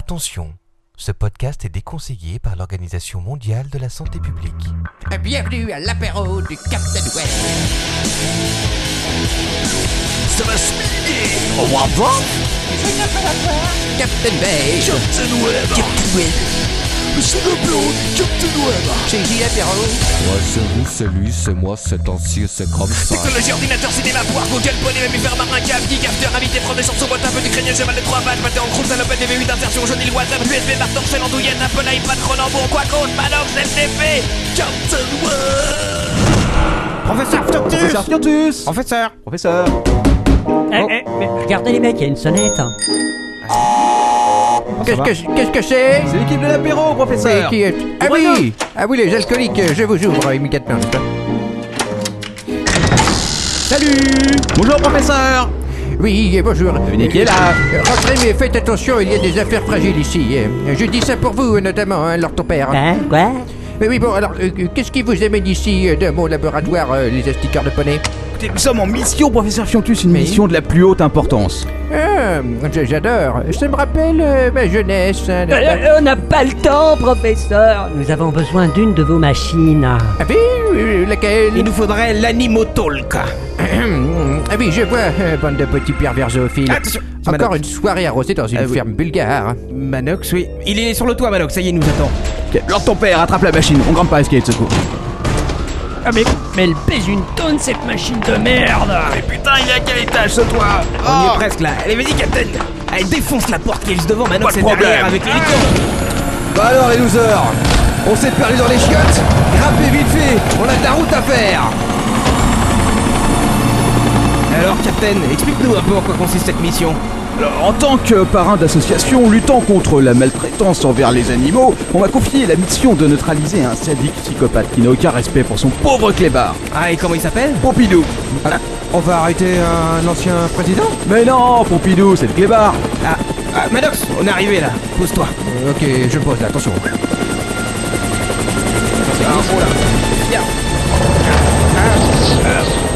Attention, ce podcast est déconseillé par l'Organisation mondiale de la santé publique. Bienvenue à l'apéro du Captain Web. Ça va speeder Au revoir Captain Bay. Captain Web Captain Web. C'est le bureau du Captain Web Chez J. Apéro. Moi, c'est vous, c'est lui, c'est moi, c'est ancien, c'est comme ça. Technologie, ordinateur, cinéma, poire, Google, poney, même faire marin, cave, geek, after, invité, prendre des chansons, boîte un peu d'ukrainien, cheval de trois pattes, pâté en croûte, salopette, DV8, insertion, jaune, île, WhatsApp, USB, marteau, shell, andouillette, Apple, iPad, Cronenbourg, Quacos, Manox, FTP, Captain Web Professeur Ptoctus Professeur Professeur Eh, Oh. eh, mais regardez les mecs, il y a une sonnette. Qu'est-ce que c'est- qu'est-ce que c'est C'est l'équipe de l'apéro, Mais professeur qui est- Ah oui Ah oui, les alcooliques, je vous ouvre immédiatement. Salut Bonjour, professeur Oui, et bonjour. Devinez qui est là Euh, Rentrez, mais faites attention, il y a des affaires fragiles ici. Euh, Je dis ça pour vous, notamment, hein, Lord ton père. Hein, quoi Mais oui, bon, alors, euh, qu'est-ce qui vous amène ici, euh, de mon laboratoire, euh, les astiqueurs de poney Écoutez, nous sommes en mission, professeur Fiontus, une Oui. mission de la plus haute importance. Ah, j- j'adore. Ça me rappelle euh, ma jeunesse. hein, la- la- euh, on n'a pas le temps, professeur Nous avons besoin d'une de vos machines. Ah oui, euh, laquelle nous faudrait l'animotalk Ah oui, je vois, euh, bande de petits pervers zoophiles. Attention, Encore Ah, Manox. une soirée arrosée dans une Ah oui. ferme bulgare. Manox, oui. Il est sur le toit, Manox, ça y est, il nous attend. Ok, Lors ton père, attrape la machine, on grimpe pas à l'escalier de secours. Ah mais, mais elle pèse une tonne cette machine de merde Mais putain, il est à quel étage ce toit On y est presque là. Allez, vas-y, Captain Allez, défonce la porte qui est juste devant, Manox c'est derrière avec les Bah alors, les losers On s'est perdu dans les chiottes Grimpez vite fait On a de la route à faire Alors, Captain, explique-nous un peu en quoi consiste cette mission. Alors, en tant que parrain d'association luttant contre la maltraitance envers les animaux, on m'a confié la mission de neutraliser un sadique psychopathe qui n'a aucun respect pour son pauvre clébard. Ah, et comment il s'appelle Pompidou Ah, On va arrêter un ancien président Mais non, Pompidou, c'est le clébard Euh, ah, ah, Manox, on est arrivé là. Pose-toi. Ok, je pose là, attention.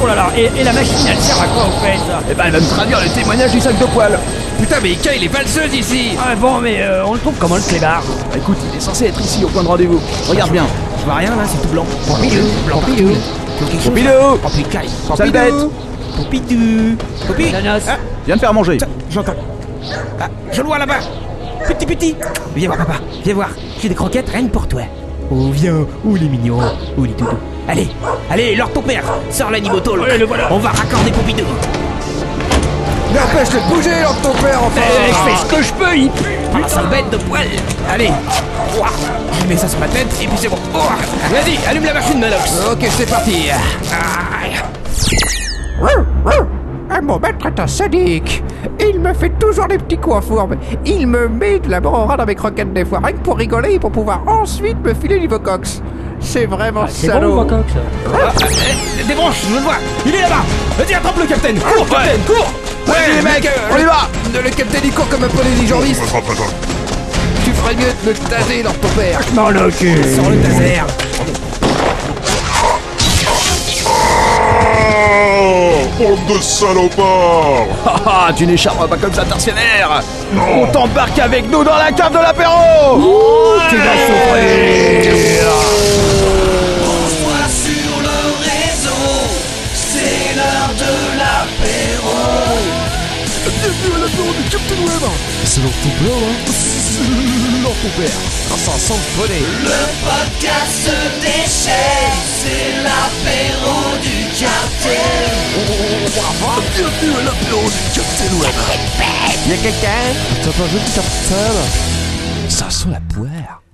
Oh là là, et, et la machine elle sert à quoi au fait Eh ben, elle va me traduire le témoignage du sac de poils Putain, mais Ika, il est valseuse ici Ah bon mais euh, on le trouve comment le clébard Bah, Écoute, il est censé être ici, au point de rendez-vous. Regarde bien Je vois rien là, c'est tout blanc. Pompidou, Pompidou. Pompidou Oh, puis Kai. Sale bête Pompidou Pompidou Nanos Ah, Viens me faire manger tiens, j'entends. Ah, je le vois là-bas Petit, petit Viens voir, papa, viens voir. J'ai des croquettes, rien que pour toi. Oh, viens, où les mignons, où les doudous. Allez, allez, leur ton père, sors l'animotol. Allez, le voilà. On va raccorder Pompidou. N'empêche de bouger, l'homme de ton père, enfin Eh, Je fais ce que je peux, il pue Ah, sale bête de poil Allez Ouah. Je mets ça sur ma tête et puis c'est bon. Ouah. Vas-y, allume la machine, Manox Ok, c'est parti. Aïe. Ah, mon maître est un sadique. Il me fait toujours des petits coups en fourbe. Il me met de la morora dans mes croquettes des fois, rien que pour rigoler et pour pouvoir ensuite me filer du Vocox. C'est vraiment Ah, C'est bon, salaud. Vocox Ah, eh, Débranche, je le vois Il est là-bas Vas-y, attrape le capitaine Cours, capitaine, cours Vas-y, les mecs, on y va Le capitaine, il court comme un polynésianiste. Tu ferais mieux de me taser, leur ton père. Sors le taser Oh, Bande de salopards Ah, ah, tu n'échapperas pas comme ça, tortionnaire On t'embarque avec nous dans la cave de l'apéro Tu vas souffrir Y'a quelqu'un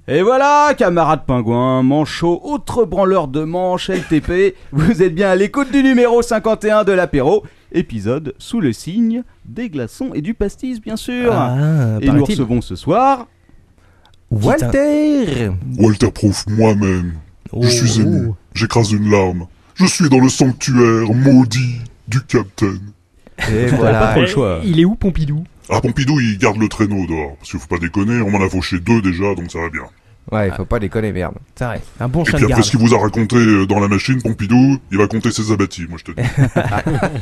Et voilà, camarades pingouins, manchots, autres branleurs de manches, LTP, vous êtes bien à l'écoute du numéro 51 de l'apéro, épisode sous le signe des glaçons et du pastis, bien sûr. et nous recevons ce soir Walter Walter Proof, moi-même. Je suis ému. J'écrase une larme. Je suis dans le sanctuaire maudit du Capitaine. Et voilà, Eh, Il est où Pompidou Ah, Pompidou, il garde le traîneau dehors. Parce qu'il faut pas déconner, on m'en a fauché deux déjà, donc ça va bien. Ouais, faut pas déconner, merde. Ça reste. Un bon Et chien puis après de garde. ce qu'il vous a raconté euh, dans la machine, Pompidou, il va compter ses abattis, moi je te dis.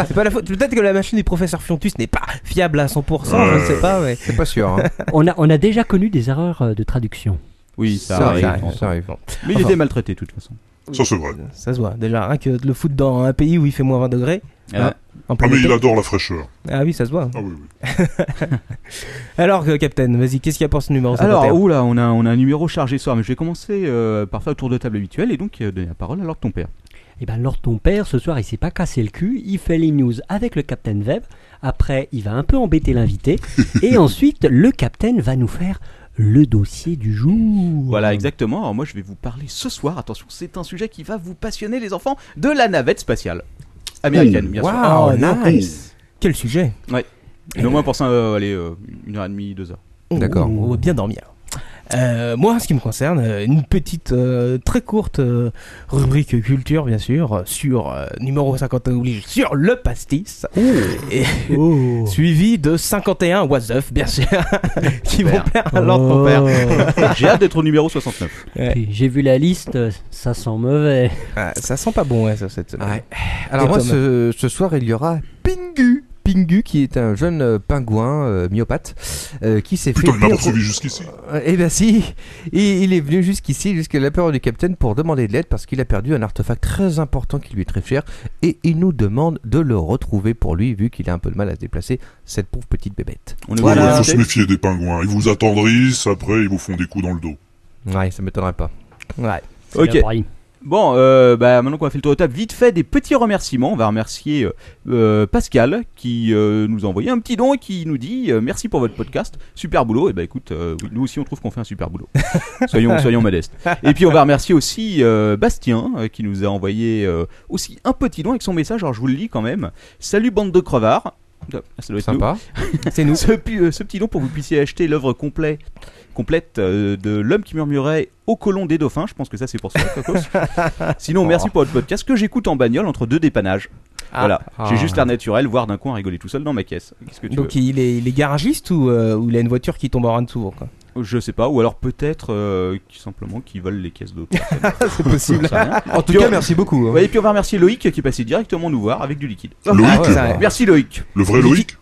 C'est pas la faute. Peut-être que la machine du professeur Fiontus n'est pas fiable à 100%, je ne sais pas, mais. C'est pas sûr, hein. On a, on a déjà connu des erreurs euh, de traduction. Oui, ça, arrive. ça arrive. Mais il était maltraité de toute façon. Ça c'est vrai. Ça se voit. Déjà, rien que de le foutre dans un pays où il fait moins 20 degrés. Ah. hein, en Ah plein mais il été. adore la fraîcheur. Ah oui, ça se voit. Ah oui, oui. Alors, euh, Captain, vas-y, qu'est-ce qu'il y a pour ce numéro Alors, 51? oula, on a, on a un numéro chargé ce soir, mais je vais commencer euh, par faire le tour de table habituel et donc euh, donner la parole à l'ordre de ton père. Et ben, lors de ton père, ce soir, il s'est pas cassé le cul, il fait les news avec le Captain Web. Après, il va un peu embêter l'invité. et ensuite, le Captain va nous faire le dossier du jour. Voilà, exactement. Alors, moi, je vais vous parler ce soir, attention, c'est un sujet qui va vous passionner, les enfants, de la navette spatiale américaine, bien sûr. Oh, Waouh, nice. Quel sujet Et Ah, au moins pour ça, euh, allez, euh, une heure et demie, deux heures. Oh, D'accord. On va bien dormir. Euh, moi, en ce qui me concerne, euh, une petite, euh, très courte euh, rubrique culture, bien sûr, euh, sur euh, numéro 51 oblige, sur le pastis, et, Oh. suivi de 51 was up, bien sûr, qui vont Super. Oh. plaire à l'ordre de ton père. J'ai hâte d'être au numéro 69. Puis, J'ai vu la liste, euh, ça sent mauvais. Ah, ça sent pas bon, ouais, ça, cette semaine. Ouais. Alors Et moi, Tom ce, ce soir, il y aura Pingu. Pingu, qui est un jeune euh, pingouin euh, myopathe, euh, qui s'est fait... Putain, il m'a dire- poursuivi jusqu'ici. Euh, Eh ben si, il, il est venu jusqu'ici, jusqu'à la peur du capitaine, pour demander de l'aide parce qu'il a perdu un artefact très important qui lui est très cher et il nous demande de le retrouver pour lui vu qu'il a un peu de mal à se déplacer, cette pauvre petite bébête. On est Ouais, obligé il de faut se noter. méfier des pingouins. Ils vous attendrissent, après ils vous font des coups dans le dos. Ouais, ça m'étonnerait pas. Ouais. C'est Ok. bien pour lui. Bon, euh, bah, maintenant qu'on a fait le tour de table, vite fait des petits remerciements. On va remercier euh, euh, Pascal qui euh, nous a envoyé un petit don et qui nous dit euh, merci pour votre podcast, super boulot. Et bah écoute, euh, oui, nous aussi on trouve qu'on fait un super boulot. soyons, soyons modestes. Et puis on va remercier aussi euh, Bastien euh, qui nous a envoyé euh, aussi un petit don avec son message. Alors je vous le lis quand même. Salut bande de crevards. Ah, Ça doit être nous. Sympa. C'est nous. Ce, pu- euh, ce petit don pour que vous puissiez acheter l'œuvre complète, complète euh, de l'homme qui murmurait au colon des dauphins. Je pense que ça, c'est pour ça, Cocos. Sinon, merci pour votre podcast que j'écoute en bagnole entre deux dépannages. voilà, j'ai Ah. juste l'air naturel, voir d'un coin rigoler tout seul dans ma caisse. Qu'est-ce que tu Donc il est, il est garagiste ou, euh, ou il a une voiture qui tombe en rade souvent quoi. veux Je sais pas, ou alors peut-être euh, qui- simplement qu'ils volent les caisses d'autres. C'est possible. En tout Puis cas, on- merci beaucoup. hein. Ah, Ouais, et puis on va remercier Loïc qui est passé directement nous voir avec du liquide. Loïc, ouais, ça- Merci Loïc. le vrai Loïc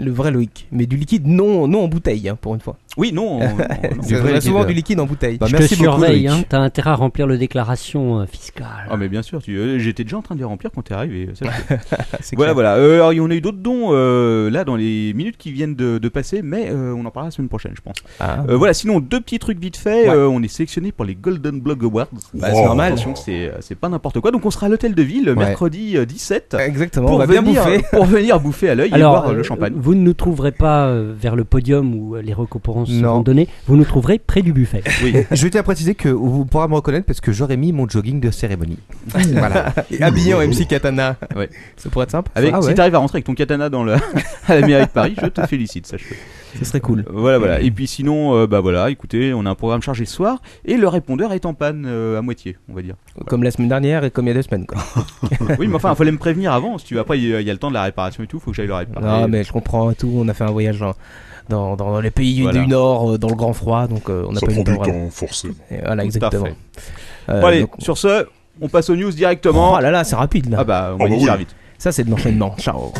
Le vrai Loïc, mais du liquide non, non en bouteille hein, pour une fois. Oui, non. on- on- Du On vrai a euh. souvent liquide. du liquide en bouteille. Bah, Je merci te beaucoup, surveille, Loïc. hein, t'as intérêt à remplir le déclaration euh, fiscale. Ah mais bien sûr, tu- euh, j'étais déjà en train de les remplir quand t'es arrivé. ça, je C'est Voilà, clair. voilà. Euh, alors, il y en a eu d'autres dons euh, là dans les minutes qui viennent de, de passer, mais euh, on en parlera la semaine prochaine, je pense. Ah. Euh, voilà, sinon, deux petits trucs vite fait. Ouais. Euh, on est sélectionné pour les Golden Blog Awards. oh. Bah, c'est normal. Attention, c'est c'est pas n'importe quoi. Donc, on sera à l'hôtel de ville mercredi euh, 17 Exactement, pour, on va bien venir, bouffer. pour venir bouffer à l'œil et boire euh, euh, le champagne. vous ne nous trouverez pas euh, vers le podium où euh, les récompenses Non. seront données, vous nous trouverez près du buffet. Oui. Et je tiens à préciser que vous pourrez me reconnaître parce que j'aurais mis mon jogging de cérémonie. voilà. Et habillé en MC Katana. Ouais. Ça pourrait être simple. Avec, Ah ouais. Si t'arrives à rentrer avec ton katana dans le, à la mairie de Paris, je te félicite, sache-le. Ce serait cool. Voilà, voilà. Et puis sinon, euh, bah voilà, écoutez, on a un programme chargé ce soir et le répondeur est en panne euh, à moitié, on va dire. Comme la semaine dernière et comme il y a deux semaines. Quoi. Oui, mais enfin, fallait me prévenir avant. Si tu veux. Après, il y a il y a le temps de la réparation et tout, faut que j'aille le réparer. Non, mais je comprends et tout. On a fait un voyage dans, dans, dans les pays Voilà. du Nord, euh, dans le grand froid, donc euh, on n'a Ça pas eu prend le temps. du vraiment. temps, forcément. Et voilà, Tout à exactement. fait. Euh, Bon, allez, donc- sur ce, on passe aux news directement. Oh là là, c'est rapide là. Ah bah, on bah va y oui. faire vite. Ça, c'est de l'enchaînement. Ciao.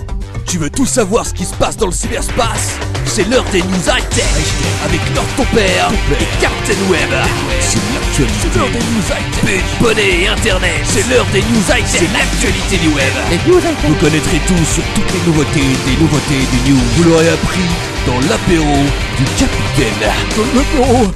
Tu veux tout savoir ce qui se passe dans le cyberspace C'est l'heure des news high-tech avec leur ton père et Captain Web. C'est l'actualité. l'heure des news high-tech. Bonnet et Internet. C'est l'heure des news high-tech. C'est l'actualité du web. Vous connaîtrez tout sur toutes les nouveautés des nouveautés du news. Vous l'aurez appris dans l'apéro du Capitaine.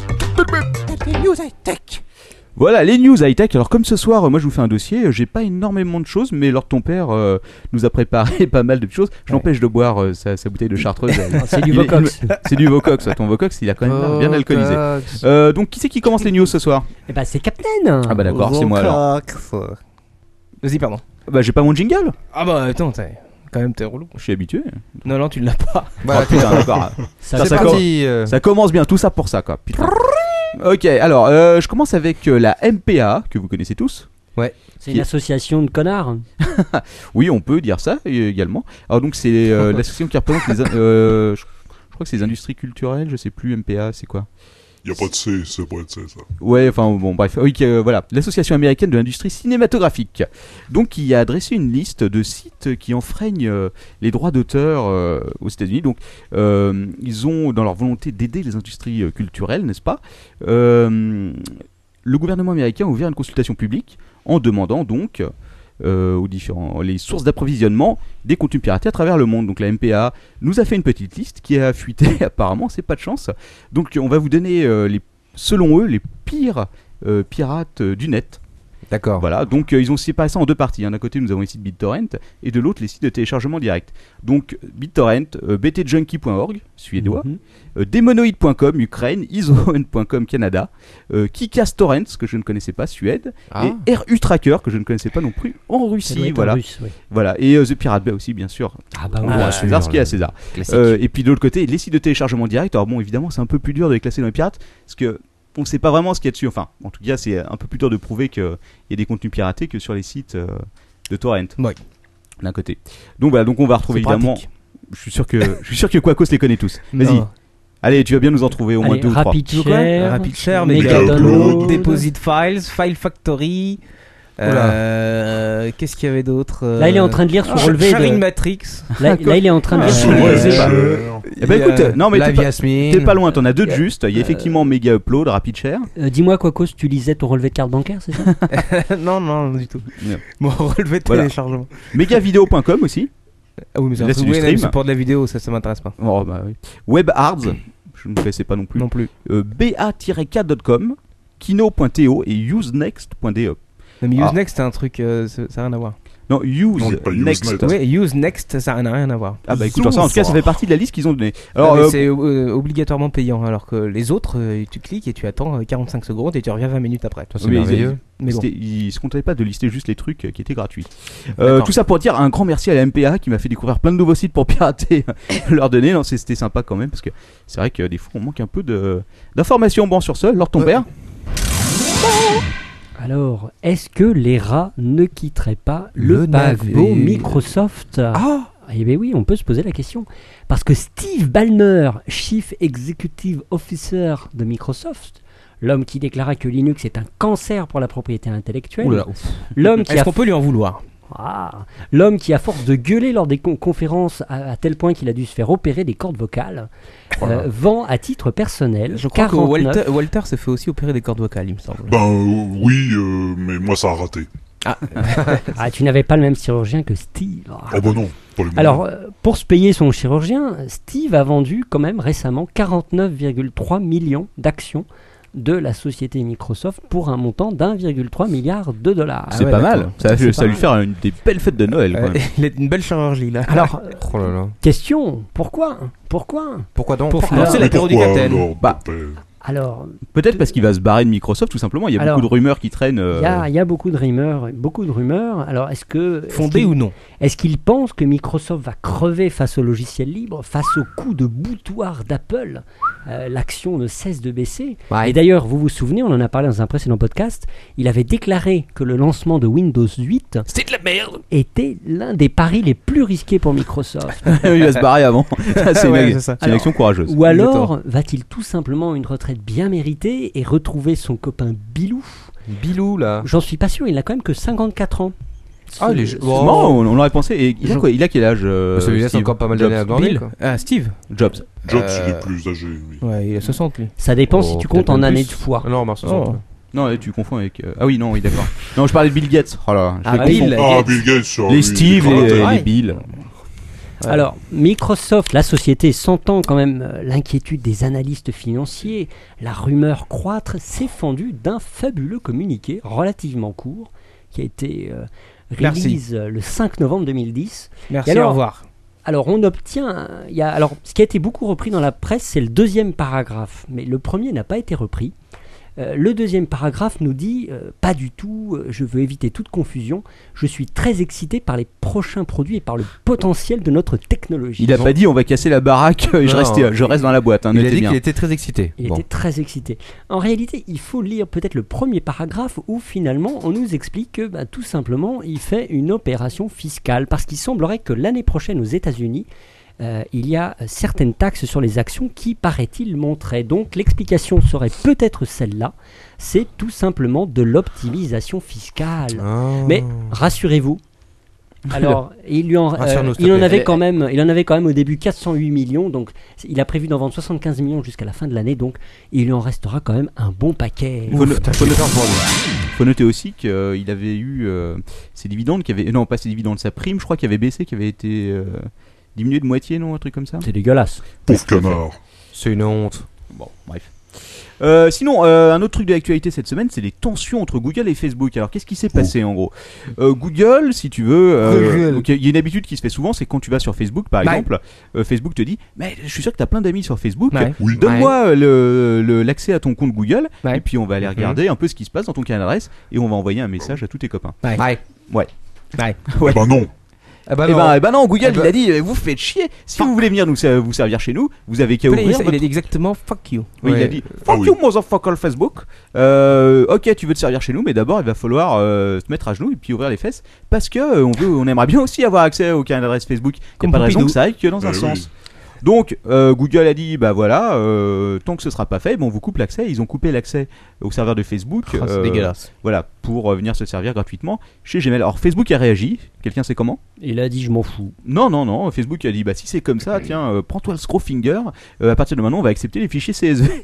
Voilà, les news high-tech. Alors, comme ce soir, euh, moi, je vous fais un dossier. euh, J'ai pas énormément de choses, mais Lord ton père euh, nous a préparé pas mal de petites choses. Je l'empêche de boire euh, sa, sa bouteille de chartreuse. elle. C'est du Il est- Vocox. c'est du Vocox. Ton Vocox, il a quand même l'air bien alcoolisé. Vocox. Euh, donc, qui c'est qui commence les news ce soir Eh ben, c'est Captain Ah bah d'accord, c'est moi alors. Vas-y, pardon. Bah, j'ai pas mon jingle. Ah bah attends, t'es- quand même, t'es relou. Je suis habitué. Non, non, tu l'as pas. Voilà, Ah, putain, d'accord. Ça, Ça, c'est c'est commence- parti. euh. Ça commence bien, tout ça pour ça, quoi. Putain. Ok, alors, euh, je commence avec euh, la MPA, que vous connaissez tous. c'est une association de connards. Oui, on peut dire ça euh, également. Alors, donc, c'est euh, l'association qui représente les. in- euh, je, je crois que c'est les industries culturelles, je sais plus, MPA, c'est quoi Il n'y a pas de C, c'est pas de C, ça. Ouais, enfin bon, bref. Oui, que, euh, voilà. L'Association américaine de l'industrie cinématographique. Donc, qui a dressé une liste de sites qui enfreignent euh, les droits d'auteur euh, aux États-Unis. Donc, euh, ils ont, dans leur volonté d'aider les industries euh, culturelles, n'est-ce pas euh, Le gouvernement américain a ouvert une consultation publique en demandant donc euh, aux différents les sources d'approvisionnement des contenus piratés à travers le monde. Donc, la MPA nous a fait une petite liste qui a fuité, apparemment, c'est pas de chance. Donc, on va vous donner euh, les selon eux, les pires euh, pirates euh, du net. D'accord. Voilà, donc euh, ils ont séparé ça en deux parties. hein. D'un côté, nous avons les sites BitTorrent et de l'autre, les sites de téléchargement direct. Donc, BitTorrent, euh, btjunkie.org, suédois, Mhm. euh, demonoid.com, Ukraine, isoen.com, Canada, euh, Kikastorrent, que je ne connaissais pas, Suède, Ah. et RU Tracker, que je ne connaissais pas non plus, en Ça doit Russie. être en Voilà, russe, oui. voilà. et euh, The Pirate Bay aussi, bien sûr. Ah bah On ouais. voit à César ce qui est à César. Classique. Euh, et puis de l'autre côté, les sites de téléchargement direct. Alors bon, évidemment, c'est un peu plus dur de les classer dans les pirates parce que on sait pas vraiment ce qu'il y a dessus. Enfin, en tout cas, c'est un peu plus dur de prouver qu'il y a des contenus piratés que sur les sites euh, de torrent. Ouais. D'un côté. Donc voilà, donc on va retrouver C'est évidemment. pratique. Je suis sûr que je suis sûr que Quacos les connaît tous. Vas-y. Non. Allez, tu vas bien nous en trouver au moins Allez, deux ou trois. Rapid Tu veux quoi Euh, Share, Rapid Share, Megaupload. Megadownload, Deposit Files, File Factory. euh, Qu'est-ce qu'il y avait d'autre euh, Ah, Là, il est en train de lire sur relevé Sharing de- Matrix. Là, là, il est en train de Ah, lire C'est sur ouais, vrai, le- c'est pas- cher. Eh ben Il y a- écoute, non mais t'es Live pas, Yasmine. t'es pas loin. T'en as deux de Euh, juste. Il y a effectivement Mega Upload, Rapid Share. Euh, Dis-moi, Quacos, tu lisais ton relevé de carte bancaire, c'est ça non, non, non, du tout. Non. Mon relevé de Voilà. téléchargement. Megavideo.com aussi. Ah oui, mais c'est Là, un c'est truc- du oui, non, stream. mais c'est pour de la vidéo, ça, ça m'intéresse pas. Oh, bah oui. WebArts. Je ne connaissais pas non plus. Non plus. euh, ba-k.com, kino.to et usenext.de. Non, mais Ah. Use Next, c'est un truc, euh, ça ça a rien à voir. Non, Non, mais pas usenext. Usenet. Oui, Use Next, ça n'a rien à voir. Ah bah écoute, ça, en tout cas, ça fait partie de la liste qu'ils ont donnée. Alors, Alors, euh, c'est euh, obligatoirement payant, alors que les autres, euh, tu cliques et tu attends euh, 45 secondes et tu reviens 20 minutes après. Ça, c'est oui, merveilleux. Mais bon. c'était- ils se contentaient pas de lister juste les trucs euh, qui étaient gratuits. Euh, D'accord. tout ça pour dire un grand merci à la MPA qui m'a fait découvrir plein de nouveaux sites pour pirater leur données. Non, c'est- c'était sympa quand même parce que c'est vrai que euh, des fois on manque un peu de- d'informations. Bon, sur ce, Lord ton père. Alors, est-ce que les rats ne quitteraient pas le, Le paquebot navet. Microsoft Ah Eh bien oui, on peut se poser la question. Parce que Steve Ballmer, Chief Executive Officer de Microsoft, l'homme qui déclara que Linux est un cancer pour la propriété intellectuelle, Oula. l'homme qui, Est-ce a... qu'on peut lui en vouloir Ah, l'homme qui, à force de gueuler lors des con- conférences à, à tel point qu'il a dû se faire opérer des cordes vocales, euh, vend à titre personnel Oh Je crois 49 que Walter, Walter se fait aussi opérer des cordes vocales, il me semble. Ben euh, oui, euh, mais moi ça a raté. Ah, tu n'avais pas le même chirurgien que Steve. Oh bah non, pour le moment. Alors, euh, pour se payer son chirurgien, Steve a vendu quand même récemment 49,3 millions d'actions de la société Microsoft pour un montant d'1,3 milliard de dollars. Ah c'est ouais, pas d'accord. mal. Ça, C'est ça pas lui mal. faire une des belles fêtes de Noël. Quand Euh, même. il a une belle chirurgie là. Alors, euh, Oh là là. question, pourquoi Pourquoi Pourquoi donc Pour financer financer Mais la du pourquoi, capitaine. Lord Bah, Père Alors, Peut-être parce qu'il va se barrer de Microsoft tout simplement. Il y a Alors, beaucoup de rumeurs qui traînent. il euh, y, a- il y a beaucoup de rumeurs, beaucoup de rumeurs. Alors, est-ce que est-ce Fondé qu'il- ou non Est-ce qu'ils pensent que Microsoft va crever face au logiciel libre, face au coup de boutoir d'Apple Euh, L'action ne cesse de baisser. Ouais. Et d'ailleurs, vous vous souvenez, on en a parlé dans un précédent podcast, il avait déclaré que le lancement de Windows 8 C'est de la merde était l'un des paris les plus risqués pour Microsoft. il va se barrer avant. Ça, c'est une, Ouais, c'est c'est ça. une action courageuse. Ou alors, va-t-il tout simplement une retraite bien méritée et retrouver son copain Bilou Bilou là. J'en suis pas sûr, il n'a quand même que 54 ans. Ah, il est Ce- je- ce- Oh. Non, on, on l'aurait pensé. Et il, a Je- quoi- il a quel âge euh, Celui-là, c'est Steve encore pas mal Jobs. d'années à border. Bill quoi. Ah, Steve Jobs. Jobs, Euh, il est plus âgé, oui. Ouais, il a 60 lui. Ça dépend Oh, si tu comptes peut-être en même années de plus. fois. Ah Non, Mars, Oh. Non, là, tu confonds avec. euh, Ah oui, non, oui, d'accord. non, je parlais de Bill Gates. Oh là, là, je Ah, les confonds. Bill. Ah, Gates. Bill Gates, sur Les Steve, les, euh, les Bill. Ouais. Alors, Microsoft, la société, sentant quand même euh, l'inquiétude des analystes financiers, la rumeur croître, s'est fendue d'un fabuleux communiqué relativement court qui a été euh, Merci. release euh, le 5 novembre 2010. Merci, Et alors au revoir. Alors, on obtient. euh, il y a- alors, ce qui a été beaucoup repris dans la presse, c'est le deuxième paragraphe, mais le premier n'a pas été repris. Euh, le deuxième paragraphe nous dit euh, Pas du tout, euh, je veux éviter toute confusion, je suis très excité par les prochains produits et par le potentiel de notre technologie. Il a pas dit on va casser la baraque et je, Non. reste, je reste dans la boîte. Hein, Il a notez dit bien. qu'il était très excité. Il Bon. était très excité. En réalité, il faut lire peut-être le premier paragraphe où finalement on nous explique que bah, tout simplement il fait une opération fiscale parce qu'il semblerait que l'année prochaine aux États-Unis, euh, il y a certaines taxes sur les actions qui, paraît-il, montraient. Donc l'explication serait peut-être celle-là. C'est tout simplement de l'optimisation fiscale. Ah. Mais rassurez-vous. Alors, il, lui en, Rassure-nous, euh, s'il te il en plaît. avait quand même, il en avait quand même au début 408 millions, donc il a prévu d'en vendre 75 millions jusqu'à la fin de l'année, donc il lui en restera quand même un bon paquet. Faut, no- faut noter, faut noter aussi qu'il avait eu euh, ses dividendes, qui avaient, non pas ses dividendes, sa prime, je crois, qui avait baissé, qui avait été euh, diminué de moitié, non Un truc comme ça C'est dégueulasse. Pauvre canard. C'est une honte. Bon, bref. Euh, sinon, euh, un autre truc de l'actualité cette semaine, c'est les tensions entre Google et Facebook. Alors, qu'est-ce qui s'est passé en gros Euh, Google, si tu veux, euh, Google. donc, il y a une habitude qui se fait souvent, c'est quand tu vas sur Facebook, par Ouais. exemple, euh, Facebook te dit, mais je suis sûr que t'as plein d'amis sur Facebook. Ouais. Oui. Donne-moi euh, le- le- l'accès à ton compte Google Ouais. Mhm. et puis on va aller regarder un peu ce qui se passe dans ton carnet d'adresse et on va envoyer un message à tous tes copains. Ouais. Ouais. Ouais. Ouais. Bah non. Eh ben, eh ben non, Google Eh ben- il a dit euh, vous faites chier. Si vous voulez venir nous ser- vous servir chez nous, vous avez qu'à Il a ouvrir. dit- votre- il a dit exactement fuck you. Oui, il a Ouais. dit Fuck Ah oui. you, motherfucker Facebook. Euh, ok, tu veux te servir chez nous, mais d'abord il va falloir euh, te mettre à genoux et puis ouvrir les fesses parce que euh, on veut, on aimerait bien aussi avoir accès au carnet d'adresse Facebook. Il Comme a pas de raison Pompidou. que ça aille que dans Bah un oui. sens. Donc euh, Google a dit bah voilà, euh, tant que ce sera pas fait, bon, on vous coupe l'accès. Ils ont coupé l'accès au serveur de Facebook. Ah, c'est euh, dégueulasse. Voilà, pour euh, venir se servir gratuitement chez Gmail. Alors Facebook a réagi. Quelqu'un sait comment Il a dit je m'en fous. non, non, non. Facebook a dit bah si c'est comme ça, tiens, euh, prends-toi le scrowfinger. Euh, à partir de maintenant, on va accepter les fichiers CSV.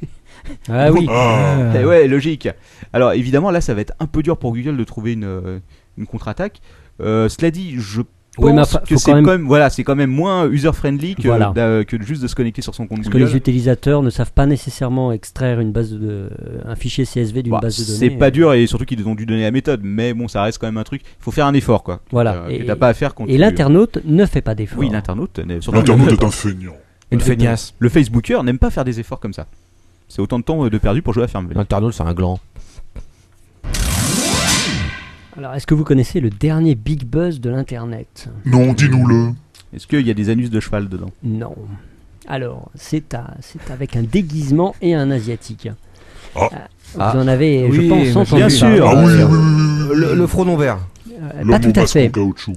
Ah oui. Ah. Eh ouais, logique. Alors évidemment, là, ça va être un peu dur pour Google de trouver une, euh, une contre-attaque. Euh, cela dit, je pense Oui, mais enfin, que faut c'est quand quand, même- même, voilà, c'est quand même moins user-friendly que, Voilà. d'a- que de juste de se connecter sur son compte Parce que Google. les utilisateurs ne savent pas nécessairement extraire une base de, euh, un fichier CSV d'une Bah, base de c'est données. euh. pas dur et surtout qu'ils ont dû donner la méthode, mais bon, ça reste quand même un truc. Il faut faire un effort, quoi. Voilà. Euh, que Et- t'as pas à faire quand Et tu- l'internaute ne fait pas d'effort. Oui, l'internaute. n'est- surtout L'internaute est l'internaute. un feignant. Une Ouais. feignasse. Le Facebooker n'aime pas faire des efforts comme ça. C'est autant de temps euh, de perdu pour jouer à ferme. L'internaute, c'est un gland. Alors, est-ce que vous connaissez le dernier big buzz de l'internet Non, dis-nous-le. Est-ce qu'il y a des anus de cheval dedans Non. Alors, c'est à- c'est avec un déguisement et un asiatique. Ah. Euh, Ah. Vous en avez, je Oui, pense, bien entendu. sûr. Ah Ah, oui, oui, c'est- oui, oui, oui. Le, front vert. Euh, L'homme pas au tout à masque en fait. caoutchouc.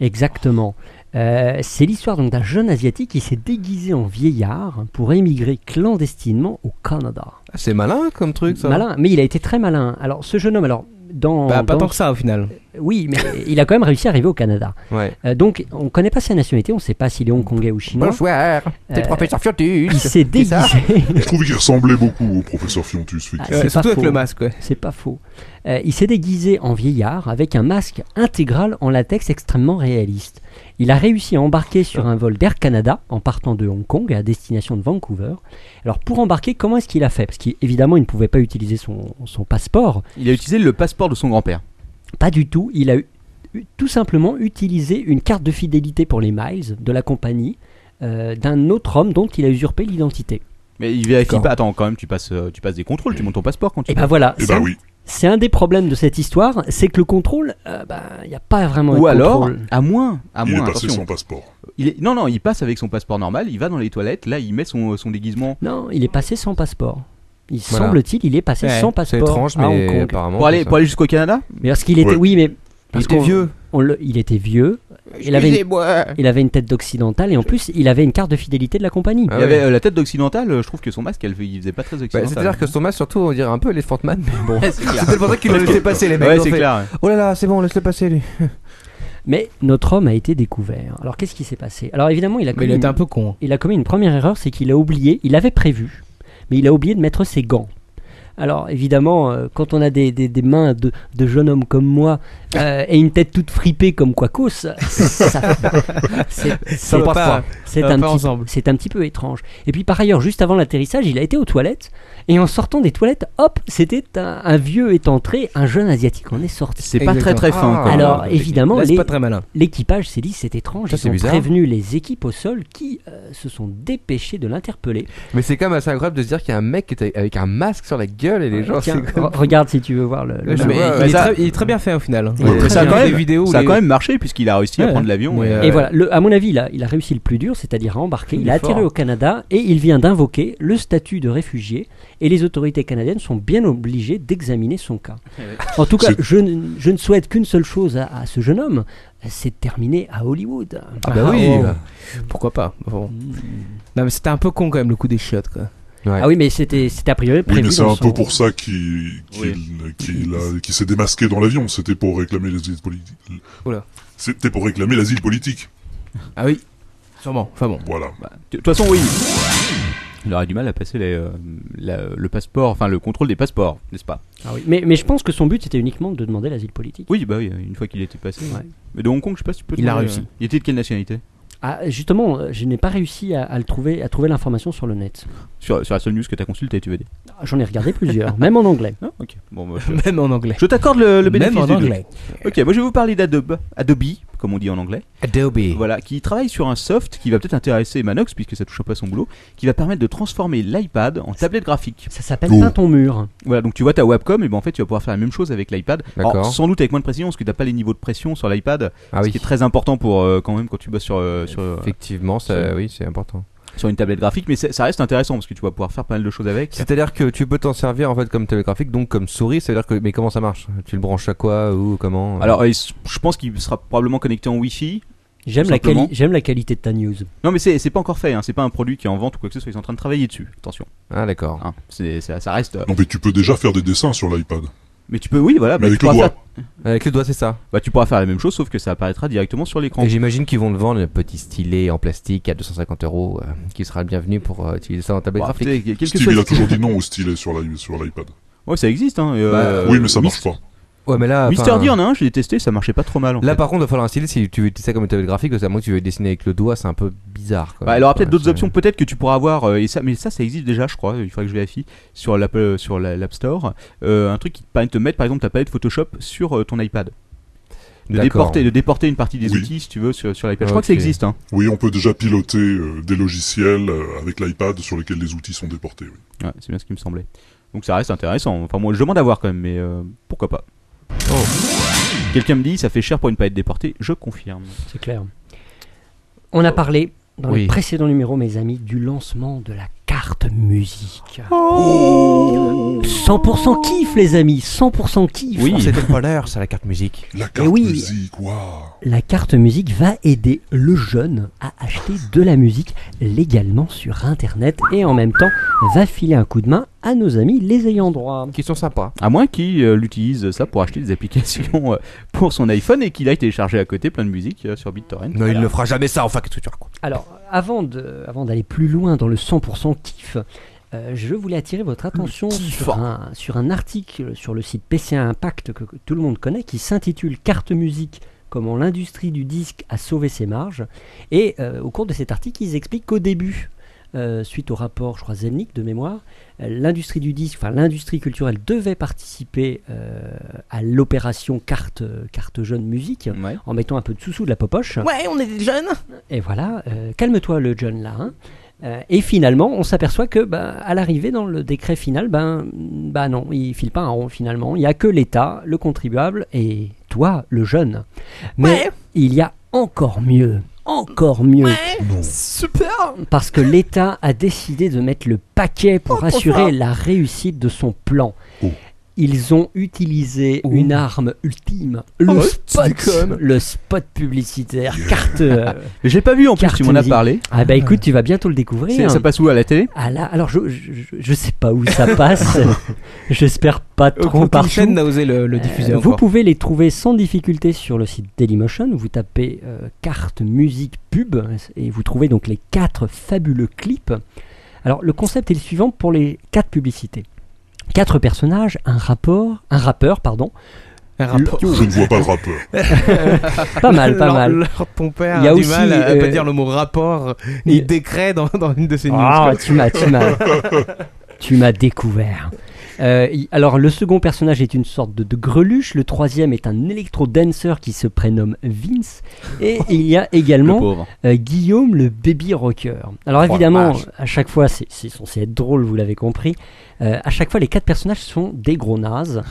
Exactement. Euh, c'est l'histoire donc d'un jeune asiatique qui s'est déguisé en vieillard pour émigrer clandestinement au Canada. Ah, C'est malin comme truc, ça. Malin, mais il a été très malin. Alors ce jeune homme, alors dans, Bah, pas dans- tant que ça au final. Euh, oui, mais il a quand même réussi à arriver au Canada. Ouais. Euh, donc on connaît pas sa nationalité, on ne sait pas s'il est hongkongais ou chinois. Bonsoir, t'es Euh, professeur Fiotus. Il s'est C'est ça déguisé. Je trouvais qu'il ressemblait beaucoup au professeur Fiontus, Ah, effectivement. Euh, c'est pas surtout avec faux. le masque. ouais. C'est pas faux. Euh, il s'est déguisé en vieillard avec un masque intégral en latex extrêmement réaliste. Il a réussi à embarquer sur un vol d'Air Canada en partant de Hong Kong à destination de Vancouver. Alors pour embarquer, comment est-ce qu'il a fait Parce qu'évidemment, il ne pouvait pas utiliser son, son passeport. Il a utilisé le passeport de son grand-père. Pas du tout. Il a eu- eu- tout simplement utilisé une carte de fidélité pour les miles de la compagnie euh, d'un autre homme dont il a usurpé l'identité. Mais il vérifie D'accord. pas. Attends, quand même, tu passes, euh, tu passes des contrôles, tu montes ton passeport quand tu. Et ben voilà, Eh c'est ben un- oui. c'est un des problèmes de cette histoire, c'est que le contrôle, il n'y a pas vraiment Ou de alors, contrôle. à moins, à Il est moins, passé attention. sans passeport. Il est- Non, non, il passe avec son passeport normal, il va dans les toilettes, là, il met son, son déguisement. Non, il est passé sans passeport. Il Voilà. semble-t-il, il est passé Ouais, sans C'est passeport étrange, à mais Hong Kong. apparemment. Pour aller, c'est ça. pour aller jusqu'au Canada Mais parce qu'il était, Ouais. oui, mais parce était qu'on- vieux. on le- il était vieux. Il avait, une, il avait une tête d'occidental et en plus, il avait une carte de fidélité de la compagnie. Ah Il ouais. avait euh, la tête d'occidental, euh, je trouve que son masque, elle, il faisait pas très Bah, occidental. C'est-à-dire que son masque, surtout, on dirait un peu Elephant Man, mais bon. Ouais, c'est clair. C'est pour ça qu'ils l'ont laissé passer, les mecs. Ouais, Ils ont c'est fait, clair. Oh là là, c'est bon, laisse-le passer, lui. Mais notre homme a été découvert. Alors qu'est-ce qui s'est passé Alors évidemment, il a Mais commis, il était une, un peu con. hein. il a commis une première erreur, c'est qu'il a oublié, il avait prévu, mais il a oublié de mettre ses gants. Alors évidemment, euh, quand on a des, des- des mains de, de jeune homme comme moi euh, et une tête toute fripée comme Quacos, ça, c'est- c'est- va pas. c'est Ça va un, pas petit- ensemble. c'est un petit peu étrange. Et puis par ailleurs, juste avant l'atterrissage, il a été aux toilettes et en sortant des toilettes, hop, c'était un, un vieux est entré, un jeune asiatique en est sorti. C'est pas très Exactement. très fin. Ah. quoi. Alors évidemment, Là, c'est les- pas très malin. L'équipage s'est dit c'est étrange, Ça, ils c'est ont bizarre. prévenu les équipes au sol qui euh, se sont dépêchées de l'interpeller. Mais c'est quand même assez agréable de se dire qu'il y a un mec qui était avec un masque sur la gueule et les gens. Tiens, c'est comme- re- regarde si tu veux voir le. le- Je Non, mais vois, euh, il, ouais. est Ça- très, il est très bien fait au final. hein. Il est Il très ça a, bien. quand des même, vidéos. ça a des- quand même marché puisqu'il a réussi à Ouais. euh, prendre l'avion. Ouais, euh, et- ouais. Et voilà, le- à mon avis, il a, il a réussi le plus dur, c'est-à-dire à embarquer. Il a atterri au Canada et il vient d'invoquer le statut de réfugié. Et les autorités canadiennes sont bien obligées d'examiner son cas. En tout cas, je, ne- je ne souhaite qu'une seule chose à, à ce jeune homme, c'est de terminer à Hollywood. Ah bah oui. oh. Pourquoi pas bon. Non mais c'était un peu con quand même le coup des chiottes quoi. Ouais. Ah oui, mais c'était c'était a priori Oui, prévu. mais c'est dans un son- peu pour ça qu'il qu'il- qu'il a- qu'il s'est démasqué dans l'avion. C'était pour réclamer l'asile politique. Oula. C'était pour réclamer l'asile politique. Ah oui, sûrement. Enfin bon. Voilà. bah, De toute façon, oui. Il aurait du mal à passer les, euh, la- le passeport, enfin le contrôle des passeports, n'est-ce pas Ah oui. mais, mais je pense que son but c'était uniquement de demander l'asile politique. Oui, bah oui, une fois qu'il était passé. Ouais. Mais de Hong Kong, je sais pas si tu peux Il a trouver, réussi. euh, Il était de quelle nationalité Ah, justement, euh, je n'ai pas réussi à, à le trouver, à trouver l'information sur le net. sur, sur la seule news que t'as consultée, tu veux dire Ah, J'en ai regardé plusieurs, même en anglais. Ah, ok. Bon, bah, je- Même en anglais. je t'accorde le, le bénéfice Même en du doute. anglais. Ok, moi je vais vous parler d'Adobe, Adobe, comme on dit en anglais. Adobe. Voilà, qui travaille sur un soft qui va peut-être intéresser Manox, puisque ça touche un peu à son boulot, qui va permettre de transformer l'iPad en tablette graphique. Ça s'appelle Oh. Peint ton mur. Voilà, donc tu vois ta webcam, et ben en fait tu vas pouvoir faire la même chose avec l'iPad. Alors, D'accord. Sans doute avec moins de précision, parce que t'as pas les niveaux de pression sur l'iPad, Ah ce oui. qui est très important pour euh, quand même quand tu bosses sur, euh, sur, euh, Effectivement, ça, oui, c'est important. sur une tablette graphique, mais c'est- ça reste intéressant parce que tu vas pouvoir faire pas mal de choses avec. C'est-à-dire que tu peux t'en servir en fait comme télégraphique, donc comme souris. C'est-à-dire que, mais comment ça marche Tu le branches à quoi ou comment Alors, euh, il s- je pense qu'il sera probablement connecté en Wi-Fi. J'aime Tout la, quali- simplement. j'aime la qualité de ta news. Non, mais c'est c'est pas encore fait, hein, c'est pas un produit qui est en vente ou quoi que ce soit, ils sont en train de travailler dessus, attention. ah d'accord. hein. C'est- ça, ça reste. euh, Non, mais tu peux déjà faire des dessins sur Bah, l'iPad. Mais tu peux, oui, voilà, mais bah, avec tu, le pourras doigt. faire, Avec le doigt, c'est ça. bah, tu pourras faire la même chose, sauf que ça apparaîtra directement sur l'écran. Et j'imagine qu'ils vont le vendre le petit stylet en plastique à 250 euros, euh, qui sera le bienvenu pour euh, utiliser ça en tablette Bah, graphique. peut-être quel que Steve, soit il le a toujours style. dit non au stylet sur l'i- sur l'iPad. Ouais, ça existe, hein. et, Bah, euh, oui, mais ça Mis- marche pas. Ouais, mais là, Mister enfin, D en a un, j'ai testé, ça marchait pas trop mal. en Là, fait. par contre, il va falloir un stylet si tu veux utiliser ça comme une tablette graphique, parce que à moins que tu veux dessiner avec le doigt, c'est un peu bizarre. Quoi. Bah, il aura peut-être Ouais, d'autres c'est- options, peut-être que tu pourras avoir, euh, et ça, mais ça, ça existe déjà, je crois, il faudrait que je vérifie, sur l'Apple, sur la- l'App Store, euh, un truc qui te permet de te mettre, par exemple, ta palette Photoshop sur euh, ton iPad. De D'accord. déporter, de déporter une partie des Oui. outils, si tu veux, sur, sur l'iPad. Je crois que ça Ok. existe, hein. Oui, on peut déjà piloter euh, des logiciels euh, avec l'iPad sur lesquels les outils sont déportés. oui. Ouais, c'est bien ce qui me semblait. Donc ça reste intéressant. Enfin, moi, je demande à voir quand même, mais euh, pourquoi pas. Oh. Quelqu'un me dit, ça fait cher pour une palette déportée. Je confirme. C'est clair. On a parlé dans Oui. le précédent numéro, mes amis, du lancement de la carte musique. Oh. Euh, 100% kiff, les amis, 100% kiff. Oui. C'est le bonheur, c'est la carte musique. La carte Eh oui. musique, waouh La carte musique va aider le jeune à acheter de la musique légalement sur Internet et en même temps va filer un coup de main à nos amis les ayants droit. Qui sont sympas. À moins qu'il euh, l'utilise ça pour acheter des applications euh, pour son iPhone et qu'il aille télécharger à côté plein de musique euh, sur BitTorrent. Non, il ne fera jamais ça, enfin, qu'est-ce que tu racontes Alors, avant de- avant d'aller plus loin dans le 100% kiff, euh, je voulais attirer votre attention sur un, sur un article sur le site PCA Impact que, que tout le monde connaît qui s'intitule Carte musique comment l'industrie du disque a sauvé ses marges. Et euh, au cours de cet article, ils expliquent qu'au début, euh, suite au rapport, je crois, Zelnick de mémoire, euh, l'industrie du disque, enfin l'industrie culturelle devait participer euh, à l'opération carte, carte jeune musique Ouais. en mettant un peu de sous-sous de la popoche. Ouais, on est des jeunes. Et voilà, euh, calme-toi le John là. hein. Euh, et finalement, on s'aperçoit que, bah, à l'arrivée dans le décret final, ben, bah non, il file pas un rond finalement. Il y a que l'État, le contribuable et toi, le jeune. Mais il y a encore mieux, encore mieux, Super. parce que l'État a décidé de mettre le paquet pour assurer la réussite de son plan. Oh. Ils ont utilisé Oh. une arme ultime, Ah le Oh, ouais, spot, le spot publicitaire, carte. euh, Mais je l'ai pas vu en plus, Carte tu m'en as musique. parlé. ah bah écoute, tu vas bientôt le C'est- découvrir. Ça passe où à la télé Ah là, alors je, je, je- je sais pas où ça passe. J'espère pas trop Aucune partout. chaîne n'a osé le, le Euh, diffuser vous encore. pouvez les trouver sans difficulté sur le site Dailymotion. Vous tapez euh, carte musique pub et vous trouvez donc les quatre fabuleux clips. Alors le concept est le suivant pour les quatre publicités. Quatre personnages, un rapport, un rappeur, pardon. Un rapport. Je ne vois pas le rappeur. Pas mal, pas Leur- mal. leur- ton père Il y a a, du aussi, mal à, à euh, pas dire le mot rapport il y ni a- décret dans, dans une de ses news. Ah, tu m'as, tu m'as, tu m'as découvert. Euh, il- alors, le second personnage est une sorte de, de greluche. Le troisième est un électro-dancer qui se prénomme Vince. Et il y a Le également pauvre. euh, Guillaume, le baby rocker. Alors, Oh, évidemment, vache. à chaque fois, c'est c'est censé être drôle, vous l'avez compris. Euh, à chaque fois, les quatre personnages sont des gros nazes.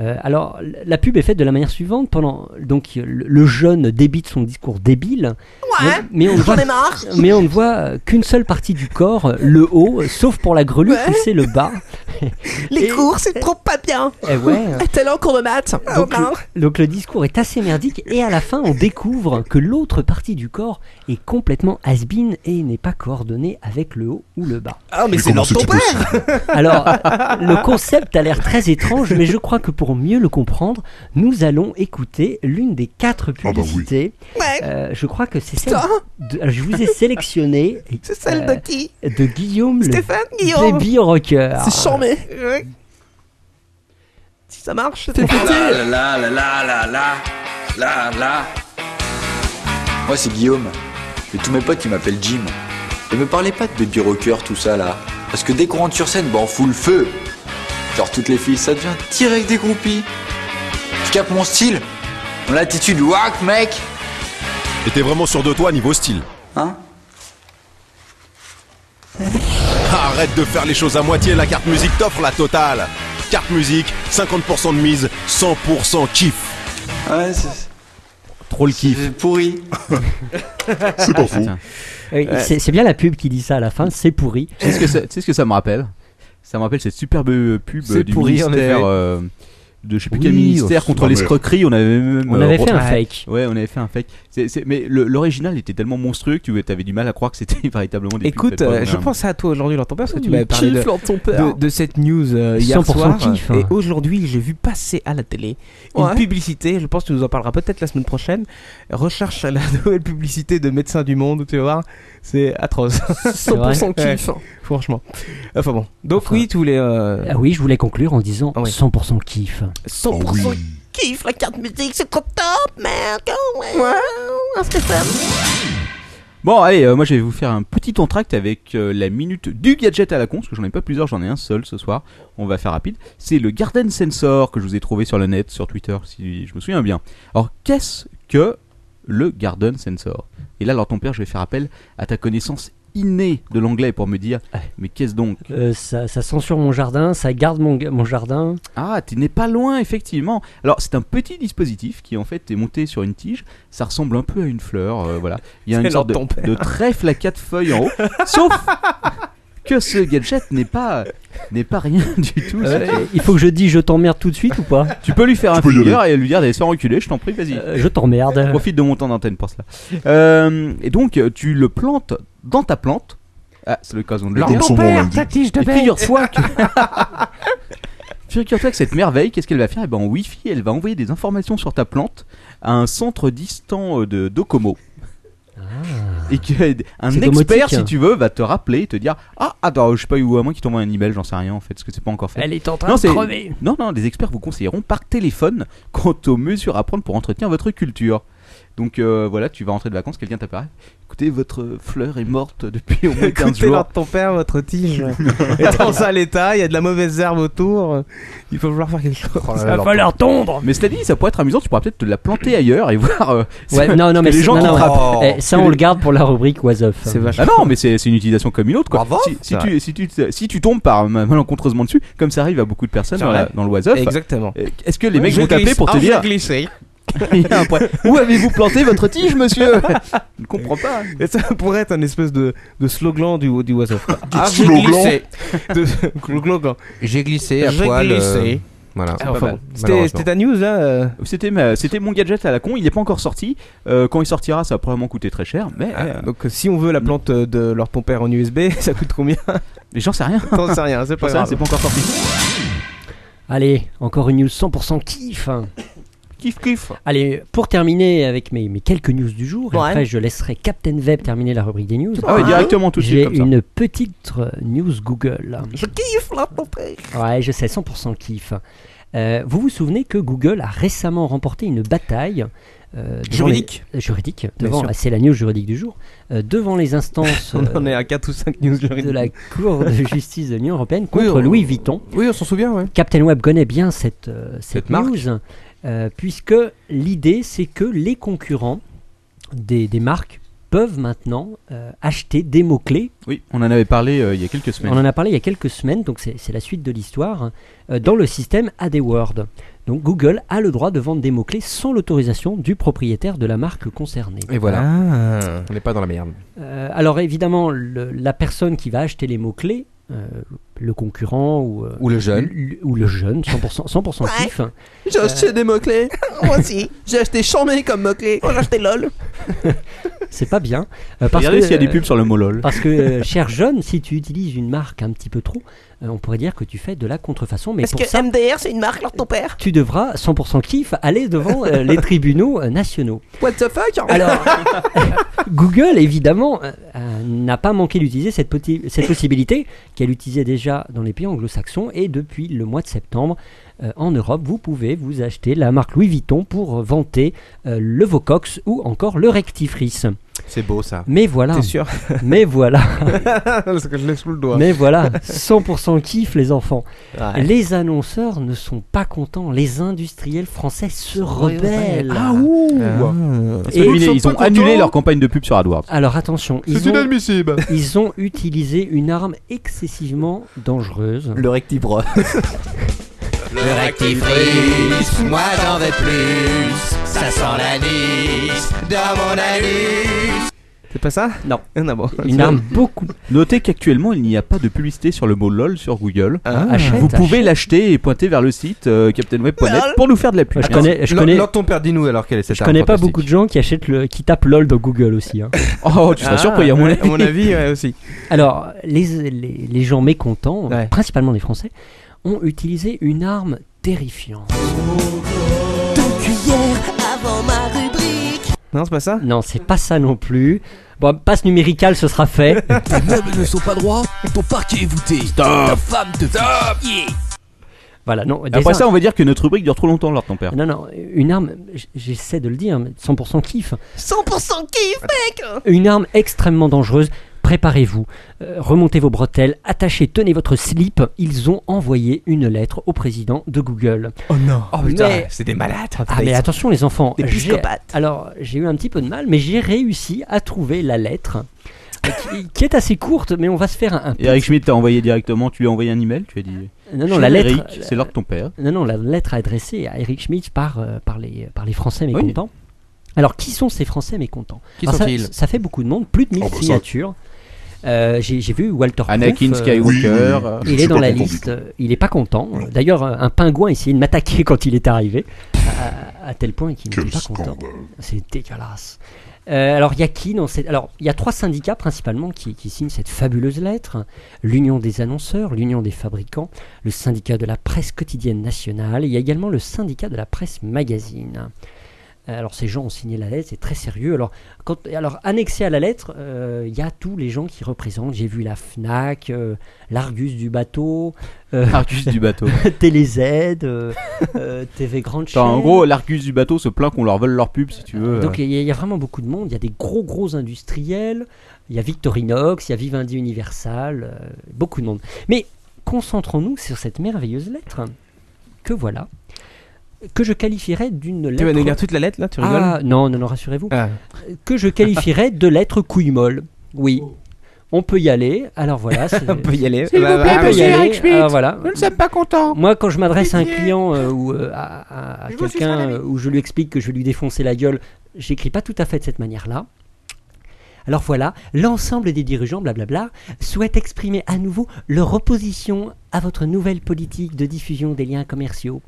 Euh, alors, l- la pub est faite de la manière suivante. Pendant, donc, le- le jeune débite son discours débile. mais, mais on ne j'en voit- ai marre. mais on ne voit euh, qu'une seule partie du corps, euh, le haut, euh, sauf pour la greluche où c'est le bas. Les cours, c'est trop pas bien. Eh ouais. Tel en cours de maths. Oh, Donc le, donc le discours est assez merdique et à la fin on découvre que l'autre partie du corps est complètement has-been et n'est pas coordonnée avec le haut ou le bas. Ah, mais Mais c'est comment dans ton c'est-tu père Alors le concept a l'air très étrange mais je crois que pour mieux le comprendre nous allons écouter l'une des quatre publicités. Euh, je crois que c'est celle de- alors, je vous ai sélectionné. C'est celle de qui De Guillaume Stéphane le Guillaume. Baby Rocker. Ah, C'est charmé. Si ça marche, c'est La la la la la la la la. Moi c'est Guillaume. Et tous mes potes ils m'appellent Jim. Et me parlez pas de baby rocker tout ça là. Parce que dès qu'on rentre sur scène, bah on fout le feu. Genre toutes les filles, ça devient direct des groupies. Je capte mon style, mon attitude, wack mec. Et t'es vraiment sûr de toi niveau style Hein Arrête de faire les choses à moitié, la carte musique t'offre la totale. Carte musique, 50% de mise, 100% kiff. Ouais, c'est... Trop le kiff. C'est pourri. C'est pas fou. Euh, Ouais. c'est c'est bien la pub qui dit ça à la fin, c'est pourri. Tu sais ce que ça, tu sais ce que ça me rappelle Ça me rappelle cette superbe euh, pub C'est du pourri, en ministère. effet. euh, de je sais plus Oui, quel ministère oh, contre c'est- l'escroquerie, on avait même. On euh, avait fait un re- fake. Ouais, on avait fait un fake. C'est- c'est- mais le- l'original était tellement monstrueux que tu avais du mal à croire que c'était véritablement des pubs Écoute, faites par euh, des je merdes. pense à toi aujourd'hui, Lord ton père, parce que tu Oui, m'avais parlé de, kiff, Lord ton père. de- de cette news euh, hier 100% soir. kiff, hein. Et aujourd'hui, j'ai vu passer à la télé Ouais. une publicité. Je pense que tu nous en parleras peut-être la semaine prochaine. Recherche la nouvelle publicité de Médecins du Monde, tu vas voir. C'est atroce. 100% kiff. Ouais, hein. franchement. Enfin bon. Donc oui, tu voulais. euh, Ah Ah oui, je voulais conclure en disant 100% kiff. 100% Ah Ah Kiff la carte musique, c'est trop top, merde. Oh, Ouais. ouais, Stéphane. Bon, allez, euh, moi je vais vous faire un petit entracte avec euh, la minute du gadget à la con, parce que j'en ai pas plusieurs, j'en ai un seul ce soir. On va faire rapide. C'est le Garden Sensor que je vous ai trouvé sur le net, sur Twitter, si je me souviens bien. Alors, qu'est-ce que le Garden Sensor Et là, alors ton père, je vais faire appel à ta connaissance innée de l'anglais pour me dire, mais qu'est-ce donc Euh, ça, ça censure mon jardin, ça garde mon, mon jardin. Ah, tu n'es pas loin, effectivement. Alors, c'est un petit dispositif qui, en fait, est monté sur une tige. Ça ressemble un peu à une fleur, euh, voilà. Il y a C'est une sorte de, leur ton père. de trèfle à quatre feuilles en haut. Sauf que ce gadget n'est pas, n'est pas rien du tout. Euh, il faut que je dise je t'emmerde tout de suite ou pas Tu peux lui faire un peux y finger et lui dire d'aller se faire enculer, je t'en prie, vas-y. Euh, je t'emmerde. Profite de mon temps d'antenne pour cela. Euh, et donc, tu le plantes dans ta plante. Ah, c'est l'occasion de le Lord dire. ton père, ta tige de Et bec. figure-toi que- Figure-toi que cette merveille, qu'est-ce qu'elle va faire Eh ben, en Wi-Fi, elle va envoyer des informations sur ta plante à un centre distant euh, de Docomo. Ah. Et que un C'est expert, domotique. si tu veux, va te rappeler et te dire Ah, attends, je sais pas, ou à moins qu'il t'envoie un email, j'en sais rien en fait, parce que c'est pas encore fait. Elle est en train Non, de c'est- crever. Non, non, les experts vous conseilleront par téléphone quant aux mesures à prendre pour entretenir votre culture. Donc euh, voilà, tu vas rentrer de vacances, quelqu'un t'apparaît. Écoutez, votre fleur est morte depuis au moins 15 Écoutez jours. leur ton père, votre tige est en sale état, il y a de la mauvaise herbe autour, il faut vouloir faire quelque chose. Oh là là, leur Mais cela dit, ça pourrait être amusant. Tu pourrais peut-être te la planter ailleurs et voir. euh, Ouais, non, non, que mais les c'est- gens non, qui non, te rappellent. eh, ça, on le garde pour la rubrique Was Off. C'est Ah non, mais c'est Ah c'est une utilisation comme une autre. Quoi. si, si C'est tu, si, tu, si tu tombes par ma- malencontreusement dessus, comme ça arrive à beaucoup de personnes C'est dans, la- vrai. dans le WhatsApp, Exactement. euh, Est-ce que les mecs Je vont t'appeler glisse. pour te Ah, dire j'ai glissé. Il y a un point. Où avez-vous planté votre tige, monsieur Je ne comprends pas. Et ça pourrait être un espèce de, de slogan du, du Was Off. Ah, j'ai slogan. glissé. De- slogan. J'ai glissé à J'ai poil. euh, glissé. Voilà. Ah, enfin, bon. C'était Malheureusement. c'était ta news là euh, C'était ma- c'était mon gadget à la con. Il n'est pas encore sorti. Euh, quand il sortira, ça va probablement coûter très cher. Mais euh, Ah, Donc si on veut la plante euh, de leur ton père en USB, ça coûte combien Mais j'en sais rien. J'en sais rien, c'est pas J'en sais rien, c'est grave. pas encore sorti. Allez, encore une news 100% kiff. hein. Kiff, kiff. Allez, pour terminer avec mes, mes quelques news du jour, et Ouais. après je laisserai Captain Web terminer la rubrique des news. Ah ouais, directement tout de suite, J'ai comme ça. une petite euh, news Google. Je kiffe la ton père. Ouais, je sais, 100% kiff. Euh, vous vous souvenez que Google a récemment remporté une bataille euh, devant Juridique. les- euh, juridique. Bien devant- sûr. C'est la news juridique du jour. Euh, devant les instances On euh, en est à 4 ou 5 news juridiques. de la Cour de justice de l'Union européenne contre Oui, on- Louis Vuitton. Oui, on s'en souvient. Captain Web connaît bien cette, euh, cette, marque. news, euh, puisque l'idée c'est que les concurrents des, des marques peuvent maintenant euh, acheter des mots-clés Oui, on en avait parlé euh, il y a quelques semaines. on en a parlé il y a quelques semaines, donc c'est c'est la suite de l'histoire, euh, dans le système AdWords. Donc Google a le droit de vendre des mots-clés sans l'autorisation du propriétaire de la marque concernée. Et voilà. On n'est pas dans la merde. Euh, alors évidemment, le- la personne qui va acheter les mots-clés, euh, le concurrent ou, euh, Ou le jeune. l- ou le jeune, 100%, 100% kiff, hein. J'ai acheté des mots-clés. Moi aussi. J'ai acheté chambé comme mot-clé. J'ai acheté lol. c'est pas bien. Euh, Regardez que, s'il y a des euh, pubs sur le mot lol. Parce que, euh, cher jeune, si tu utilises une marque un petit peu trop, euh, on pourrait dire que tu fais de la contrefaçon. Mais Parce pour que ça, MDR, c'est une marque, alors ton père. tu devras 100% kiff aller devant euh, les tribunaux euh, nationaux. What the hein. fuck Alors, Google, évidemment, euh, euh, n'a pas manqué d'utiliser cette, poti- cette possibilité qu'elle utilisait déjà dans les pays anglo-saxons et depuis le mois de septembre euh, en Europe, vous pouvez vous acheter la marque Louis Vuitton pour vanter euh, le Vocox ou encore le rectifrice. C'est beau ça. Mais voilà. T'es sûr Mais voilà. Parce que je l'ai sous le doigt. Mais voilà, 100% kiff les enfants. Ouais. Les annonceurs ne sont pas contents. Les industriels français se rebellent. Ah ouh Ils ont annulé- Euh, ils ont annulé leur campagne de pub sur AdWords. Ah, Alors attention, ils C'est ont, inadmissible. ils ont utilisé une arme excessivement dangereuse. Le rectivre. Le rectifrice, moi j'en veux plus. Ça sent l'anis dans mon anus. C'est pas ça Non. bon. Une arme beaucoup. Notez qu'actuellement, il n'y a pas de publicité sur le mot LOL sur Google. Ah. Achète, Vous pouvez achète. l'acheter et pointer vers le site euh, captainweb.net Lol. pour nous faire de la pub. Je connais- je Lors- connais- lors ton père, dis-nous alors quelle est cette Je connais pas beaucoup de gens qui achètent le, qui tapent LOL dans Google aussi. hein. Oh, tu seras surpris, à Ah, mon avis. aussi. Alors, les, les, les gens mécontents, principalement les Français, ont utilisé une arme terrifiante. Cuillère avant ma rubrique. Non, c'est pas ça Non, c'est pas ça non plus. Bon, passe numéricale, ce sera fait. Tes meubles ne sont pas droits, ton parquet est voûté. Ta femme te fait chier. Voilà, non. des Après armes- ça, on va dire que notre rubrique dure trop longtemps, Lord ton père. Non, non, une arme, j- j'essaie de le dire, mais 100% kiff. 100% kiff, mec. Une arme extrêmement dangereuse. Préparez-vous, Euh, remontez vos bretelles, attachez, tenez votre slip. Ils ont envoyé une lettre au président de Google. Oh non. Oh putain, Mais- c'est des malades. Ah mais attention les enfants, Des j'ai- psychopathes. Alors j'ai eu un petit peu de mal, mais j'ai réussi à trouver la lettre euh, qui, qui est assez courte, mais on va se faire un. un Et Eric Schmidt t'a envoyé directement, tu lui as envoyé un email, tu as dit. Non, non, la Cher lettre- Eric, c'est Lord ton père. Non, non, la lettre adressée à Eric Schmidt par, euh, par, les, par les Français mécontents. Alors, qui sont ces Français mécontents Qui Alors, ça- sont-ils ça, fait beaucoup de monde, plus de 1000 bah, ça- signatures. Euh, J'ai j'ai vu Walter Anakin Proof, Skywalker, Oui, oui, oui. Je il suis est dans pas la content du liste. euh, Il est pas content. D'ailleurs, euh, un pingouin essayait de m'attaquer quand il est arrivé, à- à, à tel point qu'il n'était pas content. C'est dégueulasse. Euh, alors, il y a qui dans cette... Alors, il y a trois syndicats principalement qui, qui signent cette fabuleuse lettre l'Union des annonceurs, l'Union des fabricants, le syndicat de la presse quotidienne nationale. Il y a également le syndicat de la presse magazine. Euh, Alors, ces gens ont signé la lettre, c'est très sérieux. Alors, quand, alors annexé à la lettre, euh, il y a tous les gens qui représentent. J'ai vu la Fnac, euh, l'Argus du bateau, euh, Argus du bateau. TéléZ, euh, euh, TV Grande Chaîne. Enfin, en gros, euh, l'Argus du bateau se plaint qu'on leur vole leur pub, si tu veux. Donc il y, a- il y a vraiment beaucoup de monde. Il y a des gros gros industriels. Il y a Victorinox, il y a Vivendi Universal, euh, beaucoup de monde. Mais concentrons-nous sur cette merveilleuse lettre que voilà, que je qualifierais d'une lettre. vas nous lire toute la lettre, là Tu rigoles Ah, non non non rassurez-vous. Ah. Euh, Que je qualifierais de lettre couille molle. Oui. On peut y aller. Alors voilà. c'est- On peut y aller. S'il Bah, vous plaît, bah, monsieur oui. Eric Schmidt. Alors, voilà. Nous ne sommes pas contents. Moi, quand je m'adresse à un client euh, ou euh, à, à- à Je vous suis sur la quelqu'un euh, où je lui explique que je vais lui défoncer la gueule, j'écris pas tout à fait de cette manière-là. Alors voilà, l'ensemble des dirigeants, blablabla, souhaitent exprimer à nouveau leur opposition à votre nouvelle politique de diffusion des liens commerciaux.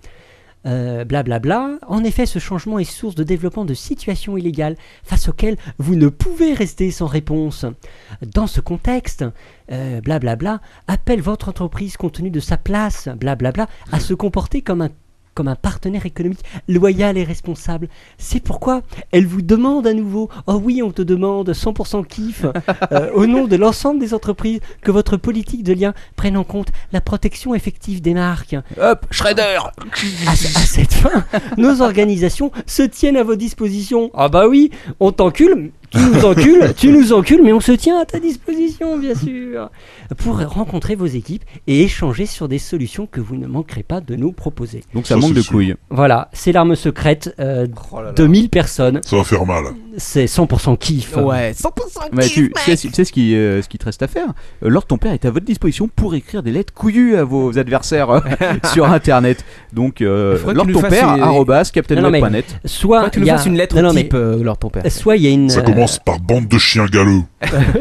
Euh, Blablabla. En effet, ce changement est source de développement de situations illégales face auxquelles vous ne pouvez rester sans réponse. Dans ce contexte, euh, blablabla, appelle votre entreprise compte tenu de sa place, blablabla, à se comporter comme un comme un partenaire économique loyal et responsable. C'est pourquoi elle vous demande à nouveau, oh oui, on te demande 100% kiff, euh, au nom de l'ensemble des entreprises, que votre politique de lien prenne en compte la protection effective des marques. Hop, Shredder À, ce- à cette fin, nos organisations se tiennent à vos dispositions. Ah bah oui, on t'encule, tu nous encules, tu nous encules, mais on se tient à ta disposition, bien sûr, pour rencontrer vos équipes et échanger sur des solutions que vous ne manquerez pas de nous proposer. Donc ça Ça, manque c'est de sûr. couilles. Voilà, c'est l'arme secrète euh, Oh de 1000 personnes. Ça va faire mal. C'est 100% kiff. Ouais, 100% Mais tu, tu sais, tu sais ce, qui, euh, ce qui te reste à faire Euh, Lord, ton père est à votre disposition pour écrire des lettres couillues à vos adversaires euh, sur internet. Donc, euh, Faudrait que Lord, tu ton nous fasses père, une- arrobas, Non, non, mais captainweb.net. soit Faudrait que tu nous il y a- fasses une lettre Non, non, type, mais- euh, Lord, ton père. Soit il y a une. Ça commence par bande de chiens galeux.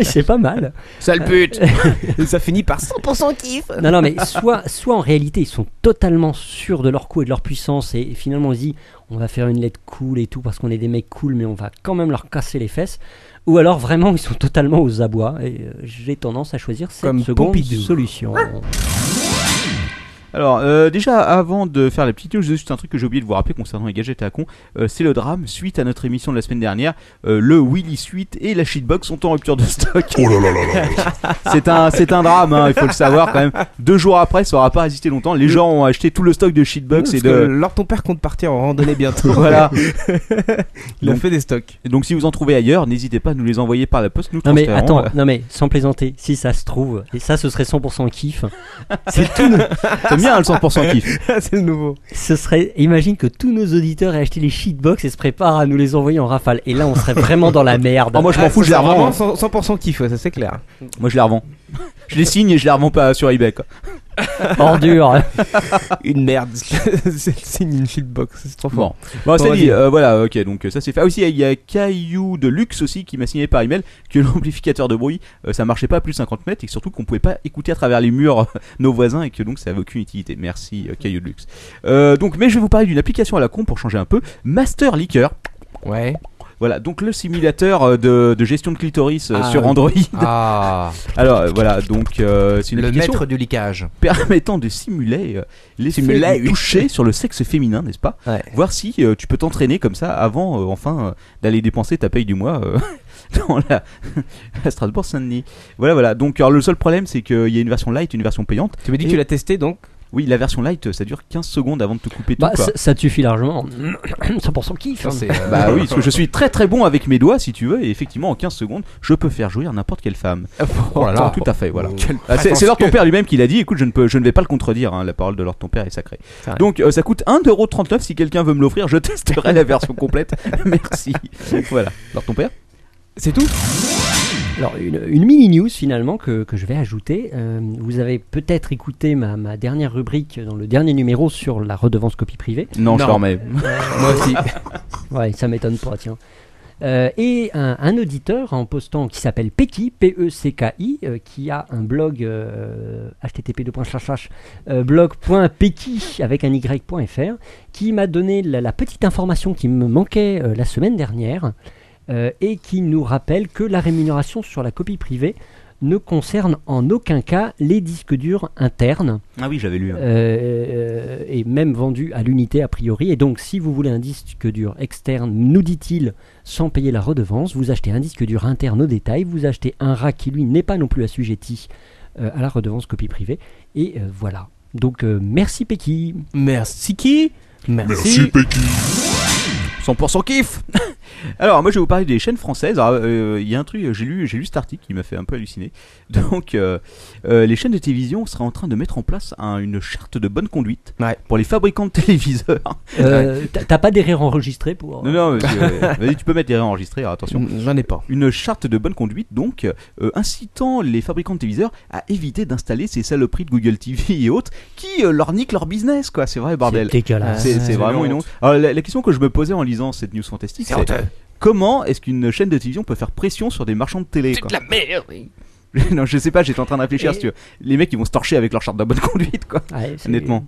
c'est pas mal. Euh, Sale pute Ça finit par 100% kiff Non, non, mais soit, soit en réalité, ils sont totalement sûrs de leur coût et de leur puissance, et finalement, on se dit, on va faire une lettre cool et tout, parce qu'on est des mecs cool, mais on va quand même leur casser les fesses. Ou alors, vraiment, ils sont totalement aux abois, et euh, j'ai tendance à choisir cette Comme seconde Pompidou. solution. Ah, Alors, euh, déjà, avant de faire la petite news, juste un truc que j'ai oublié de vous rappeler concernant les gadgets à la con. euh, c'est le drame, suite à notre émission de la semaine dernière, euh, le Willy Suite et la Shitbox sont en rupture de stock. Oh là là là c'est, un, c'est un drame, hein, il faut le savoir quand même. Deux jours après, ça aura pas résisté longtemps. Les gens ont acheté tout le stock de Shitbox et Parce de. que Lord, ton père compte partir en randonnée bientôt. Voilà. Il a Donc- fait des stocks. Donc si vous en trouvez ailleurs, n'hésitez pas à nous les envoyer par la poste. Nous Non mais transférons, attends, euh, non mais sans plaisanter, si ça se trouve, et ça ce serait 100% kiff, c'est tout. T'aimes bien, hein, le 100% kiff. Ah, C'est le nouveau. Ce serait, imagine que tous nos auditeurs aient acheté les shitbox et se préparent à nous les envoyer en rafale. Et là, on serait vraiment dans la merde. Oh, moi, je m'en fous, je les Ah, ça, revends. vraiment, hein. 100%, 100% kiff, ouais, ça c'est clair. Moi, je les revends. je les signe et je les revends pas sur eBay. Quoi. Ordure. une merde. c'est le signe d'une shitbox, c'est trop Bon, fort. bon c'est vas-y. dit. euh, voilà, ok, donc euh, ça c'est fait. Ah aussi, il y a Caillou de Luxe aussi qui m'a signé par email que l'amplificateur de bruit, euh, ça marchait pas à plus de 50 mètres et que surtout qu'on pouvait pas écouter à travers les murs nos voisins et que donc ça avait aucune utilité. Merci euh, Caillou de Luxe. Euh, donc, mais je vais vous parler d'une application à la con pour changer un peu. Master Liquor. Ouais. Voilà, donc le simulateur euh, de, de gestion de clitoris euh, Ah, sur oui. Android. Ah. Alors euh, voilà, donc euh, c'est une Le application maître du liquage. permettant de simuler euh, l'effet Simuler, du oui. toucher sur le sexe féminin, n'est-ce pas Voir si euh, tu peux t'entraîner comme ça avant, euh, enfin, euh, d'aller dépenser ta paye du mois euh, dans la à Strasbourg-Saint-Denis. Voilà, voilà. Donc alors, le seul problème, c'est qu'il y a une version light, une version payante. Tu m'as dit que tu l'as testé donc Oui, la version light, euh, ça dure 15 secondes avant de te couper Bah, tout. quoi. ça, ça te suffit largement. 100% kiff. hein. Bah oui, parce que je suis très très bon avec mes doigts si tu veux, et effectivement en 15 secondes, je peux faire jouir n'importe quelle femme. Oh là là. Tout à fait, voilà. Oh. Quel Ah, c'est- C'est prétentieux. Lord ton père lui-même qui l'a dit, écoute, je ne, peux, je ne vais pas le contredire, hein, la parole de Lord ton père est sacrée. C'est vrai. Donc euh, ça coûte 1,39€ si quelqu'un veut me l'offrir, je testerai la version complète. Merci. Voilà, Lord ton père. C'est tout Alors, une, une mini news finalement que, que je vais ajouter. Euh, vous avez peut-être écouté ma, ma dernière rubrique dans le dernier numéro sur la redevance copie privée. Euh, Non, je Non. le remets. Moi aussi. ouais, ça m'étonne pas, tiens. Euh, et un, un auditeur en postant qui s'appelle Peki, P-E-C-K-I, euh, qui a un blog euh, http://, euh, blog.peki avec un y.fr, qui m'a donné la, la petite information qui me manquait euh, la semaine dernière euh, et qui nous rappelle que la rémunération sur la copie privée ne concerne en aucun cas les disques durs internes. Ah oui, j'avais lu. hein. Euh, et même vendu à l'unité a priori. Et donc, si vous voulez un disque dur externe, nous dit-il, sans payer la redevance, vous achetez un disque dur interne au détail, vous achetez un rack qui, lui, n'est pas non plus assujetti euh, à la redevance copie privée. Et euh, voilà. Donc, euh, merci Peki. Merci qui Merci. Merci, Peki. 100% kiff Alors moi je vais vous parler des chaînes françaises. Alors, euh, Il y a un truc, j'ai lu, j'ai lu cet article qui m'a fait un peu halluciner. Donc euh, euh, les chaînes de télévision seraient en train de mettre en place un- une charte de bonne conduite pour les fabricants de téléviseurs. Euh, t'as- T'as pas des rires enregistrés pour. Non, non, mais, euh, vas-y, tu peux mettre les réenregistrés, alors attention. Mm, J'en ai pas. Une charte de bonne conduite, donc, euh, incitant les fabricants de téléviseurs à éviter d'installer ces saloperies de Google TV et autres qui euh, leur niquent leur business, quoi. C'est vrai, bordel. dégueulasse. C'est, Ah, c'est c'est vraiment une une honte. honte. Alors, la, la question que je me posais en lisant cette news fantastique, C'est c'est, honteux. comment est-ce qu'une chaîne de télévision peut faire pression sur des marchands de télé C'est quoi de la merde oui. non, je sais pas, j'étais en train de réfléchir, Et- si tu veux. Les mecs, ils vont se torcher avec leur charte de bonne conduite, quoi. Ouais, c'est- Honnêtement.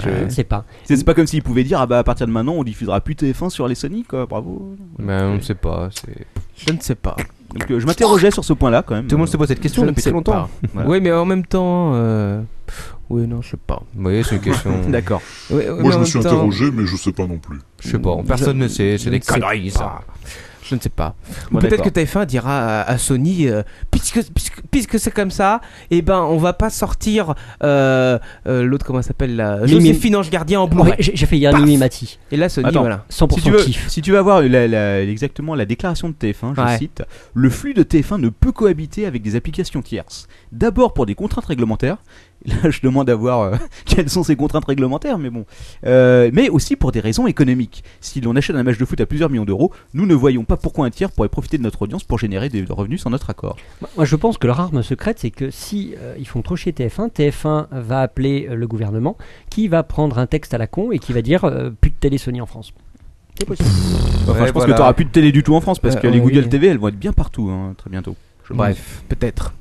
Je ne sais pas. C'est c'est pas comme s'ils pouvaient dire, ah bah à partir de maintenant, on diffusera plus TF1 sur les Sony, quoi. Bravo. Mais on ne sait pas. c'est- Je ne sais pas. Donc, euh, je m'interrogeais sur ce point-là, quand même. Tout le monde se pose cette question Je ne depuis sais très longtemps. pas. Oui, mais en même temps. euh, Oui, non, je sais pas. Oui, c'est une question. D'accord. Ouais, Moi, ouais, mais je en me suis même temps- interrogé, mais je sais pas non plus. Je sais pas, personne ne sait, c'est je des ne sais conneries, ça. pas. Je ne sais pas. Bon, Peut-être d'accord. que TF1 dira à, à Sony, euh, puisque, puisque, puisque c'est comme ça, eh ben on va pas sortir euh, euh, l'autre comment elle s'appelle là, Mimi- Joséphine Ange Gardien en blu Ouais, j'ai- j'ai fait hier Mimi Mati. Et là Sony Attends. voilà. 100% si tu veux, kiff. Si tu veux avoir la- la- exactement la déclaration de TF1, je Ouais. cite Le flux de TF1 ne peut cohabiter avec des applications tierces. D'abord pour des contraintes réglementaires. Là, je demande à voir euh, quelles sont ces contraintes réglementaires, mais bon. Euh, mais aussi pour des raisons économiques. Si l'on achète un match de foot à plusieurs millions d'euros, nous ne voyons pas pourquoi un tiers pourrait profiter de notre audience pour générer des revenus sans notre accord. Moi, je pense que leur arme secrète, c'est que si euh, ils font trop chier TF1, TF1 va appeler euh, le gouvernement, qui va prendre un texte à la con et qui va dire euh, plus de télé Sony en France. C'est possible. Enfin, je pense voilà. que tu n'auras plus de télé du tout en France parce Euh, que les oui. Google TV, elles vont être bien partout hein, très bientôt. Je Bref, peut-être.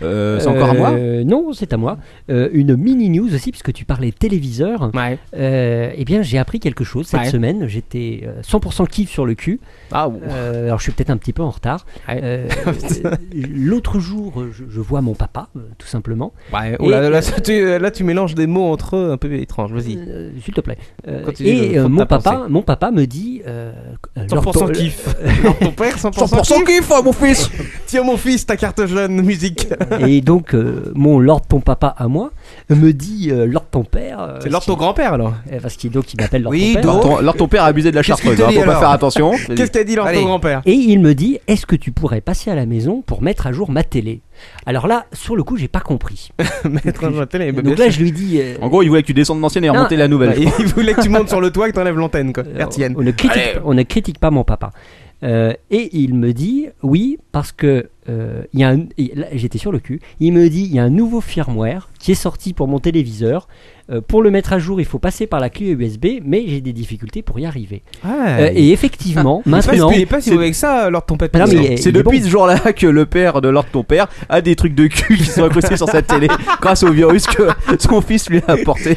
Euh, c'est encore à moi Euh, Non, c'est à moi. Euh, une mini news aussi, puisque tu parlais téléviseur. Euh, eh bien, j'ai appris quelque chose cette Ouais. semaine. J'étais euh, 100% kiff sur le cul. Euh, alors, je suis peut-être un petit peu en retard. Euh, euh, L'autre jour, je, je vois mon papa, euh, tout simplement. Ouais, Et, oh là, là, euh, là, ça, tu, là, tu mélanges des mots entre eux un peu étranges, vas-y. S'il te plaît. Euh, Continue le et fond euh, de mon ta papa, pensée. mon papa me dit. euh, euh, 100% leur- kiff. Alors, ton père, 100%, 100% kiff, mon fils Tiens, mon fils, ta carte jeune, musique Et donc, euh, mon Lord ton papa à moi me dit euh, Lord ton père. euh, C'est Lord ce ton qui- grand-père, alors Euh, Parce qu'il donc, il m'appelle Lord ton Oui, père. donc. Lord ton- Lord ton père a abusé de la Qu'est-ce qu'il chartreuse, te hein, dit, faut pas alors faire attention. Vas-y. Qu'est-ce qu'a dit Lord ton Allez. grand-père Et il me dit Est-ce que tu pourrais passer à la maison pour mettre à jour ma télé Alors là, sur le coup, j'ai pas compris. Mettre un jour la télé, bah, bien donc là, sûr. je lui dis euh, En gros, il voulait que tu descendes l'ancienne et Non. remonter la nouvelle. Bah, je crois. Il voulait que tu montes sur le toit et que t'enlèves l'antenne, quoi. RTN. Euh, on ne critique, Allez. on ne critique pas mon papa. Euh, et il me dit oui parce que euh, il y a un- et là, j'étais sur le cul. Il me dit il y a un nouveau firmware qui est sorti pour mon téléviseur. Euh, pour le mettre à jour, il faut passer par la clé USB, mais j'ai des difficultés pour y arriver. Euh, et effectivement, Ah, Il est pas- maintenant, Il est pas si mauvais que ça, Lord ton papa. Ah non, mais il est- C'est il est depuis bon. ce jour-là que le père de Lord ton père a des trucs de cul qui sont accrochés sur sa télé grâce au virus que son fils lui a apporté.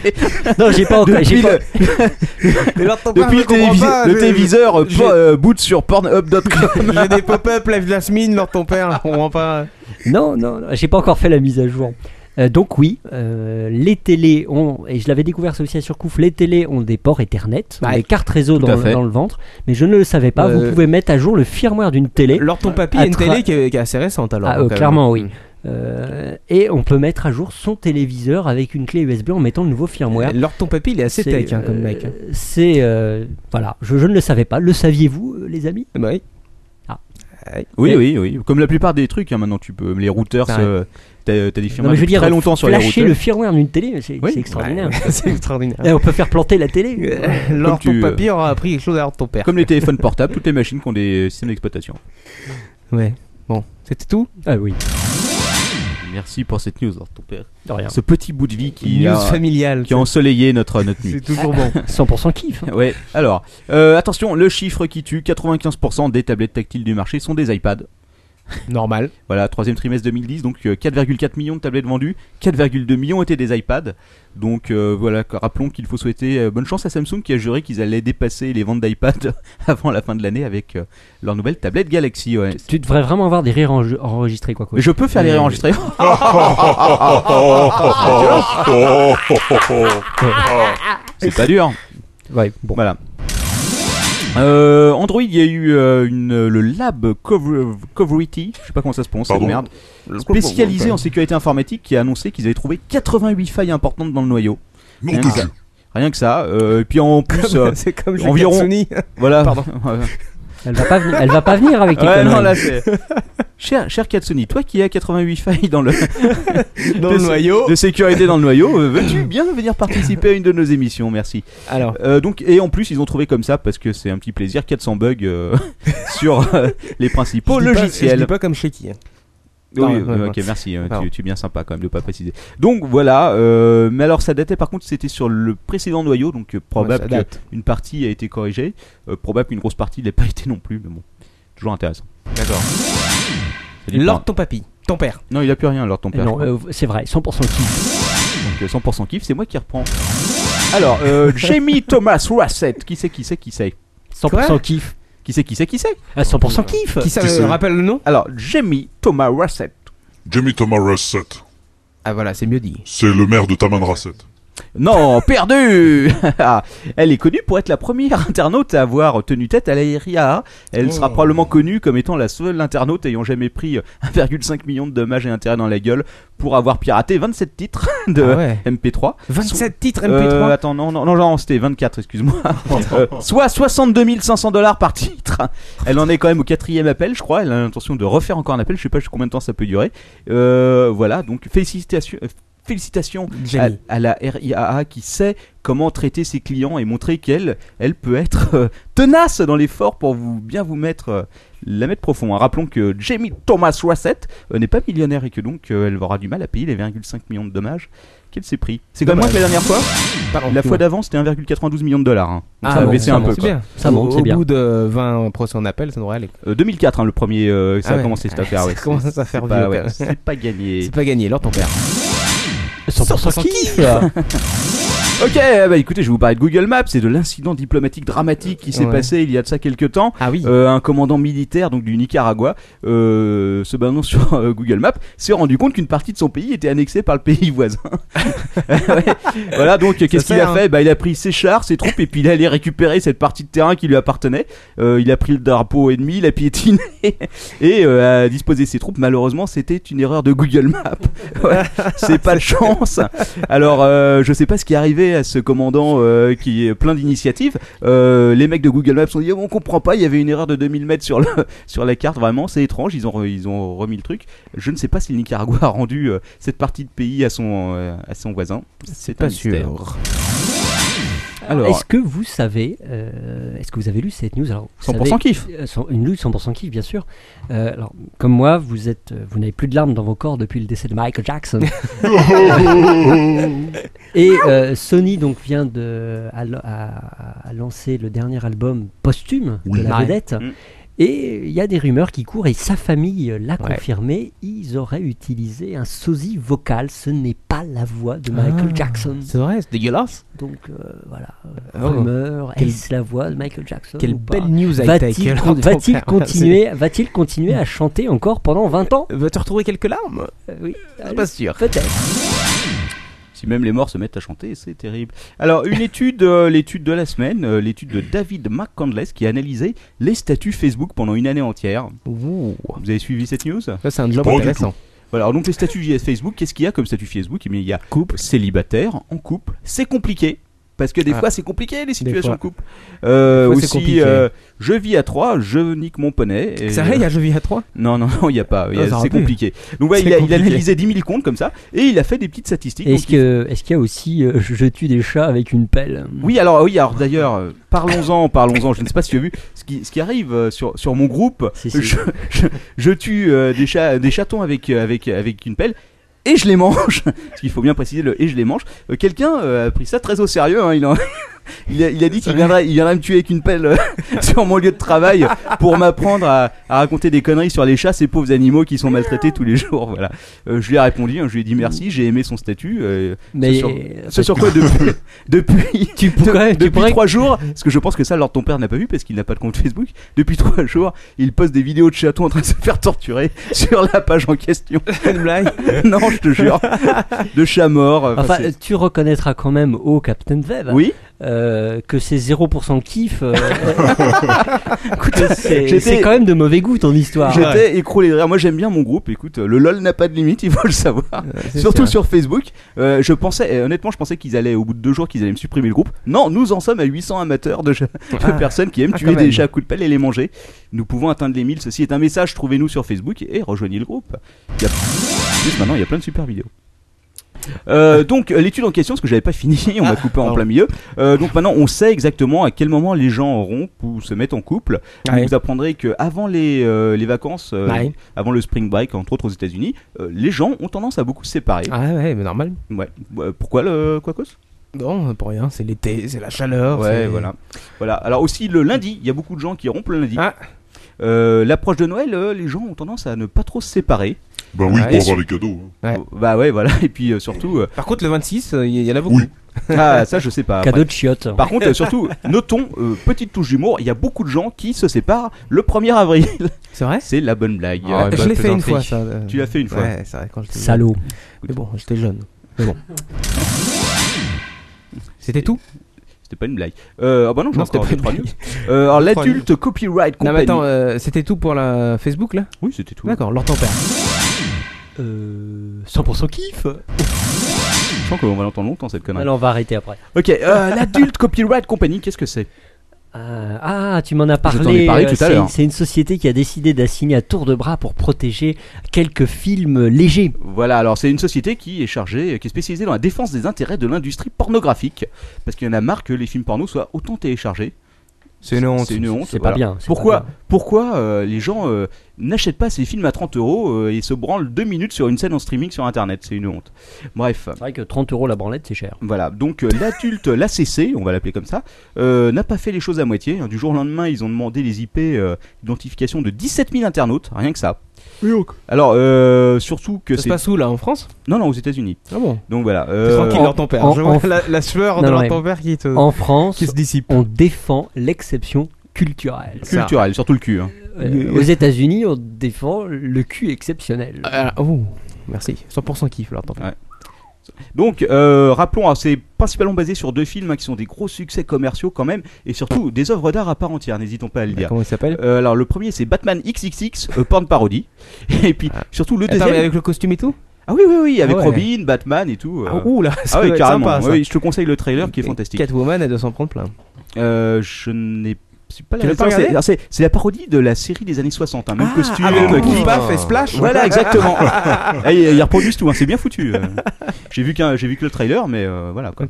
Non, j'ai pas encore- Depuis j'ai pas- le, depuis le, télévi- le téléviseur po- euh, boot sur pornhub.com. J'ai des pop-up, lève la semaine, Lord ton père, on comprend pas. Non, non, non, j'ai pas encore fait la mise à jour. Euh, donc oui, euh, les télés ont, et je l'avais découvert ça aussi à Surcouf, les télés ont des ports Ethernet, ont Ouais. des cartes réseau Tout dans, à le- fait. dans le ventre, mais je ne le savais pas, Euh, vous pouvez mettre à jour le firmware d'une télé. Lord ton papy À a une tra- télé qui est, qui est assez récente alors. hmm. Ah, euh, quand même. clairement oui. Euh, et on peut mettre à jour son téléviseur avec une clé USB en mettant le nouveau firmware. Lord ton papy, il est assez C'est, tech hein, comme euh, mec. C'est euh, voilà, je, je ne le savais pas. Le saviez-vous, euh, les amis Bah Oui. Ah. Oui, oui, oui. Comme la plupart des trucs, hein, maintenant tu peux. Les routeurs, Ouais. euh, t'as t'as des Non, firmes mais je veux dire, très longtemps sur les hein. flasher routeurs. le firmware d'une télé, c'est c'est extraordinaire. c'est extraordinaire. Et on peut faire planter la télé. Lord tu, ton euh, papy aura appris quelque chose à Lord ton père. Comme les téléphones portables, toutes les machines qui ont des systèmes d'exploitation. Ouais. Bon, c'était tout Ah oui. Merci pour cette news, Lord ton père. De rien. Ce petit bout de vie qui, News a, familiale. qui a ensoleillé notre, notre nuit. C'est toujours bon. 100% kiff. hein. Ouais, alors, euh, attention, le chiffre qui tue, 95% des tablettes tactiles du marché sont des iPads. Normal. Voilà, troisième trimestre 2010, donc euh, 4,4 millions de tablettes vendues, 4,2 millions étaient des iPads. Donc euh, voilà, que- rappelons qu'il faut souhaiter euh, bonne chance à Samsung qui a juré qu'ils allaient dépasser les ventes d'iPad avant la fin de l'année avec euh, leur nouvelle tablette Galaxy OS. Tu devrais vraiment avoir des rires enje- enregistrés quoi quoi. Je peux faire les réenregistrer C'est pas dur. Ouais, bon. Voilà. Euh, Android, il y a eu euh, une, le lab Cover- Coverity, je sais pas comment ça se prononce, cette Pardon merde, Le spécialisé Coverity. en sécurité informatique qui a annoncé qu'ils avaient trouvé 88 failles importantes dans le noyau. Nom Rien de que ça. Dieu. Rien que ça. euh, et puis en plus, euh, c'est comme chez environ. Katsuni. Voilà. Pardon. Elle va pas venir, elle va pas venir avec les Ouais, non, conneries. là, c'est- cher, cher Katsuni, toi qui as 88 failles dans le, Dans de le sé- noyau. de sécurité dans le noyau, euh, veux-tu bien venir participer à une de nos émissions Merci. Alors. Euh, donc, et en plus, ils ont trouvé comme ça parce que c'est un petit plaisir 400 bugs euh, sur euh, les principaux Je dis pas- Je dis logiciels. pas comme chez qui. hein. Oui, Non, euh, non, non. ok, merci. euh, Pardon. Tu, tu es bien sympa quand même de pas préciser. Donc voilà. euh, mais alors, ça datait par contre, c'était sur le précédent noyau, donc euh, Ouais, probable ça date. qu'une partie a été corrigée, euh, probable qu'une grosse partie l'ait pas été non plus, mais bon, toujours intéressant. D'accord. Ça dit Lord pas. ton papy, ton père. Non, il a plus rien alors ton père. Non, je crois. euh, c'est vrai, 100% kiff. Donc euh, 100% kiff, c'est moi qui reprends. Alors, euh, Jamie Thomas Rassett, qui c'est, qui c'est, qui c'est 100% Quoi kiff. Qui c'est, qui c'est, qui c'est Euh, Ah, 100% kiff. Qui ça Qui c'est me rappelle le nom Alors, Jamie Thomas Rassett. Jamie Thomas Russett, Ah voilà, c'est mieux dit. c'est le maire de Taman Russett. Non, perdu Ah, Elle est connue pour être la première internaute à avoir tenu tête à l'ARIA. Elle sera Oh. probablement connue comme étant la seule internaute ayant jamais pris euh, 1,5 million de dommages et intérêts dans la gueule pour avoir piraté 27 titres de Ah ouais. MP3. 27 titres Euh, MP3. attends, non, non, non, non, c'était 24, excuse-moi. Euh, soit 62 500 dollars par titre. Elle en est quand même au quatrième appel, je crois. Elle a l'intention de refaire encore un appel. Je sais pas jusqu'à combien de temps ça peut durer. Euh, voilà, donc félicitations. euh, Félicitations à, Jamie. à la RIAA qui sait comment traiter ses clients et montrer qu'elle elle peut être euh, tenace dans l'effort pour vous bien vous mettre euh, la mettre profond. hein. Rappelons que Jamie Thomas Wassett euh, n'est pas millionnaire et que donc euh, elle aura du mal à payer les 1,5 millions de dommages qu'elle s'est pris. C'est quand même moins que la dernière fois. La fois d'avant, c'était 1,92 million de dollars. hein. Donc Ah, ça a bon, baissé ça un monte, peu. c'est quoi. bien. Ça monte, Au- c'est au bien. bout de- de 20 procès en appel, ça devrait aller. euh, 2004, hein, le premier, euh, ça Ah a ouais. commencé cette Ouais, affaire. ça ouais. commence à C'est- faire c'est vieux, pas, quand ouais, même. C'est pas gagné. C'est pas gagné, alors ton père. 100% kiff. Ok, bah écoutez, je vais vous parler de Google Maps et de l'incident diplomatique dramatique qui s'est Ouais. Ah passé il y a de ça quelques temps. Euh, un commandant militaire donc du Nicaragua, euh, se basant sur euh, Google Maps, s'est rendu compte qu'une partie de son pays était annexée par le pays voisin. Ouais. Voilà, donc Ça qu'est-ce qu'il sert, a hein. fait bah, Il a pris ses chars, ses troupes, et puis il est allé récupérer cette partie de terrain qui lui appartenait. Euh, il a pris le drapeau ennemi, il a piétiné, et euh, a disposé ses troupes. Malheureusement, c'était une erreur de Google Maps. Ouais, c'est pas de chance. Alors, euh, je sais pas ce qui est arrivé à ce commandant euh, qui est plein d'initiatives. Euh, les mecs de Google Maps ont dit on comprend pas, il y avait une erreur de 2000 mètres sur, le, sur la carte. Vraiment, c'est étrange. Ils ont, re- ils ont remis le truc. Je ne sais pas si le Nicaragua a rendu euh, cette partie de pays à son, euh, à son voisin. C'est pas un mystère. sûr. Alors, Est-ce que vous savez, euh, est-ce que vous avez lu cette news alors, vous 100% savez- kiff. Euh, cent- Une news 100% kiff, bien sûr. Euh, alors, comme moi, vous êtes, euh, vous n'avez plus de larmes dans vos corps depuis le décès de Michael Jackson. Et euh, Sony donc vient de a, a- a lancé le dernier album posthume Oui. de la Ouais. vedette. Mm. Et il y a des rumeurs qui courent et sa famille euh, l'a Ouais. confirmé. Ils auraient utilisé un sosie vocal. Ce n'est pas la voix de Michael Ah, Jackson. C'est vrai, c'est dégueulasse. Donc euh, voilà, Oh. rumeur, Quelle- est-ce la voix de Michael Jackson quelle ou pas belle news high-tech, Va-t-il alors, con- ton va-t-il père, continuer, c'est- va-t-il continuer à chanter encore pendant 20 ans Euh, Va te Euh, retrouver quelques larmes Oui, pas sûr. Si même les morts se mettent à chanter, c'est terrible. Alors, une étude, euh, l'étude de la semaine, euh, l'étude de David McCandless qui a analysé les statuts Facebook pendant une année entière. Vous avez suivi cette news Ça, c'est un job Pas du intéressant. tout. Voilà, alors donc les statuts JS Facebook, qu'est-ce qu'il y a comme statut Facebook Eh bien, il y a couple, célibataire, en couple. C'est compliqué. Parce que des Ah. fois, c'est compliqué les situations fois. de couple. Euh, Des fois, c'est aussi, compliqué. euh, je vis à 3, je nique mon poney. et- euh, C'est vrai, il y a Jeux à 3 Non, non, non, il n'y a pas. il y a- Ah, ça aurait c'est pu. compliqué. Donc, ouais, C'est il, a, il a compliqué. analysé 10 000 comptes comme ça et il a fait des petites statistiques. Est-ce Donc, il- que- est-ce qu'il y a aussi euh, je tue des chats avec une pelle Euh, oui, alors oui, alors d'ailleurs, euh, parlons-en, parlons-en. Je ne sais pas si tu as vu ce qui, ce qui arrive euh, sur, sur mon groupe. si. Je, je- je tue euh, des, chats, des chatons avec, euh, avec, avec une pelle. Et je les mange, parce qu'il faut bien préciser le et je les mange. Euh, Quelqu'un euh, a pris ça très au sérieux. hein, il, en- il a, il a dit qu'il viendrait, il viendrait me tuer avec une pelle euh, sur mon lieu de travail pour m'apprendre à, à raconter des conneries sur les chats, ces pauvres animaux qui sont maltraités tous les jours. Voilà. Euh, je lui ai répondu, hein, je lui ai dit merci, j'ai aimé son statut. euh, Mais- ce sur, ce sur quoi depuis, depuis, de- depuis trois jours, parce que je pense que ça, Lord ton père n'a pas vu parce qu'il n'a pas de compte Facebook. Depuis trois jours, il poste des vidéos de chatons en train de se faire torturer sur la page en question. Non, je te jure. De chats morts. euh, bah, Enfin, c'est- tu reconnaîtras quand même au Captain Web Oui. euh, que c'est 0% kiff. euh, Écoute, que c'est j'étais- c'est quand même de mauvais goût ton histoire. J'étais écroulé de rire. Moi, j'aime bien mon groupe. Écoute, euh, le LOL n'a pas de limite, il faut le savoir. c'est Surtout sûr. sur Facebook. Euh, je pensais, euh, honnêtement, je pensais qu'ils allaient, au bout de deux jours, qu'ils allaient me supprimer le groupe. Non, nous en sommes à 800 amateurs de, cha- de Ah. personnes qui aiment Ah, tuer quand des même. chats à coups de pelle et les manger. Nous pouvons atteindre les 1000. Ceci est un message. Trouvez-nous sur Facebook et rejoignez le groupe. Il y a- En plus, maintenant, il y a plein de super vidéos. Euh, donc euh, l'étude en question, parce que j'avais pas fini, on m'a Ah, coupé en plein milieu. Euh, donc maintenant, on sait exactement à quel moment les gens rompent ou se mettent en couple. Donc, Ouais. Vous apprendrez que avant les, euh, les vacances, euh, Ouais. avant le spring break, entre autres aux États-Unis, euh, les gens ont tendance à beaucoup se séparer. Ah ouais, mais normal. Ouais. Euh, Pourquoi le quoi cause Non, pour rien, c'est l'été, c'est la chaleur. Ouais, c'est- voilà. Voilà. Alors aussi le lundi, il y a beaucoup de gens qui rompent le lundi. Ah. Euh, L'approche de Noël, euh, les gens ont tendance à ne pas trop se séparer. Bah oui, Ouais. pour Et avoir sur- les cadeaux. hein. Bah ouais, voilà. Et puis euh, surtout. euh, Ah Par contre, le 26, euh, il y en a beaucoup. Ah, ça, je sais pas. Cadeau Bref. de chiottes. Par contre, euh, surtout, notons, euh, petite touche d'humour, il y a beaucoup de gens qui se séparent le 1er avril. C'est vrai C'est la bonne blague. Ah, je l'ai fait une fois, ça. euh, Tu l'as fait une fois. Ouais, c'est vrai, quand j'étais Salaud. Mais bon, j'étais jeune. Mais bon. C'était tout C'était pas une blague. Euh, ah bah non, j'en Non, c'était encore deux, pas une trois blague. news. Euh, alors Trois l'adulte news. copyright Non, mais compagnie. attends, euh, c'était tout pour la Facebook là Oui, c'était tout. D'accord, leur tempère. Euh, 100% kiff Je sens qu'on va l'entendre longtemps cette connerie. Alors on va arrêter après. Ok, euh, l'adulte copyright compagnie, qu'est-ce que c'est Euh, ah, tu m'en as t'en parlé. ai parlé euh, tout à c'est- l'heure. C'est une société qui a décidé d'assigner à tour de bras pour protéger quelques films légers. Voilà, alors c'est une société qui est chargée, qui est spécialisée dans la défense des intérêts de l'industrie pornographique, parce qu'il y en a marre que les films porno soient autant téléchargés. C'est une honte. C'est une honte. C'est pas bien, c'est Pourquoi, pas pourquoi euh, les gens euh, n'achètent pas ces films à 30 euros euh, et se branlent deux minutes sur une scène en streaming sur Internet C'est une honte. Bref. C'est vrai que 30 euros la branlette, c'est cher. Voilà, donc euh, l'adulte, l'ACC, on va l'appeler comme ça, euh, n'a pas fait les choses à moitié. hein. Du jour au lendemain, ils ont demandé les IP euh, d'identification de 17 000 internautes, rien que ça. Alors, euh, surtout que Ça se passe où là En France Non, non, aux États-Unis. Ah bon Donc voilà. Euh, C'est tranquille, leur tempère. Je vois la- la sueur de Non, non, leur mais tempère qui te- En France, qui se dissipe. on défend l'exception culturelle. Culturel, surtout le cul. hein. Euh, aux États-Unis, on défend le cul exceptionnel. oh, merci. 100% kiff leur tempère. Ouais. Donc, euh, rappelons, alors, c'est principalement basé sur deux films hein, qui sont des gros succès commerciaux quand même, et surtout des œuvres d'art à part entière, n'hésitons pas à le dire. Bah, comment il s'appelle Euh, Alors, le premier, c'est Batman XXX, euh, porn parodie, et puis surtout le Ah. Attends, deuxième... mais avec le costume et tout Ah oui, oui, oui, avec Ah ouais. Robin, Batman et tout. Ah, ouh là, ça ah oui, doit être carrément. sympa, ça. Oui, je te conseille le trailer qui est fantastique. Catwoman, elle doit s'en prendre plein. Euh, je n'ai c'est pas Tu la l'as pas c'est- regardé Ah, alors, c'est c'est la parodie de la série des années 60 hein, même costume avec le qui- paf et splash. voilà exactement Eh, ils ils reproduisent tout hein, c'est bien foutu euh. j'ai vu qu'un j'ai vu que le trailer mais euh, voilà quoi.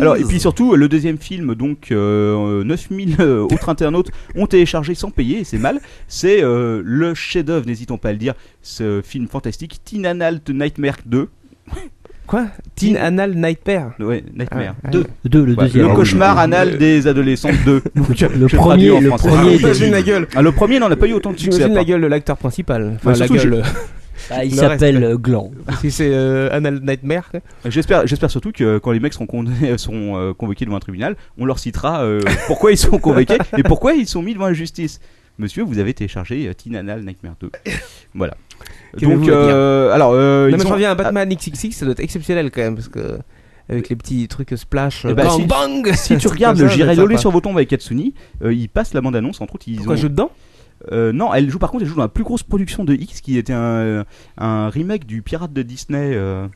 alors et puis surtout le deuxième film donc euh, 9000 euh, autres internautes ont téléchargé sans payer et c'est mal c'est euh, le chef d'œuvre n'hésitons pas à le dire ce film fantastique Teen Anal The Nightmare 2 Quoi Teen Anal Nightmare Ouais, Nightmare. Ah, ah, Deux. oui. Deux, le Ouais, deuxième. Le Ah oui, cauchemar oui. Ah anal Le- des adolescents 2. Le premier, le premier, il y a eu- Ah, le premier, non, on n'a pas eu autant de succès. J'imagine à la part. gueule de l'acteur principal. Enfin, Ouais, la surtout, j'ai- gueule. Ah, Bah, il s'appelle, euh, Gland. Si c'est euh, Anal Nightmare. quoi. J'espère, j'espère surtout que euh, quand les mecs seront, condamnés- seront euh, convoqués devant un tribunal, on leur citera euh, pourquoi ils sont convoqués et pourquoi ils sont mis devant la justice. Monsieur, vous avez téléchargé euh, Teen Anal Nightmare 2. Voilà. Qu'aimez-vous Donc, le euh, dire alors, euh, non, ils mais je ont- reviens à Batman XXX, ça doit être exceptionnel quand même, parce que. Avec les petits trucs splash. Eh ben, bang si, bang si tu regardes le J'irai loler sur vos tombes avec Katsuni, euh, ils passent la bande-annonce, entre autres. Ils Pourquoi ont... elle joue dedans Euh, Non, elle joue par contre, elle joue dans la plus grosse production de X qui était un, euh, un remake du Pirate de Disney. Euh...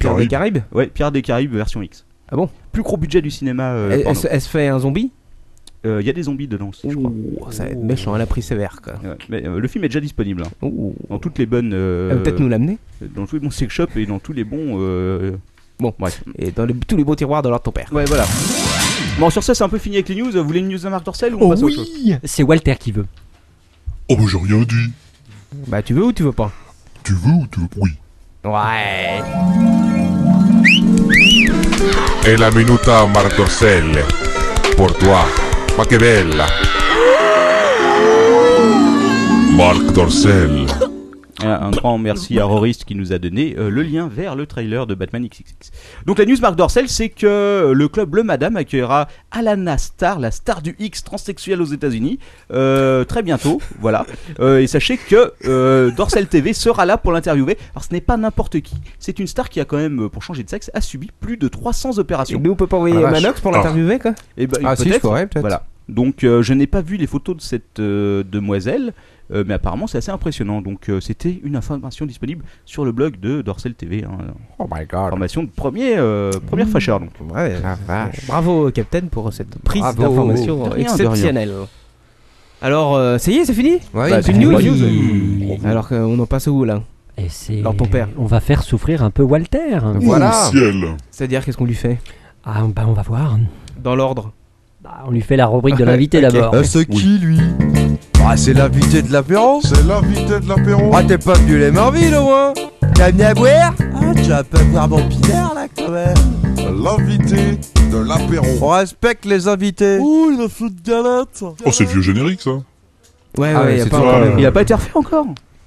Pirates des Caraïbes Ouais, Pirate des Caraïbes version X. Ah bon Plus gros budget du cinéma. euh, Elle- elle porno. se- elle se fait un zombie Il y a des zombies dedans, aussi, je crois. Ça va être méchant, elle a pris sévère quoi. Ouais, mais, euh, le film est déjà disponible. hein. Dans toutes les bonnes. euh, Elle va peut-être nous l'amener. Dans tous les bons sex shops et dans tous les bons. euh, Bon, bref. Et dans les- tous les beaux tiroirs de l'art de ton père. Ouais, voilà. Bon, sur ça, c'est un peu fini avec les news. Vous voulez une news de Marc Dorcel ou Oh on passe à autre chose C'est Walter qui veut. Oh, bah, j'ai rien dit. Bah, tu veux ou tu veux pas Tu veux ou tu veux Oui. Ouais. È la minuta Marc Dorcel. Pour toi. Ma che bella. Marc Dorcel. Un grand merci à Rorist qui nous a donné euh, le lien vers le trailer de Batman XXX. Donc la news Marc Dorcel, c'est que euh, le club Le Madame accueillera Alana Star, la star du X transsexuel aux États-Unis, euh, très bientôt. voilà. Euh, et sachez que euh, Dorcel TV sera là pour l'interviewer. Alors ce n'est pas n'importe qui. C'est une star qui a quand même, euh, pour changer de sexe, a subi plus de 300 opérations. Et nous, on peut pas envoyer Ah, Manox vache. pour Ah. l'interviewer quoi Eh ben, Ah, si, peut-être. je pourrais, peut-être. Voilà. Donc euh, je n'ai pas vu les photos de cette euh, demoiselle, euh, mais apparemment c'est assez impressionnant. Donc euh, c'était une information disponible sur le blog de Dorsel TV. hein. Oh my god. Information de premier, euh, première fâcheur donc. Ouais, Ah, Bravo Captain pour cette prise Bravo. De d'information rien, de exceptionnelle. Alors, euh, ça y est, c'est fini Ouais, Bah, c'est plus de news. fini. Alors qu'on en passe où là Et c'est. Alors ton père. On va faire souffrir un peu Walter. C'est-à-dire, qu'est-ce qu'on lui fait Ah, bah, on va voir. Dans l'ordre. Bah, On lui fait la rubrique de l'invité Ok. d'abord. Euh, c'est qui lui Ah, c'est l'invité de l'apéro C'est l'invité de l'apéro Ah, t'es pas venu les bah Marville au moins T'as venu à boire Ah, tu vas pas boire mon pinard là quand même L'invité de Euh, l'apéro On respecte les invités Ouh, le flou de galette Oh, c'est le vieux générique, ça Ouais, Ah, ouais, ouais, y a c'est pas toi. encore le- Il a pas été refait encore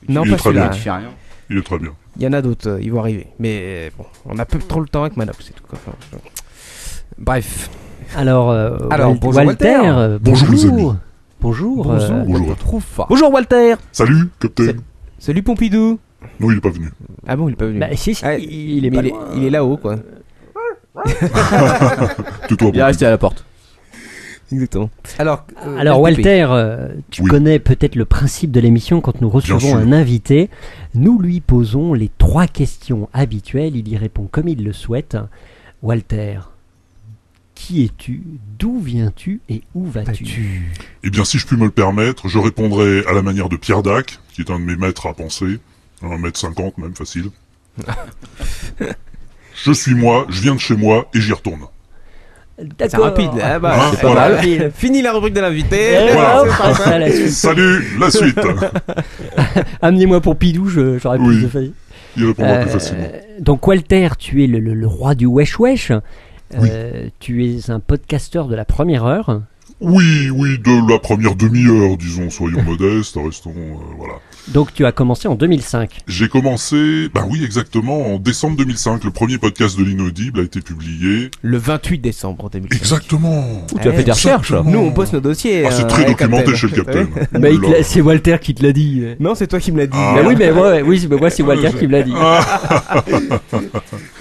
Non, Il est pas très celui-là. bien. Il est très bien. Il y en a d'autres, euh, ils vont arriver. Mais bon, on a peu trop le temps avec Manox, c'est tout. quoi. Enfin, je- Bref. Alors, euh, Alors, Wal- bonjour, Walter. Walter. euh, Bonjour, les Bonjour. Bonjour. euh, Bonjour. Bonjour Walter Salut, Captain. Salut Pompidou Non, il est pas venu. Ah bon, il est pas venu. Bah, si, si, Ah, il est mais pas il est, loin. il est là-haut, quoi. Tais-toi, Il est resté à la porte. Exactement. Alors, euh, Alors Walter, euh, tu connais peut-être le principe de l'émission quand nous recevons sûr. un invité. Nous lui posons les trois questions habituelles, il y répond comme il le souhaite. Walter, qui es-tu D'où viens-tu Et où vas-tu Eh bien, si je puis me le permettre, je répondrai à la manière de Pierre Dac, qui est un de mes maîtres à penser. 1m50 même, facile. je suis moi, je viens de chez moi, et j'y retourne. C'est rapide. Eh ben, Ah bah, Hein, c'est pas voilà. mal. Fini la rubrique de l'invité. Et Voilà. hop, C'est pas mal. Salut, la suite. Amenez-moi pour Pidou, je- j'aurais plus de failli. il répondra plus facilement. Donc Walter, tu es le, le- le roi du Wesh Wesh. Euh, tu es un podcasteur de la première heure. Oui, oui, de la première demi-heure, disons, soyons modestes, restons, euh, voilà. Donc tu as commencé en 2005. J'ai commencé, ben oui, exactement, en décembre 2005, le premier podcast de l'inaudible a été publié. Le 28 décembre 2005. Exactement. Tu as fait des recherches. Eh, Nous, on bosse nos dossiers. Ah, c'est euh, très avec documenté Captain. chez le Captain. Ouais. Bah, il te l'a- c'est Walter qui te l'a dit. Non, c'est toi qui me l'as dit. Ah. Bah oui, mais moi, ouais, oui, c'est- bah moi, c'est Walter qui me l'a dit. Alors,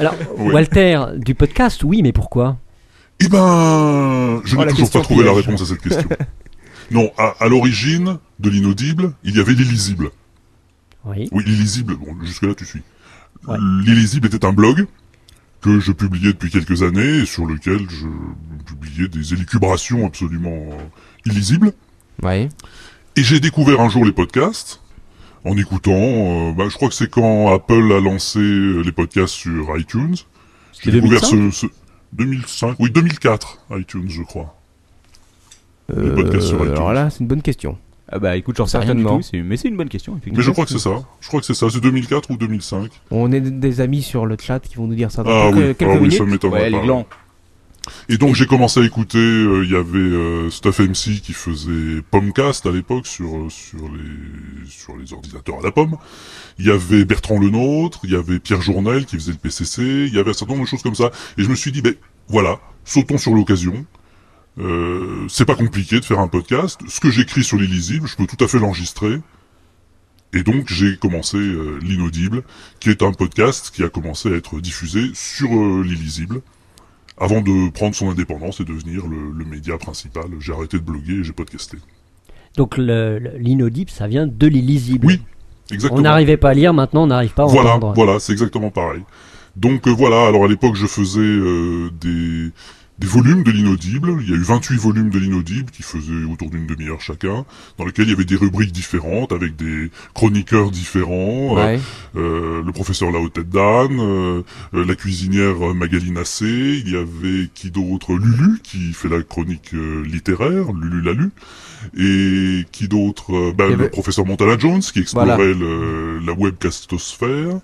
Ah. Oui. Walter, du podcast, oui, mais pourquoi Eh ben, je n'ai toujours Oh, la pas question trouvé la piège. réponse à cette question. non, à, à l'origine de l'inaudible, il y avait l'illisible. Oui. Oui, l'illisible, bon, jusque-là tu suis. L'illisible était un blog que je publiais depuis quelques années et sur lequel je publiais des élucubrations absolument euh, illisibles. Ouais. Et j'ai découvert un jour les podcasts en écoutant, euh, bah, je crois que c'est quand Apple a lancé euh, les podcasts sur iTunes. J'ai C'était découvert ce, 2005? ce 2005, oui 2004 iTunes je crois. les podcasts sur Euh, iTunes. alors là, c'est une bonne question. Ah bah écoute, j'en sais rien du tout, c'est- mais c'est une bonne question. Mais je crois que c'est ça. Je crois que c'est ça. C'est 2004 ou 2005. On est des amis sur le chat qui vont nous dire ça dans Ah quelques, oui, quelques ah oui, minutes. ça m'étonnerait Ouais, les pas. glands. Et donc j'ai commencé à écouter, euh, il y avait euh, Stuff MC qui faisait Pomcast à l'époque sur, euh, sur, les, sur les ordinateurs à la pomme. Il y avait Bertrand Lenôtre, il y avait Pierre Journel qui faisait le PCC, il y avait un certain nombre de choses comme ça. Et je me suis dit, ben voilà, sautons sur l'occasion. Euh, c'est pas compliqué de faire un podcast. Ce que j'écris sur l'illisible, je peux tout à fait l'enregistrer. Et donc j'ai commencé euh, l'inaudible, qui est un podcast qui a commencé à être diffusé sur euh, l'illisible avant de prendre son indépendance et devenir le, le média principal. J'ai arrêté de bloguer et j'ai podcasté. Donc le- le- l'inaudible, ça vient de l'illisible. Oui, exactement. On n'arrivait pas à lire, maintenant on n'arrive pas à Voilà, entendre. voilà, c'est exactement pareil. Donc euh, voilà, alors à l'époque je faisais euh, des, des volumes de l'inaudible, il y a eu 28 volumes de l'inaudible qui faisaient autour d'une demi-heure chacun, dans lesquels il y avait des rubriques différentes, avec des chroniqueurs différents, euh, Ouais. euh, le professeur Lao Tête d'âne, euh, euh, la cuisinière euh, Magali Nassé, il y avait qui d'autre Lulu qui fait la chronique euh, littéraire, Lulu Lalu, et qui d'autre euh, bah, Il y Le avait- professeur Montana Jones qui explorait Voilà. le- la webcastosphère.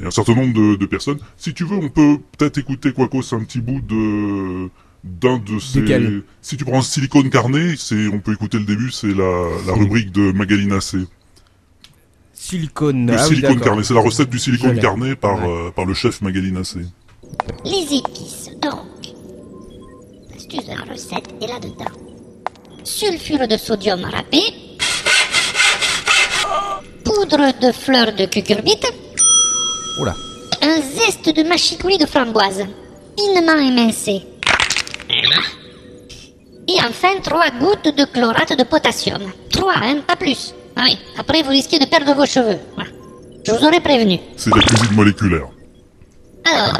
Et un certain nombre de, de personnes. Si tu veux, on peut peut-être écouter Quacos un petit bout de d'un de ces. Duquel si tu prends Silicone Carnet, c'est on peut écouter le début, c'est la, la rubrique de Magali Nassé. Silicone. Le ah oui, silicone d'accord. carnet, c'est la recette du Je silicone l'ai. carnet par, euh, par le chef Magali Nassé. Les épices donc. L'astuce de la recette est là-dedans. Sulfure de sodium râpé. Poudre de fleurs de cucurbite. Oula. Un zeste de mâchicoulis de framboise. Finement émincé. Et enfin, trois gouttes de chlorate de potassium. Trois, hein, pas plus. Ah oui, après vous risquez de perdre vos cheveux. Voilà. Je vous aurais prévenu. C'est de la cuisine moléculaire. Alors,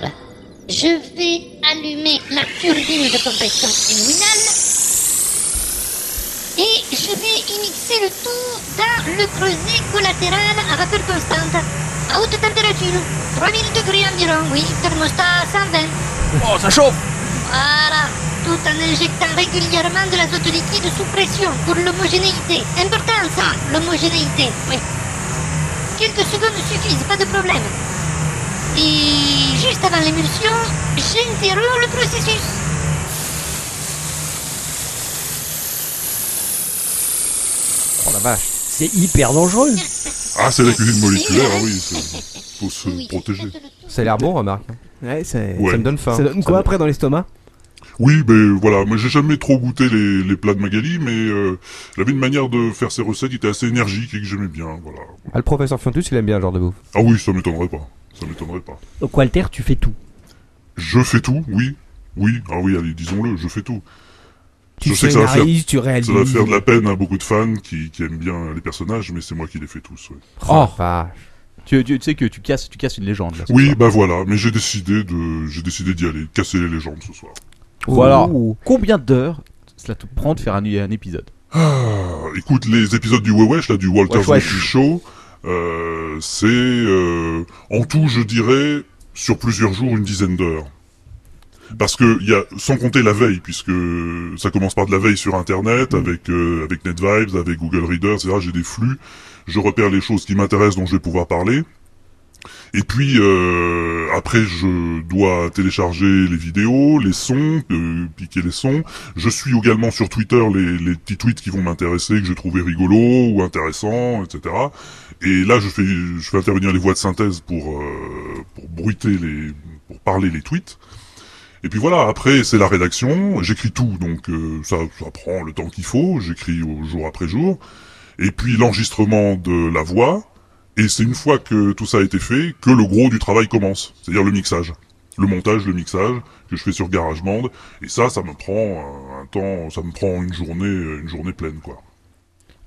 je vais allumer la turbine de compression inguinale et je vais y mixer le tout dans le creuset collatéral à vapeur constante, à haute température, 3000 degrés environ, oui, thermostat 120. Oh, ça chauffe Voilà, tout en injectant régulièrement de l'azote liquide sous pression pour l'homogénéité. Important ça, l'homogénéité, oui. Quelques secondes suffisent, pas de problème. Et juste avant l'émulsion, j'interromps le processus. Oh la vache. C'est hyper dangereux. Ah, c'est la cuisine moléculaire, ah oui, c'est- faut se protéger. Ça a l'air bon, remarque. Ouais, euh, c'est- Ouais. ça me donne faim. Ça donne quoi après dans l'estomac Oui, ben voilà, moi j'ai jamais trop goûté les, les plats de Magali, mais euh, elle avait une manière de faire ses recettes qui était assez énergique et que j'aimais bien, voilà. Ah, le professeur Fiontus, il aime bien le genre de bouffe. Ah oui, ça m'étonnerait pas, ça m'étonnerait pas. Donc Walter, tu fais tout. Je fais tout, oui. Oui, ah oui, allez, disons-le, je fais tout. Tu je sais que ça va, faire, scénarises, tu réalises. ça va faire de la peine à beaucoup de fans qui, qui aiment bien les personnages, mais c'est moi qui les fais tous. ouais. Oh, bah, tu, tu- tu sais que tu casses, tu casses une légende. là, ce Oui, soir. bah voilà, mais j'ai décidé de, j'ai décidé d'y aller, de casser les légendes ce soir. Bon, alors, combien d'heures cela te prend de faire un, un épisode Ah, écoute, les épisodes du Wesh, là, du Walter's Wesh Wesh. Weekly Show, euh, c'est euh, en tout, je dirais, sur plusieurs jours, une dizaine d'heures. Parce que il y a, sans compter la veille, puisque ça commence par de la veille sur Internet, avec euh, avec NetVibes, avec Google Reader, etc. J'ai des flux, je repère les choses qui m'intéressent, dont je vais pouvoir parler. Et puis euh, après, je dois télécharger les vidéos, les sons, euh, piquer les sons. Je suis également sur Twitter les, les petits tweets qui vont m'intéresser, que j'ai trouvé rigolos ou intéressants, etc. Et là, je fais, je fais intervenir les voix de synthèse pour euh, pour bruiter les, pour parler les tweets. Et puis voilà, après c'est la rédaction, j'écris tout, donc euh, ça, ça prend le temps qu'il faut, j'écris au jour après jour. Et puis l'enregistrement de la voix, et c'est une fois que tout ça a été fait que le gros du travail commence, c'est-à-dire le mixage. Le montage, le mixage, que je fais sur GarageBand, et ça, ça me prend euh, un temps, ça me prend une journée, euh, une journée pleine, quoi.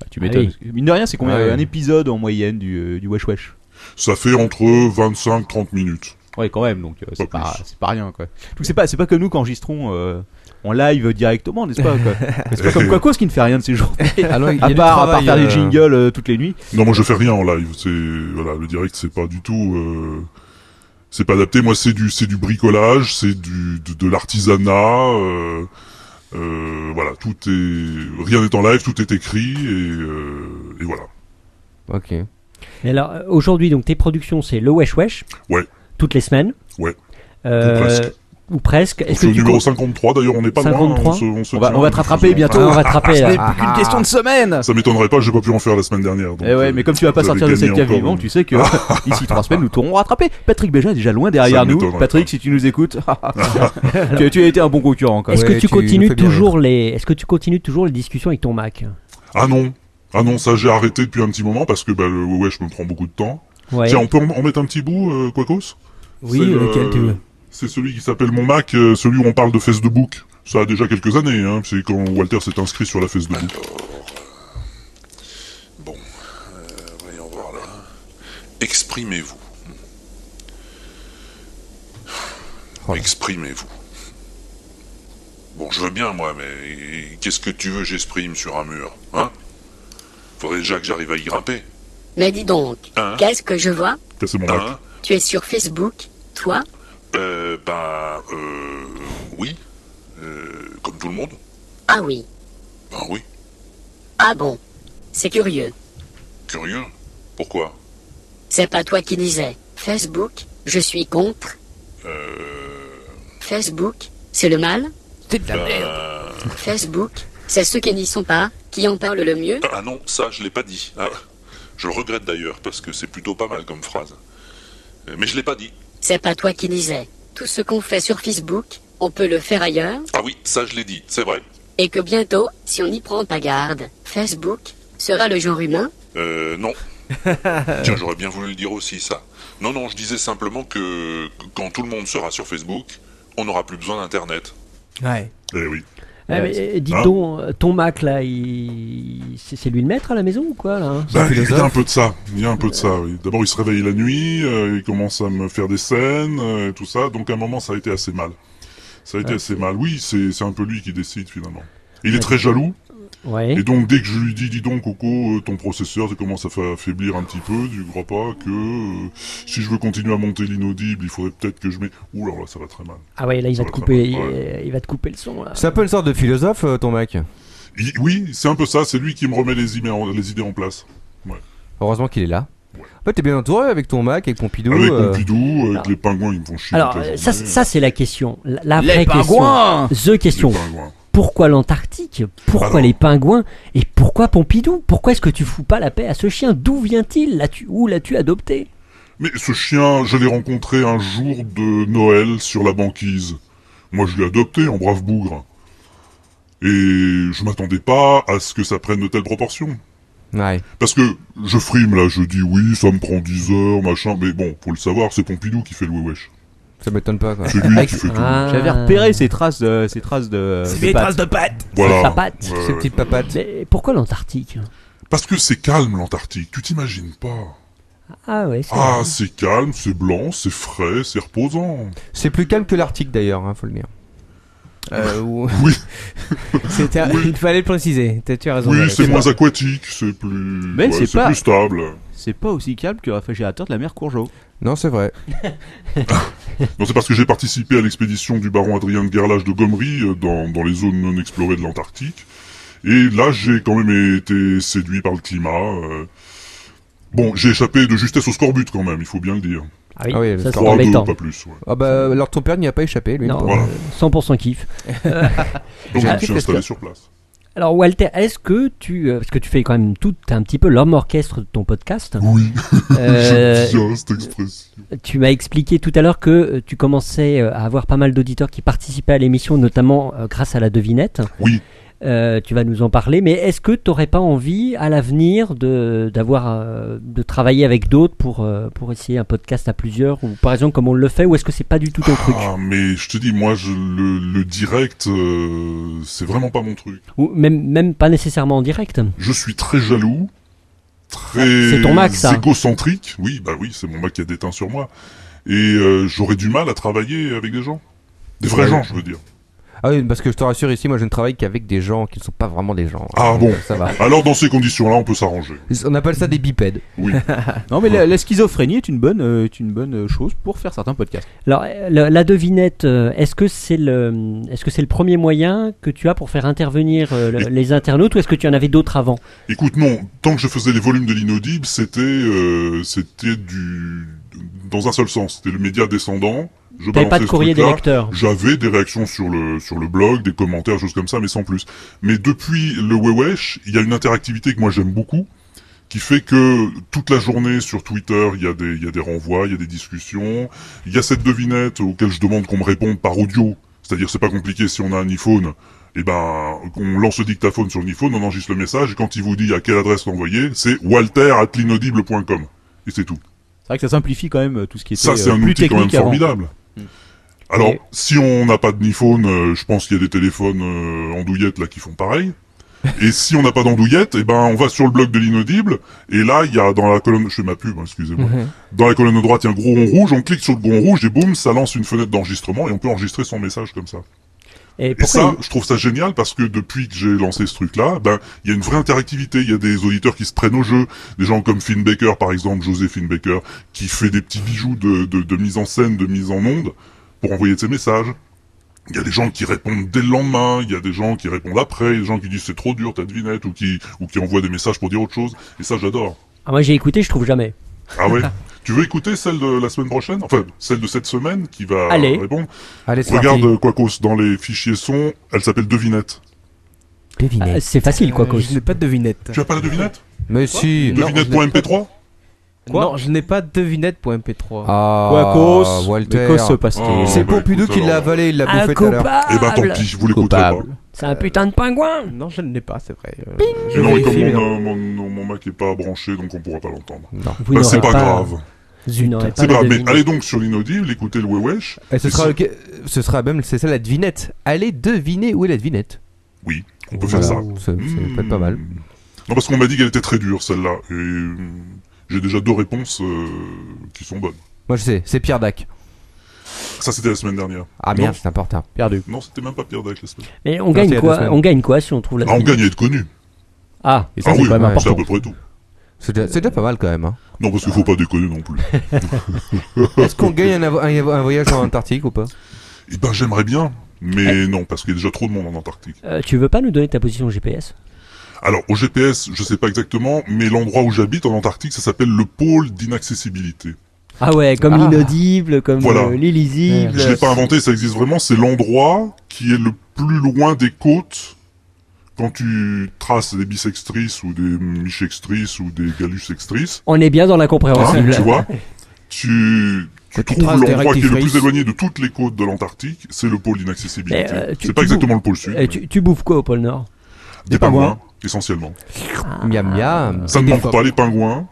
Bah, Tu m'étonnes. Ah Mine de rien, c'est combien Un épisode en moyenne du, euh, du Wesh Wesh Ça fait entre 25-30 minutes. Ouais, quand même, donc euh, c'est pas, c'est pas rien quoi. Donc c'est pas, c'est pas comme nous qu'enregistrons euh, en live directement, n'est-ce pas quoi C'est pas comme Quacos qui ne fait rien de ses jours. Ah non, il y a à, du part, à part travail, faire euh, des jingles euh, toutes les nuits. Non, moi je fais rien en live. C'est voilà, le direct c'est pas du tout, euh, c'est pas adapté. Moi c'est du c'est du bricolage, c'est du de, de l'artisanat. euh, euh, voilà, tout est rien n'est en live, tout est écrit et, euh, et voilà. Ok. Et alors, euh, aujourd'hui, donc tes productions, c'est le Wesh Wesh. Ouais. Toutes les semaines. Ouais. Euh, Ou presque. Ou presque. On fait au numéro 53 d'ailleurs, on n'est pas loin. 53. se- se On va- tient on va te plus rattraper ou moins. bientôt. On va te rattraper, là. Ce n'est Ah, plus qu'une question de semaine. Ça m'étonnerait pas, j'ai pas pu en faire la semaine dernière. donc, Eh ouais, euh, mais comme tu vas pas vous sortir avez de cette gagné cave encore vivant, une- tu sais que d'ici trois semaines, nous t'aurons rattrapé. Patrick Béja est déjà loin Ça derrière nous. m'étonnerait Patrick, si tu nous écoutes, tu, tu as été un bon concurrent quand même. Est-ce que tu, continues toujours les Est-ce que tu continues toujours les discussions avec ton Mac Ah non. Ah non, ça j'ai arrêté depuis un petit moment parce que bah, le wesh me prend beaucoup de temps. Ouais. Tiens, on peut en, en mettre un petit bout, euh, Quacos Oui, C'est euh, le- lequel tu veux. C'est celui qui s'appelle Mon Mac, euh, celui où on parle de Facebook. Ça a déjà quelques années, hein. c'est quand Walter s'est inscrit sur la Facebook. Voyons voir là. Exprimez-vous. Exprimez-vous. Bon, je veux bien, moi, mais qu'est-ce que tu veux, j'exprime sur un mur, hein Faudrait déjà que j'arrive à y grimper. Mais dis donc, Hein qu'est-ce que je vois Casser mon Hein Tu es sur Facebook, toi Euh, ben, euh, oui. Euh, comme tout le monde Ah oui. Ben oui. Ah bon. C'est curieux. Curieux Pourquoi C'est pas toi qui disais. Facebook, je suis contre. Euh... Facebook, c'est le mal. ben, Euh. Facebook, c'est ceux qui n'y sont pas, qui en parlent le mieux. Ah non, ça, je l'ai pas dit. Ah, je le regrette d'ailleurs, parce que c'est plutôt pas mal comme phrase. Euh, Mais je l'ai pas dit. C'est pas toi qui disais. Tout ce qu'on fait sur Facebook, on peut le faire ailleurs, Ah oui, ça, je l'ai dit, c'est vrai. et que bientôt, si on n'y prend pas garde, Facebook sera le genre humain. Euh, non. Tiens, j'aurais bien voulu le dire aussi, ça. Non, non, je disais simplement que que quand tout le monde sera sur Facebook, on n'aura plus besoin d'Internet. Ouais. Eh oui. Ah, mais, euh, Hein Dis donc, euh, ton Mac là, il... c'est c'est lui le maître à la maison ou quoi là hein, Bah, il y a un peu de ça, il y a un peu de ça, oui. D'abord, il se réveille la nuit, euh, il commence à me faire des scènes, euh, et tout ça, donc à un moment, ça a été assez mal. Ça a été Ouais, assez mal, oui, c'est c'est un peu lui qui décide finalement. Il est très jaloux, Ouais. et donc dès que je lui dis, dis donc, Coco, euh, ton processeur, ça commence à fa- affaiblir un petit peu, tu crois pas que euh, si je veux continuer à monter l'inaudible, il faudrait peut-être que je mets... Ouh là là, ça va très mal. Ah ouais, là il va te couper, il, euh, il va te couper le son là. C'est un peu une sorte de philosophe, euh, ton mec. Il- oui, c'est un peu ça, c'est lui qui me remet les, imé- en- les idées en place. Ouais. Heureusement qu'il est là. En fait, t'es bien entouré avec ton Mac, avec Pompidou. Avec euh, Ah Pompidou, avec les pingouins, ils me font chier. Alors toute la euh, ça, journée. ça c'est la question, la, la Les vraie pingouins question, the question. Les pingouins. Pourquoi l'Antarctique Pourquoi Alors. les pingouins Et pourquoi Pompidou Pourquoi est-ce que tu fous pas la paix à ce chien D'où vient-il L'as-tu- Où l'as-tu adopté Mais ce chien, je l'ai rencontré un jour de Noël sur la banquise. Moi, je l'ai adopté en brave bougre. Et je m'attendais pas à ce que ça prenne de telles proportions. Ouais. Parce que je frime là, je dis oui, ça me prend 10 heures, machin, mais bon, faut le savoir, c'est Pompidou qui fait le wesh. Ça m'étonne pas. Quoi. C'est lui Avec- qui fait tout. J'avais repéré ces traces de, ces traces de. Ces de vieilles pattes. traces de pattes. Ces Voilà. papates. Ouais, Ces ouais. petites papates. Mais pourquoi l'Antarctique Parce que c'est calme l'Antarctique, tu t'imagines pas. Ah ouais, c'est Ah, c'est calme, c'est blanc, c'est frais, c'est reposant. C'est plus calme que l'Arctique d'ailleurs, hein, faut le dire. Oui. Euh, C'était- Il fallait le préciser. T'as- Tu as raison. Oui, Alex. c'est moins aquatique, c'est plus. Mais Hmm, ouais, c'est c'est pas- plus stable. C'est pas aussi calme que le réfrigérateur de la mer Courgeot. Non, c'est vrai. Non, c'est parce que j'ai participé à l'expédition du baron Adrien de Gerlach de Gomery euh, dans, dans les zones non explorées de l'Antarctique. Et là, j'ai quand même été séduit par le climat. euh. Bon, j'ai échappé de justesse au scorbut quand même, il faut bien le dire. Ah ça Trois, deux, pas plus. ouais. Ah bah, alors ton père n'y a pas échappé, lui. Non, le voilà. euh, pauvre. 100% kiff. Euh, Donc, je me Ah, suis parce installé que- sur place. Alors Walter, est-ce que tu, euh, parce que tu fais quand même tout t'es un petit peu l'homme orchestre de ton podcast. Oui. Euh, J'aime bien cette expression. Tu m'as expliqué tout à l'heure que euh, tu commençais euh, à avoir pas mal d'auditeurs qui participaient à l'émission, notamment euh, grâce à la devinette. Euh, Oui. tu vas nous en parler, mais est-ce que tu n'aurais pas envie à l'avenir de d'avoir euh, de travailler avec d'autres pour euh, pour essayer un podcast à plusieurs ou par exemple comme on le fait ou est-ce que c'est pas du tout ton truc Ah, mais je te dis, moi, je, le, le direct, euh, c'est vraiment pas mon truc. ou même même pas nécessairement en direct Je suis très jaloux, très Ah, c'est ton Mac, ça. égocentrique. Oui, bah oui, c'est mon Mac qui a déteint sur moi. Et euh, j'aurais du mal à travailler avec des gens. Des vrais Ouais. gens, je veux dire. Ah oui, parce que je te rassure ici, moi je ne travaille qu'avec des gens qui ne sont pas vraiment des gens. Ah Euh, bon Ça va. Alors dans ces conditions-là, on peut s'arranger. On appelle ça des bipèdes. Oui. Non, mais la, la schizophrénie est une bonne, euh, est une bonne euh, chose pour faire certains podcasts. Alors euh, la, la devinette, euh, est-ce que c'est le, est-ce que c'est le premier moyen que tu as pour faire intervenir euh, le- les internautes ou est-ce que tu en avais d'autres avant Écoute, non, tant que je faisais les volumes de l'inaudible, c'était euh, c'était du dans un seul sens, c'était le média descendant. Je T'avais pas balançais de ce courrier des truc-là. lecteurs. J'avais des réactions sur le sur le blog, des commentaires, choses comme ça, mais sans plus. Mais depuis le Wewesh, il y a une interactivité que moi j'aime beaucoup, qui fait que toute la journée sur Twitter, il y a des il y a des renvois, il y a des discussions, il y a cette devinette auquel je demande qu'on me réponde par audio. C'est-à-dire c'est pas compliqué si on a un iPhone. Et ben, on lance le dictaphone sur l'iPhone, on enregistre le message, et quand il vous dit à quelle adresse l'envoyer, c'est walter.linaudible.com. Et c'est tout. C'est vrai que ça simplifie quand même euh, tout ce qui était Ça, c'est euh, un plus outil quand même technique avant. formidable. Mm. Hmm. Alors, Et- si on n'a pas d'iPhone, euh, je pense qu'il y a des téléphones euh, en douillette là qui font pareil. Et si on n'a pas d'andouillette, eh ben on va sur le blog de l'inaudible. Et là, il y a dans la colonne, je fais ma pub, hein, excusez-moi. Mhm. Dans la colonne de droite, il y a un gros rond rouge. On clique sur le gros rond rouge et boum, ça lance une fenêtre d'enregistrement et on peut enregistrer son message comme ça. Et Et pourquoi ça, je trouve ça génial parce que depuis que j'ai lancé ce truc-là, ben, il y a une vraie interactivité. Il y a des auditeurs qui se prennent au jeu. Des gens comme Finn Baker, par exemple, José Finn Baker, qui fait des petits bijoux de, de, de mise en scène, de mise en onde pour envoyer de ses messages. Il y a des gens qui répondent dès le lendemain, il y a des gens qui répondent après, il y a des gens qui disent c'est trop dur ta devinette ou qui, ou qui envoient des messages pour dire autre chose. Et ça, j'adore. Ah, Moi j'ai écouté, je trouve jamais. Ah ouais Tu veux écouter celle de la semaine prochaine Enfin, celle de cette semaine qui va Allez. répondre. Allez, c'est Regarde parti. euh, Quacos dans les fichiers sons, elle s'appelle Devinette. Euh, Ah, c'est facile quoi Je n'ai pas de devinette. Tu as pas la devinette Mais si. Non, je n'ai pas. Devinette.mp3 Quoi Non, je n'ai pas devinette.mp3. Ah, Quacos. Walter. Mais que se passe-t-il Ah, Oh, C'est bah, Pompidou écoute, qui l'a alors. avalé, il l'a Un bouffé tout à l'heure. coupable. Eh ben, tant pis, vous l'écouterez Coupable. C'est un putain de pingouin Non, je ne l'ai pas, c'est vrai. Euh, Et je non, et comme vérifie, mais mon, non. euh, mon, mon- mon Mac est pas branché, donc on pourra pas l'entendre. Non. Vous Bah, c'est n'aurez pas, pas- grave. Zut. Vous n'aurez C'est pas pas la grave, mais devinette. allez donc sur l'inaudible, écoutez le Wewesh. Et ce Et sera, si- ok, ce sera même, c'est ça la devinette. Allez deviner où est la devinette. Oui, on peut faire ça. Hmm. Ça peut être pas mal. Non, parce qu'on m'a dit qu'elle était très dure, celle-là. Et euh, j'ai déjà deux réponses euh, qui sont bonnes. Moi je sais, c'est Pierre Dac. Ça, c'était la semaine dernière. Ah Non, merde, c'est important. Perdu. euh, Non, c'était même pas pire avec la semaine. Mais on gagne quoi On gagne quoi si on trouve la Ah, on gagne à être connu. Ah, Ah oui, c'est à peu près tout. C'est déjà, c'est déjà pas mal quand même. hein. Non, parce qu'il faut pas déconner non plus. Est-ce qu'on gagne un, avo- un- un voyage en Antarctique ou pas Eh ben, j'aimerais bien, mais non, parce qu'il y a déjà trop de monde en Antarctique. Eh. Euh, tu veux pas nous donner ta position GPS Alors, au GPS, je sais pas exactement, mais l'endroit où j'habite en Antarctique, ça s'appelle le pôle d'inaccessibilité. Ah ouais, comme Ah. l'inaudible, comme Voilà. euh, l'illisible. Je l'ai pas inventé, ça existe vraiment. C'est l'endroit qui est le plus loin des côtes quand tu traces des bisextrices ou des michextrices ou des galussextrices. On est bien dans l'incompréhensible. Hein, tu vois Tu, tu tu trouves traces l'endroit des qui est le rectifrices. plus éloigné de toutes les côtes de l'Antarctique, c'est le pôle d'inaccessibilité. Mais, euh, tu- c'est pas tu exactement bouffes- le pôle sud. Euh, tu, tu bouffes quoi au pôle Nord Des pingouins, essentiellement. Ah. Miam miam. Ça ne Et des manque phoques. pas les pingouins.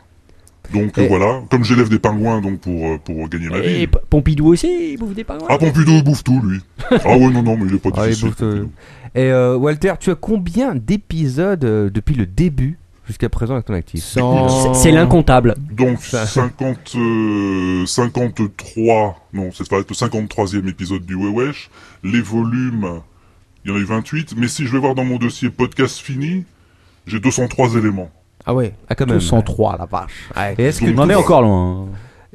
Donc euh, voilà, comme j'élève des pingouins donc pour, euh, pour gagner ma vie. Et P- Pompidou aussi, il bouffe des pingouins. Ah, Pompidou, il bouffe tout, lui. ah ouais, non, non, mais il est pas Ah, il difficile. bouffe, euh, Et euh, Walter, tu as combien d'épisodes euh, depuis le début jusqu'à présent à ton actif C'est- c'est l'incomptable. Donc 50, euh, 53, non, c'est pas le 53e épisode du Wewesh. Les volumes, il y en a eu 28, mais si je vais voir dans mon dossier podcast fini, j'ai 203 éléments. Ah ouais, Ah, quand même. 203, la vache. Et est-ce que On en tout- est encore loin.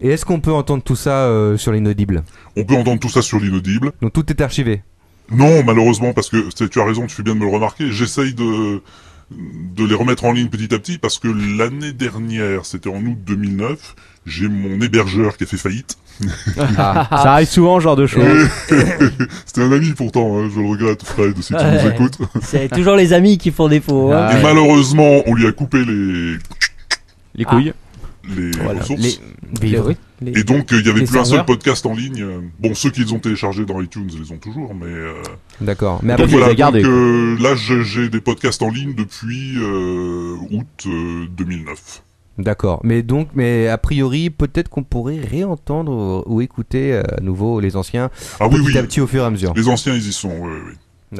Et est-ce qu'on peut entendre tout ça euh, sur l'inaudible On peut entendre tout ça sur l'inaudible. Donc tout est archivé. Non, malheureusement, parce que c'est- tu as raison, tu fais bien de me le remarquer. J'essaye de de les remettre en ligne petit à petit parce que l'année dernière, c'était en août 2009, j'ai mon hébergeur qui a fait faillite. Ah, ça arrive souvent, ce genre de choses. c'était un ami pourtant, hein, je le regrette, Fred, si tu nous Ouais. écoutes. C'est toujours les amis qui font défaut. hein. Et malheureusement, on lui a coupé les Ah. les couilles. les Voilà. ressources. Les- les- les- les- et donc, euh, il y avait les plus un seul serveurs. podcast en ligne. Bon, ceux qu'ils ont téléchargés dans iTunes, ils les ont toujours, mais. euh, D'accord. Mais donc après, tu les voilà, as gardés, donc, euh, là, je- j'ai des podcasts en ligne depuis euh, août euh, 2009. D'accord. Mais donc, mais a priori, peut-être qu'on pourrait réentendre ou, ou écouter euh, à nouveau les anciens Ah oui, petit oui. à petit au fur et à mesure. Les anciens, ils y sont, oui, oui.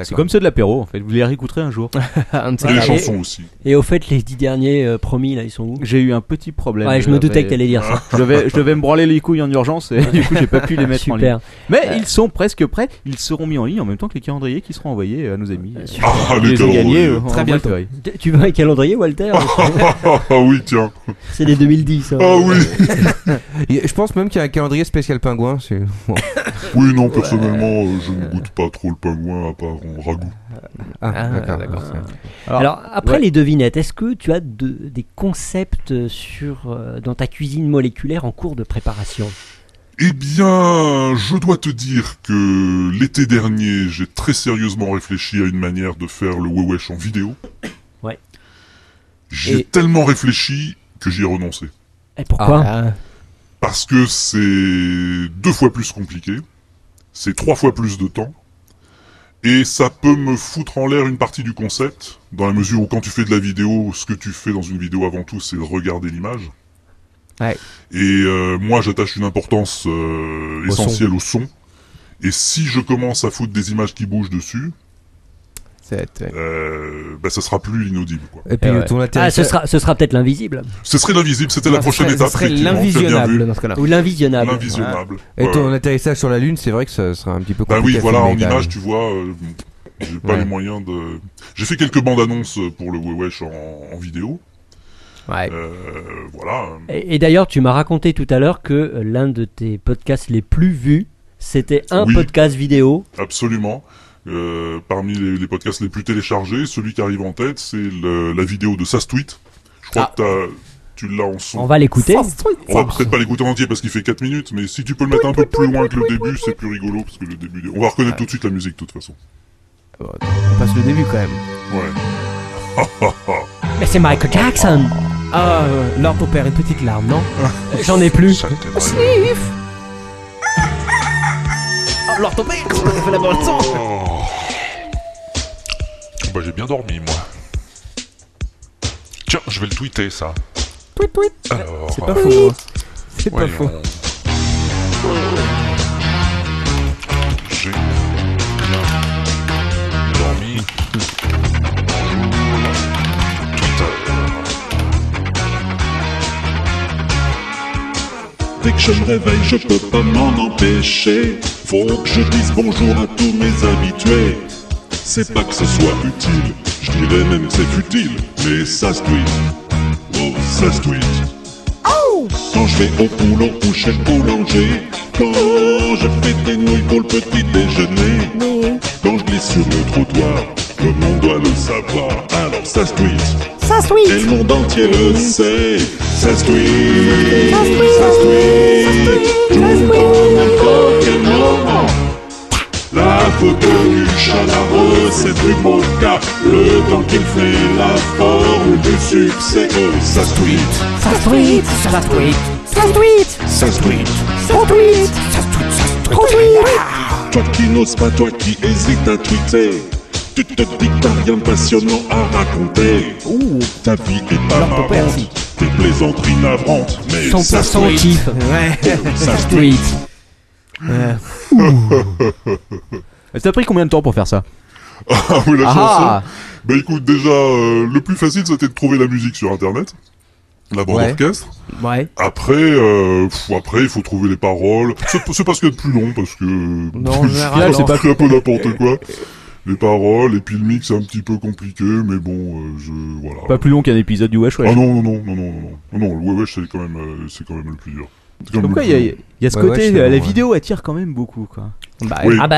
C'est comme ceux de l'apéro, en fait. Vous les réécouterez un jour. Et les chansons aussi. Et au fait, les dix derniers euh, promis, là, ils sont où J'ai eu un petit problème. euh, Ouais, je me doutais que t'allais dire ça. Je devais, je devais me branler les couilles en urgence et du coup j'ai pas pu les mettre en Super. ligne. Mais Euh, ils sont presque prêts, ils seront mis en ligne en même temps que les calendriers qui seront envoyés à nos Euh, amis. Ah, Ils les les ont gagnés calendriers. euh, en Très Wild bientôt. Fairy. Tu- Tu veux un calendrier, Walter Ah oui, tiens. C'est les 2010. hein. Ah oui. Et Je pense même qu'il y a un calendrier spécial pingouin. c'est- Bon. Oui, non, personnellement, euh, je ne goûte pas trop le pingouin à part en ragoût. Ah, d'accord. Alors, après les devinettes, est-ce que tu as de- des concepts sur, euh, dans ta cuisine moléculaire en cours de préparation Eh bien, je dois te dire que l'été dernier, j'ai très sérieusement réfléchi à une manière de faire le Wewesh en vidéo. Ouais. J'ai Et- tellement réfléchi que j'y ai renoncé. Et pourquoi Parce que c'est deux fois plus compliqué, c'est trois fois plus de temps, et ça peut me foutre en l'air une partie du concept, dans la mesure où quand tu fais de la vidéo, ce que tu fais dans une vidéo avant tout, c'est de regarder l'image. Et euh, moi, j'attache une importance euh, Au son. essentielle au son. Et si je commence à foutre des images qui bougent dessus, euh, bah, ça sera plus inaudible. Quoi. Et puis, Eh ouais. ton intérêt- Ah, ce sera, ce sera peut-être l'invisible. Ce serait l'invisible, c'était la Ah, ce prochaine serait- ce étape. serait effectivement, tu as bien l'invisionnable vu. dans ce cas-là. Ou l'invisionnable. L'invisionnable. Et Ouais. ton atterrissage sur la Lune, c'est vrai que ça sera un petit peu Bah compliqué. oui, à voilà, filmer, en quand image, même. tu vois, euh, j'ai pas Ouais. les moyens de. J'ai fait quelques bandes annonces pour le Wewesh en, en vidéo. Euh, Ouais. voilà. Et, et d'ailleurs, tu m'as raconté tout à l'heure que euh, l'un de tes podcasts les plus vus, c'était un Oui. podcast vidéo. Absolument. Euh, parmi les, les podcasts les plus téléchargés, celui qui arrive en tête, c'est le- la vidéo de Sastuit. Je crois que t'as- tu l'as en son. Ah. On va l'écouter. On va peut-être pas l'écouter en entier parce qu'il fait 4 minutes, mais si tu peux le mettre un peu plus loin que le début, c'est plus rigolo parce que le début. On va reconnaître tout de suite la musique de toute façon. On passe le début quand même. Ouais. Mais c'est Michael Jackson. Ah, euh, Lord ton père, une petite larme, non J'en ai plus. Sniff Oh, Lord ton père, comment on fait la bonne sang Oh. Bah j'ai bien dormi moi. Tiens, je vais le tweeter ça. Tweet, tweet Alors, C'est pas euh, faux. hein. C'est pas voyons. faux. J'ai bien dormi. Dès que je me réveille, je peux pas m'en empêcher. Faut que je dise bonjour à tous mes habitués. C'est pas que ce soit utile, je dirais même que c'est futile, mais ça se tweet. Oh, ça se tweet. Quand je vais au boulot ou chez le boulanger, quand je fais des nouilles pour le petit déjeuner, quand je glisse sur le trottoir, comme on doit le savoir, alors ça se tweet. Ça Et le monde entier le sait. Ça se tweet. Ça se tweet. Tout le temps, n'importe quel moment. La photo du chat, la recette du mocha, le temps qu'il fait la forme du succès, oh, ça se tweet, Ça se tweet, ça se tweet, ça se tweet, ça se tweet. ça se tweet, ça se tweet, ça se tweet. Toi qui n'oses pas, toi qui hésites à tweeter, tu te dis que t'as rien de passionnant à raconter. Ta vie est pas marrante, des plaisanteries navrantes, mais ça se 100% tweet. kiff. Ouais. Ça se Tweet. tweet. Ouais. Ça t'a pris combien de temps pour faire ça Ah oui, la Ah. chanson. Bah écoute, déjà, euh, le plus facile, c'était de trouver la musique sur Internet. La bande Ouais. orchestre. Ouais. Après, euh, pff, après, il faut trouver les paroles. C'est c'est pas ce qu'il y a de plus long, parce que... en général, c'est non. pas un peu n'importe quoi. Les paroles, et puis le mix, c'est un petit peu compliqué, mais bon, euh, je... Voilà. Pas plus long qu'un épisode du Wesh Wesh. Ah non, non, non, non, non, non, non, non, le Wewesh, c'est quand même, euh, c'est quand même le plus dur. C'est quand même Comme le quoi, il plus y a, dur. il y a ce côté, euh, la vidéo attire quand même beaucoup, quoi. Bah, Oui. Ah,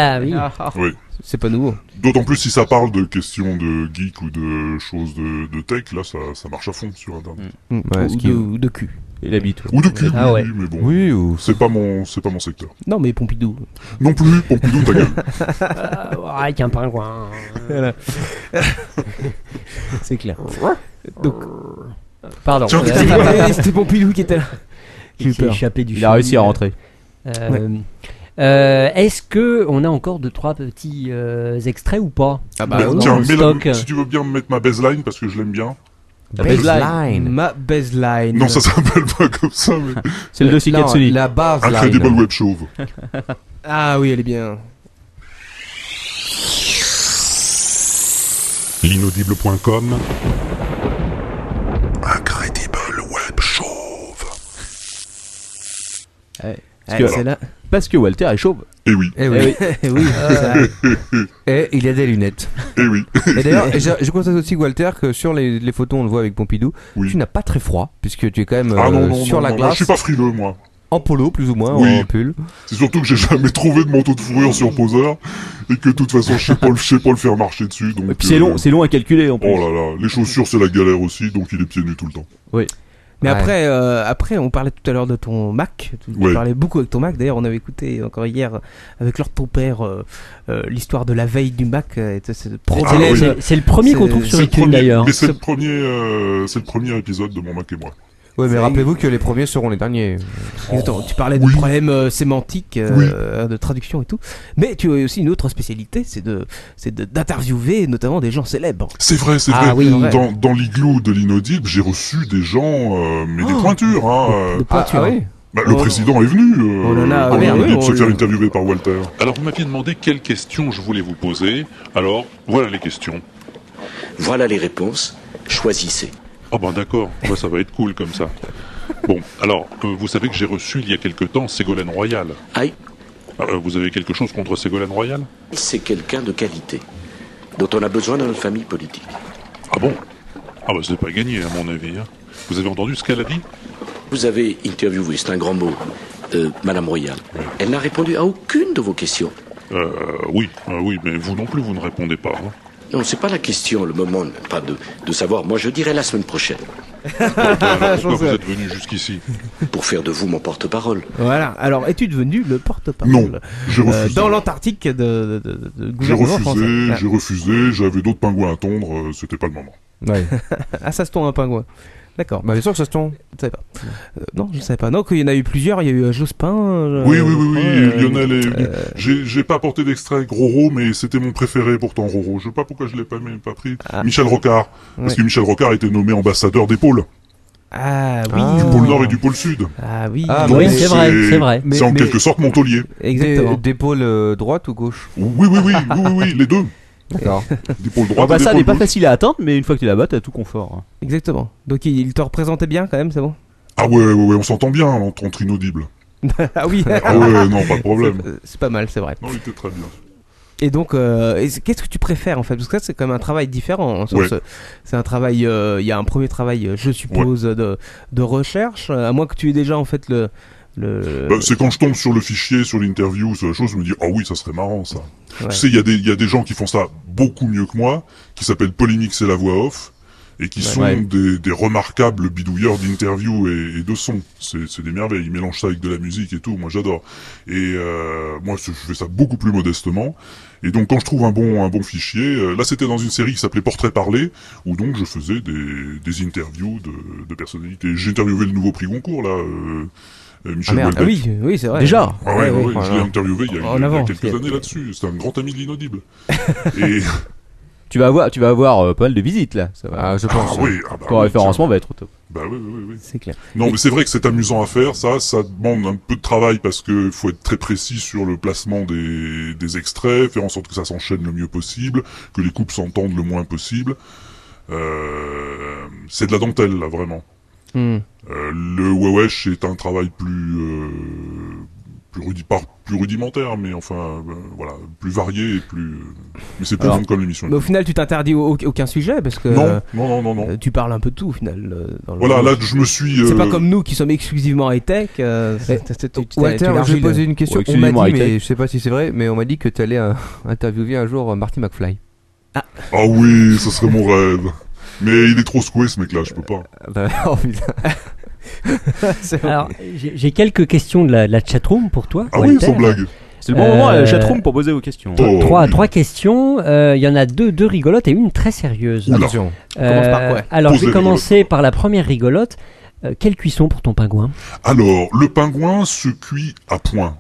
ah. Oui. C'est pas nouveau. D'autant plus si ça parle de questions de geek ou de choses de, de tech, là ça, ça marche à fond sur internet. Mm. Ouais, ce ou, qui- de, ou de cul. Et la bite. Ou de cul, oui, Ah ouais. oui, mais bon. Oui, ou... C'est pas mon, c'est pas mon secteur. Non, mais Pompidou. Non plus, Pompidou, ta gueule. Euh, Avec un pingouin. Voilà. C'est clair. Donc. Pardon. Tiens, Euh, c'était- C'était Pompidou qui était là. J'ai eu qui s'est peur. échappé du Il a chenil. réussi à rentrer. Euh, euh, Est-ce que on a encore deux trois petits euh, extraits ou pas Ah Bah, Dans tiens, le mets la- stock. euh. si tu veux bien me mettre ma baseline parce que je l'aime bien. La baseline. Baseline. Ma baseline. Non, ça s'appelle pas comme ça, mais. C'est le dossier Non, Katsuni. la base Incredible line. Web Chauve. Ah oui, elle est bien. L'inaudible.com Incredible Web Chauve. Ouais. Ouais, Parce, que, c'est là. parce que Walter est chauve. Ah. Et oui. Eh oui. Eh oui, c'est ça. Et il a des lunettes. Et Eh oui. Et d'ailleurs, je, je constate aussi, Walter, que sur les, les photos, on le voit avec Pompidou, Oui. tu n'as pas très froid, puisque tu es quand même Ah non, euh, non, sur non, la non, glace. je suis pas frileux, moi. En polo, plus ou moins, Oui. en pull. C'est surtout que j'ai jamais trouvé de manteau de fourrure sur Poseur et que de toute façon je sais pas, le- je sais pas le faire marcher dessus. Donc, euh, Puis c'est long, c'est long à calculer en plus. Oh là là, les chaussures c'est la galère aussi, donc il est pieds nus tout le temps. Oui. Mais Ouais. après, euh, après, on parlait tout à l'heure de ton Mac. Tu, tu Ouais. parlais beaucoup avec ton Mac. D'ailleurs, on avait écouté encore hier avec leur ton père euh, euh, l'histoire de la veille du Mac. euh, et C'est Ah oui. C'est le premier- Mais c'est C'est le premier, euh, c'est le premier épisode de Mon Mac et moi. Ouais, mais C'est- rappelez-vous que les premiers seront les derniers. euh. Attends, tu parlais de problèmes euh, sémantiques, euh, de traduction et tout. Mais tu as aussi une autre spécialité, c'est de, c'est de- d'interviewer notamment des gens célèbres. C'est vrai, c'est Ah vrai. oui. Dans, dans l'igloo de l'inaudible, j'ai reçu des gens, euh, mais des Oh. pointures. Hein, euh. des pointures. Ah, ah oui. Bah, le Oh. président est venu euh, Oh là là, dans ah merde, l'inaudible oui, se on- faire interviewer par Walter. Alors, vous m'aviez demandé quelles questions je voulais vous poser. Alors, voilà les questions. Voilà les réponses. Choisissez. Oh ben d'accord, Bah, ça va être cool comme ça. Bon, alors, euh, vous savez que j'ai reçu il y a quelque temps Ségolène Royal. Aïe. Euh, vous avez quelque chose contre Ségolène Royal C'est quelqu'un de qualité, dont on a besoin dans notre famille politique. Ah bon Ah bah c'est pas gagné à mon avis. hein. Vous avez entendu ce qu'elle a dit Vous avez interviewé, c'est un grand mot, euh, Madame Royal. Elle n'a répondu à aucune de vos questions. Euh, oui, euh, oui, mais vous non plus, vous ne répondez pas. hein. Non, c'est pas la question, le moment, pas de, de savoir. Moi, je dirai la semaine prochaine. Ah, bah, Alors, pourquoi vous êtes venu jusqu'ici Pour faire de vous mon porte-parole. Voilà. Alors, es-tu devenu le porte-parole euh, Non, j'ai refusé. dans l'Antarctique de, de, de- de J'ai gouvernement français. refusé, Ah. j'ai refusé, j'avais d'autres pingouins à tondre, euh, c'était pas le moment. ah, ça se tombe un pingouin. D'accord. Bah, bien sûr que ça se tombe. Je savais pas. Euh, non, je ne savais pas. Non, qu'il y en a eu plusieurs. Il y a eu euh, Jospin. euh, Oui, oui, oui, oui, euh, Lionel est venu. euh, J'ai- J'ai pas apporté d'extrait Roro, mais c'était mon préféré pourtant, Roro. Je sais pas pourquoi je l'ai pas, mais pas pris. Michel Rocard. Parce Ah. Ouais. que Michel Rocard a été nommé ambassadeur des pôles. Ah oui. Du pôle Nord et du pôle Sud. Ah oui. Ah, Donc, oui, c'est vrai, c'est vrai. C'est en Mais- quelque mais- sorte mon taulier. Exactement. Des, des pôles euh, droite ou gauche Oui, oui, oui, oui, oui, oui, les deux. D'accord. Des pôles Ah droite bah et des ça pôles n'est pas gauche. facile à atteindre, mais une fois que tu l'as bas, t'as tout confort. hein. Exactement. Donc il, il te représentait bien quand même, c'est bon. Ah ouais, ouais, ouais, on s'entend bien entre, entre inaudibles. ah oui. Ah ouais, non, pas de problème. C'est- C'est pas mal, c'est vrai. Non, il était très bien. Et donc, euh, et c'est- qu'est-ce que tu préfères en fait Parce que ça, c'est quand même un travail différent. en sens, Ouais. euh, C'est un travail. euh, Il y a un premier travail, euh, je suppose, de, de recherche, euh, à moins que tu aies déjà en fait le. le... Bah, c'est quand je tombe sur le fichier, sur l'interview, sur la chose, je me dis, ah oui, ça serait marrant, ça. Ouais. Tu sais, il y, a des- il y a des gens qui font ça beaucoup mieux que moi, qui s'appellent Polynix et la voix off, et qui Ouais. sont Ouais. des, des remarquables bidouilleurs d'interviews et, et de sons. C'est c'est des merveilles. Ils mélangent ça avec de la musique et tout. Moi, j'adore. Et euh, moi, je fais ça beaucoup plus modestement. Et donc, quand je trouve un bon, un bon fichier, euh, là, c'était dans une série qui s'appelait Portrait parlé, où donc je faisais des, des interviews euh, de, de personnalités. J'ai interviewé le nouveau prix Goncourt, là, euh, euh, Michel Ah, merde. Ah Houellebecq. oui, oui, c'est vrai. Déjà Ah ouais, Ouais, ouais, ouais. je l'ai interviewé il y a, En il y a avant. quelques années là-dessus. C'était un grand ami de l'inaudible. et Tu vas avoir, tu vas avoir euh, pas mal de visites là. Ça va, je pense. oui, ah bah Ton oui, référencement tiens. va être au top. Bah oui, oui, oui, oui. C'est clair. Non, Et- mais c'est vrai que c'est amusant à faire, ça. Ça demande un peu de travail parce que faut être très précis sur le placement des, des extraits, faire en sorte que ça s'enchaîne le mieux possible, que les coupes s'entendent le moins possible. Euh, c'est de la dentelle, là, vraiment. Hmm. Euh, le Wewesh est un travail plus, euh, plus, rudi- pas plus rudimentaire, mais enfin, euh, voilà, plus varié et plus... euh, Mais c'est plus Alors, fun comme l'émission. bah, Mais au final, tu t'interdis au- aucun sujet parce que. Non, euh, non, non, non, non. euh, Tu parles un peu de tout au final. euh, dans le Voilà, jeu. là, je me suis, C'est euh, pas comme nous qui sommes exclusivement high-tech. euh, c'est- c'est- c'est- tu- tu- tu Walter, je élargis vais le- poser une question. on m'a dit, mais je sais pas si c'est vrai, mais on m'a dit que tu allais euh, interviewer un jour euh, Marty McFly. Ah oui, ce serait mon rêve. Mais il est trop secoué, ce mec-là, je peux pas. oh putain. Alors, j'ai j'ai quelques questions de la, de la chatroom pour toi. Ah oui, Walter. Euh, sans blague. C'est le bon moment, la chatroom, pour poser vos questions. t- Oh. Trois, trois questions. Euh, Il y en a deux, deux rigolotes et une très sérieuse. Euh, Oula. Attention. Commence par quoi Alors, je Posez les vais commencer par la première rigolote. Euh, quelle cuisson pour ton pingouin Alors, le pingouin se cuit à point.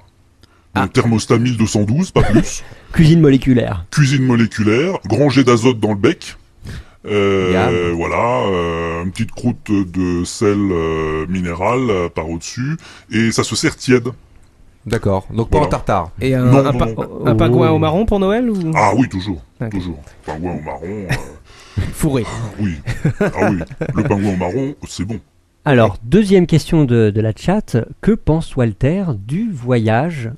Donc, thermostat 1212, pas plus. Ah. Cuisine moléculaire. Cuisine moléculaire, grand jet d'azote dans le bec. Euh, voilà, euh, une petite croûte de sel euh, minéral euh, par au-dessus. Et ça se sert tiède. D'accord, donc pas en tartare. Et un, Non, un non, pa- non. Oh. un pingouin au marron pour Noël ou Ah oui, toujours. Toujours. Pingouin au marron. euh, Fourré. oui. Ah oui. Le pingouin au marron, c'est bon. Alors, deuxième question de, de la chat. Que pense Walter du voyage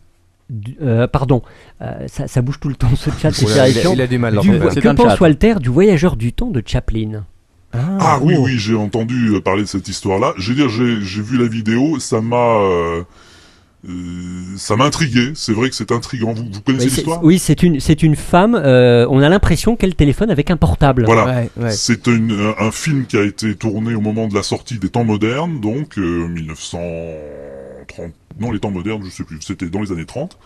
du- euh, pardon, euh, ça, ça bouge tout le temps ce chat, c'est Oula, il a- terrifiant. il a du mal, Du- l'enfer. que C'est un pense chat. Walter du voyageur du temps de Chaplin Ah oh. oui, oui, j'ai entendu euh, parler de cette histoire-là. J'ai dire, j'ai j'ai vu la vidéo, ça m'a, euh, euh, ça m'a intrigué. C'est vrai que c'est intriguant. Vous, vous connaissez Mais c'est- l'histoire Oui, c'est une, c'est une femme. euh, on a l'impression qu'elle téléphone avec un portable. Voilà. C'est une- euh, un, un film qui a été tourné au moment de la sortie des temps modernes, donc euh, 1930. Non, les temps modernes, je sais plus. C'était dans les années 30.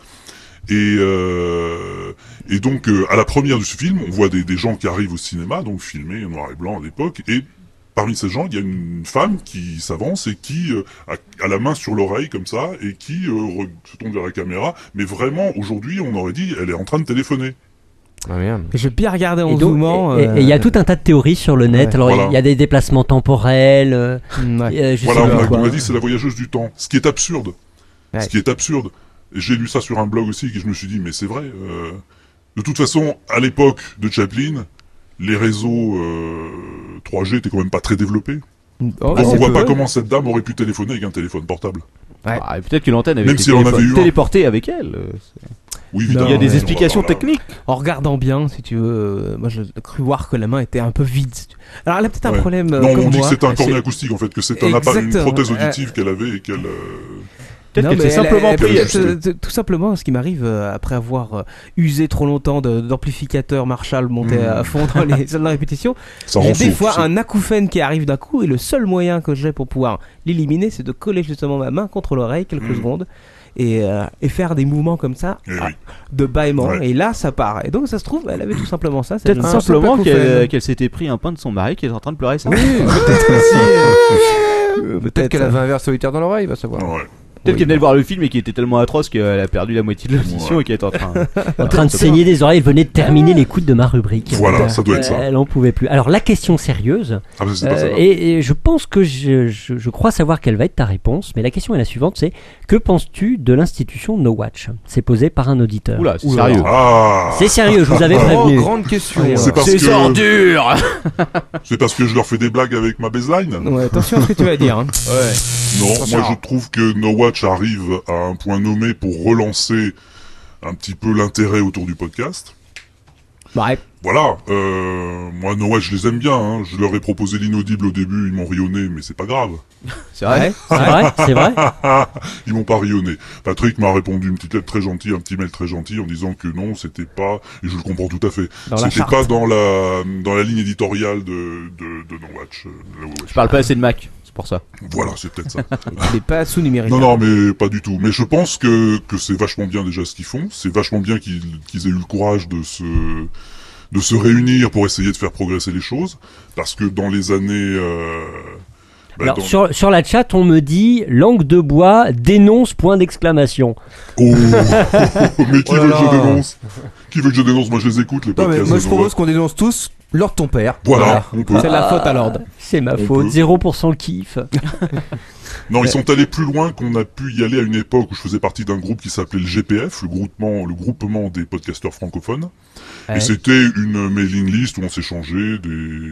Et, euh, et donc, euh, à la première de ce film, on voit des, des gens qui arrivent au cinéma, donc filmés en noir et blanc à l'époque, et parmi ces gens, il y a une femme qui s'avance et qui euh, a, a la main sur l'oreille comme ça, et qui euh, re- se tourne vers la caméra. Mais vraiment, aujourd'hui, on aurait dit, elle est en train de téléphoner. J'ai bien regardé en Et donc- zoomant. et- et il y a euh, tout un tas de théories sur le net. Ouais. Alors, il y- Voilà. il y a des déplacements temporels. euh, euh, je voilà, sais on pas a- quoi. on m'a dit c'est la voyageuse du temps, ce qui est absurde. Ouais. Ce qui est absurde. Et J'ai lu ça sur un blog aussi et je me suis dit mais c'est vrai. euh, De toute façon, à l'époque de Chaplin, les réseaux euh, 3G étaient quand même pas très développés. Oh, Donc c'est on voit peu. pas comment cette dame aurait pu téléphoner avec un téléphone portable. Ah, et Peut-être que l'antenne avait Même été si on en télépo- avait eu un. téléportée avec elle. euh, c'est- Oui, Il y a des Oh explications techniques. En regardant bien, si tu veux, euh, moi j'ai cru voir que la main était un peu vide. si tu- Alors elle a peut-être un Ouais. problème. euh, non, comme on dit moi. que c'est un cornet acoustique en fait, que c'est un appareil, une Exactement. prothèse Euh, auditive qu'elle avait et qu'elle. euh, Non, mais elle- elle- qu'elle peut-être, ajustait. euh, t- Tout simplement, ce qui m'arrive euh, après avoir euh, usé trop longtemps de- d'amplificateur Marshall monté Mmh. à fond dans les salles de répétition, Ça j'ai rend des sourd, fois c'est- un acouphène qui arrive d'un coup et le seul moyen que j'ai pour pouvoir l'éliminer, c'est de coller justement ma main contre l'oreille quelques secondes et, euh, et faire des mouvements comme ça Hmm. Eh ah, oui. de bâillement Ouais. et là ça part. Et donc ça se trouve, elle avait tout simplement ça. c'est Peut-être un simplement simple qu'elle acouphène. qu'elle s'était pris un pain de son mari qui est en train de pleurer. ça. Oui, peut-être Euh, Peut-être qu'elle avait un verre solitaire dans l'oreille, va savoir. Peut-être qu'elle venait de voir le film et qu'il était tellement atroce qu'elle a perdu la moitié de l'audition et qu'elle est en train. En train de saigner des oreilles, elle venait de terminer l'écoute de ma rubrique. Voilà, ça doit être ça. Euh, Elle en pouvait plus. Alors la question sérieuse, euh, Ah, mais c'est pas celle-là. et, et je pense que je, je- je crois savoir quelle va être ta réponse, mais la question est la suivante, c'est que penses-tu de l'institution No Watch C'est posé par un auditeur. Oula, c'est sérieux. Ah. C'est sérieux, je vous avais Oh, prévenu. grande question. C'est parce que- C'est parce que je leur fais des blagues avec ma baseline Ouais, attention à ce que tu vas dire, hein. Ouais. Non, Attention. moi je trouve que No Watch arrive à un point nommé pour relancer un petit peu l'intérêt autour du podcast. Ouais. Voilà, euh, moi No Watch je les aime bien, hein. je leur ai proposé l'inaudible au début, ils m'ont rionné, mais c'est pas grave. C'est vrai, c'est vrai, c'est vrai. Ils m'ont pas rionné. Patrick m'a répondu une petite lettre très gentille, un petit mail très gentil en disant que non, c'était pas, et je le comprends tout à fait, Dans la c'était charte. pas dans la, dans la ligne éditoriale de, de, de No Watch. euh, de No Watch. Je parle pas assez de Mac, c'est pour ça. Voilà, c'est peut-être ça. Il est pas sous numérique. Non, non, mais pas du tout. Mais je pense que, que c'est vachement bien déjà ce qu'ils font. C'est vachement bien qu'ils qu'ils aient eu le courage de se, de se réunir pour essayer de faire progresser les choses. Parce que dans les années... euh, Bah, Alors, dans- sur, sur la chat, on me dit langue de bois dénonce point d'exclamation. Oh, Oh mais qui veut que je dénonce Qui veut que je dénonce Moi, je les écoute, les Oh Non, mais podcasts. moi je donc, propose qu'on dénonce tous Lord ton père. Ah. Voilà, on peut. C'est la faute à Lord. C'est ma On faute. peut. 0% kiff. Non, ils sont allés plus loin qu'on a pu y aller à une époque où je faisais partie d'un groupe qui s'appelait le GPF, le groupement, le groupement des podcasteurs francophones. Ouais. Et c'était une mailing list où on s'échangeait, des...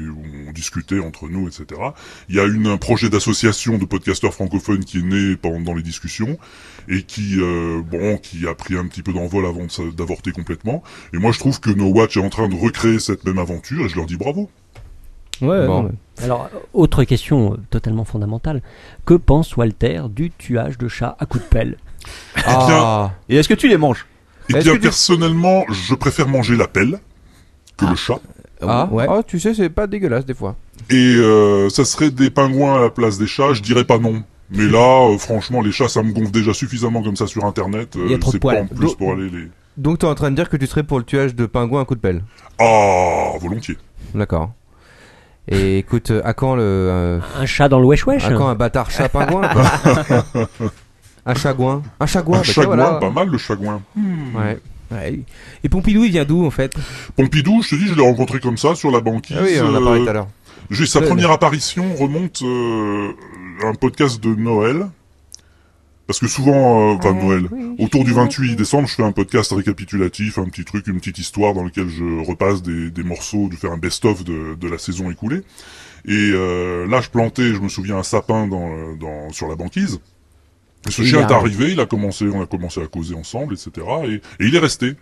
où on discutait entre nous, etc. Il y a une, un projet d'association de podcasteurs francophones qui est né pendant dans les discussions et qui, euh, bon, qui a pris un petit peu d'envol avant de sa- d'avorter complètement. Et moi, je trouve que No Watch est en train de recréer cette même aventure et je leur dis bravo. Ouais, Bon. non, mais- Alors, autre question euh, totalement fondamentale. Que pense Walter du tuage de chats à coups de pelle Ah. Ah. Et est-ce que tu les manges Eh bien, personnellement, je préfère manger la pelle que le chat. Ah, Ah, tu sais, c'est pas dégueulasse des fois. Et euh, ça serait des pingouins à la place des chats, je dirais pas non. Mais là, euh, franchement, les chats, ça me gonfle déjà suffisamment comme ça sur Internet. Il y a trop de Euh, c'est poils. pas en plus Do- pour aller les... Donc t'es en train de dire que tu serais pour le tuage de pingouins à coup de pelle Ah, volontiers. D'accord. Et écoute, euh, à quand le. euh, Un chat dans le wesh wesh À Ah, quand un bâtard chat pingouin quoi Un chagouin Un Un chagouin bah, tiens, chagouin, voilà. pas mal Ah, le chagouin. Hmm. Ouais. Et Pompidou, il vient d'où en fait Pompidou, je te dis, je l'ai rencontré comme ça sur la banquise. euh, Ah oui, on en a parlé tout à l'heure. j'ai- Sa Ouais, première mais- apparition remonte euh, à un podcast de Noël. Parce que souvent, euh, enfin Noël, autour du 28 décembre, je fais un podcast récapitulatif, un petit truc, une petite histoire dans lequel je repasse des, des morceaux, de faire un best-of de, de la saison écoulée. Et euh, là, je plantais, je me souviens, un sapin dans, le- dans, sur la banquise. Et ce Il chien est a- arrivé, il a commencé, on a commencé à causer ensemble, etc. Et, et il est resté.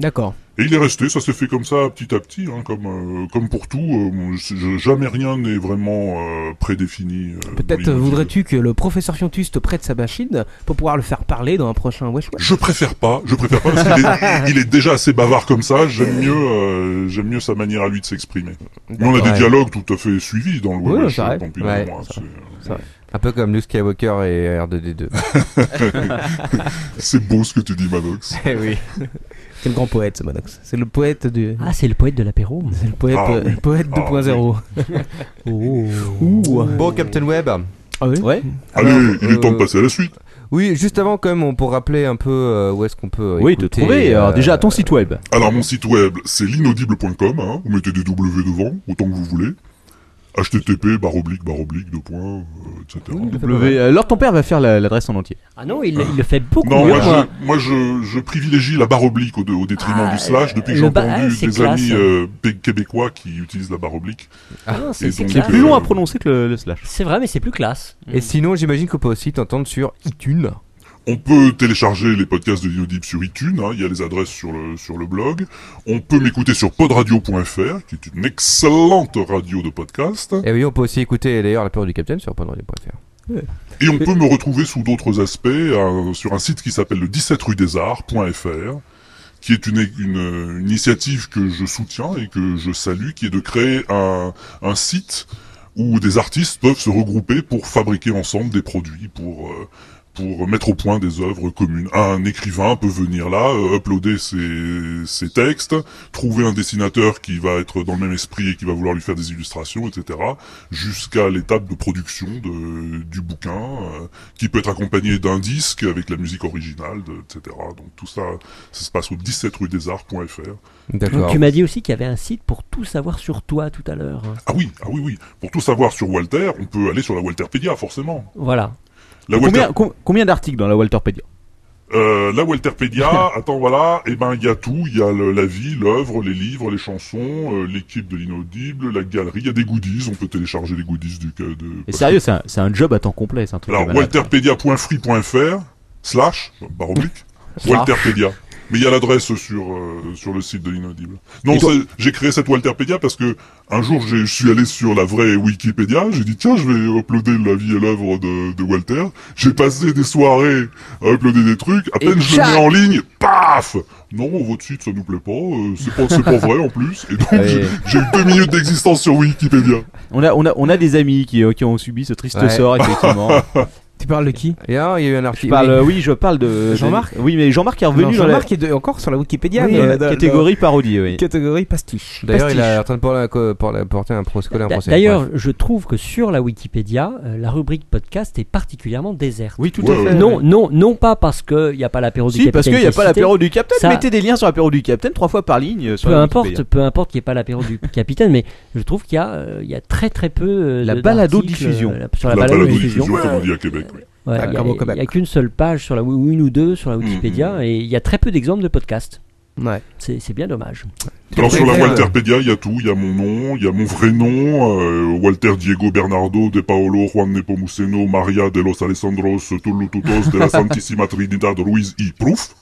D'accord. Et il est resté, ça s'est fait comme ça, petit à petit, hein, comme euh, comme pour tout. euh, bon, je- je- jamais rien n'est vraiment euh, prédéfini. euh, dans Peut-être l'idée. voudrais-tu que le professeur Fiontus te prête sa machine pour pouvoir le faire parler dans un prochain Wesh Wesh Je préfère pas, Ah, je préfère pas parce qu'il est, il est déjà assez bavard comme ça. J'aime mieux, euh, j'aime mieux sa manière à lui de s'exprimer. Mais on a des Ouais. dialogues tout à fait suivis dans le Oui, web. c'est vrai. Ouais, c'est euh, vrai. Un peu comme Luke Skywalker et R2D2. C'est beau ce que tu dis, Manox. Eh oui. C'est le grand poète, ce Manox. C'est le poète du. Ah, c'est le poète de l'apéro. C'est le poète, euh, Ah, oui. poète Ah, 2.0. Oh. Ouh. Bon, Captain Web. Ah oui Ouais. Allez, il est temps de passer à la suite. Oui, juste avant, quand même, on peut rappeler un peu euh, où est-ce qu'on peut. euh, Oui, te écouter, trouver. Alors, euh, déjà, ton site web. Alors mon site web, c'est l'inaudible.com. Hein, vous mettez des W devant, autant que vous voulez. HTTP, barre oblique, barre oblique, deux points, euh, etc. W- euh, Lord ton père va faire la- l'adresse en entier. Ah non, il, il le fait beaucoup Non, mieux. moi, quoi. je, moi je, je privilégie la barre oblique au, dé- au détriment Ah, du slash depuis que le j'ai ba- ah, entendu c'est des classe. amis euh, pé- québécois qui utilisent la barre oblique. Ah, Et c'est c'est donc, classe. euh, prononcer que le, slash. C'est vrai, mais c'est plus classe. Et sinon, j'imagine qu'on peut aussi t'entendre sur iTunes. On peut télécharger les podcasts de Inaudible sur iTunes, hein, il y a les adresses sur le, sur le blog. On peut m'écouter sur podradio.fr, qui est une excellente radio de podcast. Et Eh oui, on peut aussi écouter d'ailleurs la peur du Capitaine sur pandoria.fr. Et on peut me retrouver sous d'autres aspects euh, sur un site qui s'appelle le 17 rue des arts.fr, qui est une, une, euh, une initiative que je soutiens et que je salue, qui est de créer un, un site où des artistes peuvent se regrouper pour fabriquer ensemble des produits, pour, euh, pour mettre au point des œuvres communes. Un écrivain peut venir là, euh, uploader ses, ses textes, trouver un dessinateur qui va être dans le même esprit et qui va vouloir lui faire des illustrations, etc., jusqu'à l'étape de production de, du bouquin, euh, qui peut être accompagné d'un disque avec la musique originale, de- etc. Donc tout ça, ça se passe au 17 rue des arts.fr. Donc, tu m'as dit aussi qu'il y avait un site pour tout savoir sur toi tout à l'heure. Ah oui, ah oui, oui. Pour tout savoir sur Walter, on peut aller sur la Walterpedia, forcément. Voilà. La combien Walter- com- combien d'articles dans la Walterpedia Euh, la Walterpedia, attends, voilà, et ben il y a tout, il y a le- la vie, l'œuvre, les livres, les chansons, euh, l'équipe de l'inaudible, la galerie, il y a des goodies, on peut télécharger les goodies du ca- de. Et sérieux, c'est un, c'est un job à temps complet, c'est un truc. de Alors malade. walterpedia.free.fr slash barre oblique Slash. Walterpedia. Mais il y a l'adresse sur euh, sur le site de l'inaudible. Non, Et toi- c'est- j'ai créé cette Walterpedia parce que un jour j'ai- je suis allé sur la vraie Wikipédia, j'ai dit tiens je vais uploader la vie et l'œuvre de, de Walter. J'ai passé des soirées à uploader des trucs. À Et peine je le mets tchac en ligne, paf. Non, votre site ça nous plaît pas, euh, c'est pas c'est pas vrai en plus. Et donc Ouais. j'ai- j'ai eu deux minutes d'existence sur Wikipédia. On a, on a, on a des amis qui, euh, qui ont subi ce triste Ouais. sort, effectivement. Tu parles de qui Eh Il y a eu un article. Je parle, euh, oui, je parle de Jean-Marc. Oui, mais Jean-Marc est revenu Non, dans la Jean-Marc est de- encore sur la Wikipédia. Oui, mais euh, dans- catégorie dans- parodie, oui. Catégorie pastiche. D'ailleurs, il Pastiche. est en train de porter un co- porter- porter un procès. coller un D'a- procès. D'ailleurs, Bref. je trouve que sur la Wikipédia, euh, la rubrique podcast est particulièrement déserte. Oui, tout à Ouais. fait, Non, ouais. non, non pas parce qu'il n'y a pas l'apéro du Si, capitaine. parce qu'il n'y qui a est pas cité. l'apéro du Capitaine. Ça- Mettez des liens sur l'apéro du Capitaine trois fois par ligne. euh, sur peu la importe, Wikipédia. peu importe qu'il n'y ait pas l'apéro du capitaine, mais je trouve qu'il y, a, euh, il y a très très peu. euh, La de- balado-diffusion. d'articles, euh, sur la, La balado-diffusion. balado-diffusion, comme on dit à Québec, oui. Ouais, Ah, il y a- comme au il Québec. n'y a, qu'une seule page sur la ou une ou deux Mm, sur la Wikipédia et il y a très peu d'exemples de podcasts. C'est c'est bien dommage. Alors sur la Walterpedia, il y a tout, il y a mon nom, il y a mon vrai nom, euh, Walter Diego Bernardo de Paolo Juan Nepomuceno Maria de los Alessandros Tulututos de la Santissima Trinidad Ruiz y Proof.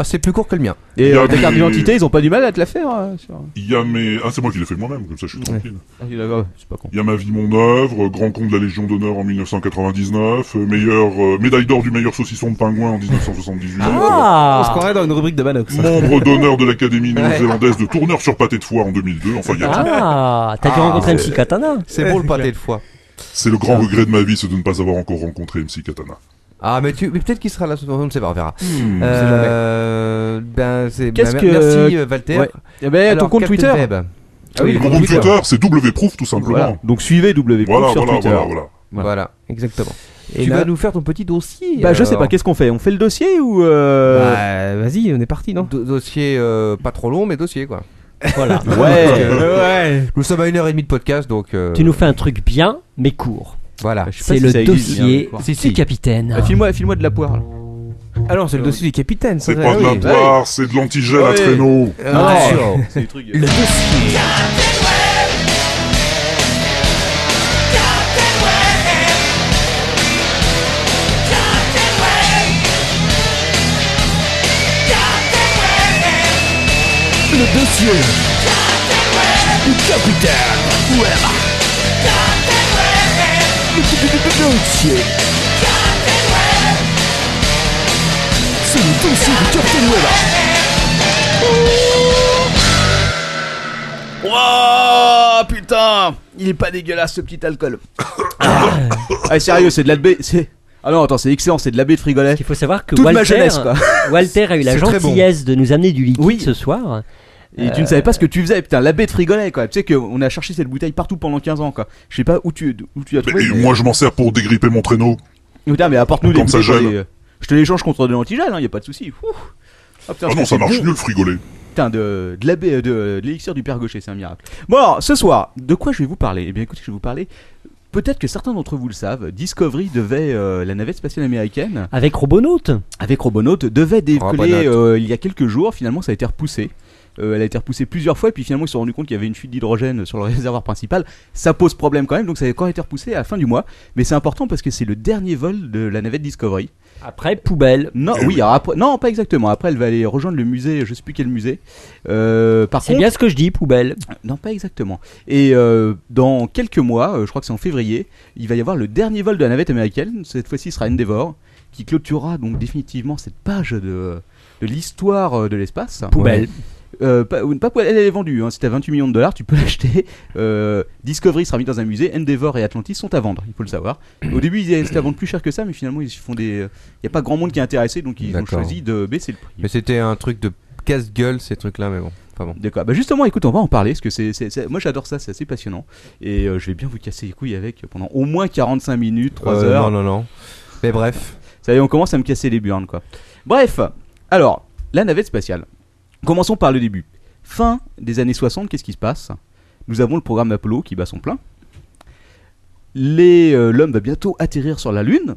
Ah, c'est plus court que le mien. Il Et y a euh, ta carte mes- d'identité, ils ont pas du mal à te la faire. euh, sur- Il y a mes... Ah, c'est moi qui l'ai fait moi-même, comme ça je suis tranquille. c'est pas con. Il y a ma vie, mon œuvre, euh, grand con de la Légion d'honneur en 1999, euh, meilleur, euh, médaille d'or du meilleur saucisson de pingouin en 1978. Ah. On se croirait dans une rubrique de Manox. Membre d'honneur de l'Académie Ouais. néo-zélandaise de tourneur sur pâté de foie en 2002. Enfin, il y a tout. Ah, t'as dû Ah, rencontrer c'est- MC Katana. C'est pour le pâté de foie. C'est le grand regret de ma vie, c'est de ne pas avoir encore rencontré MC Katana. Ah, mais, tu... mais peut-être qu'il sera là ce soir, on ne sait pas, on verra. Hmm, Euh, ben, c'est. Qu'est-ce ben, que- Merci, euh, Walter. Ouais. Eh ben, ton compte Captain Twitter. Web. Ah oui, Mon le compte Twitter. Twitter, c'est WProof tout simplement. Voilà. Donc suivez W Voilà, sur voilà, Twitter. voilà, voilà. Voilà, exactement. Et tu là- vas nous faire ton petit dossier. Bah, je sais alors. pas, qu'est-ce qu'on fait On fait le dossier ou. euh, Bah, vas-y, on est parti, non Do- Dossier euh, pas trop long, mais dossier quoi. Voilà. Parce que- euh, Nous sommes à une heure et demie de podcast donc. euh, Tu nous fais un truc bien, mais court. Voilà. Je sais pas C'est si le ça existe, dossier bien, mais court. du capitaine. Ah, file-moi, file-moi de la poire. là. Ah non, c'est le dossier du capitaine. Ah C'est Ah pas de la poire, c'est de l'antigel à Ouais. traîneau. Euh, Non, attention. c'est des trucs- Le dossier. Le dossier du capitaine Web. Le d- d- d- dossier. C'est le dossier du capitaine Wouah, putain Il est pas dégueulasse ce petit alcool. ah, sérieux, c'est de la B. C'est. Ah non, attends, c'est excellent, c'est de la B de frigolet. Il faut savoir que Toute Walter, ma jeunesse, quoi. Walter a eu la C'est très bon. gentillesse de nous amener du liquide ce soir. Et tu Euh, ne savais pas ce que tu faisais, putain, la baie de frigolet, quoi. Tu sais qu'on a cherché cette bouteille partout pendant 15 ans, quoi. Je sais pas où tu, où tu l'as trouvé. Et moi, je m'en sers pour dégripper mon traîneau. Putain, mais apporte-nous des Comme ça bouteilles. pour gèle. des- Je te l'échange contre de l'antigel, hein, y a pas de souci. Ouh. Ah, putain, Ah non, je pense ça que c'est marche bon. mieux le frigolet. Putain, de, de la baie- de, de l'élixir du père gaucher, c'est un miracle. Bon, alors, ce soir, de quoi je vais vous parler Eh bien, écoutez, je vais vous parler. Peut-être que certains d'entre vous le savent, Discovery devait, euh, la navette spatiale américaine. Avec Robonaut Avec Robonaut, devait décoller Robonaut. euh, il y a quelques jours. Finalement, ça a été repoussé. Euh, elle a été repoussée plusieurs fois, et puis finalement, ils se sont rendus compte qu'il y avait une fuite d'hydrogène sur le réservoir principal. Ça pose problème quand même, donc ça a encore été repoussé à la fin du mois. Mais c'est important parce que c'est le dernier vol de la navette Discovery. Après, poubelle. Non, oui, alors après- non, pas exactement. Après, elle va aller rejoindre le musée, je sais plus quel musée. Euh, par C'est bien ce que je dis, poubelle. Non, pas exactement. Et euh, dans quelques mois, euh, je crois que c'est en février, il va y avoir le dernier vol de la navette américaine. Cette fois-ci, ce sera Endeavour, qui clôturera donc définitivement cette page de, de l'histoire euh, de l'espace. Poubelle. Ouais. Euh, pas, ou- pas poubelle, elle, elle est vendue. Hein. Si t'as 28 millions de dollars, tu peux l'acheter. Euh, Discovery sera mis dans un musée. Endeavour et Atlantis sont à vendre, il faut le savoir. Au début, ils étaient à vendre plus cher que ça, mais finalement, ils font des. Il n'y a pas grand monde qui est intéressé, donc ils ont D'accord. choisi de baisser le prix. Mais c'était un truc de casse-gueule ces trucs-là, mais bon. Pas bon. D'accord. Bah justement, écoute, on va en parler parce que c'est, c'est- c'est- moi j'adore ça, c'est assez passionnant et euh, je vais bien vous casser les couilles avec pendant au moins 45 minutes, 3 Euh, heures. non, non, non. Mais bref. Ça y est, on commence à me casser les burnes quoi. Bref, alors la navette spatiale. Commençons par le début. Fin des années 60, qu'est-ce qui se passe Nous avons le programme Apollo qui bat son plein. Les, euh, l'homme va bientôt atterrir sur la Lune,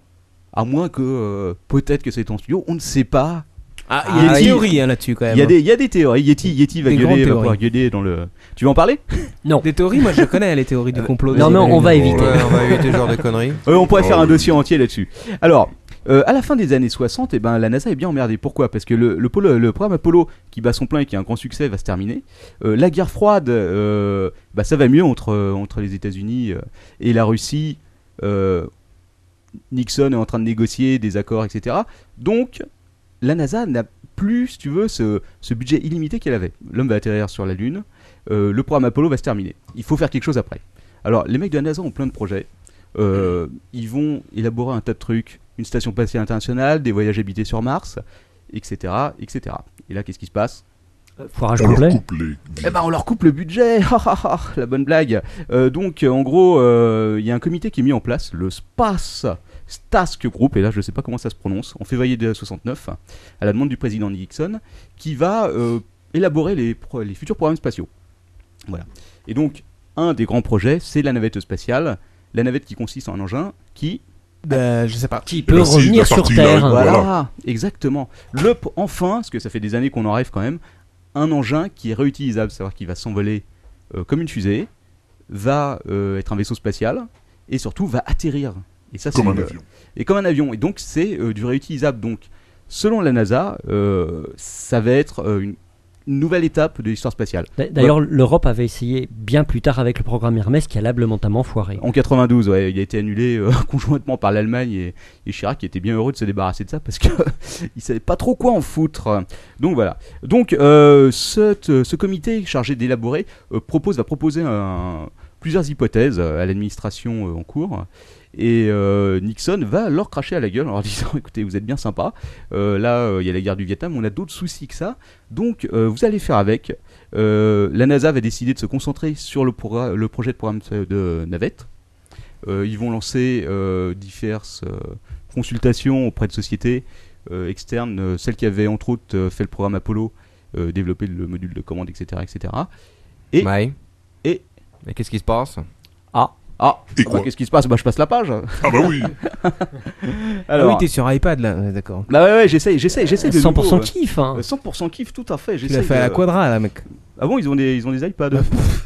à moins que euh, peut-être que c'est en studio, on ne sait pas. Ah, il y a des théories, hein, là-dessus, quand même. Il y a des, il y a des théories. Yeti, Yeti va Des gueuler, grandes va théories. pouvoir gueuler dans le. Tu veux en parler Euh, Non. Des théories, moi je connais les théories du complot. Non, des non, on États-Unis. va éviter. Ouais, on va éviter ce genre de conneries. Euh, on pourrait Oh, faire un oui. dossier entier là-dessus. Alors, euh, à la fin des années 60, eh ben, la NASA est bien emmerdée. Pourquoi Parce que le, le polo- le programme Apollo, qui bat son plein et qui a un grand succès, va se terminer. Euh, la guerre froide, euh, bah, ça va mieux entre, euh, entre les États-Unis euh, et la Russie. Euh, Nixon est en train de négocier des accords, etc. Donc, la NASA n'a plus, si tu veux, ce, ce budget illimité qu'elle avait. L'homme va atterrir sur la Lune, euh, le programme Apollo va se terminer. Il faut faire quelque chose après. Alors, les mecs de la NASA ont plein de projets. Euh, ils vont élaborer un tas de trucs. une station spatiale internationale, des voyages habités sur Mars, etc. etc. Et là, qu'est-ce qui se passe Foirage On leur complet. coupe Euh, Eh ben, on leur coupe le budget Ah, ah, ah, La bonne blague Euh, Donc, euh, en gros, euh, il y a un comité qui est mis en place, le SPAS Stask Group, et là je ne sais pas comment ça se prononce, en février 69, à la demande du président Nixon, qui va euh, élaborer les, pro- les futurs programmes spatiaux. Voilà. Et donc, un des grands projets, c'est la navette spatiale, la navette qui consiste en un engin qui Ben, je sais pas. qui peut Eh ben, si, revenir la sur partie Terre. là, Voilà, voilà. exactement. Le p- enfin, parce que ça fait des années qu'on en rêve quand même, un engin qui est réutilisable, savoir qu'il va s'envoler euh, comme une fusée, va euh, être un vaisseau spatial et surtout va atterrir. Et ça, Comme c'est un une- avion. Et comme un avion. Et donc c'est euh, du réutilisable. Donc selon la NASA, euh, ça va être euh, une une nouvelle étape de l'histoire spatiale. D'a- D'ailleurs, Voilà. l'Europe avait essayé bien plus tard avec le programme Hermès qui a lamentablement foiré. En 92, ouais, il a été annulé euh, conjointement par l'Allemagne et, et Chirac qui était bien heureux de se débarrasser de ça parce que il savait pas trop quoi en foutre. Donc voilà. Donc euh, cette- ce comité chargé d'élaborer euh, propose va proposer un- plusieurs hypothèses euh, à l'administration euh, en cours. Et euh, Nixon va leur cracher à la gueule en leur disant écoutez vous êtes bien sympa là euh, il y a la guerre du Vietnam on a d'autres soucis que ça donc euh, vous allez faire avec Euh, la NASA va décider de se concentrer sur le, progra- le projet de programme de navette euh, ils vont lancer euh, diverses euh, consultations auprès de sociétés euh, externes, euh, celles qui avaient entre autres euh, fait le programme Apollo, euh, développé le module de commande, etc. etc. Et, et, qu'est-ce qui se passe Ah, ah, Et Ah bah, quoi qu'est-ce qui se passe Bah je passe la page. Ah bah oui. Ah oui, t'es sur iPad là, ouais, d'accord. Bah ouais, ouais j'essaye, j'essaye, j'essaye. de 100% nouveau, kiff, hein. Euh, 100% kiff, tout à fait. Tu j'essaye l'as fait à la de- quadra là, mec. Bah, Ah bon, ils ont des, ils ont des iPads.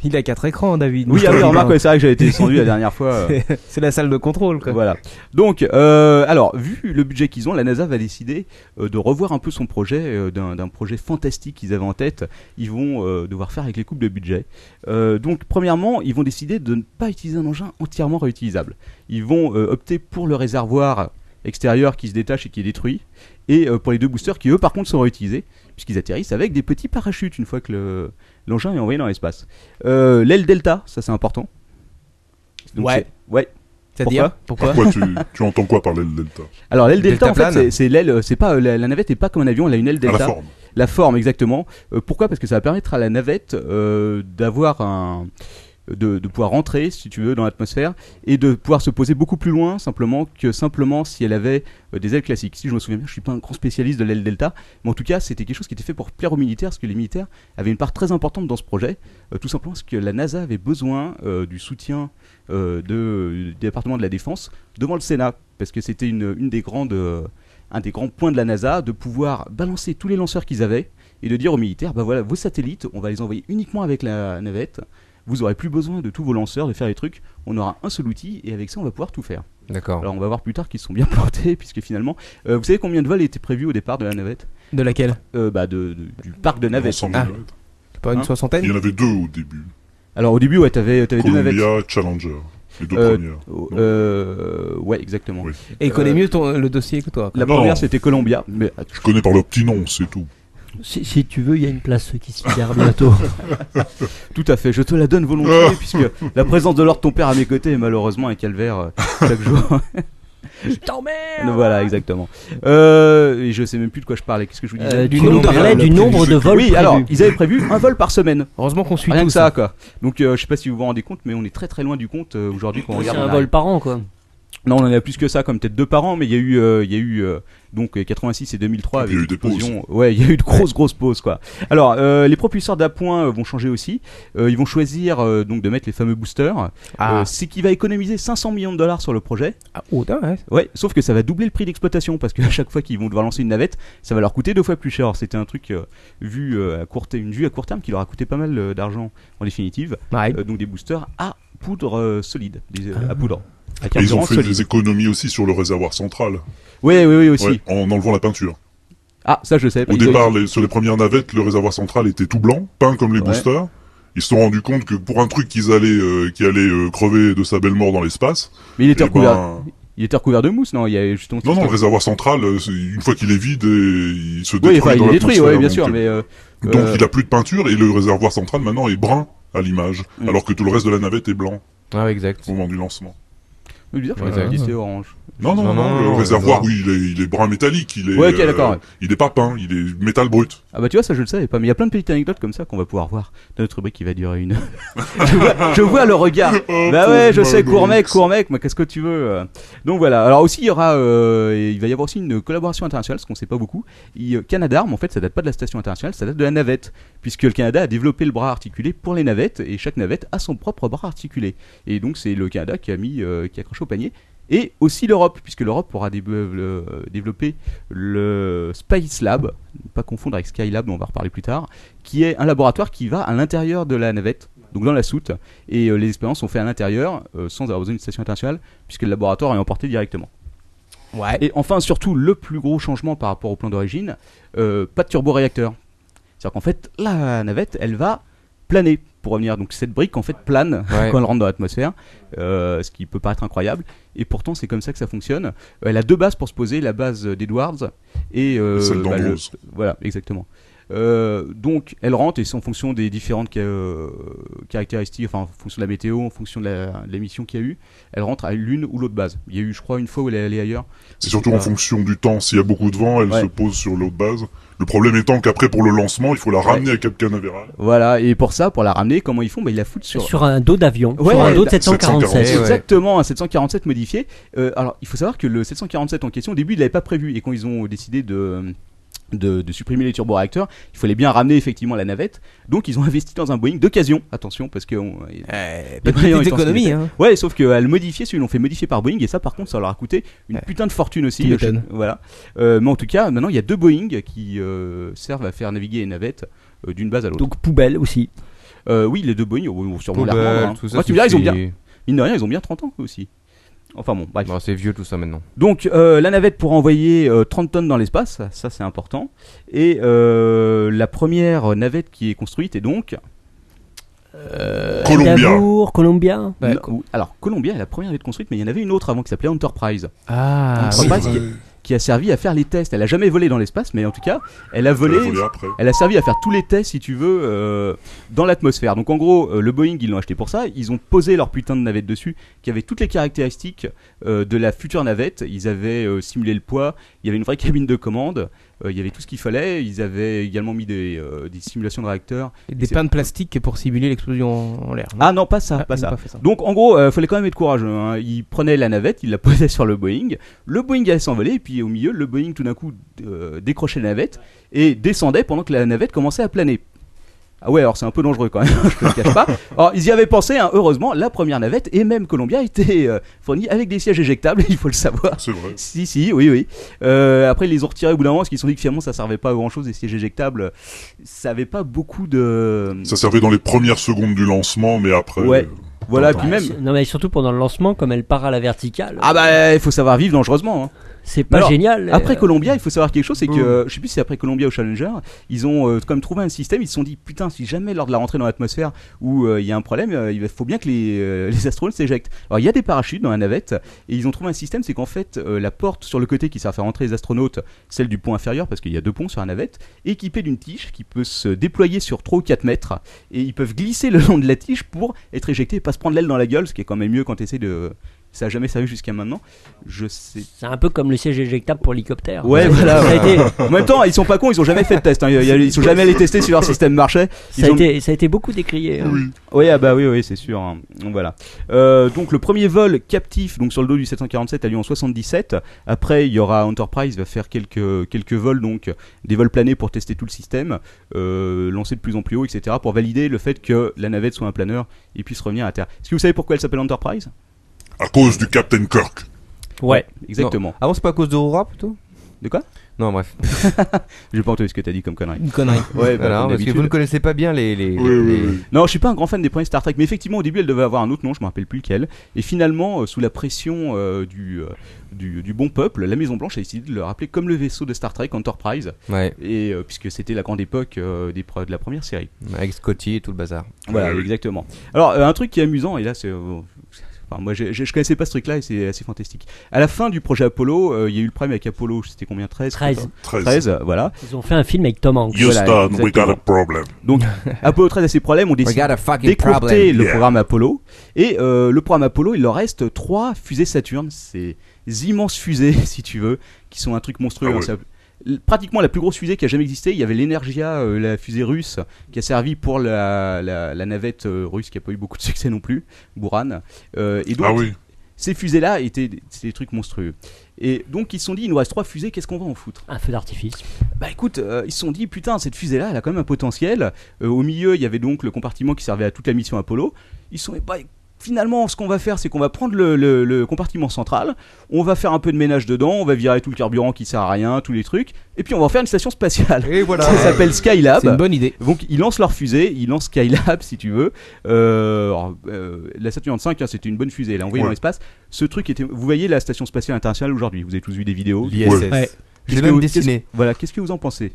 Il a quatre écrans, David. Oui, ah oui, remarque, ouais, c'est vrai que j'avais été descendu la dernière fois, euh. C'est- c'est la salle de contrôle, quoi. Voilà. Donc, euh, alors, vu le budget qu'ils ont, la NASA va décider euh, de revoir un peu son projet, euh, d'un d'un projet fantastique qu'ils avaient en tête. Ils vont euh, devoir faire avec les coupes de budget. Euh, donc, premièrement, ils vont décider de ne pas utiliser un engin entièrement réutilisable. Ils vont euh, opter pour le réservoir extérieur qui se détache et qui est détruit, et euh, pour les deux boosters qui, eux, par contre, sont réutilisés, puisqu'ils atterrissent avec des petits parachutes une fois que le- l'engin est envoyé dans l'espace. Euh, L'aile delta, ça c'est important. Donc, Ouais. c'est- Ouais. C'est-à-dire Pourquoi, Pourquoi Pourquoi tu- Tu entends quoi par l'aile delta Alors l'aile delta, en Deltaplane. fait, c'est- c'est l'aile, euh, c'est pas euh, la, la navette est pas comme un avion, elle a une aile Ah, la delta. forme. La forme, exactement. Euh, pourquoi Parce que ça va permettre à la navette euh, d'avoir un de, de pouvoir rentrer, si tu veux, dans l'atmosphère et de pouvoir se poser beaucoup plus loin simplement que simplement si elle avait euh, des ailes classiques. Si je me souviens bien, je suis pas un grand spécialiste de l'aile delta, mais en tout cas, c'était quelque chose qui était fait pour plaire aux militaires, parce que les militaires avaient une part très importante dans ce projet, euh, tout simplement parce que la NASA avait besoin euh, du soutien euh, de, du département de la défense devant le Sénat, parce que c'était une, une des grandes euh, un des grands points de la NASA, de pouvoir balancer tous les lanceurs qu'ils avaient et de dire aux militaires, bah voilà, vos satellites, on va les envoyer uniquement avec la navette. Vous aurez plus besoin de tous vos lanceurs, de faire les trucs. On aura un seul outil et avec ça, on va pouvoir tout faire. D'accord. Alors on va voir plus tard qu'ils se sont bien plantés puisque finalement, euh, vous savez combien de vols étaient prévus au départ de la navette De laquelle Euh, Bah de, de- du parc de navettes. L'ensemble des Ah. navettes. Pas Hein une soixantaine Il y en avait deux au début. Alors au début, ouais, t'avais t'avais deux Columbia, navettes. Challenger, les deux Euh, premières. oh, euh, ouais, exactement. Et il connaît Euh, mieux ton- le dossier que toi. quoi. La première, c'était Columbia. Mais... Je connais par le petit nom, c'est tout. Si, si tu veux, il y a une place qui se libère bientôt. Tout à fait, je te la donne Ah. Euh. volontiers, puisque la présence de Lord ton père à mes côtés est malheureusement un calvaire euh, chaque jour. Je t'emmerde Donc Voilà, exactement. Euh, et je sais même plus de quoi je parlais. Qu'est-ce que je vous disais Euh, du Tu nombre nous de- parlais du nombre de vols Oui, alors, prévus. ils avaient prévu un vol par semaine. Heureusement qu'on suit Rien tout que ça, ça. quoi. Donc, euh, je sais pas si vous vous rendez compte, mais on est très très loin du compte euh, aujourd'hui quand on C'est regarde. un en vol arrière. par an, quoi. Non, on en a plus que ça, comme peut-être deux par an, mais il y a eu, euh, il y a eu euh, donc euh, 86 et 2003 avec Il y a eu des l'explosion. Ouais, il y a eu de grosses grosses pauses quoi. Alors, euh, les propulseurs d'appoint euh, vont changer aussi. Euh, ils vont choisir euh, donc de mettre les fameux boosters. Ah. Euh, c'est qui va économiser 500 millions de dollars sur le projet. Oh, putain, ouais. Ouais, sauf que ça va doubler le prix d'exploitation parce qu'à chaque fois qu'ils vont devoir lancer une navette, ça va leur coûter deux fois plus cher. Alors, C'était un truc euh, vu euh, à court terme, une vue à court terme qui leur a coûté pas mal euh, d'argent en définitive. Euh, donc des boosters à poudre euh, solide, des- Ah. à Ah. poudre. Et ils à ont carburant fait solide. des économies aussi sur le réservoir central. Oui, oui, oui, aussi. Ouais, en enlevant la peinture. Ah, ça je sais. Au départ, les- sur les premières navettes, le réservoir central était tout blanc, peint comme les Ouais. boosters. Ils se sont rendus compte que pour un truc qu'ils allaient, euh, qui allait euh, crever de sa belle mort dans l'espace. Mais il était hein. eh recouvert. ben, Il était recouvert de mousse, non Il y a justement. Non, non, le réservoir central, euh, c'est- une fois qu'il est vide, euh, il se détruit. Oui, enfin, il dans est détruit, l'atmosphère, ouais, bien donc, sûr, euh, mais. euh, Donc euh, il a plus de peinture et le réservoir central maintenant est brun à l'image, alors que tout le reste de la navette est blanc. Ah, exact. Au moment du lancement. C'est bizarre, je crois que Ouais. ça existait orange. Non, non, non, le réservoir, oui, il est, il est brun métallique, il est, euh, Ouais, ok, d'accord, ouais. il est pas peint, il est métal brut. Ah bah tu vois, ça je le savais pas, mais il y a plein de petites anecdotes comme ça qu'on va pouvoir voir dans notre rubrique qui va durer une heure. je, vois, je vois le regard. Oh, bah ouais, je pauvre sais, court Manox. mec, court mec, mais qu'est-ce que tu veux euh. Donc voilà, alors aussi il y aura, euh, il va y avoir aussi une collaboration internationale, ce qu'on sait pas beaucoup. Il- euh, Canadarm, en fait, ça date pas de la station internationale, ça date de la navette, puisque le Canada a développé le bras articulé pour les navettes, et chaque navette a son propre bras articulé. Et donc c'est le Canada qui a mis, euh, qui a accroché au panier. Et aussi l'Europe, puisque l'Europe aura dé- euh, développé le Space Lab, ne pas confondre avec Skylab, dont on va reparler plus tard, qui est un laboratoire qui va à l'intérieur de la navette, donc dans la soute, et euh, les expériences sont faites à l'intérieur, euh, sans avoir besoin d'une station internationale, puisque le laboratoire est emporté directement. Et enfin, surtout, le plus gros changement par rapport au plan d'origine, euh, pas de turboréacteur. C'est-à-dire qu'en fait, la navette, elle va planer pour revenir. Donc cette brique, en fait, plane Ouais. quand elle rentre dans l'atmosphère, euh, ce qui peut paraître incroyable. Et pourtant, c'est comme ça que ça fonctionne. Elle a deux bases pour se poser, la base d'Edwards et euh, Celle le- d'Ambrose. voilà, exactement. Euh, donc, elle rentre et c'est en fonction des différentes ca- euh, caractéristiques, enfin en fonction de la météo, en fonction de la, de la mission qu'il y a eu, elle rentre à l'une ou l'autre base. Il y a eu, je crois, une fois où elle est allée ailleurs. Euh, C'est surtout en pas- fonction du temps. S'il y a beaucoup de vent, elle Ouais. se pose sur l'autre base. Le problème étant qu'après, pour le lancement, il faut la ramener à Cap Canaveral. Voilà, et pour ça, pour la ramener, comment ils font bah, Ils la foutent sur... Sur un dos d'avion, Ouais, sur un dos de bah, 747. Exactement, un 747 modifié. Euh, alors, il faut savoir que le 747 en question, au début, ils l'avaient pas prévu. Et quand ils ont décidé de, de, de supprimer les turboréacteurs, il fallait bien ramener effectivement la navette. Donc, ils ont investi dans un Boeing d'occasion. Attention, parce que. on- les moyens petites étant ce qu'ils économies, étaient. hein. Ouais, sauf qu'à le modifier, celui-là, on fait modifier par Boeing. Et ça, par contre, ça leur a coûté une putain de fortune aussi. Tu m'étonnes. Je- Voilà. Euh, mais en tout cas, maintenant, il y a deux Boeing qui euh, servent à faire naviguer les navettes euh, d'une base à l'autre. Donc poubelle aussi. Euh, oui, les deux Boeing, on va sûrement les Poubelle, reprendre. hein. tout ça, Ouais, tu tout me diras, ils ont ce qui- bien. Mine de rien, ils ont bien 30 ans eux aussi. Enfin bon, bref. c'est vieux tout ça maintenant. Donc euh, la navette pourra envoyer euh, 30 tonnes dans l'espace, ça c'est important. Et euh, la première navette qui est construite est donc... euh, Columbia. Dabour, Columbia. Bah, Non, Ouais, ou- alors Columbia est la première navette construite, mais il y en avait une autre avant qui s'appelait Enterprise. Ah, Enterprise oui. qui, qui a servi à faire les tests. Elle a jamais volé dans l'espace, mais en tout cas, elle a volé. Elle a volé après. Elle a servi à faire tous les tests, si tu veux, euh, dans l'atmosphère. Donc en gros, euh, le Boeing, ils l'ont acheté pour ça. Ils ont posé leur putain de navette dessus, qui avait toutes les caractéristiques euh, de la future navette. Ils avaient euh, simulé le poids, il y avait une vraie cabine de commande, euh, il y avait tout ce qu'il fallait. Ils avaient également mis des, euh, des simulations de réacteurs. Et Des pains de plastique pour simuler l'explosion en l'air. Ah non, pas ça, pas ils ça. ont pas fait ça. Donc en gros, il fallait quand même être courageux. hein. Il prenait la navette, il la posait sur le Boeing. Le Boeing allait s'envoler, et puis au milieu, le Boeing tout d'un coup euh, décrochait la navette et descendait pendant que la navette commençait à planer. Ah ouais, alors c'est un peu dangereux quand même, je te le cache pas. Alors ils y avaient pensé, hein, heureusement, la première navette et même Columbia était euh, fournie avec des sièges éjectables, il faut le savoir. C'est vrai. Si, si, oui, oui. Euh, après, ils les ont retirés au bout d'un moment parce qu'ils se sont dit que finalement ça servait pas à grand chose, des sièges éjectables. Ça avait pas beaucoup de. Ça servait dans les premières secondes du lancement, mais après. Mm. Ouais. euh, Voilà, t'entends. puis même. bah, Non mais surtout pendant le lancement, comme elle part à la verticale. Ah bah il faut savoir vivre dangereusement. hein. C'est pas Alors, génial. Après euh, Columbia, il faut savoir quelque chose, c'est que Boum. euh, je sais plus si c'est après Columbia ou Challenger, ils ont euh, comme trouvé un système. Ils se sont dit putain, si jamais lors de la rentrée dans l'atmosphère où euh, il y a un problème, euh, il faut bien que les, euh, les astronautes s'éjectent. Alors il y a des parachutes dans la navette et ils ont trouvé un système, c'est qu'en fait euh, la porte sur le côté qui sert à faire rentrer les astronautes, celle du pont inférieur parce qu'il y a deux ponts sur la navette, est équipée d'une tige qui peut se déployer sur 3 ou 4 mètres et ils peuvent glisser le long de la tige pour être éjectés et pas se prendre l'aile dans la gueule, ce qui est quand même mieux quand tu essaies de ça a jamais servi jusqu'à maintenant. Je sais C'est un peu comme le siège éjectable pour l'hélicoptère. Ouais, Ça- voilà. ça a ouais. été- En même temps, ils sont pas cons, ils ont jamais fait de test. hein. Ils- Ils sont jamais allés tester si leur système marchait. Ils Ça a, ont- été, ça a été beaucoup décrié. hein. Oui, ah bah oui, oui, c'est sûr. hein. Donc, Voilà. Euh, donc le premier vol captif, donc sur le dos du 747, a lieu en 77. Après, il y aura Enterprise va faire quelques quelques vols, donc des vols planés pour tester tout le système, euh, lancer de plus en plus haut, etc., pour valider le fait que la navette soit un planeur et puisse revenir à terre. Est-ce que vous savez pourquoi elle s'appelle Enterprise À cause du Captain Kirk. Ouais, exactement. Avant, Ah c'est pas à cause d'Aurora plutôt De quoi Non, bref. J'ai pas entendu ce que t'as dit comme connerie. Une connerie. Ouais, bah, Voilà, comme parce que d'habitude. vous ne connaissez pas bien les- les- Oui, les- oui, les- oui. Non, je suis pas un grand fan des premiers Star Trek, mais effectivement, au début, elle devait avoir un autre nom, je me rappelle plus lequel. Et finalement, euh, sous la pression euh, du, euh, du, du bon peuple, la Maison Blanche a décidé de le rappeler comme le vaisseau de Star Trek Enterprise. Ouais. Et euh, puisque c'était la grande époque euh, des pre- de la première série. Avec Scotty et tout le bazar. Voilà, exactement. Alors, euh, un truc qui est amusant, et là, c'est. euh, Enfin, moi, j'ai- j'ai- je connaissais pas ce truc-là et c'est assez fantastique. À la fin du projet Apollo, euh, il y a eu le problème avec Apollo, c'était combien 13 13. 13. 13, voilà. Ils ont fait un film avec Tom Hanks. Voilà, exactement. Donc, Apollo 13 a ses problèmes, on décide got a fucking d'écourter problem. le Yeah. programme Apollo. Et euh, le programme Apollo, il leur reste trois fusées Saturne, ces immenses fusées, si tu veux, qui sont un truc monstrueux. Ah ouais. hein, ça- l- Pratiquement la plus grosse fusée qui a jamais existé, il y avait l'Energia, euh, la fusée russe, qui a servi pour la, la- la navette euh, russe qui a pas eu beaucoup de succès non plus, Buran. Euh, et donc, Ah oui. ces fusées-là étaient des, c'est des trucs monstrueux. Et donc ils se sont dit, il nous reste trois fusées, qu'est-ce qu'on va en foutre Un feu d'artifice. Bah écoute, euh, ils se sont dit, putain, cette fusée-là, elle a quand même un potentiel. Euh, au milieu, il y avait donc le compartiment qui servait à toute la mission Apollo. Ils se sont dit, bah, finalement, ce qu'on va faire, c'est qu'on va prendre le, le- le compartiment central, on va faire un peu de ménage dedans, on va virer tout le carburant qui sert à rien, tous les trucs, et puis on va en faire une station spatiale. Et voilà. Ça s'appelle Skylab. C'est une bonne idée. Donc ils lancent leur fusée, ils lancent Skylab si tu veux. Euh, alors, euh, la Saturne 5, hein, c'était une bonne fusée, elle a envoyé Ouais. dans l'espace. Ce truc était. Vous voyez la station spatiale internationale aujourd'hui, vous avez tous vu des vidéos. L'ISS. Ouais. Ouais. Je l'ai Qu'est-ce que même vous- dessiné. qu'est-ce- Voilà, qu'est-ce que vous en pensez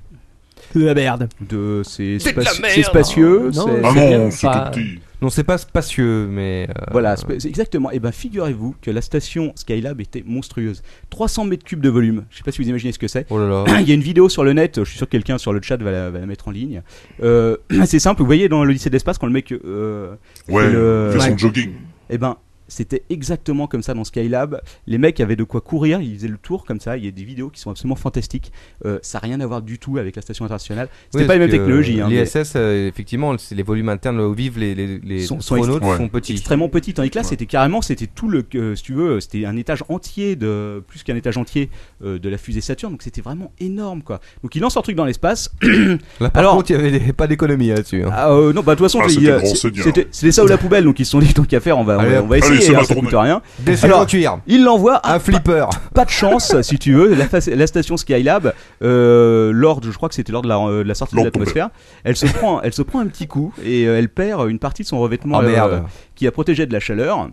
De la merde. De c'est C'est de spaci- la merde. c'est spacieux. Non, c'est- Ah c'est non, bien, c'est pas- tout petit. Non, c'est pas spacieux, mais. euh, Voilà, spa- c'est- exactement. Et ben, figurez-vous que la station Skylab était monstrueuse. 300 mètres cubes de volume. Je sais pas si vous imaginez ce que c'est. Il y a une vidéo sur le net. Je suis sûr que quelqu'un sur le chat va la, va la mettre en ligne. Euh, c'est simple. Vous voyez dans le lycée de l'espace quand le mec. euh, Ouais, fait le- fait son jogging. Eh ben. C'était exactement comme ça dans Skylab. Les mecs avaient de quoi courir, ils faisaient le tour comme ça. Il y a des vidéos qui sont absolument fantastiques. Euh, ça n'a rien à voir du tout avec la station internationale. C'était Oui, pas les mêmes parce que technologies. hein, mais- L'ISS, euh, effectivement, c'est les volumes internes où vivent les, les, les sont, sont astronautes extré- sont petits. extrêmement petits. Tandis que là, Ouais. c'était carrément, c'était tout le, euh, si tu veux, c'était un étage entier de, plus qu'un étage entier euh, de la fusée Saturne. Donc c'était vraiment énorme, quoi. Donc il lance un truc dans l'espace. Là, par contre, il n'y avait des- pas d'économie là-dessus. hein. Ah, euh, non, bah de toute façon, Ah, il- c'était euh, le grand c'est- seigneur. c'était- c'était ça ou la poubelle, donc ils se sont dit tant qu'à faire, on va, on va- Allez, on va allez, essayer, c'est hein, ma ça tournée. coûte rien. Des fils en cuir. Il l'envoie un flipper. Pas de chance, si tu veux. La, fa- la station Skylab, euh, lors, de- je crois que c'était lors de la, euh, de la sortie de Lors de l'atmosphère, elle se prend, elle se prend un petit coup et euh, elle perd une partie de son revêtement euh, Ah, merde. qui a protégé de la chaleur.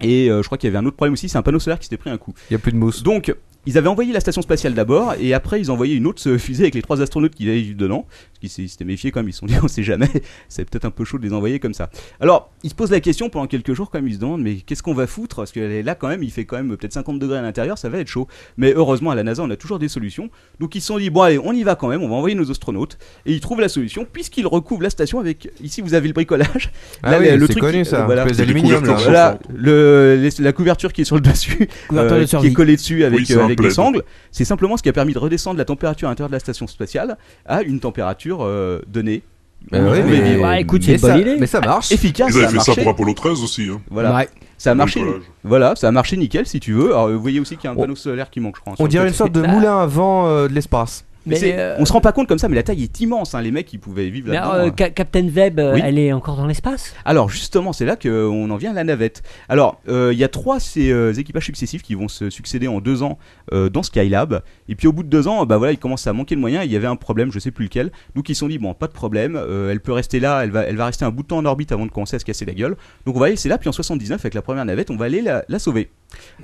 Et euh, je crois qu'il y avait un autre problème aussi, c'est un panneau solaire qui s'était pris un coup. Il n'y a plus de mousse. Donc, ils avaient envoyé la station spatiale d'abord, et après, ils ont envoyé une autre euh, fusée avec les trois astronautes qui allaient vivre dedans. Parce qu'ils s- ils s'étaient méfiés quand même, ils se sont dit, on sait jamais, c'est peut-être un peu chaud de les envoyer comme ça. Alors, ils se posent la question pendant quelques jours quand même, ils se demandent, mais qu'est-ce qu'on va foutre Parce que là, quand même, il fait quand même peut-être 50 degrés à l'intérieur, ça va être chaud. Mais heureusement, à la NASA, on a toujours des solutions. Donc, ils se sont dit, bon, allez, on y va quand même, on va envoyer nos astronautes. Et ils trouvent la solution, puisqu'ils recouvrent la station avec. Ici, vous avez le bricolage. Ah oui, c'est connu, ça, voilà. espèce d'aluminium, là. Voilà, le, les- la couverture qui est sur le dessus, euh, Couverture de qui est survie. collée dessus avec, Oui, c'est euh, un avec des plaid. sangles, c'est simplement ce qui a permis de redescendre la température à l'intérieur de la sstation spatiale à une température euh, donnée. Bah On oui, pouvait mais- vivre. Bah, écoute, c'est mais une bonne ça- idée. mais ça marche. Efficace, Ils avaient ça a fait ça marché. pour Apollo 13 aussi. Hein. Voilà. Ouais. Ça a Bon marché. bricolage. Voilà, ça a marché nickel si tu veux. Alors, vous voyez aussi qu'il y a un On- panneau solaire qui manque, je crois. sur On le dirait côté. une sorte de moulin euh, à vent euh, de l'espace. Mais c'est- euh, On se rend pas compte comme ça, mais la taille est immense. hein, Les mecs, ils pouvaient vivre Mais là-dedans. alors, euh, hein. Ca- Captain Webb, euh, Oui. elle est encore dans l'espace Alors justement, c'est là qu'on en vient à la navette. Alors, euh, il y a trois ces, euh, équipages successifs qui vont se succéder en deux ans euh, dans Skylab. Et puis au bout de deux ans, bah voilà, ils commencent à manquer de moyens. Il y avait un problème, je sais plus lequel. Donc ils se sont dit bon, pas de problème, euh, elle peut rester là, elle va, elle va rester un bout de temps en orbite avant de commencer à se casser la gueule. Donc on va aller c'est là. Puis en 79, avec la première navette, on va aller la, la sauver.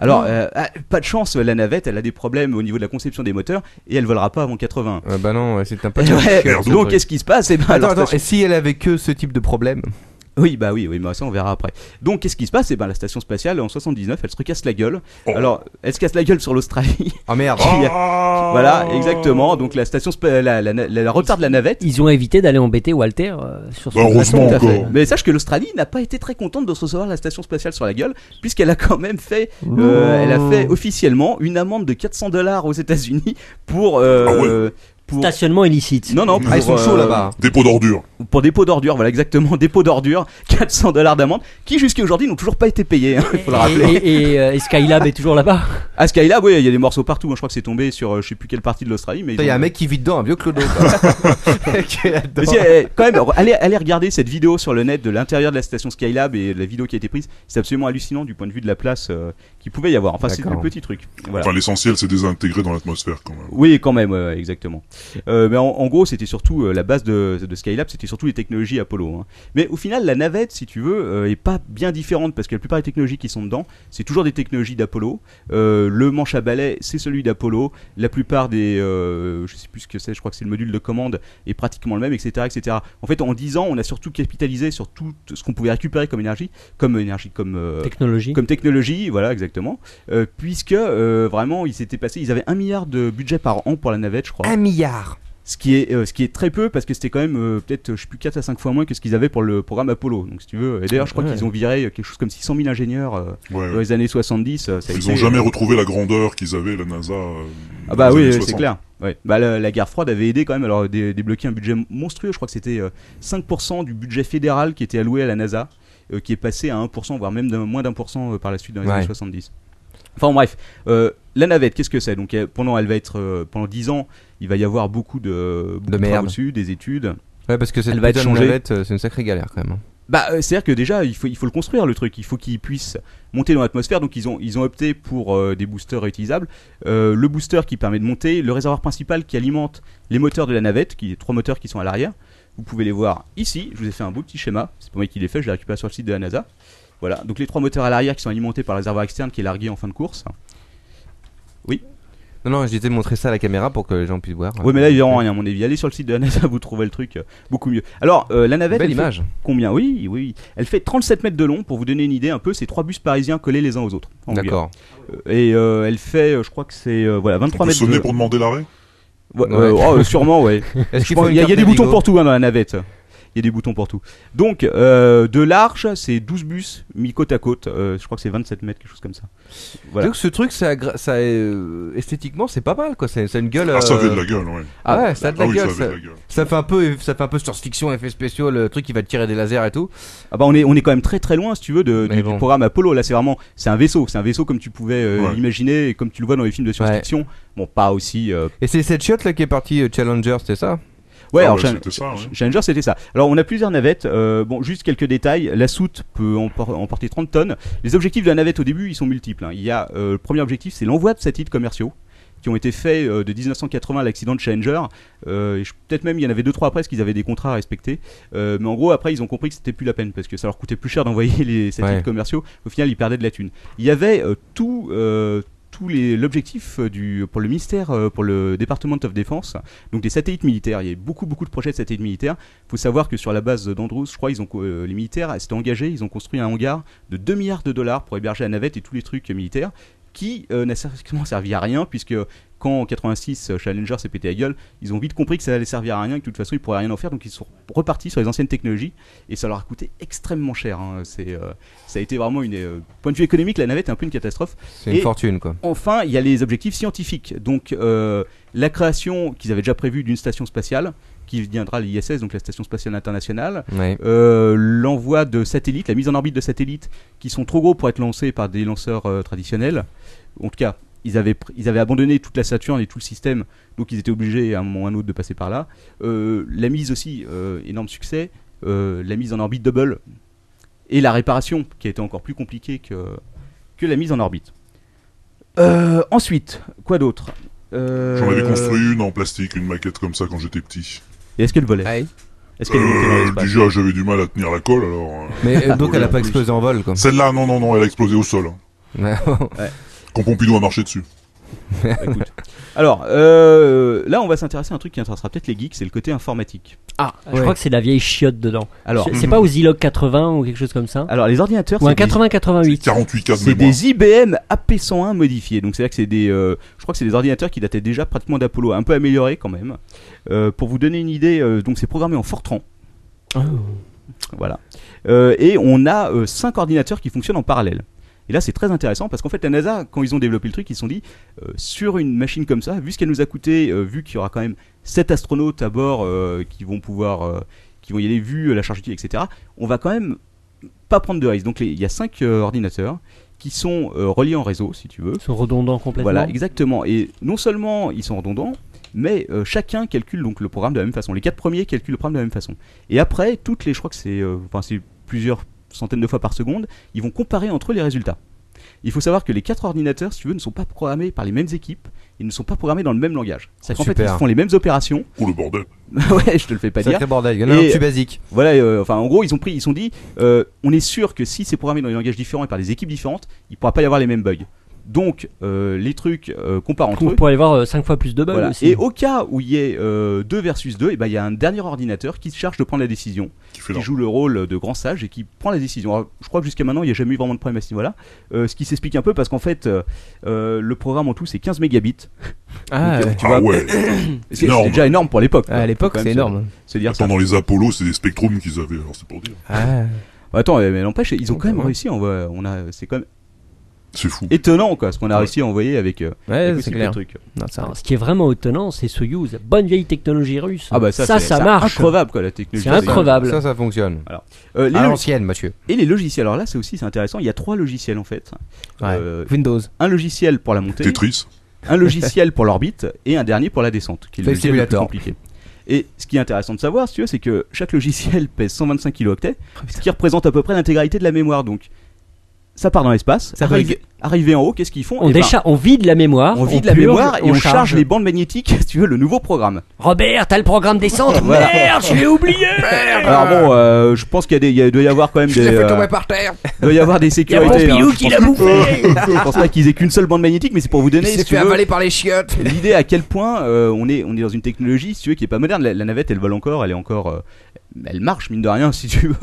Alors, euh, ah, pas de chance, la navette, elle a des problèmes au niveau de la conception des moteurs et elle volera pas avant 80. bah non, c'est un peu. Ouais, donc qu'est-ce qui se passe Eh ben, Attends, leur attends, station- et si elle avait que ce type de problème oui, bah oui, oui, mais ça on verra après. Donc qu'est-ce qui se passe Eh ben la station spatiale en 79, elle se recasse la gueule. Oh. Alors, elle se casse la gueule sur l'Australie. Ah merde. voilà, exactement. Donc la station spa- la, la, la, la retard de la navette. Ils ont évité d'aller embêter Walter euh, sur Bah, son Tout à fait. Mais sache que l'Australie n'a pas été très contente de se recevoir la station spatiale sur la gueule, puisqu'elle a quand même fait, euh, Oh. elle a fait officiellement une amende de 400 dollars aux États-Unis pour, euh, Ah pour Stationnement illicite. Non, non, pour, euh, Dépôt d'ordures. Pour dépôt d'ordures, voilà exactement, dépôt d'ordures, 400 dollars d'amende, qui jusqu'à aujourd'hui n'ont toujours pas été payés, hein, il faut le rappeler. Et, et, euh, et Skylab est toujours là-bas À Skylab, oui, il y a des morceaux partout. hein. Je crois que c'est tombé sur euh, je sais plus quelle partie de l'Australie. mais Putain, Il y a un mec qui vit dedans, un vieux clodo. quoi. Qui est là-dedans. Mais si, eh, quand même, re- allez, allez regarder cette vidéo sur le net de l'intérieur de la station Skylab et la vidéo qui a été prise. C'est absolument hallucinant du point de vue de la place euh, qu'il pouvait y avoir. Enfin, c'est un D'accord. petit truc. Voilà. Enfin, l'essentiel, c'est désintégré dans l'atmosphère quand même. Oui, quand même, ouais, ouais, exactement. Euh, mais en, en gros, c'était surtout euh, la base de, de Skylab, c'était surtout les technologies Apollo. hein. Mais au final, la navette, si tu veux, euh, est pas bien différente parce que la plupart des technologies qui sont dedans, c'est toujours des technologies d'Apollo. Euh, le manche à balai, c'est celui d'Apollo. La plupart des, euh, je sais plus ce que c'est, je crois que c'est le module de commande est pratiquement le même, etc., etc. En fait, en 10 ans, on a surtout capitalisé sur tout ce qu'on pouvait récupérer comme énergie, comme énergie, comme euh, Technologie. comme technologie, voilà exactement. Euh, puisque euh, vraiment, il s'était passé, ils avaient un milliard de budget par an pour la navette, je crois. Un milliard. Ce qui, est, euh, ce qui est très peu parce que c'était quand même euh, peut-être je sais plus 4 à 5 fois moins que ce qu'ils avaient pour le programme Apollo. Donc si tu veux, et d'ailleurs je crois Ouais. qu'ils ont viré euh, quelque chose comme 600 000 ingénieurs euh, dans les années 70. euh, ça a Ils été, n'ont jamais euh, retrouvé la grandeur qu'ils avaient, la NASA. euh, Ah dans bah les oui, années euh, c'est 60. clair. Ouais. Bah, la, la guerre froide avait aidé quand même à dé, débloquer un budget monstrueux. Je crois que c'était euh, 5% du budget fédéral qui était alloué à la NASA, euh, qui est passé à 1%, voire même d'un- moins d'un pour cent euh, par la suite dans les Ouais. années 70. Enfin bref, euh, la navette, qu'est-ce que c'est Donc euh, pendant, elle va être euh, pendant 10 ans, il va y avoir beaucoup de, beaucoup de merde. travaux dessus, des études. Ouais, parce que cette Elle va être putain de changée. navette, euh, c'est une sacrée galère quand même. Bah, euh, c'est-à-dire que déjà, il faut, il faut le construire le truc. Il faut qu'il puisse monter dans l'atmosphère. Donc, ils ont, ils ont opté pour euh, des boosters réutilisables. Euh, le booster qui permet de monter, le réservoir principal qui alimente les moteurs de la navette, qui trois moteurs qui sont à l'arrière. Vous pouvez les voir ici. Je vous ai fait un beau petit schéma. C'est pas moi qui l'ai fait, je l'ai récupéré sur le site de la NASA. Voilà. Donc, les trois moteurs à l'arrière qui sont alimentés par le réservoir externe qui est largué en fin de course. Oui. Non, non, j'étais de montrer ça à la caméra pour que les gens puissent voir. Oui, mais là, ils verront rien, à mon avis. Allez sur le site de la NASA, vous trouverez le truc euh, beaucoup mieux. Alors, euh, la navette. Belle elle fait image. Combien Oui, oui. Elle fait 37 mètres de long. Pour vous donner une idée, un peu, c'est trois bus parisiens collés les uns aux autres. en D'accord. longueur. Euh, Et euh, elle fait, euh, je crois que c'est euh, voilà, 23 On peut mètres sonner de pour demander l'arrêt Ouais, Ouais. euh, oh, euh, sûrement, ouais. Est-ce Je qu'il crois- faut Il y a, une il y a des carte boutons Navigo pour tout hein, dans la navette. Il y a des boutons pour tout. Donc, euh, de large, c'est 12 bus mis côte à côte. Euh, je crois que c'est 27 mètres, quelque chose comme ça. Voilà. Donc ce truc, ça, gra- ça euh, esthétiquement, c'est pas mal quoi. C'est c'est une gueule. Ah, ça euh, avait de la gueule, ouais. Ah ouais, ça a de la Ah oui, ça gueule. avait ça, de la gueule. ça fait un peu, ça fait un peu science-fiction, effet spéciaux, le truc qui va te tirer des lasers et tout. Ah bah on est on est quand même très très loin si tu veux de, du, du bon. programme Apollo là c'est vraiment c'est un vaisseau c'est un vaisseau comme tu pouvais euh, Ouais. l'imaginer et comme tu le vois dans les films de science-fiction bon pas aussi euh, Et c'est cette chiotte là qui est partie euh, Challenger, c'était ça Ouais, Ah alors ouais, Chal- c'était ça, ouais. Challenger, c'était ça. Alors, on a plusieurs navettes. euh, bon, juste quelques détails. La soute peut empor- emporter 30 tonnes. Les objectifs de la navette au début, ils sont multiples. hein. Il y a euh, le premier objectif, c'est l'envoi de satellites commerciaux qui ont été faits euh, de 1980 à l'accident de Challenger. Euh, et je- Peut-être même il y en avait deux trois après parce qu'ils avaient des contrats à respecter. Euh, mais en gros après ils ont compris que c'était plus la peine parce que ça leur coûtait plus cher d'envoyer les satellites Ouais. commerciaux. Au final ils perdaient de la thune. Il y avait euh, tout euh, tous les l'objectif euh, du pour le ministère euh, pour le département of défense donc des satellites militaires il y a eu beaucoup beaucoup de projets de satellites militaires faut savoir que sur la base d'Andrews je crois ils ont co- euh, les militaires s'étaient engagés ils ont construit un hangar de 2 milliards de dollars pour héberger la navette et tous les trucs euh, militaires qui euh, n'a strictement servi à rien puisque quand en 86 euh, Challenger s'est pété la gueule, ils ont vite compris que ça allait servir à rien, et que de toute façon ils pourraient rien en faire, donc ils sont repartis sur les anciennes technologies et ça leur a coûté extrêmement cher. hein. C'est, euh, ça a été vraiment une euh, point de vue économique, la navette est un peu une catastrophe. C'est une Et fortune, quoi. Enfin, il y a les objectifs scientifiques, donc euh, la création qu'ils avaient déjà prévue d'une station spatiale qui viendra à l'ISS, donc la station spatiale internationale, Ouais. euh, l'envoi de satellites, la mise en orbite de satellites qui sont trop gros pour être lancés par des lanceurs euh, traditionnels. En tout cas, ils avaient, pr- ils avaient abandonné toute la Saturne et tout le système, donc ils étaient obligés à un moment ou à un autre de passer par là. Euh, la mise aussi, euh, énorme succès, euh, la mise en orbite double et la réparation qui a été encore plus compliquée que, que la mise en orbite. Euh, ensuite, quoi d'autre Euh, J'en avais construit une en plastique, une maquette comme ça quand j'étais petit. Et est-ce qu'elle volait Est-ce qu'elle est montée dans Euh, l'espace Déjà, j'avais du mal à tenir la colle alors. euh, Mais, euh, donc, voler elle a en pas plus. explosé en vol, quoi. Celle-là, non, non, non, elle a explosé au sol. hein. Ouais. Quand Pompidou a marché dessus. Écoute. Alors, euh, là, on va s'intéresser à un truc qui intéressera peut-être les geeks, c'est le côté informatique. Ah, je crois que c'est de la vieille chiotte dedans. Alors, hmm. C'est- c'est pas aux Zilog 80 ou quelque chose comme ça Alors, les ordinateurs, Ou un c'est des- 80-88. C'est des IBM AP101 modifiés. Donc c'est là que c'est des, euh, je crois que c'est des ordinateurs qui dataient déjà pratiquement d'Apollo, un peu améliorés quand même. Euh, pour vous donner une idée, euh, donc c'est programmé en Fortran. Oh. Voilà. Euh, et on a 5 ordinateurs qui fonctionnent en parallèle. Et là, c'est très intéressant parce qu'en fait, la NASA, quand ils ont développé le truc, ils se sont dit, euh, sur une machine comme ça, vu ce qu'elle nous a coûté, euh, vu qu'il y aura quand même 7 astronautes à bord euh, qui vont pouvoir, euh, qui vont y aller, vu euh, la charge utile, etc., on va quand même pas prendre de risque. Donc les- il y a 5 ordinateurs qui sont euh, reliés en réseau, si tu veux. Ils sont redondants complètement. Voilà, exactement. Et non seulement ils sont redondants, mais euh, chacun calcule donc le programme de la même façon. Les quatre premiers calculent le programme de la même façon. Et après, toutes les, je crois que c'est, euh, enfin, c'est plusieurs centaines de fois par seconde, ils vont comparer entre eux les résultats. Il faut savoir que les quatre ordinateurs, si tu veux, ne sont pas programmés par les mêmes équipes. Ils ne sont pas programmés dans le même langage. Oh, C'est qu'en fait, Super. ils font les mêmes opérations. Ou le bordel. ouais, je te le fais pas Sacré dire. bordel, il y en a un Et, plus euh, basique. Voilà, euh, enfin, en gros, ils ont pris, ils sont dit, euh, on est sûr que si c'est programmé dans des langages différents et par des équipes différentes, il pourra pas y avoir les mêmes bugs. Donc, euh, les trucs euh, qu'on part entre On eux. pourrait y avoir 5 fois plus de bugs Voilà. aussi. Et au cas où il y ait 2 versus 2, il ben, il y a un dernier ordinateur qui se charge de prendre la décision, qui, joue le rôle de grand sage et qui prend la décision. Alors, je crois que jusqu'à maintenant, il n'y a jamais eu vraiment de problème à ce niveau-là. Euh, ce qui s'explique un peu parce qu'en fait, euh, euh, le programme en tout, c'est 15 mégabits. Ah, Donc, euh, tu ouais. vois, Ah ouais. c'est Énorme. c'est déjà énorme pour l'époque. quoi. À l'époque, Faut quand c'est même se- énorme. Se dire Attends, ça. dans les Apollos, c'est des spectrums qu'ils avaient, alors c'est pour dire. Ah. Bah, Attends, mais mais n'empêche, ils ont quand même réussi. On va- on a, c'est quand même. C'est fou. Étonnant, quoi, ce qu'on a réussi à envoyer avec. euh, avec aussi peu de trucs. Alors, ce qui est vraiment étonnant, c'est Soyuz, bonne vieille technologie russe. Ah bah ça, ça, c'est- c'est marche. increvable, quoi, la technologie. C'est increvable. Ça, ça fonctionne. Alors, euh, les à log- l'ancienne, monsieur. Et les logiciels, alors là c'est aussi c'est intéressant, il y a trois logiciels en fait. Euh, Windows. Un logiciel pour la montée. Tetris. Un logiciel pour l'orbite et un dernier pour la descente, qui est le Flight logiciel le plus Simulator. compliqué. Et ce qui est intéressant de savoir, si tu veux, c'est que chaque logiciel pèse 125 kilooctets, Oh, ce qui représente à peu près l'intégralité de la mémoire. Donc ça part dans l'espace, Ça arrive- peut- arrivé en haut, qu'est-ce qu'ils font On, Eh ben, décha- on vide la mémoire. on vide la purge, mémoire et on, charge. charge les bandes magnétiques, si tu veux, le nouveau programme. Robert, t'as le programme descente Voilà. Merde, je l'ai oublié Alors bon, euh, je pense qu'il y a des, il y a- doit y avoir quand même des. euh, terre doit y avoir des sécurités. Pompidou hein. qui Je l'a pense- bouffé. Je pense pas qu'ils aient qu'une seule bande magnétique, mais c'est pour vous donner. Il s'est si tu fait veux, avaler par les chiottes. L'idée à quel point euh, on est on est dans une technologie, si tu veux, qui est pas moderne. La, la navette, elle vole encore, elle est encore, euh, elle marche mine de rien, si tu veux.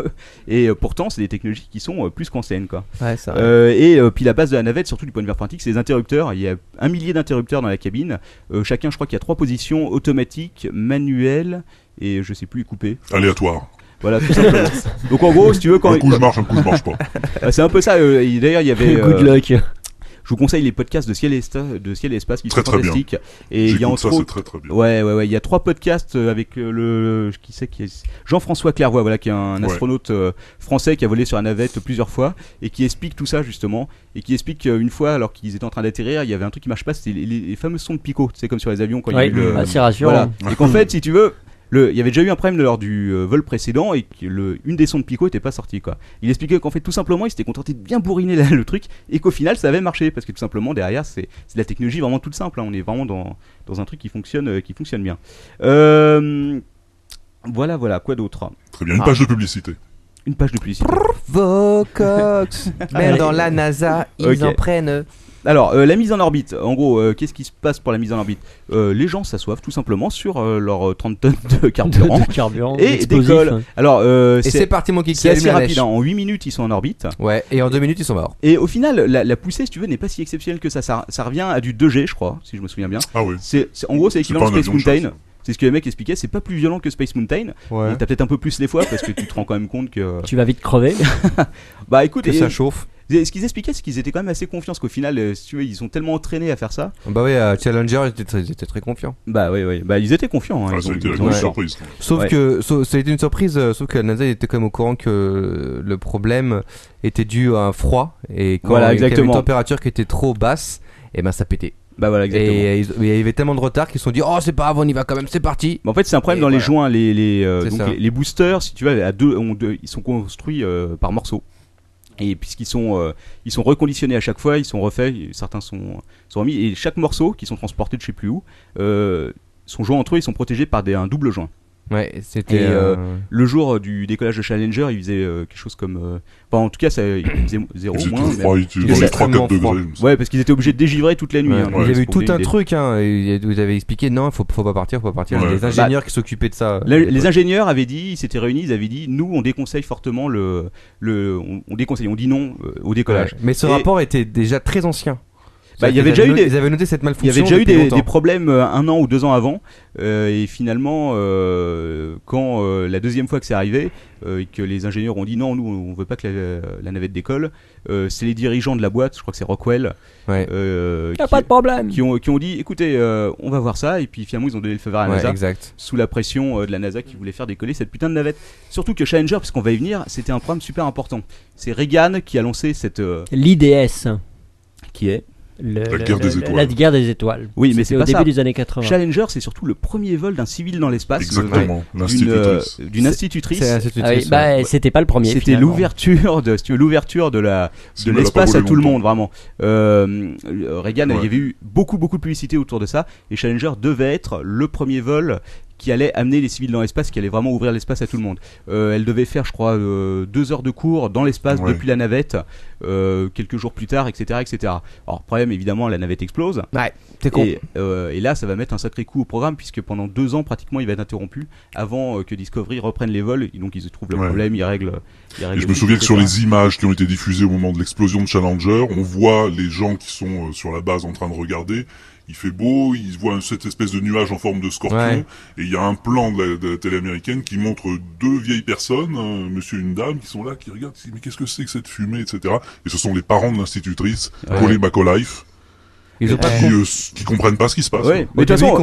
Et euh, pourtant, c'est des technologies qui sont euh, plus qu'anciennes, quoi. Ouais, c'est vrai. Euh, et euh, puis la base de la navette, surtout du point de vue pratique, c'est les interrupteurs. Il y a un millier d'interrupteurs dans la cabine. Euh, chacun, je crois qu'il y a trois positions automatique, manuelle et je sais plus coupé. Aléatoire. Voilà, tout simplement. Donc en gros, si tu veux, quand Un coup, je marche, un coup, je marche pas. Ah, C'est un peu ça. euh, et D'ailleurs, il y avait. Good luck. Je vous conseille les podcasts de Ciel et, Esta- de Ciel et Espace qui Très, sont très bien. fantastiques. Et il y a J'écoute entre ça, c'est autres- très, très bien. Ouais, ouais, ouais. Il y a trois podcasts euh, avec euh, le. Qui c'est qui est- Jean-François Clairvoy, voilà, qui est un Ouais. astronaute euh, français qui a volé sur la navette plusieurs fois et qui explique tout ça justement. Et qui explique qu'une fois, alors qu'ils étaient en train d'atterrir, il y avait un truc qui marche pas, c'était les, les- les fameux sons de picot. C'est comme sur les avions quand Ouais, il y a eu le. ah, c'est rassurant. Voilà. Et qu'en Mm. fait, si tu veux, le, il y avait déjà eu un problème lors du euh, vol précédent et que le, une des sondes Pico n'était pas sortie. Quoi. Il expliquait qu'en fait, tout simplement, il s'était contenté de bien bourriner la- le truc et qu'au final, ça avait marché parce que tout simplement, derrière, c'est c'est de la technologie vraiment toute simple. hein. On est vraiment dans, dans un truc qui fonctionne, euh, qui fonctionne bien. Euh, voilà, voilà, quoi d'autre Très bien, une page de publicité. Ah. Une page de publicité. Vocox, même dans la NASA, ils Ok. en prennent. Alors, euh, la mise en orbite, en gros, euh, qu'est-ce qui se passe pour la mise en orbite Euh, Les gens s'assoivent tout simplement sur euh, leurs euh, 30 tonnes de carburant, De- de carburant, et d'explosifs. décollent. Alors, euh, Et c'est parti, mon kiki, c'est assez allume la rapide. mèche. hein. En 8 minutes, ils sont en orbite. Ouais, et en deux minutes, ils sont morts. Et au final, la, la poussée, si tu veux, n'est pas si exceptionnelle que ça. ça. ça revient à du 2G, je crois, si je me souviens bien. Ah oui. C'est, c'est- en gros, c'est C'est l'équivalent pas de un Space avion de chasse. Mountain. C'est ce que les mecs expliquaient. C'est pas plus violent que Space Mountain. Ouais. Et T'as peut-être un peu plus les fois parce que tu te rends quand même compte que. Tu vas vite crever. bah écoute, Que et- ça chauffe. et Ce qu'ils expliquaient, c'est qu'ils étaient quand même assez confiants parce qu'au final, euh, si tu veux, ils sont tellement entraînés à faire ça. Bah oui, euh, Challenger, ils étaient très, ils étaient très confiants. Bah oui, oui. Bah ils étaient confiants. hein. Ah, Ils ont- ils ont eu tort. Sauf Ouais. que sauf- ça a été une surprise, euh, sauf que la NASA était quand même au courant que le problème était dû à un froid et quand Voilà, il y avait une exactement. température qui était trop basse, et ben ça pétait. Bah voilà, exactement. Et euh, ils- mais il y avait tellement de retard qu'ils se sont dit oh c'est pas grave, on y va quand même, c'est parti. Mais en fait, c'est un problème Et dans les voilà. joints. Les, les, euh, C'est donc, ça. les, les boosters, si tu veux, à deux, ont deux- ils sont construits euh, par morceaux. Et puisqu'ils sont, euh, ils sont reconditionnés à chaque fois, ils sont refaits, certains sont, sont remis. Et chaque morceau, qui sont transportés de je sais plus où, euh, sont joints entre eux, ils sont protégés par des, un double joint. Ouais, c'était, Et, euh, euh, le jour du décollage de Challenger, il faisait euh, quelque chose comme. euh, enfin, en tout cas, ça, il faisait zéro Il faisait moins. tout mais- froid, il était dans les 3-4 degrés, il me semble. Ouais, parce qu'ils étaient obligés de dégivrer toute la nuit. Ouais, hein, il y avait eu pour tout un des- truc, hein. et il- Vous avez expliqué, non, faut, faut pas partir, faut pas partir. Ouais. les ingénieurs qui s'occupaient de ça. Bah, La- euh, les ingénieurs avaient dit, ils s'étaient réunis, ils avaient dit, nous on déconseille fortement le, le on, on déconseille, on dit non euh, au décollage. Ouais. Mais ce Et- rapport était déjà très ancien. bah, il y C'est-à-dire avait qu'ils déjà eu avaient des, no- Ils avaient noté cette malfonction. il y avait déjà eu depuis des, longtemps. des problèmes euh, un an ou deux ans avant, euh, et finalement, euh, quand euh, la deuxième fois que c'est arrivé euh, et que les ingénieurs ont dit non, nous on veut pas que la, la navette décolle, euh, c'est les dirigeants de la boîte, je crois que c'est Rockwell, euh, Y a pas de problème. qui ont qui ont dit, écoutez, euh, on va voir ça, et puis finalement ils ont donné le feu vert à la Ouais, NASA, exact. sous la pression euh, de la NASA qui voulait faire décoller cette putain de navette. Surtout que Challenger, parce qu'on va y venir, c'était un programme super important. C'est Reagan qui a lancé cette euh, L'IDS. qui est le- La le- guerre des le- étoiles. la guerre des étoiles. Oui, C'était mais c'est au pas début ça. des années 80. Challenger, c'est surtout le premier vol d'un civil dans l'espace. Exactement, D'une- l'institutrice. euh, D'une C'est- institutrice. c'est l'institutrice, Ah oui, bah, ouais. c'était pas le premier, C'était finalement. l'ouverture de, si tu veux, l'ouverture de la, de me l'a l'espace pas à volé tout le longtemps. monde, vraiment. Euh, euh, Reagan, il Ouais. y avait eu beaucoup, beaucoup de publicité autour de ça, et Challenger devait être le premier vol qui allait amener les civils dans l'espace, qui allait vraiment ouvrir l'espace à tout le monde. Euh, elle devait faire, je crois, euh, deux heures de cours dans l'espace Ouais. depuis la navette, euh, quelques jours plus tard, etc., etc. Alors problème, évidemment, la navette explose. Ouais, t'es con. Et, euh, et là, ça va mettre un sacré coup au programme puisque pendant deux ans, pratiquement, il va être interrompu avant euh, que Discovery reprenne les vols. Et donc, ils trouvent le Ouais. problème, ils règlent. ils Et règlent je me tout, souviens que sur etc. les images qui ont été diffusées au moment de l'explosion de Challenger, on voit les gens qui sont euh, sur la base en train de regarder. Il fait beau, ils voient un- cette espèce de nuage en forme de scorpion, Ouais. et il y a un plan de la, de la télé américaine qui montre deux vieilles personnes, un monsieur et une dame, qui sont là, qui regardent, qui disent, mais qu'est-ce que c'est que cette fumée, etc. Et ce sont les parents de l'institutrice, Ouais. collés McAulife, Ils et ont pas qui, com- euh, s- qui comprennent pas ce qui se passe. Ouais, mais de toute façon,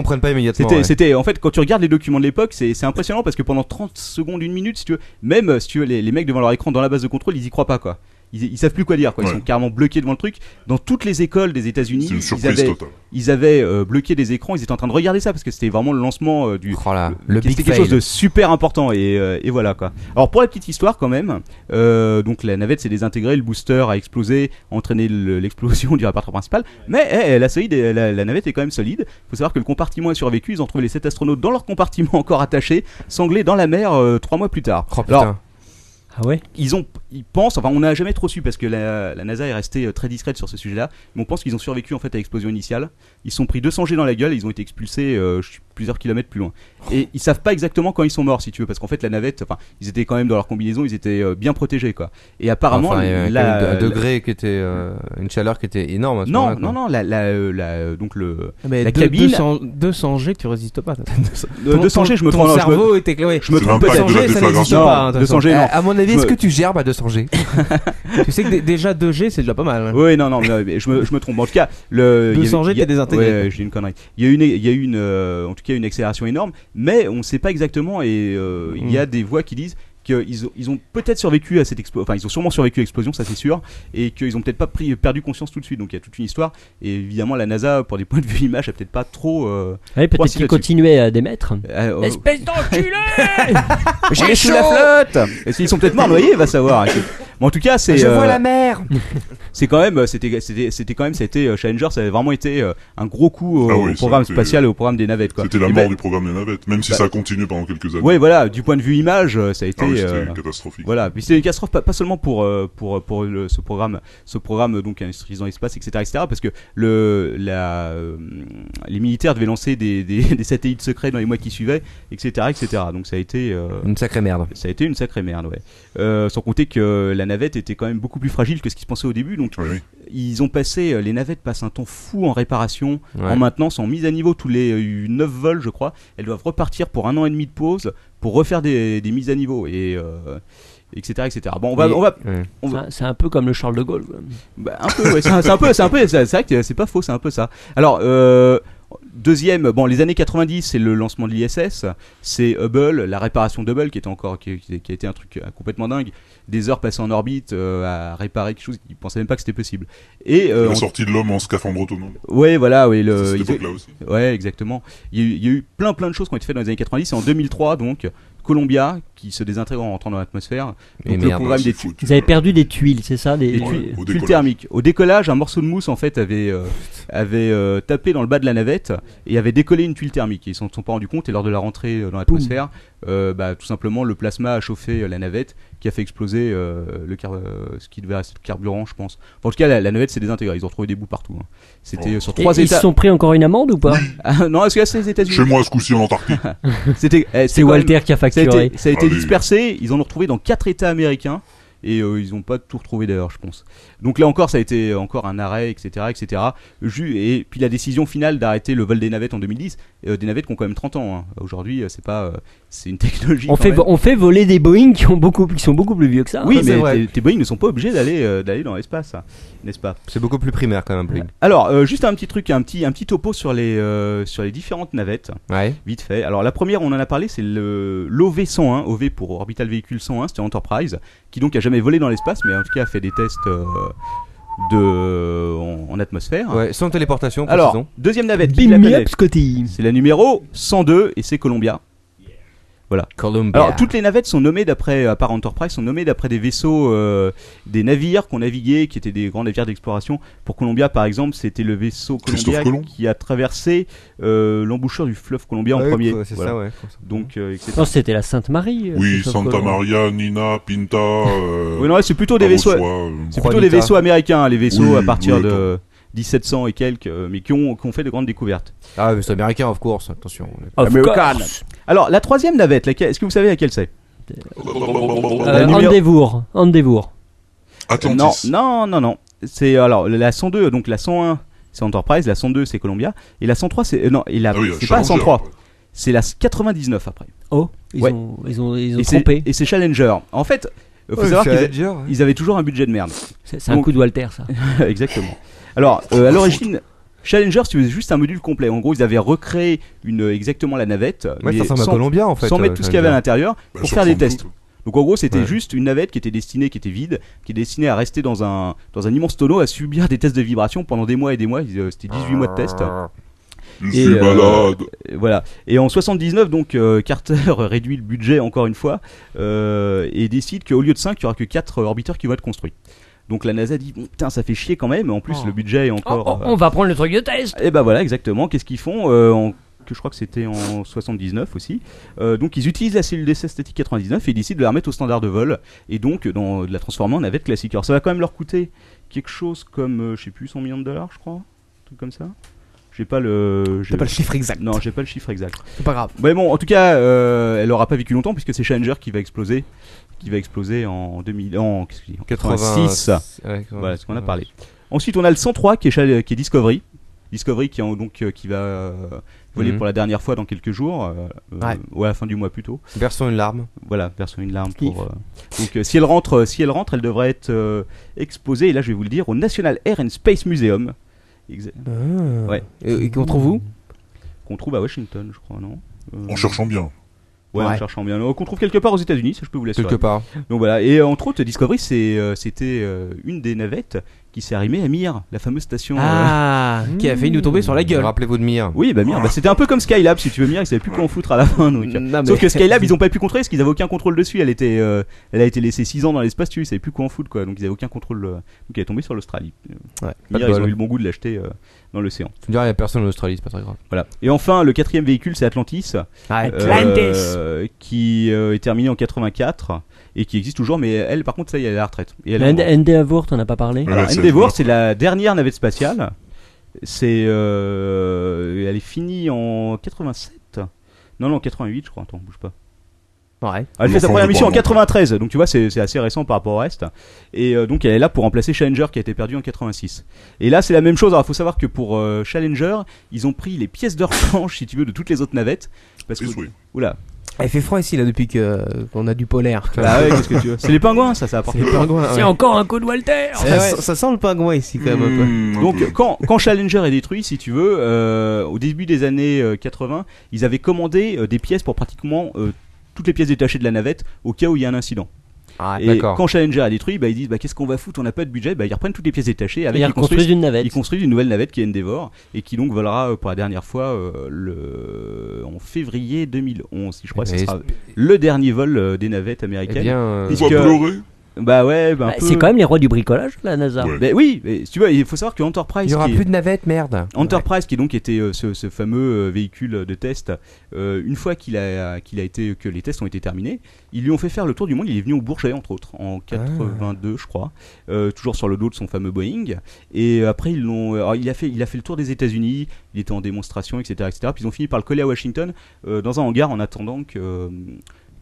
C'était, c'était- en fait, quand tu regardes les documents de l'époque, c'est, c'est impressionnant parce que pendant 30 secondes, une minute, si tu veux, même euh, si tu veux, les, les mecs devant leur écran dans la base de contrôle, ils y croient pas, quoi. Ils, ils savent plus quoi dire, quoi. Ils Ouais. sont carrément bloqués devant le truc. Dans toutes les écoles des États-Unis, C'est une ils surprise avaient, totale. ils avaient euh, bloqué des écrans. Ils étaient en train de regarder ça parce que c'était vraiment le lancement euh, du. le c'était big quelque chose fail. de super important et, euh, et voilà quoi. Alors pour la petite histoire quand même, euh, donc la navette s'est désintégrée, le booster a explosé, a entraîné le- l'explosion du répertoire principal, mais eh, la, solide, la, la navette est quand même solide. faut savoir que le compartiment a survécu, ils ont trouvé les 7 astronautes dans leur compartiment encore attachés, sanglés dans la mer 3 mois plus tard. Oh, Alors, ah ouais ils ont, ils pensent, enfin on n'a jamais trop su parce que la, la NASA est restée euh, très discrète sur ce sujet-là, mais on pense qu'ils ont survécu en fait à l'explosion initiale. Ils se sont pris 200 G dans la gueule, et ils ont été expulsés euh, je sais, plusieurs kilomètres plus loin. Et ils savent pas exactement quand ils sont morts si tu veux, parce qu'en fait la navette, enfin ils étaient quand même dans leur combinaison, ils étaient euh, bien protégés quoi. Et apparemment, Enfin, il y avait la- quand même un la- degré qui était euh, une chaleur qui était énorme. À ce non, moment-là, quoi. non, non, la, la, euh, la, euh, donc le, Ah, Mais la deux- cabine. 200, 200 G, tu résistes pas. Euh, 200 G, je me ton prends- non, je me- cerveau est éclairé. Je me C'est trompe l'impact peut-être. de la 200 G, ça n'existe déflagration. pas, hein, de toute 200 G, façon. non. À mon avis, est-ce Je que me- tu gerbes à 200 G Tu sais que dé- déjà 2 G, c'est déjà pas mal. Oui, non, non, mais, mais je, me, je me trompe. En tout cas, le. il y a eu- 200 G, il y a- t'es désintégré. Ouais, ouais, je dis une connerie. Il y a une, il y a une, euh, en tout cas, une accélération énorme, mais on ne sait pas exactement et euh, il Mm. y a des voix qui disent qu'ils ont, ils ont peut-être survécu à cette explosion, enfin ils ont sûrement survécu à l'explosion, ça c'est sûr, et qu'ils ont peut-être pas pris, perdu conscience tout de suite. Donc il y a toute une histoire. Et évidemment, la NASA, pour des points de vue image, a peut-être pas trop. euh, Ouais, trop peut-être assis qu'il là-dessus. continuait à démettre. Euh, euh, Espèce d'enculé il est sous la flotte Et s'ils sont peut-être morts noyés, va savoir. Mais en tout cas, c'est. Je vois euh, la mer. C'est quand même, euh, c'était, c'était, c'était quand même, c'était euh, Challenger, ça avait vraiment été euh, un gros coup au, Ah oui, au programme c'était- spatial et au programme des navettes. Quoi. C'était la Et mort ben- du programme des navettes, même si Bah- ça a continué pendant quelques années. Ouais, voilà, du point de vue image, euh, ça a été. Ah oui, c'était euh, catastrophique. Voilà, puis c'était une catastrophe pas, pas seulement pour, euh, pour, pour le- ce programme, ce programme euh, donc industrialisant l'espace, etc., etc., parce que le, la, euh, les militaires devaient lancer des, des, des satellites secrets dans les mois qui suivaient, etc., etc. Donc ça a été. euh, Une sacrée merde. Ça a été une sacrée merde, ouais. Euh, sans compter que la navette était quand même beaucoup plus fragile que ce qui se pensait au début, donc ils ont passé, euh, les navettes passent un temps fou en réparation, Ouais. en maintenance, en mise à niveau tous les euh, 9 vols, je crois. Elles doivent repartir pour un an et demi de pause pour refaire des, des mises à niveau et euh, etc etc. Bon, on va, Oui. on va, on C'est va- un- Ah, C'est un peu comme le Charles de Gaulle. quoi. bah, un peu, ouais, c'est un c'est un peu, c'est un peu, c'est c'est vrai que c'est pas faux, c'est un peu ça. Alors, euh, deuxième, bon, les années 90, c'est le lancement de l'ISS, c'est Hubble, la réparation d'Hubble qui était encore, qui, qui- qui a été un truc euh, complètement dingue, des heures passées en orbite euh, à réparer quelque chose, ils pensaient même pas que c'était possible. Et euh, la en- sortie de l'homme en scaphandre autonome. Ouais, voilà, oui, C'est le. cette ils- époque-là aussi. Ouais, exactement. Il y, a eu, il y a eu plein plein de choses qui ont été faites dans les années 90 et en 2003 donc Columbia qui se désintègre en rentrant dans l'atmosphère. Et Donc, le merde, programme c'est des fou, tu- Ils avaient perdu des tuiles, c'est ça Des, des des- tuiles- tuiles thermiques. Au décollage, un morceau de mousse en fait avait euh, avait euh, tapé dans le bas de la navette et avait décollé une tuile thermique. Ils s'en sont pas rendus compte et lors de la rentrée euh, dans l'atmosphère, euh, bah, tout simplement le plasma a chauffé euh, la navette qui a fait exploser euh, le car- euh, ce qui devait rester de carburant, je pense. Enfin, en tout cas, la, la navette s'est désintégrée. Ils ont retrouvé des bouts partout. hein. C'était euh, sur Et trois ils états. se sont pris encore une amende ou pas Ah, non, est-ce que là, c'est les États-Unis Chez moi, ce coup-ci en Antarctique. C'était, eh, C'est quand Walter qui a facturé. Ça a été, ça a été Allez. dispersé. Ils en ont retrouvé dans quatre États américains et euh, ils n'ont pas tout retrouvé d'ailleurs, je pense. Donc là encore, ça a été encore un arrêt, etc., etc. Ju- et puis la décision finale d'arrêter le vol des navettes en 2010, euh, des navettes qui ont quand même 30 ans. hein. Aujourd'hui, euh, c'est pas, euh, c'est une technologie. on quand fait, même. vo- on fait voler des Boeing qui, ont beaucoup, qui sont beaucoup plus vieux que ça. Oui, Ça, c'est mais vrai. tes- tes Boeing ne sont pas obligés d'aller euh, d'aller dans l'espace, hein, n'est-ce pas C'est beaucoup plus primaire quand même, Boeing. alors, euh, juste un petit truc, un petit, un petit topo sur les, euh, sur les différentes navettes. Vite fait. Alors, la première, on en a parlé, c'est le- l'OV-101, OV pour Orbital Vehicle 101, c'était Enterprise, qui donc a jamais volé dans l'espace, mais en tout cas a fait des tests. euh, de, en, en atmosphère. Ouais, sans téléportation, Alors, précisons. deuxième navette, qui Beam la me connaît up, C'est la numéro 102 et c'est Columbia. Voilà. Columbia. Alors toutes les navettes sont nommées d'après, à part Enterprise, sont nommées d'après des vaisseaux, euh, des navires qu'on naviguait, qui étaient des grands navires d'exploration. Pour Columbia, par exemple, c'était le vaisseau Christophe Columbia Colomb. qui a traversé euh, l'embouchure du fleuve Columbia Ouais, en premier. c'est ça, ouais. Donc, euh, etc. Non, Oh, c'était la Sainte Marie. euh, Oui, Christophe Santa Colomb. Maria, Nina, Pinta. euh, Oui, non, ouais, c'est plutôt des vaisseaux, Parochois, euh, c'est plutôt les vaisseaux américains, hein, les vaisseaux Oui, à partir oui, de 1700 et quelques, euh, mais qui ont, qui ont fait de grandes découvertes. Ah, mais c'est américain, of course, attention. Of course. Alors, la troisième navette, laquelle- est-ce que vous savez laquelle c'est Euh, Andevour. Andevour. Euh, Non, non, non, non. C'est alors la 102, donc la 101, c'est Enterprise, la 102, c'est Columbia, et la 103, c'est euh, non, et la Ah oui, la c'est pas la Challenger, 103, c'est la 99 après. Oh, ils Ouais. ont, ils ont, ils ont et c'est- trompé. Et c'est Challenger. En fait, euh, faut Ouais, savoir qu'ils Challenger, ouais. ils avaient toujours un budget de merde. C'est- c'est un coup de Walter, ça. Exactement. Alors, euh, à l'origine. Challenger, si tu veux, c'est juste un module complet. En gros, ils avaient recréé une, euh, exactement la navette, mais Ouais, ça ressemble à sans- Columbia, en fait, sans mettre euh, tout ce qu'il y avait à Challenger. l'intérieur Bah, pour ça faire des ressemble tests. tout. Donc en gros, c'était Ouais. juste une navette qui était destinée, qui était vide, qui est destinée à rester dans un, dans un immense tonneau, à subir des tests de vibration pendant des mois et des mois. Ils, euh, C'était 18 mois de tests. Je suis malade. et euh, Voilà. Et en 79, donc euh, Carter réduit le budget encore une fois euh, et décide qu'au lieu de 5, il n'y aura que 4 orbiteurs qui vont être construits. Donc la NASA dit Bon, putain ça fait chier quand même. En plus Oh. le budget est encore. Oh, euh, on va prendre le truc de test. et bah voilà, exactement. Qu'est-ce qu'ils font euh, en- que je crois que c'était en 79 aussi. Euh, donc ils utilisent la cellule d'essai statique 99 et ils décident de la remettre au standard de vol et donc dans- de la transformer en navette classique. Alors ça va quand même leur coûter quelque chose comme, euh, je sais plus, 100 millions de dollars, je crois, un truc comme ça. J'ai pas le. j'ai- pas le chiffre exact. Non, j'ai pas le chiffre exact. C'est pas grave. Mais bon, en tout cas, euh, elle aura pas vécu longtemps puisque c'est Challenger qui va exploser, qui va exploser en 2000, en, qu'est-ce que je dis, en 86. 86. Ouais, voilà ce qu'on a parlé. Ensuite, on a le 103 qui est, chal- qui est Discovery. Discovery qui, en- donc, euh, qui va euh, voler Mhm. pour la dernière fois dans quelques jours. euh, euh, Ouais. ouais, à la fin du mois plutôt. Versons une larme. Voilà, versons une larme pour. euh, donc, euh, si elle rentre, euh, si elle rentre, elle devrait être euh, exposée. Et là, je vais vous le dire au National Air and Space Museum. Exa- Ah. Ouais. Et- et qu'on trouve où Qu'on trouve à Washington, je crois, non Euh, En cherchant bien. Ouais. Ouais, en cherchant bien. Donc, Qu'on trouve quelque part aux États-Unis, ça je peux vous l'assurer. Quelque part. Donc voilà. Et euh, entre autres, Discovery, c'est, euh, c'était euh, une des navettes qui s'est arrimée à Mir, la fameuse station. euh, Ah, qui a failli nous tomber sur la gueule. Rappelez-vous de Mir. Mmh. Oui, bah Mir, bah, c'était un peu comme Skylab, si tu veux Mir, ils savaient plus quoi en foutre à la fin. donc. mais- Sauf que Skylab, ils ont pas pu contrôler parce qu'ils avaient aucun contrôle dessus. Elle était, euh, elle a été laissée 6 ans dans l'espace, tu sais, ils savaient plus quoi en foutre quoi. Donc ils avaient aucun contrôle. euh, donc elle est tombée sur l'Australie. Euh, Ouais, pas Mir, de ils bol. ont eu le bon goût de l'acheter euh, dans l'océan. Tu me diras, il n'y a personne en Australie, c'est pas très grave. Voilà. Et enfin, le quatrième véhicule, c'est Atlantis, Ah, euh, Atlantis. qui euh, est terminé en 84 et qui existe toujours, mais elle, par contre, ça y est, elle est à la retraite. Et elle est en- Endeavour, t'en as pas parlé alors, Endeavour, c'est la dernière navette spatiale. C'est, euh, elle est finie en 87. Non, non, 88, je crois. Attends, bouge pas. Ouais. Elle fait sa L'enfant première du mission en Borneo. 93, donc tu vois, c'est c'est assez récent par rapport au reste. Et euh, donc, elle est là pour remplacer Challenger qui a été perdu en 86. Et là, c'est la même chose. Alors, il faut savoir que pour euh, Challenger, ils ont pris les pièces de rechange, si tu veux, de toutes les autres navettes. Parce que. Oula. Il fait froid ici là depuis que euh, qu'on a du polaire. Bah ouais, qu'est-ce que tu veux C'est les pingouins, ça, ça apporte. C'est les pingouins. C'est ouais. encore un coup de Walter. Ça, sent- ça sent le pingouin ici quand même Hmm, un peu. Donc quand, quand Challenger est détruit, si tu veux, euh, au début des années euh, 80, ils avaient commandé euh, des pièces pour pratiquement euh, toutes les pièces détachées de la navette au cas où il y a un incident. et Ah, d'accord. quand Challenger est détruit, bah, ils disent bah, qu'est-ce qu'on va foutre, on n'a pas de budget, bah, ils reprennent toutes les pièces détachées. Avec, Ils reconstruisent une navette. Ils construisent une nouvelle navette qui est Endeavor et qui donc volera euh, pour la dernière fois euh, le... en février 2011, si je crois. Eh Ce ben, sera le dernier vol euh, des navettes américaines. Eh bien, euh, Puisque- On va pleurer. Bah ouais, bah, un Bah, peu. C'est quand même les rois du bricolage, la NASA. Bah oui, mais si tu vois, il faut savoir que Enterprise. Il n'y aura qui est- plus de navette, merde. Enterprise, qui donc était euh, ce, ce fameux euh, véhicule de test, euh, une fois qu'il a, qu'il a été, que les tests ont été terminés, ils lui ont fait faire le tour du monde. Il est venu au Bourget, entre autres, en Ah. 82, je crois, euh, toujours sur le dos de son fameux Boeing. Et euh, après, ils l'ont, alors, il a fait, il a fait le tour des États-Unis. Il était en démonstration, etc., etc. Puis ils ont fini par le coller à Washington euh, dans un hangar en attendant que. euh,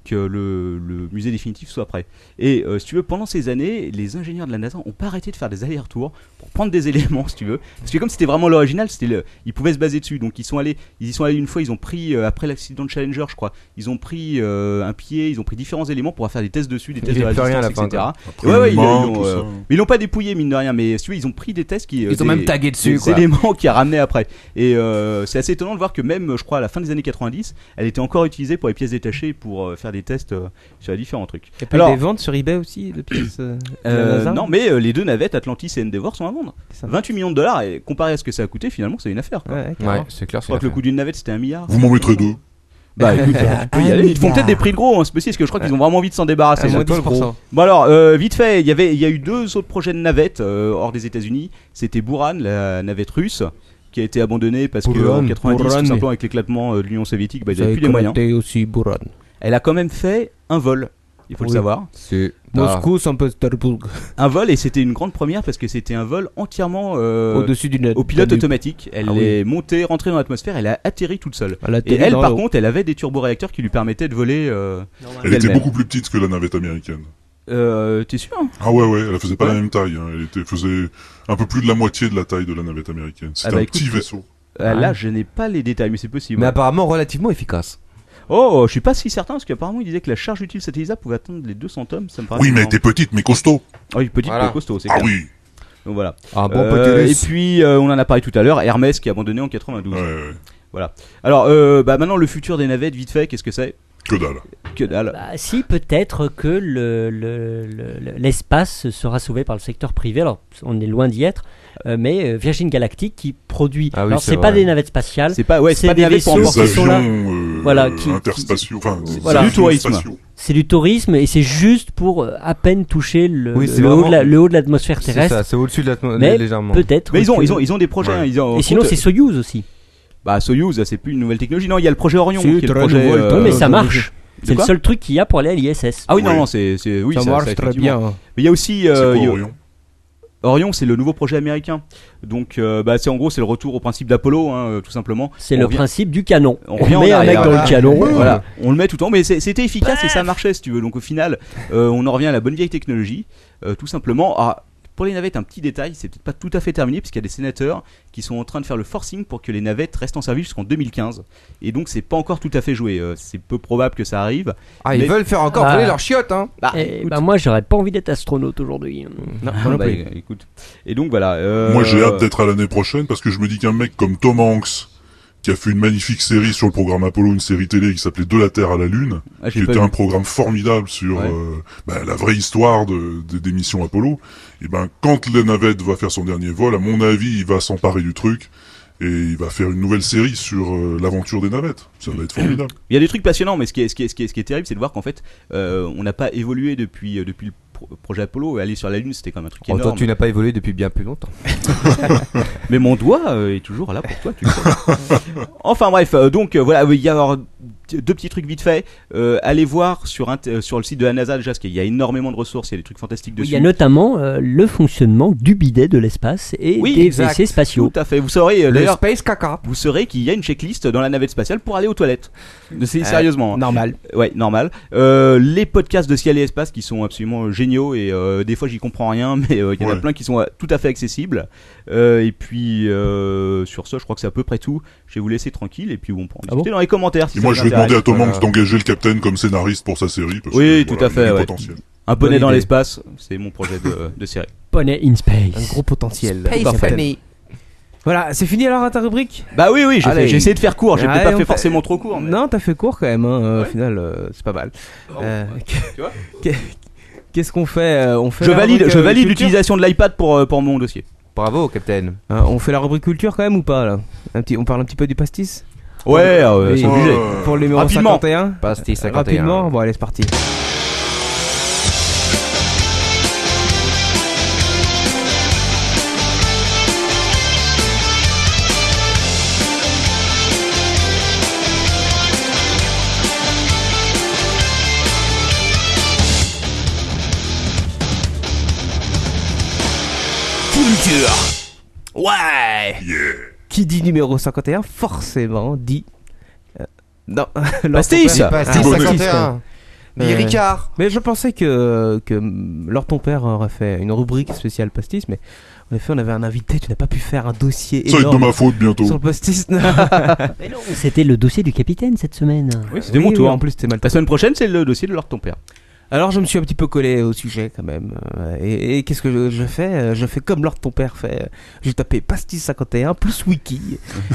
que le, le musée définitif soit prêt. Et euh, si tu veux, pendant ces années, les ingénieurs de la NASA n'ont pas arrêté de faire des allers-retours pour prendre des éléments, si tu veux. Parce que comme c'était vraiment l'original, c'était le- ils pouvaient se baser dessus. Donc ils sont allés, ils y sont allés une fois, ils ont pris euh, après l'accident de Challenger, je crois, ils ont pris euh, un pied, ils ont pris différents éléments pour faire des tests dessus, des Il tests y de avait plus résistance, rien à la fin, etc. quoi. Après, Ouais, ouais, ils ils, ils mentent, l'ont, tout euh, ça. mais ils l'ont pas dépouillé mine de rien. Mais si tu veux, ils ont pris des tests qui euh, Ils ont des- même tagué dessus, des quoi. éléments qui a ramené après. Et euh, c'est assez étonnant de voir que même, je crois, à la fin des années 90, elle était encore utilisée pour les pièces détachées pour euh, faire faire des tests euh, sur les différents trucs. Il y a pas eu des ventes sur eBay aussi de pièces euh, Euh, au hasard non, mais euh, les deux navettes, Atlantis et Endeavor, sont à vendre. 28 millions de dollars, et comparé à ce que ça a coûté, finalement, c'est une affaire. quoi. Ouais, carrément. Ouais, c'est clair, Je c'est crois une que le affaire. coût d'une navette, c'était un milliard. Vous m'en mettrez deux. Bah écoute, euh, tu peux y Un aller. Ils font milliard. peut-être des prix de gros, hein, ce parce que je crois qu'ils ont vraiment envie de s'en débarrasser. Ah, moins C'est pas le 10%. gros. Bon alors, euh, vite fait, il y avait- il y a eu deux autres projets de navettes euh, hors des États-Unis. C'était Buran, la navette russe, qui a été abandonnée parce que Buran, en 90, Buran. tout simplement avec l'éclatement euh, de l'Union soviétique, bah, ils Ça n'avaient plus les moyens. éclatait aussi Buran. Elle a quand même fait un vol, il faut le Oui. savoir. C'est- Moscou, Saint Pétersbourg. Un vol et c'était une grande première parce que c'était un vol entièrement euh, Au-dessus du net- au pilote Danube. automatique. Elle Ah oui. est montée, rentrée dans l'atmosphère, elle a atterri toute seule. Elle a et atterri elle, dans par l'eau. contre, elle avait des turboréacteurs qui lui permettaient de voler. euh, Elle était d'elle-même. beaucoup plus petite que la navette américaine. Euh, t'es sûr Ah ouais, ouais, elle faisait pas Ouais. la même taille. hein. Elle était, faisait un peu plus de la moitié de la taille de la navette américaine. C'était Ah bah un écoute, petit vaisseau. euh, là, je n'ai pas les détails, mais c'est possible. Mais apparemment relativement efficace. Oh, je suis pas si certain parce qu'apparemment il disait que la charge utile satellisable pouvait atteindre les 200 tomes. Ça me paraît Oui, mais elle énorme. était petite, mais costaud. Ah oui, petite Voilà. mais costaud, c'est Ah clair. oui. Donc voilà. Un bon Euh, Patélus. Et puis euh, on en a parlé tout à l'heure, Hermès qui a abandonné en 92. Voilà. Alors euh, bah maintenant le futur des navettes vite fait, qu'est-ce que c'est Que dalle. Que dalle. Bah, si, peut-être que le- le- le- le- l'espace sera sauvé par le secteur privé. Alors, on est loin d'y être, euh, mais euh, Virgin Galactic qui produit. Ah oui, alors, c'est c'est pas vrai. des navettes spatiales. C'est pas- ouais, c'est pas des des navettes pour vaisseaux qui embarquer. sont là. Des avions, euh, voilà, qui, interspatiaux, enfin, qui- c'est voilà. du tourisme. Spatiaux. C'est du tourisme et c'est juste pour euh, à peine toucher le, Oui, le c'est haut, vraiment- de la- le haut de l'atmosphère C'est terrestre. ça, c'est au-dessus de l'atmo- Mais légèrement. Peut-être. Mais ils ont, que- ils ont, ils ont des projets. hein, ils ont- et sinon, compte- c'est Soyuz aussi. Bah Soyuz, ça, c'est plus une nouvelle technologie. Non, il y a le projet Orion C'est qui est le très projet. nouveau, euh, Oui, mais ça de- marche. de C'est le quoi seul truc qu'il y a pour aller à l'ISS. Ah oui, non, non, c'est, c'est- oui, ça, ça, effectivement. Mais il y a aussi euh, C'est quoi, il y a- Orion Orion, c'est le nouveau projet américain. Donc, euh, bah, c'est en gros, c'est le retour au principe d'Apollo, hein, euh, tout simplement. C'est On le revient- principe du canon. On revient en Ah met un mec arrière. dans le canon. Voilà, on le met tout le temps, mais c'est- c'était efficace et ça marchait, si tu veux. Donc, au final, euh, on en revient à la bonne vieille technologie, euh, tout simplement. à- pour les navettes, un petit détail, c'est peut-être pas tout à fait terminé, puisqu'il y a des sénateurs qui sont en train de faire le forcing pour que les navettes restent en service jusqu'en 2015. Et donc, c'est pas encore tout à fait joué. Euh, c'est peu probable que ça arrive. Ah, ils Mais- veulent faire encore Ah. voler leurs chiottes, hein Bah, Eh écoute. ben, moi, j'aurais pas envie d'être astronaute aujourd'hui. Non, moi non bah, plus. écoute. Et donc voilà. euh, Moi, j'ai hâte d'être à l'année prochaine parce que je me dis qu'un mec comme Tom Hanks, qui a fait une magnifique série sur le programme Apollo, une série télé qui s'appelait De la Terre à la Lune, Ah, j'ai qui pas était vu. un programme formidable sur Ouais. euh, bah, la vraie histoire de, de- des missions Apollo. Et ben, quand la navette va faire son dernier vol, à mon avis, il va s'emparer du truc et il va faire une nouvelle série sur euh, l'aventure des navettes. Ça va être formidable. Il y a des trucs passionnants, mais ce qui est, ce qui est, ce qui est, ce qui est terrible, c'est de voir qu'en fait, euh, on n'a pas évolué depuis, euh, depuis le pro- projet Apollo. Et aller sur la Lune, c'était quand même un truc Oh, énorme. toi, tu n'as pas évolué depuis bien plus longtemps. mais mon doigt euh, est toujours là pour toi. Tu le sais. enfin bref, euh, donc euh, voilà, il y a alors, deux petits trucs vite fait. Euh, allez voir sur, int- euh, sur le site de la NASA déjà, parce qu'il y a énormément de ressources, il y a des trucs fantastiques dessus. Il y a notamment euh, le fonctionnement du bidet de l'espace et Oui, des exact. WC spatiaux. Tout à fait. Vous saurez euh, Le d'ailleurs. Space caca. Vous saurez qu'il y a une checklist dans la navette spatiale pour aller aux toilettes. C'est Euh, sérieusement. hein. normal. Ouais, normal. Euh, les podcasts de ciel et espace qui sont absolument géniaux et euh, des fois j'y comprends rien, mais euh, il y en a Ouais. plein qui sont euh, tout à fait accessibles. Euh, et puis euh, sur ça, je crois que c'est à peu près tout. Je vais vous laisser tranquille et puis on Ah peut en discuter dans les commentaires. Si Et ça moi, vous je vais intéresse. demander à Tom Voilà. Hanks d'engager le capitaine comme scénariste pour sa série. Parce Oui, que, tout voilà, à il y a fait. du ouais. potentiel. Un Bonne poney dans idée. l'espace, c'est mon projet de, de série. Poney in space. Un gros potentiel. Space Parfait. Poney. Voilà, c'est fini alors ta rubrique Bah oui, oui, j'ai Allez. fait- j'ai essayé de faire court, j'ai Ouais, peut-être pas on fait forcément trop court. mais- Oh, Non, t'as fait court quand même, hein, euh, au final, euh, c'est pas mal. Euh, qu'est- Qu'est-ce qu'on fait euh, on fait Je la valide, rubrique, je euh, valide culture l'utilisation de l'iPad pour, euh, pour mon dossier. Bravo, Capitaine. Hein, on fait la rubrique culture quand même ou pas là Un petit- On parle un petit peu du pastis Ouais, euh, Oui, c'est obligé. Pour le numéro Rapidement. 51 Pastis 51. Rapidement, bon allez c'est parti. Culture. Ouais. Qui dit numéro 51 forcément dit... euh, non, l'orthopède- Pastis Pastis 51. Euh, Dit Ricard. Mais je pensais que, que mm, Lord ton père aurait fait une rubrique spéciale pastis, mais en effet on avait un invité, tu n'as pas pu faire un dossier Ça va être énorme de ma faute bientôt. Sur le pastis. C'était le dossier du capitaine cette semaine. C'était mon Oui, tour. oui, en plus, c'était mal La semaine prochaine, c'est le dossier de l'or de ton père. Alors je me suis un petit peu collé au sujet quand même. Euh, Et, et qu'est-ce que je, je fais Euh, Je fais comme Lord ton père fait. J'ai tapé pastis 51 plus wiki.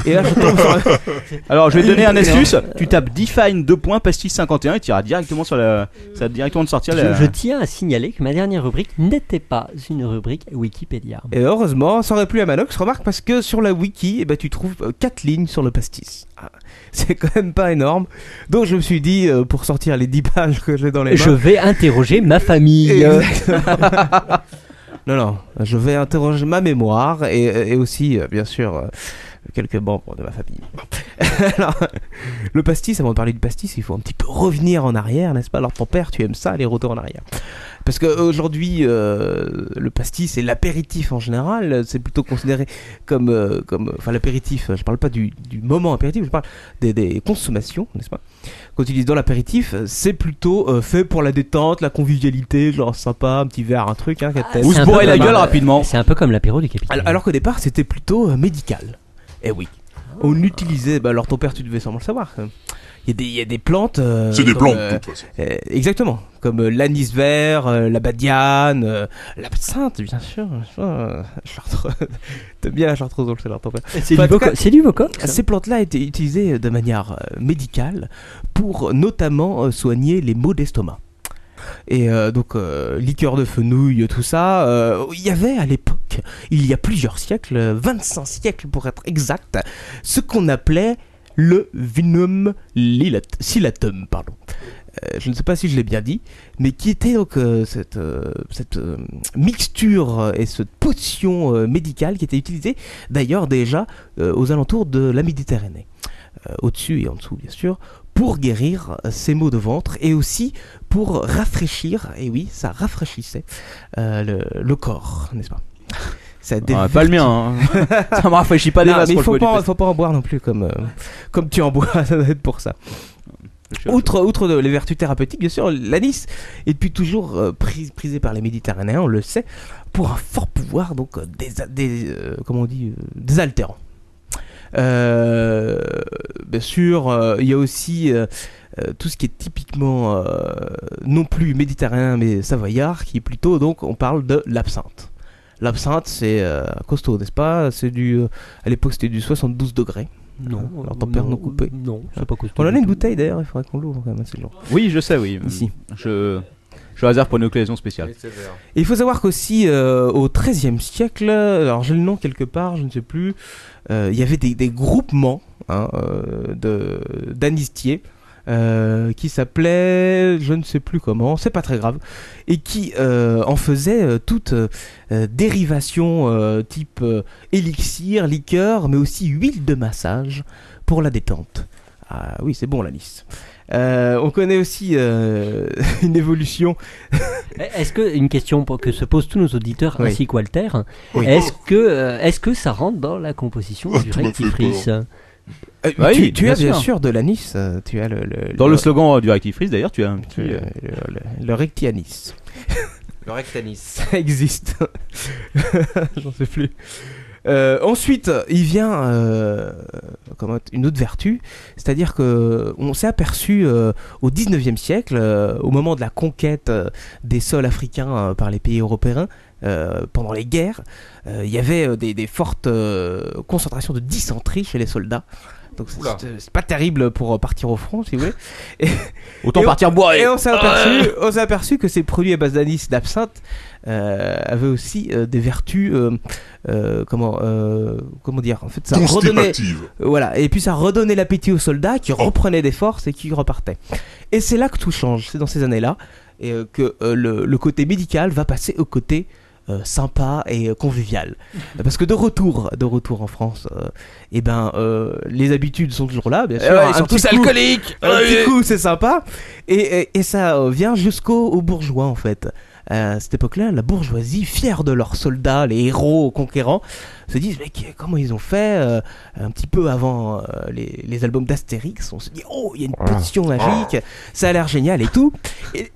Et là je tombe sur... Alors, je vais te donner un astuce. Tu tapes define 2 points pastis 51 et tu iras directement sur la. Ça va directement te sortir la. Je, je tiens à signaler que ma dernière rubrique n'était pas une rubrique Wikipédia. Et heureusement, ça aurait plu à Manox, remarque, parce que sur la wiki, eh ben, tu trouves 4 lignes sur le pastis. Ah, C'est quand même pas énorme. Donc je me suis dit, euh, pour sortir les 10 pages que j'ai dans les mains... Je vais interroger ma famille. Eh ben, Exactement. non, non, je vais interroger ma mémoire et, et aussi, euh, bien sûr, euh, quelques membres de ma famille. Bon. Alors, le pastis, avant de parler du pastis, il faut un petit peu revenir en arrière, n'est-ce pas Alors, ton père, tu aimes ça, les retours en arrière. Parce qu'aujourd'hui, le pastis et l'apéritif en général, c'est plutôt considéré comme. euh, comme enfin, l'apéritif, je parle pas du, du moment apéritif, je parle des, des consommations, n'est-ce pas Quand ils disent dans l'apéritif, c'est plutôt euh, fait pour la détente, la convivialité, genre sympa, un petit verre, un truc, hein, Captain. C'est un peu comme, euh, C'est un peu comme l'apéro du capitaine. Al- Alors qu'au départ, c'était plutôt euh, médical. Eh oui. Ah. On utilisait. bah alors ton père, tu devais sûrement le savoir. quand même. Il y a des, il y a des plantes. euh, C'est des comme, plantes, euh, de toute façon. euh, exactement. Comme euh, l'anis vert, euh, la badiane, euh, la sainte, bien sûr. euh, Chartreuse. T'aimes bien la chartreuse, on le sait, alors, ton père. C'est Enfin, du en voco- tout cas, c'est du hein. vocoque, ça. Ces plantes-là étaient utilisées de manière euh, médicale pour notamment euh, soigner les maux d'estomac. Et euh, donc, euh, liqueur de fenouil, tout ça, euh, il y avait à l'époque, il y a plusieurs siècles, euh, 25 siècles pour être exact, ce qu'on appelait le vinum lilat- silatum, pardon. Euh, je ne sais pas si je l'ai bien dit, mais qui était donc euh, cette, euh, cette euh, mixture euh, et cette potion euh, médicale qui était utilisée d'ailleurs déjà euh, aux alentours de la Méditerranée euh, au-dessus et en dessous bien sûr, pour guérir euh, ces maux de ventre et aussi pour rafraîchir, et oui, ça rafraîchissait euh, le, le corps, n'est-ce pas ça a des Ah, pas le vertus. mien, hein. Ça me rafraîchit pas des Non, masses mais pour le faut coup, du pas, plastique. faut pas en boire non plus comme, euh, comme tu en bois, ça doit être pour ça. Outre, outre de- les vertus thérapeutiques, bien sûr, l'anis est depuis toujours euh, pris- prisé par les Méditerranéens, on le sait, pour un fort pouvoir donc euh, des, des euh, comment on dit euh, désaltérant. Euh, bien sûr, euh, il y a aussi euh, euh, tout ce qui est typiquement euh, non plus méditerranéen mais savoyard, qui est plutôt donc on parle de l'absinthe. L'absinthe c'est euh, costaud, n'est-ce pas C'est du, euh, à l'époque c'était du 72 degrés. Non, alors ton père non, nous coupait. non, c'est pas costaud Ah. On en du a une tout. bouteille d'ailleurs, il faudrait qu'on l'ouvre quand même, c'est long. Oui, je sais, oui. Je, je réserve pour une occasion spéciale. Et il faut savoir qu'aussi euh, au XIIIe siècle, alors j'ai le nom quelque part, je ne sais plus, euh, il y avait des, des groupements hein, euh, de d'anistiers euh, qui s'appelaient, je ne sais plus comment, c'est pas très grave, et qui euh, en faisaient euh, toute euh, euh, dérivation euh, type euh, élixir, liqueur, mais aussi huile de massage pour la détente. Ah oui, c'est bon la Nice. Euh, on connaît aussi euh, une évolution Eh, Est-ce que une question pour que se posent tous nos auditeurs Oui. ainsi qu'Alter Oui. Oh, Est-ce que euh, est-ce que ça rentre dans la composition du rectifrice Euh, Bah tu, oui, tu bien as bien sûr. sûr, de l'anis, euh, tu as le, le- Dans le, le slogan euh, du Rectifrice, d'ailleurs, tu as un petit. euh, le, le- le rectianis. Le rectanis. Ça existe. J'en sais plus. Euh, ensuite, il vient euh, comment- une autre vertu, c'est-à-dire que on s'est aperçu euh, au 19e siècle, euh, au moment de la conquête euh, des sols africains euh, par les pays européens, euh, pendant les guerres, euh, il y avait euh, des, des fortes euh, concentrations de dysenterie chez les soldats. Donc c'est- c'est c'est pas terrible pour euh, partir au front, si vous voulez. Et- Autant et on- partir boire et- Et on s'est Ah aperçu, ouais. on s'est aperçu que ces produits à base d'anis et d'absinthe euh, avaient aussi euh, des vertus, euh, euh, comment, euh, comment dire, en fait, ça redonnait, Constipatives. voilà, et puis ça redonnait l'appétit aux soldats qui reprenaient des forces et qui repartaient. Et c'est là que tout change, c'est dans ces années-là et euh, que euh, le, le côté médical va passer au côté euh, sympa et euh, convivial. Parce que de retour, de retour en France, euh, eh ben euh, les habitudes sont toujours là, bien Eh sûr. ouais, ils Un sont petit tous coup- alcooliques. Un Ouais, petit ouais. coup, c'est sympa. Et, et- et ça euh, vient jusqu'aux aux bourgeois en fait. Euh, À cette époque-là, la bourgeoisie, fière de leurs soldats, les héros conquérants, se disent mais qui- comment ils ont fait euh, un petit peu avant euh, les, les albums d'Astérix, on se dit oh il y a une potion magique, ça a l'air génial et tout. Et,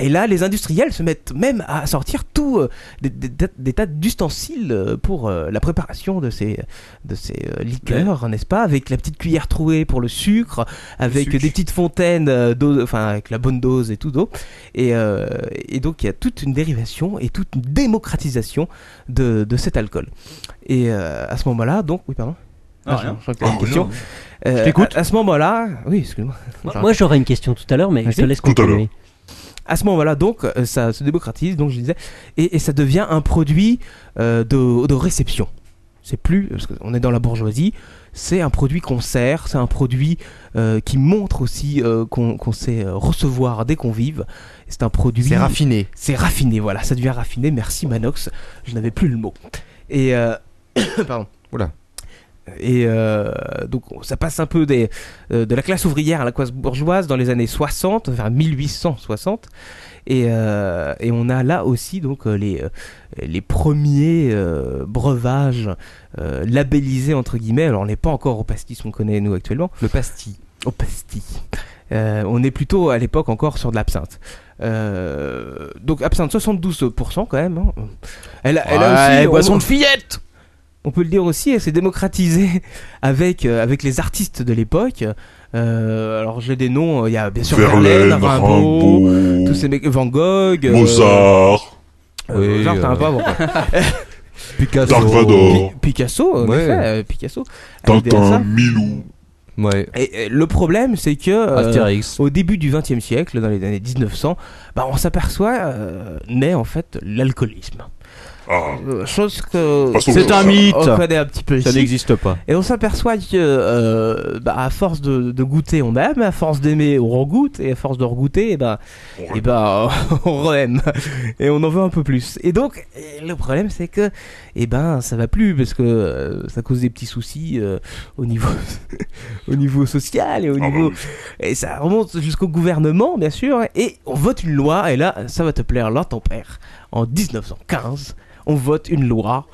Et là, les industriels se mettent même à sortir tout euh, des, des- des- des tas d'ustensiles euh, pour euh, la préparation de ces, de ces euh, liqueurs, n'est-ce pas Avec la petite cuillère trouée pour le sucre, avec des petites fontaines, euh, d'eau- enfin avec la bonne dose et tout d'eau. Et, euh, et donc il y a toute une dérivation et toute une démocratisation de, de cet alcool. Et euh, à ce moment-là, donc, oui, pardon. Ah, je- rien. je crois qu'il y a une Oh, question. non. Euh, Je t'écoute. À, à ce moment-là, oui, excuse-moi. Moi, moi, j'aurais une question tout à l'heure, Ah, mais je Vas-y. te laisse continuer. À ce moment-là, donc, euh, ça se démocratise, donc je disais, et, et ça devient un produit euh, de, de réception. C'est plus, parce qu'on est dans la bourgeoisie, c'est un produit qu'on sert, c'est un produit euh, qui montre aussi euh, qu'on qu'on sait euh, recevoir des convives. C'est un produit. C'est raffiné. C'est raffiné, voilà, ça devient raffiné. Merci Manox, je n'avais plus le mot. Et. euh, Pardon. Oula. Et euh, donc ça passe un peu des, euh, de la classe ouvrière à la classe bourgeoise dans les années 60, vers 1860. Et, euh, et on a là aussi donc euh, les, euh, les premiers euh, breuvages euh, labellisés entre guillemets. Alors on n'est pas encore au pastis qu'on connaît nous actuellement. Le pastis. Au pastis. Euh, on est plutôt à l'époque encore sur de l'absinthe. Euh, donc absinthe 72% quand même. hein. Elle, a- elle a Ouais, aussi boisson on- de fillette on peut le dire aussi, elle s'est démocratisée avec, euh, avec les artistes de l'époque. Euh, alors j'ai des noms, euh, il y a bien sûr Verlaine, Verlaine, Rimbaud, tous ces mecs, Van Gogh, euh, Mozart. euh, Mozart, t'en as pas, bon, quoi. Picasso. Dark Vador. Pi- Picasso, en Ouais. effet, euh, Picasso. avec des Tintin, dessins. Milou. Ouais. Et, et le problème, c'est que euh, Astérix. au début du XXe siècle, dans les années 1900, bah, on s'aperçoit euh, naît en fait l'alcoolisme. Ah. Euh, Chose que Passons C'est au- un mythe. On connaît un petit peu. Ça ici. n'existe pas. Et on s'aperçoit que, euh, bah, à force de, de goûter, on aime, à force d'aimer, on regoute, et à force de regoûter, et ben, et ben, on re-aime, et on en veut un peu plus. Et donc, et le problème, c'est que, et ben, ça va plus parce que euh, ça cause des petits soucis euh, au niveau, au niveau social et au niveau, et ça remonte jusqu'au gouvernement, bien sûr. hein. Et on vote une loi, et là, ça va te plaire, là, ton père, en 1915, on vote une loi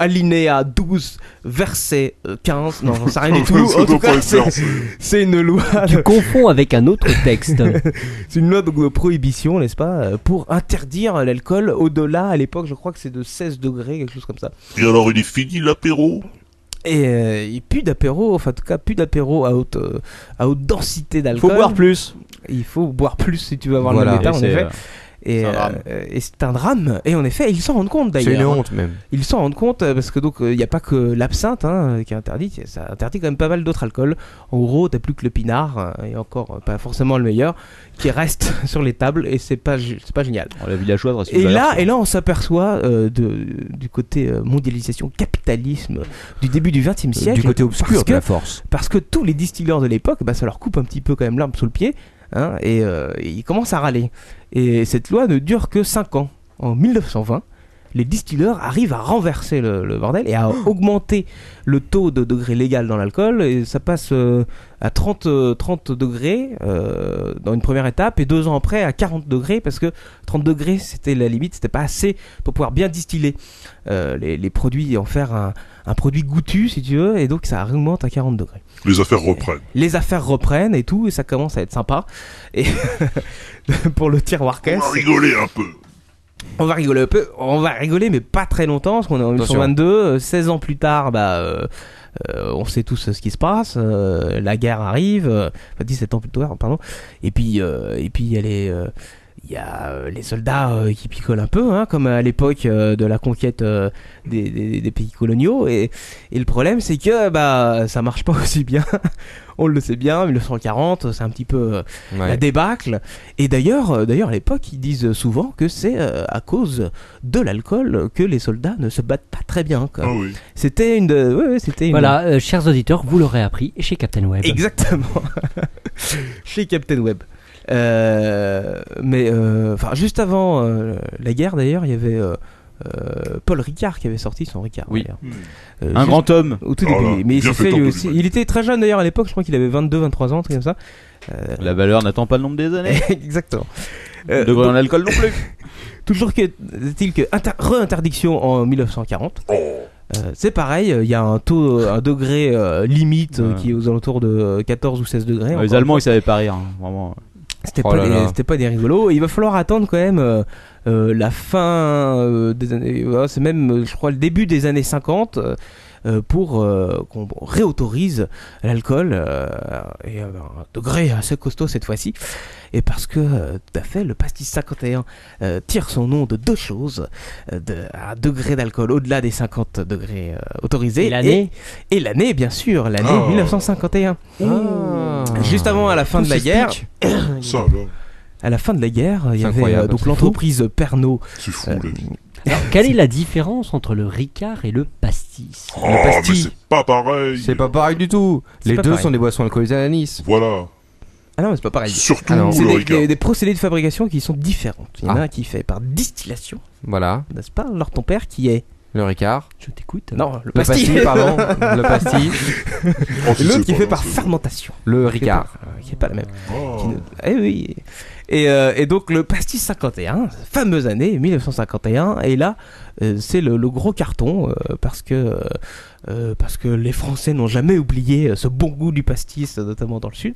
alinéa 12, verset euh, 15. Non, j'en sais rien du tout. Ça En doit tout pas cas, être c'est- ça. c'est une loi. Tu confonds avec un autre texte. c'est une loi donc, de prohibition, n'est-ce pas, euh, pour interdire l'alcool au-delà, à l'époque, je crois que c'est de 16 degrés, quelque chose comme ça. Et alors, il est fini l'apéro Et, euh, et plus d'apéro, enfin en tout cas plus d'apéro à haute, euh, à haute densité d'alcool. Faut boire plus. Il faut boire plus si tu veux avoir Voilà. le même état Et en c'est, effet. euh, Et c'est un drame. euh, et c'est un drame. Et en effet, ils s'en rendent compte C'est d'ailleurs. une honte, même. Ils s'en rendent compte euh, parce que donc il n'y a pas que l'absinthe hein, qui est interdite, ça interdit quand même pas mal d'autres alcools. En gros, t'as plus que le pinard euh, et encore euh, pas forcément le meilleur qui reste sur les tables et c'est pas gé- c'est pas génial. Oh, La villageoise reste Et une valeur là, et là, on s'aperçoit euh, de, du côté euh, mondialisation, capitalisme du début du XXe siècle. Euh, côté obscur parce de la que- force. Parce que tous les distilleurs de l'époque, bah, ça leur coupe un petit peu quand même l'arme sous le pied, hein, et euh, ils commencent à râler. Et cette loi ne dure que 5 ans. En 1920, les distilleurs arrivent à renverser le, le bordel et à augmenter le taux de degré légal dans l'alcool. Et ça passe euh, à 30, euh, 30 degrés euh, dans une première étape et deux ans après à 40 degrés parce que 30 degrés c'était la limite, c'était pas assez pour pouvoir bien distiller euh, les, les produits et en faire un, un produit goûtu si tu veux. Et donc ça augmente à 40 degrés Les affaires reprennent. les affaires reprennent et tout, et ça commence à être sympa. Et pour le tiroir caisse. On va rigoler un peu. On va rigoler un peu, on va rigoler, mais pas très longtemps, parce qu'on est en Attention. 1922, euh, 16 ans plus tard, bah, euh, euh, on sait tous euh, ce qui se passe, euh, la guerre arrive, euh, enfin, 17 ans plus tard, pardon, et puis, euh, et puis elle est. euh, il y a euh, les soldats euh, qui picolent un peu, hein, comme à l'époque euh, de la conquête euh, des, des- des pays coloniaux. Et, et le problème, c'est que bah, ça marche pas aussi bien. On le sait bien, 1940, c'est un petit peu euh, Ouais. la débâcle. Et d'ailleurs, euh, d'ailleurs, à l'époque, ils disent souvent que c'est euh, à cause de l'alcool que les soldats ne se battent pas très bien. quoi. Ah oui. C'était une, de- ouais, ouais, c'était une- Voilà, euh, chers auditeurs, vous l'aurez appris chez Captain Web. Euh, Exactement. chez Captain Web. Euh, mais euh, enfin, juste avant euh, la guerre, d'ailleurs, il y avait euh, euh, Paul Ricard qui avait sorti son Ricard. Oui. d'ailleurs. Mm. Euh, Un juste grand homme. Au tout Oh début. là, mais il bien s'est fait fait tant lui que aussi. Il était très jeune d'ailleurs à l'époque, je crois qu'il avait 22, 23 ans, un truc comme ça. Euh, La valeur n'attend pas le nombre des années. Exactement. De Euh, Degré en donc- alcool non plus. Toujours que- est-il que inter- re-interdiction en 1940. Oh. Euh, c'est pareil, euh, il y a un taux, un degré euh, limite euh, Ouais. qui est aux alentours de euh, 14 ou 16 degrés. Ouais, encore les une Allemands, fois. ils savaient pas rire, hein, vraiment. C'était Oh pas, là des- là. c'était pas des rigolos. Et il va falloir attendre quand même euh, euh, la fin euh, des années. ouais, C'est même, euh, je crois, le début des années 50 euh, euh, pour euh, qu'on réautorise l'alcool euh, et euh, un degré assez costaud cette fois-ci. Et parce que, euh, tout à fait, le pastis 51 euh, tire son nom de deux choses euh, de, un degré d'alcool au-delà des 50 degrés euh, autorisés. Et l'année Et, et l'année, bien sûr, l'année Oh. 1951. Ah. Juste avant à la fin Tout de la guerre. s'explique. Ça À la fin de la guerre, il y C'est avait incroyable, euh, donc c'est l'entreprise Pernod. Euh, fou, Alors, quelle est la différence entre le Ricard et le pastis bah, Oh, mais c'est pas pareil. Ah, C'est pas pareil du tout. C'est Les pas deux pareil. sont des boissons alcoolisées à l'anis. Voilà. Ah non, mais c'est pas pareil. Surtout Alors, c'est le des, Ricard. des- des procédés de fabrication qui sont différentes. Il y en a Ah. un qui est fait par distillation, Voilà. n'est-ce pas Alors ton père qui est Le Ricard. Je t'écoute. Non, le Le pastis, pastis. pardon. Le pastis. Oh, si Oh. Et c'est L'autre qui est fait pas Ah. grave, par c'est bon. fermentation. Qui Le est Ricard. pas- euh, Qui est pas la même. Qui ne- Eh oui. Et, euh, et donc le pastis 51, fameuse année 1951. Et là, euh, c'est le, le gros carton euh, parce que euh, euh, parce que les Français n'ont jamais oublié euh, ce bon goût du pastis, euh, notamment dans le sud.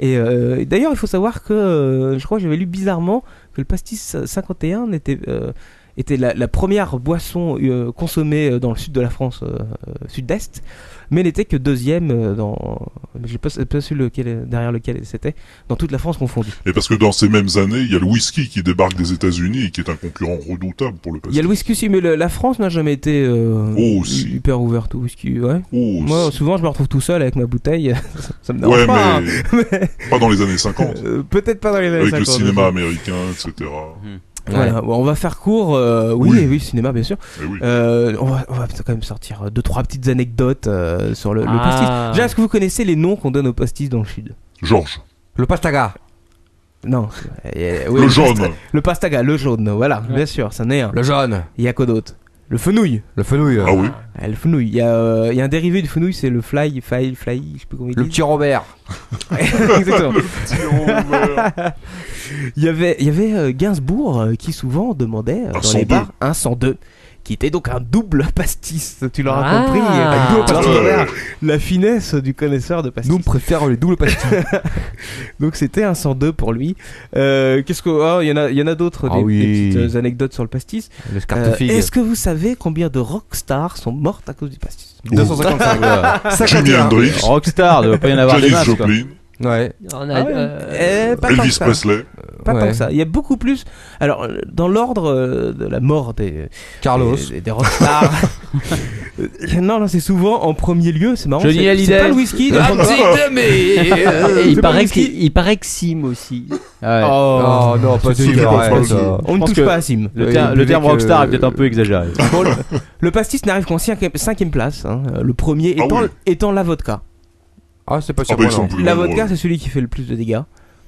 Et, euh, et d'ailleurs, il faut savoir que euh, je crois que j'avais lu bizarrement que le pastis 51 n'était euh, était la, la première boisson euh, consommée euh, dans le sud de la France, euh, euh, sud-est, mais n'était que deuxième euh, dans. J'ai pas, pas su lequel, derrière lequel c'était, dans toute la France confondue. Et parce que dans ces mêmes années, il y a le whisky qui débarque des États-Unis et qui est un concurrent redoutable pour le Il y pastis. a le whisky aussi, mais le- la France n'a jamais été euh, hyper ouverte au whisky. Ouais. Moi, souvent, je me retrouve tout seul avec ma bouteille. ça, ça me dérange ouais, pas. hein. mais pas dans les années 50. Euh, Peut-être pas dans les années Hmm. Avec le 50. cinéma aussi. américain, etc. Voilà, bon, on va faire court. euh, oui, Oui. et oui, cinéma, bien sûr. Eh oui. Euh, on, va, on va quand même sortir euh, deux, trois petites anecdotes euh, sur le, le Ah. pastis. Déjà, est-ce que vous connaissez les noms qu'on donne aux pastis dans le sud Georges. Le pastaga. Non. Euh, Le pasta- jaune. le pastaga, le jaune, voilà, bien sûr, ça n'est un. Le jaune. Il y a quoi d'autre Le fenouil. Le fenouil. Ah oui. le fenouil. Il y, a, euh, il y a un dérivé du fenouil, c'est le fly, fly, fly, je sais plus comment il Le dit. petit Robert. Exactement. Le petit Robert. il y avait, il y avait euh, Gainsbourg euh, qui souvent demandait euh, Un dans les 102. bars un 102 qui était donc un double pastis, tu l'auras Ah. compris. Un double Alors, pastis. Robert, la finesse du connaisseur de pastis. Nous, on préfère les doubles pastis. donc, c'était un 102 pour lui. Euh, Qu'est-ce que. oh, il y en a, il y en a d'autres, Ah des, oui. des petites euh, anecdotes sur le pastis. Euh, Le scartefig. Est-ce que vous savez combien de rockstars sont mortes à cause du pastis Ouh. 255, ouais. Jimi Hendrix. Rockstar, Ah, doit pas y en avoir des Janis masses, quoi. Joplin. Ouais. Ah Ah ouais. ouais. euh, Eh, pas tant que Elvis ça. Presley. Pas tant Ouais. que ça. Il y a beaucoup plus. Alors, euh, dans l'ordre euh, de la mort des. Carlos. Des, des- des rockstars. Euh, non, non, c'est souvent en premier lieu. C'est marrant. Johnny c'est- Hallyday. C'est pas le whisky. Ah, non. c'est euh, C'est Et il, pas le paraît whisky. qu'il- il paraît que Sim aussi. Oh, non, pas Surtout celui que- arrête, je ça. pense que Le, terme- il le buvait terme que- rockstar est peut-être un peu exagéré. Le pastis n'arrive qu'en cinquième, cinquième place. hein. Le premier Ah étant, oui. étant la vodka. Ah, c'est pas Ah bah, surprenant. ils sont plus La nombreux. vodka, c'est celui qui fait le plus de dégâts.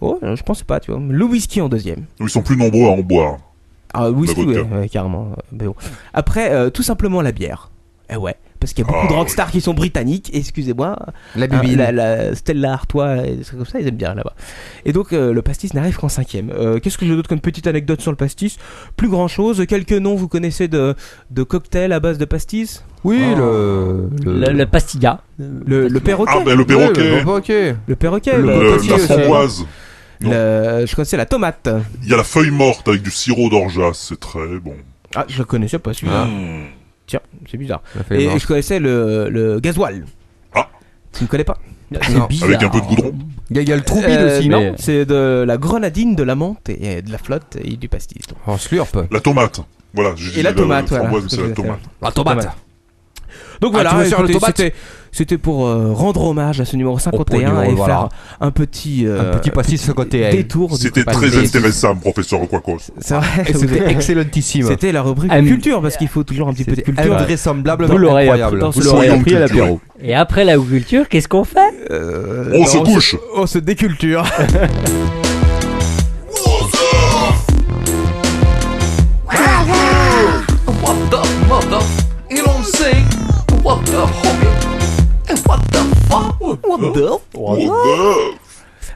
Oh, je pense pas, tu vois. Le whisky en deuxième. Ils sont plus nombreux à en boire. Ah, whisky, La ouais, vodka. ouais, carrément. euh, mais bon. Après, euh, tout simplement la bière. Eh ouais, parce qu'il y a beaucoup de rockstars qui sont britanniques, excusez-moi. La Euh, bubine. la, la Stella Artois, et des trucs comme ça, ils aiment bien là-bas. Et donc, euh, le pastis n'arrive qu'en cinquième. Euh, Qu'est-ce que j'ai d'autre comme petite anecdote sur le pastis Plus grand-chose. Quelques noms, vous connaissez de, de cocktails à base de pastis Oh. Oui, le, Le, le pastiga. Le, le perroquet. Ah, ben, le perroquet. Ouais, le perroquet. Le perroquet. Le- cocotier la aussi. framboise. Le- je connaissais la tomate. Il y a la feuille morte avec du sirop d'orgeat, c'est très bon. Ah, je le connaissais pas celui-là. Ah. Tiens, c'est bizarre. La feuille Et morte. je connaissais le, le gasoil. Ah Tu ne connais pas C'est Non. bizarre. Avec un peu de goudron. Il y a- il y a le troubide aussi, Non, Euh, mais- c'est de la grenadine, de la menthe et de la flotte et du pastis. donc. En slurp. La tomate. Voilà, j'ai dit Et la tomate, voilà. framboise, mais c'est la Tout à fait. tomate. La tomate. Donc Ah, voilà, tu veux faire le écoutez, tomate c'était- c'était pour euh, rendre hommage à ce numéro Au 51 numéro, et faire voilà. un petit, euh, Un petit pastis de ce côté. détour du C'était pastis. très intéressant, professeur Quacos. C'est vrai, Et vous c'était avez- excellentissime. C'était la rubrique Am- culture parce qu'il faut toujours un petit peu de culture. invraisemblable, Dans- mais dans- incroyable. dans ce Vous l'aurez soyons appris à culturés. l'apéro. Et après la culture, qu'est-ce qu'on fait Euh, non, On se déculture. What the mother You don't say What the homie And what the fuck What the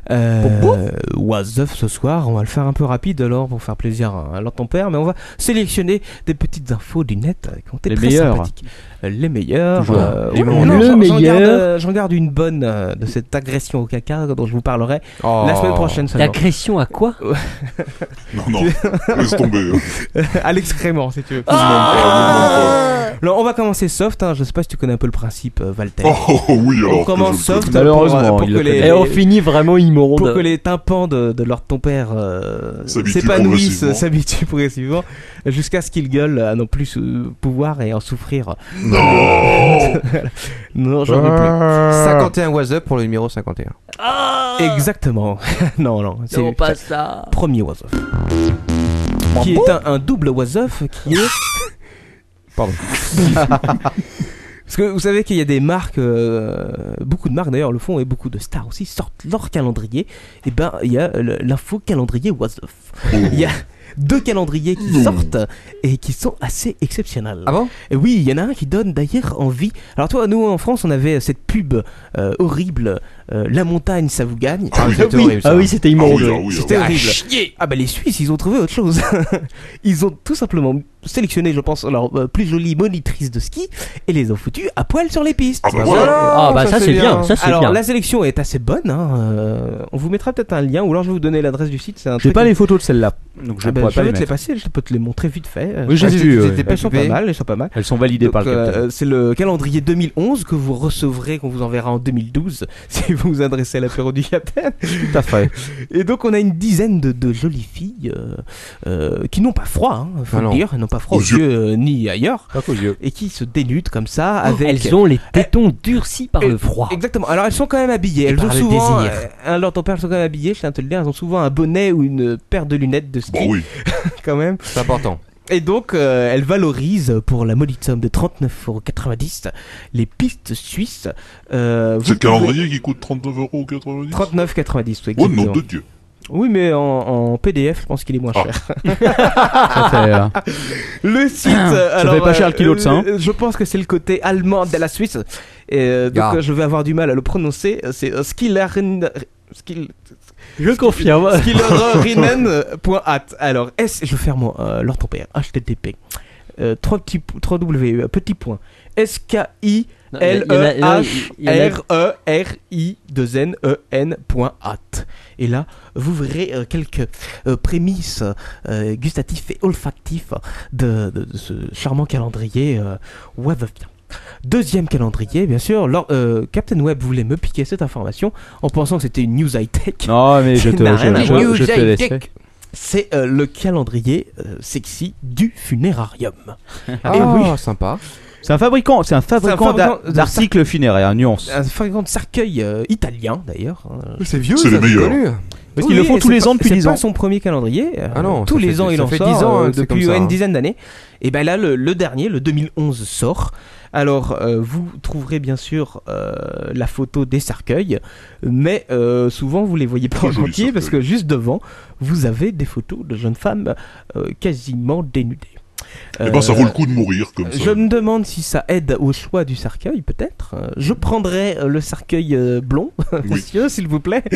Euh, What's up ce soir, on va le faire un peu rapide alors pour faire plaisir à, à Lord ton père, mais on va sélectionner des petites infos du net euh, qui ont été Les très meilleures. sympathiques. les meilleurs. Toujours. euh, ouais, Les meilleurs. non, Le j'en- j'en meilleur. garde, euh, J'en garde une bonne euh, de cette agression au caca dont je vous parlerai Oh. la semaine prochaine seulement. L'agression à quoi Non, non, laisse tomber. à l'excrément, si tu veux. Alors, on va commencer soft, hein. je sais pas si tu connais un peu le principe, euh, Walter. Oh, oui, alors On que commence je le connais. soft, pour, euh, Malheureusement, pour il que le les- connaît. Et on finit vraiment immonde. Pour que les tympans de, de leur ton père euh, S'habituent s'épanouissent, euh, progressivement. s'habituent progressivement, jusqu'à ce qu'ils gueulent à non plus euh, pouvoir et en souffrir. Non Non, j'en ai Ah. Ah. plus. 51 was up pour le numéro 51. Ah. Exactement. non, non. Non, pas ça. Premier was off. Qui est un, un double was off qui est. Pardon. Parce que vous savez qu'il y a des marques, euh, beaucoup de marques d'ailleurs le font et beaucoup de stars aussi sortent leur calendrier. Et ben il y a le- l'info calendrier was off. Oh. Il y a deux calendriers qui sortent et qui sont assez exceptionnels. Ah bon et Oui, il y en a un qui donne d'ailleurs envie. Alors toi, nous en France, on avait cette pub euh, horrible, euh, la montagne ça vous gagne. Ah oui, c'était horrible, ça. Ah oui, c'était immonde. Ah oui, ah oui, ah C'était oui. horrible. À chier. Ah bah les Suisses, ils ont trouvé autre chose. ils ont tout simplement sélectionné, je pense, leur euh, plus jolie monitrice de ski et les ont foutues à poil sur les pistes. Ah bah voilà. Ah bah ça, c'est bien, ça, c'est Alors bien. la sélection est assez bonne. hein, euh, on vous mettra peut-être un lien ou alors je vais vous donner l'adresse du site. c'est un J'ai truc pas qui- les photos de celle-là. Donc je ah ben, pourrais je pas les vais te les mettre. passer, je peux te les montrer vite fait. Euh, Oui, j'ai elles- vu, elles- ouais. Elles sont pas Occupé. mal, elles sont pas mal. Elles sont validées par le Donc, euh, capitaine. C'est le calendrier 2011 que vous recevrez, qu'on vous enverra en 2012 si vous vous adressez à l'apéro du capitaine. Tout à fait. Et donc on a une dizaine de, de jolies filles euh, euh, qui n'ont pas froid, hein, faut Ah le non. dire, elles n'ont pas froid aux, Aux yeux, yeux. euh, ni ailleurs, et qui se dénudent comme ça Oh, avec. elles ont les tétons durcis par le froid. Exactement. Alors elles sont quand même habillées. Elles par ont le souvent. désir. euh, Alors ton père, elles sont quand même habillées. Je tiens à te le dire. Elles ont souvent un bonnet ou une paire de lunettes de ski. quand même. C'est important. Et donc, euh, elle valorise pour la modique somme de 39,90€ les pistes suisses. Euh, vous C'est le calendrier pouvez- qui coûte 39,90€ 39,90€, oui, Oh nom exactement. de Dieu Oui, mais en, en PDF, je pense qu'il est moins cher. le site. euh, Ah. Ça alors, fait pas cher le kilo de ça, hein. euh, Je pense que c'est le côté allemand de la Suisse. Et euh, donc, Ah. euh, je vais avoir du mal à le prononcer. Euh, C'est euh, Skilleren. Skill... Je confirme. Skillerinen.at. Alors, S, je ferme euh, leur ton père. HTTP. Euh, 3 petits p- 3 W euh, petit point S K I L Non, il E y en a- H il y en a- R E R I 2 N E N point at. Et là, vous verrez euh, quelques euh, prémices euh, gustatifs et olfactifs de, de- de ce charmant calendrier euh, Web of Bien. Deuxième calendrier, bien sûr. lors- euh, Captain Web voulait me piquer cette information en pensant que c'était une news high tech. Non, mais je Ça te- n'a je- rien à je- voir. je te laisserai. C'est euh, le calendrier euh, sexy du funérarium. Ah, Et sympa. C'est un fabricant, c'est un fabricant C'est un fabricant d'a- d'articles funéraires, nuance. Un fabricant de cercueil euh, italien d'ailleurs. C'est vieux, C'est ça, les c'est meilleurs. connu. Parce Parce qu'ils le font tous les ans depuis 10 C'est pas ans. son premier calendrier. euh, Ah non, tous ça les fait- ans ça il en fait sort. 10 ans, euh, que c'est depuis comme ça, une hein. dizaine d'années. Et ben là, le, le dernier, le 2011 sort. Alors, euh, vous trouverez bien sûr euh, la photo des cercueils, mais euh, souvent vous les voyez pas en entier parce que juste devant, vous avez des photos de jeunes femmes euh, quasiment dénudées. Eh ben, ça vaut le coup de mourir, comme ça. Euh, Je me demande si ça aide au choix du cercueil, peut-être. Euh, Je prendrai euh, le cercueil euh, blond, monsieur, s'il vous plaît.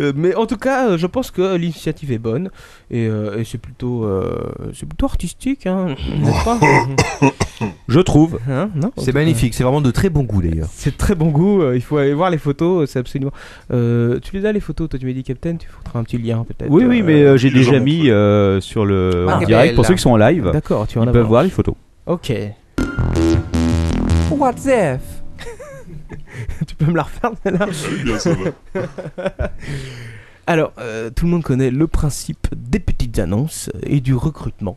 Euh, Mais en tout cas, euh, je pense que l'initiative est bonne et, euh, et c'est plutôt, euh, c'est plutôt artistique, hein, n'est-ce pas Je trouve. Hein, non C'est magnifique, c'est vraiment de très bon goût d'ailleurs. C'est très bon goût. euh, Il faut aller voir les photos. C'est absolument. Euh, tu les as les photos Toi, tu m'as dit Captain. Tu feras un petit lien peut-être. Oui, oui, euh, mais euh, j'ai déjà mis euh, sur le Ah, en direct pour belle. ceux qui sont en live. D'accord, tu en as Ils peuvent marre. voir les photos. Ok. What the F Tu peux me la refaire là bien, ça Alors, euh, tout le monde connaît le principe des petites annonces et du recrutement.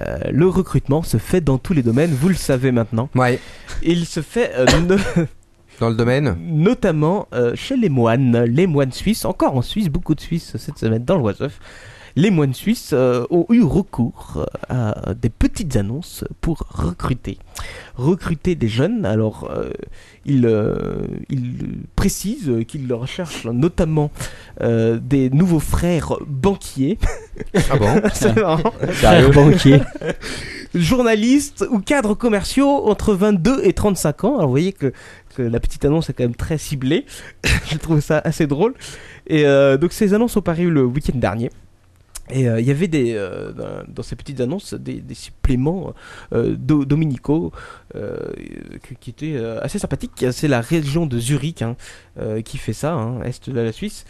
Euh, le recrutement se fait dans tous les domaines, vous le savez maintenant. Ouais. Il se fait euh, no- Dans le domaine notamment euh, chez les moines, les moines suisses, encore en Suisse, beaucoup de Suisses cette semaine dans l'Oiseuf. Les moines suisses euh, ont eu recours euh, à des petites annonces pour recruter. Recruter des jeunes, alors euh, ils, euh, ils précisent qu'ils recherchent notamment euh, des nouveaux frères banquiers. Ah bon C'est marrant. Frères banquiers. Journalistes ou cadres commerciaux entre 22 et 35 ans. Alors vous voyez que, que la petite annonce est quand même très ciblée. Je trouve ça assez drôle. Et euh, donc ces annonces sont parues le week-end dernier. Et euh, il y avait des, euh, dans- dans ces petites annonces des, des suppléments euh, do- dominicaux euh, qui, qui étaient euh, assez sympathiques. C'est la région de Zurich hein, euh, qui fait ça, hein, est de la Suisse.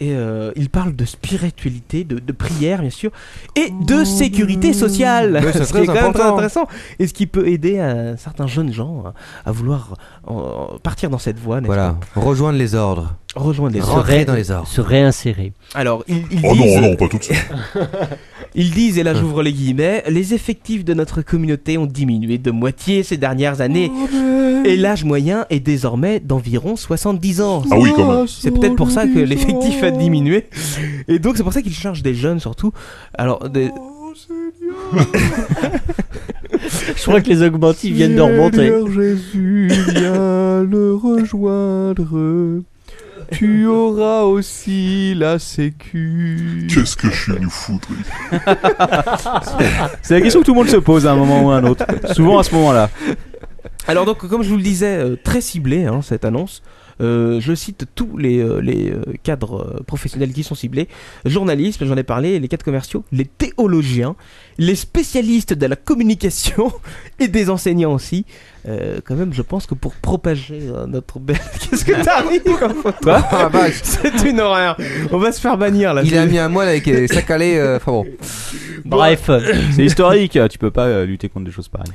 Et euh, il parle de spiritualité, de, de prière bien sûr, et de sécurité sociale. Oui, c'est ce très qui est quand même très important. intéressant. Et ce qui peut aider à certains jeunes gens à- à vouloir en- en partir dans cette voie. n'est-ce Voilà, pas rejoindre les ordres. Rejoindre les Rentrer ordres. dans les ordres. Se réinsérer. Alors, ils, ils Oh non, disent... oh non, pas tout de suite. ils disent, et là j'ouvre les guillemets, les effectifs de notre communauté ont diminué de moitié ces dernières années. Et l'âge moyen est désormais d'environ 70 ans. Ah oui, quand même. C'est peut-être pour ça que l'effectif a diminué. Et donc c'est pour ça qu'ils cherchent des jeunes surtout. Alors, des... Je crois que les augmentifs viennent de remonter. Seigneur Jésus, viens le rejoindre. Tu auras aussi la sécu. Qu'est-ce que je suis nous foutre Ah. C'est la question que tout le monde se pose à un moment ou à un autre. Souvent à ce moment-là. Alors donc, comme je vous le disais, euh, très ciblée hein, cette annonce. Euh, je cite tous les, euh, les euh, cadres euh, professionnels qui sont ciblés. Journalisme, j'en ai parlé, les cadres commerciaux, les théologiens, les spécialistes de la communication et des enseignants aussi. Euh, quand même, je pense que pour propager euh, notre belle... Qu'est-ce que t'arrives comme photo Ah, la vache. C'est une horreur. On va se faire bannir là. Il a mis un moine avec euh, sa calée. euh, Enfin bon. Bref. C'est historique, tu peux pas euh, lutter contre des choses pareilles.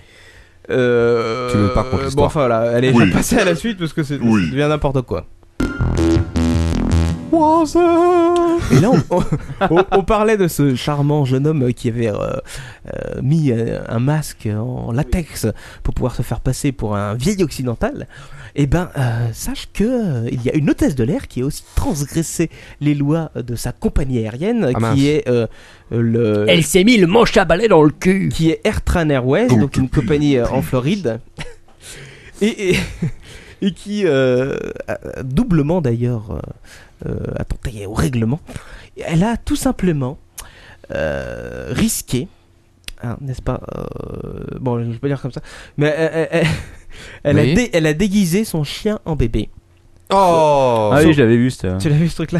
Euh, Tu veux pas contre euh, Bon, l'histoire. enfin voilà, allez, Oui. je vais passer à la suite parce que c'est ça devient n'importe quoi. Et là, on, on- on parlait de ce charmant jeune homme qui avait euh, euh, mis euh, un masque en latex pour pouvoir se faire passer pour un vieil occidental. Eh ben, euh, sache que euh, il y a une hôtesse de l'air qui a aussi transgressé les lois de sa compagnie aérienne, Ah, mince. qui est euh, le. Elle s'est mis le manche à balai dans le cul. Qui est Airtran Airways, donc une compagnie euh, en Floride. Et, et, et qui, euh, a- a doublement d'ailleurs, euh, euh, attenté au règlement, elle a tout simplement euh, risqué, hein, n'est-ce pas euh, Bon, je ne vais pas dire comme ça, mais elle, elle- elle- elle Oui. a dé- elle a déguisé son chien en bébé. Oh Ah oui, je l'avais vu, c'était- Tu l'as vu ce truc-là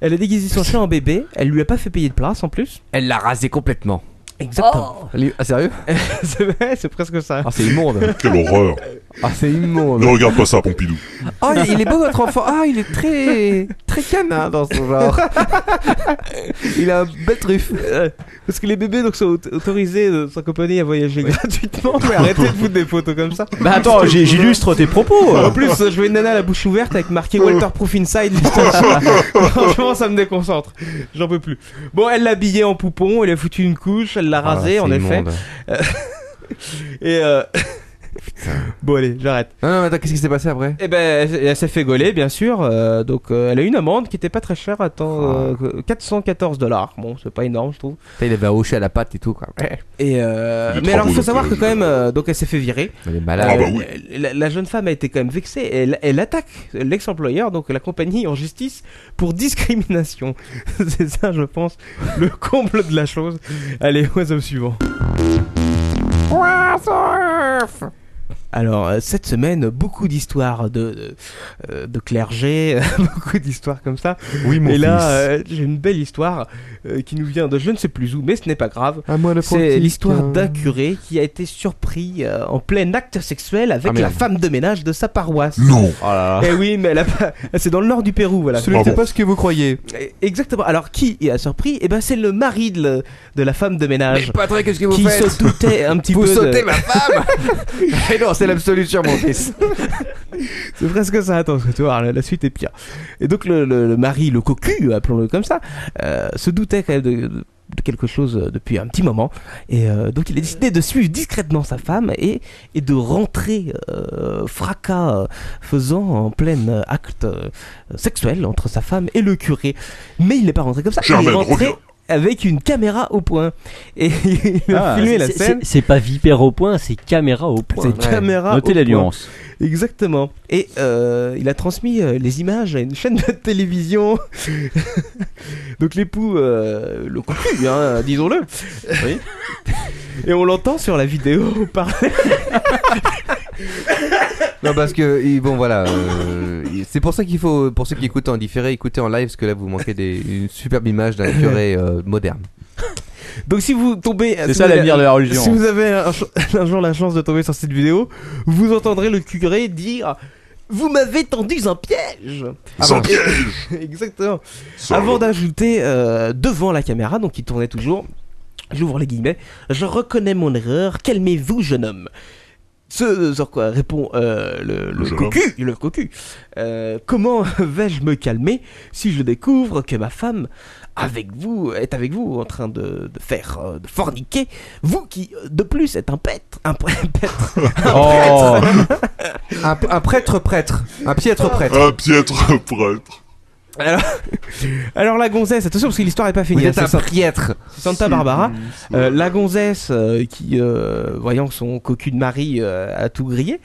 Elle a déguisé son chien en bébé, elle lui a pas fait payer de place en plus. Elle l'a rasé complètement. Exactement. Ah, sérieux c'est vrai, c'est presque ça. Ah, c'est immonde. Quelle horreur Ah, c'est immonde. Ne regarde pas ça, Pompidou. Oh, il- il est beau votre enfant. Ah, il est très très canin dans son genre. Il a un bel truffe. Parce que les bébés donc sont aut- autorisés de sa compagnie à voyager gratuitement. Mais arrêtez de foutre des photos comme ça. Bah attends, j'ai- j'illustre tes propos. Euh. euh. En plus, je vais une nana à la bouche ouverte avec marqué Waterproof Inside. Franchement, ça me déconcentre. J'en peux plus. Bon, elle l'a habillé en poupon, elle a foutu une couche, elle l'a Ah, rasé c'est en effet. immonde. Euh, Et euh, Bon, allez, j'arrête. Non, non, mais attends, qu'est-ce qui s'est passé après Eh ben, elle, elle s'est fait gauler, bien sûr. euh, donc, euh, elle a eu une amende qui était pas très chère. Ah. Attends, euh, 414 dollars. Bon, c'est pas énorme, je trouve. Il avait hoché à la patte et tout, quoi. Et euh, Les mais alors, travaux il faut savoir que d'intérêt quand même, euh, donc elle s'est fait virer. Euh, Elle est malade. Ah bah oui. la, la jeune femme a été quand même vexée. Elle, elle attaque l'ex-employeur, donc la compagnie, en justice pour discrimination. C'est ça, je pense, le comble de la chose. Allez, oiseau suivant. Alors, euh, cette semaine, beaucoup d'histoires de, de, euh, de clergé, beaucoup d'histoires comme ça. Oui, mon Et là, fils. euh, j'ai une belle histoire euh, qui nous vient de je ne sais plus où, mais ce n'est pas grave. le C'est portique, l'histoire hein. d'un curé qui a été surpris euh, en plein acte sexuel avec Ah, merde. la femme de ménage de sa paroisse. Non. Oh là là. Eh oui, mais elle a pas- c'est dans le nord du Pérou, voilà. Ce n'était Ah bon. pas ce que vous croyez. Exactement. Alors qui a surpris Eh ben, c'est le mari de, le- de la femme de ménage. Mais Patrick, qu'est-ce que vous Ah, qui faites se doutait un petit Vous peu. sautez de... ma femme Et non, c'est l'absolution, mon fils. C'est presque ça, attends, parce que tu vois, la, la suite est pire. Et donc le, le- le mari, le cocu, appelons-le comme ça, euh, se doutait quand même de, de quelque chose euh, depuis un petit moment. Et euh, donc il a décidé de suivre discrètement sa femme et, et de rentrer euh, fracas euh, faisant en plein euh, acte euh, sexuel entre sa femme et le curé. Mais il n'est pas rentré comme ça, il est Germaine, rentré... reviens. Avec une caméra au point. Et il a Ah, filmé la c'est- scène. c'est- C'est pas vipère au point, c'est caméra au point. C'est caméra. Notez au la point. nuance. Exactement. Et euh, il a transmis euh, les images à une chaîne de télévision. Donc l'époux, euh, le cocu, hein, disons-le. Oui. Et on l'entend sur la vidéo parler. Non, parce que, il- bon, voilà. euh, il- c'est pour ça qu'il faut, pour ceux qui écoutent en différé, écouter en live, parce que là, vous manquez des, une superbe image d'un curé euh, moderne. Donc si vous tombez, euh, C'est si ça vous avez- l'avenir de la religion. Si vous avez un, ch- un jour la chance de tomber sur cette vidéo, vous entendrez le curé dire "Vous m'avez tendu un piège." Sans Ah Avant- piège Exactement. Avant d'ajouter euh, devant la caméra, donc il tournait toujours. J'ouvre les guillemets. Je reconnais mon erreur. Calmez-vous, jeune homme. Ce sur quoi répond euh, le, le jeune cocu, le cocu. Euh, comment vais-je me calmer si je découvre que ma femme avec vous est avec vous en train de, de faire euh, de forniquer vous qui euh, de plus êtes un pêtre, un prêtre, un prêtre. un, prêtre prêtre, un piètre prêtre. Un piètre prêtre. Alors, alors la gonzesse, attention parce que l'histoire n'est pas finie. Vous êtes hein, un c'est San- prêtre. c'est Santa Barbara. Euh, la gonzesse euh, qui, euh, voyant son cocu de mari euh, à tout grillé,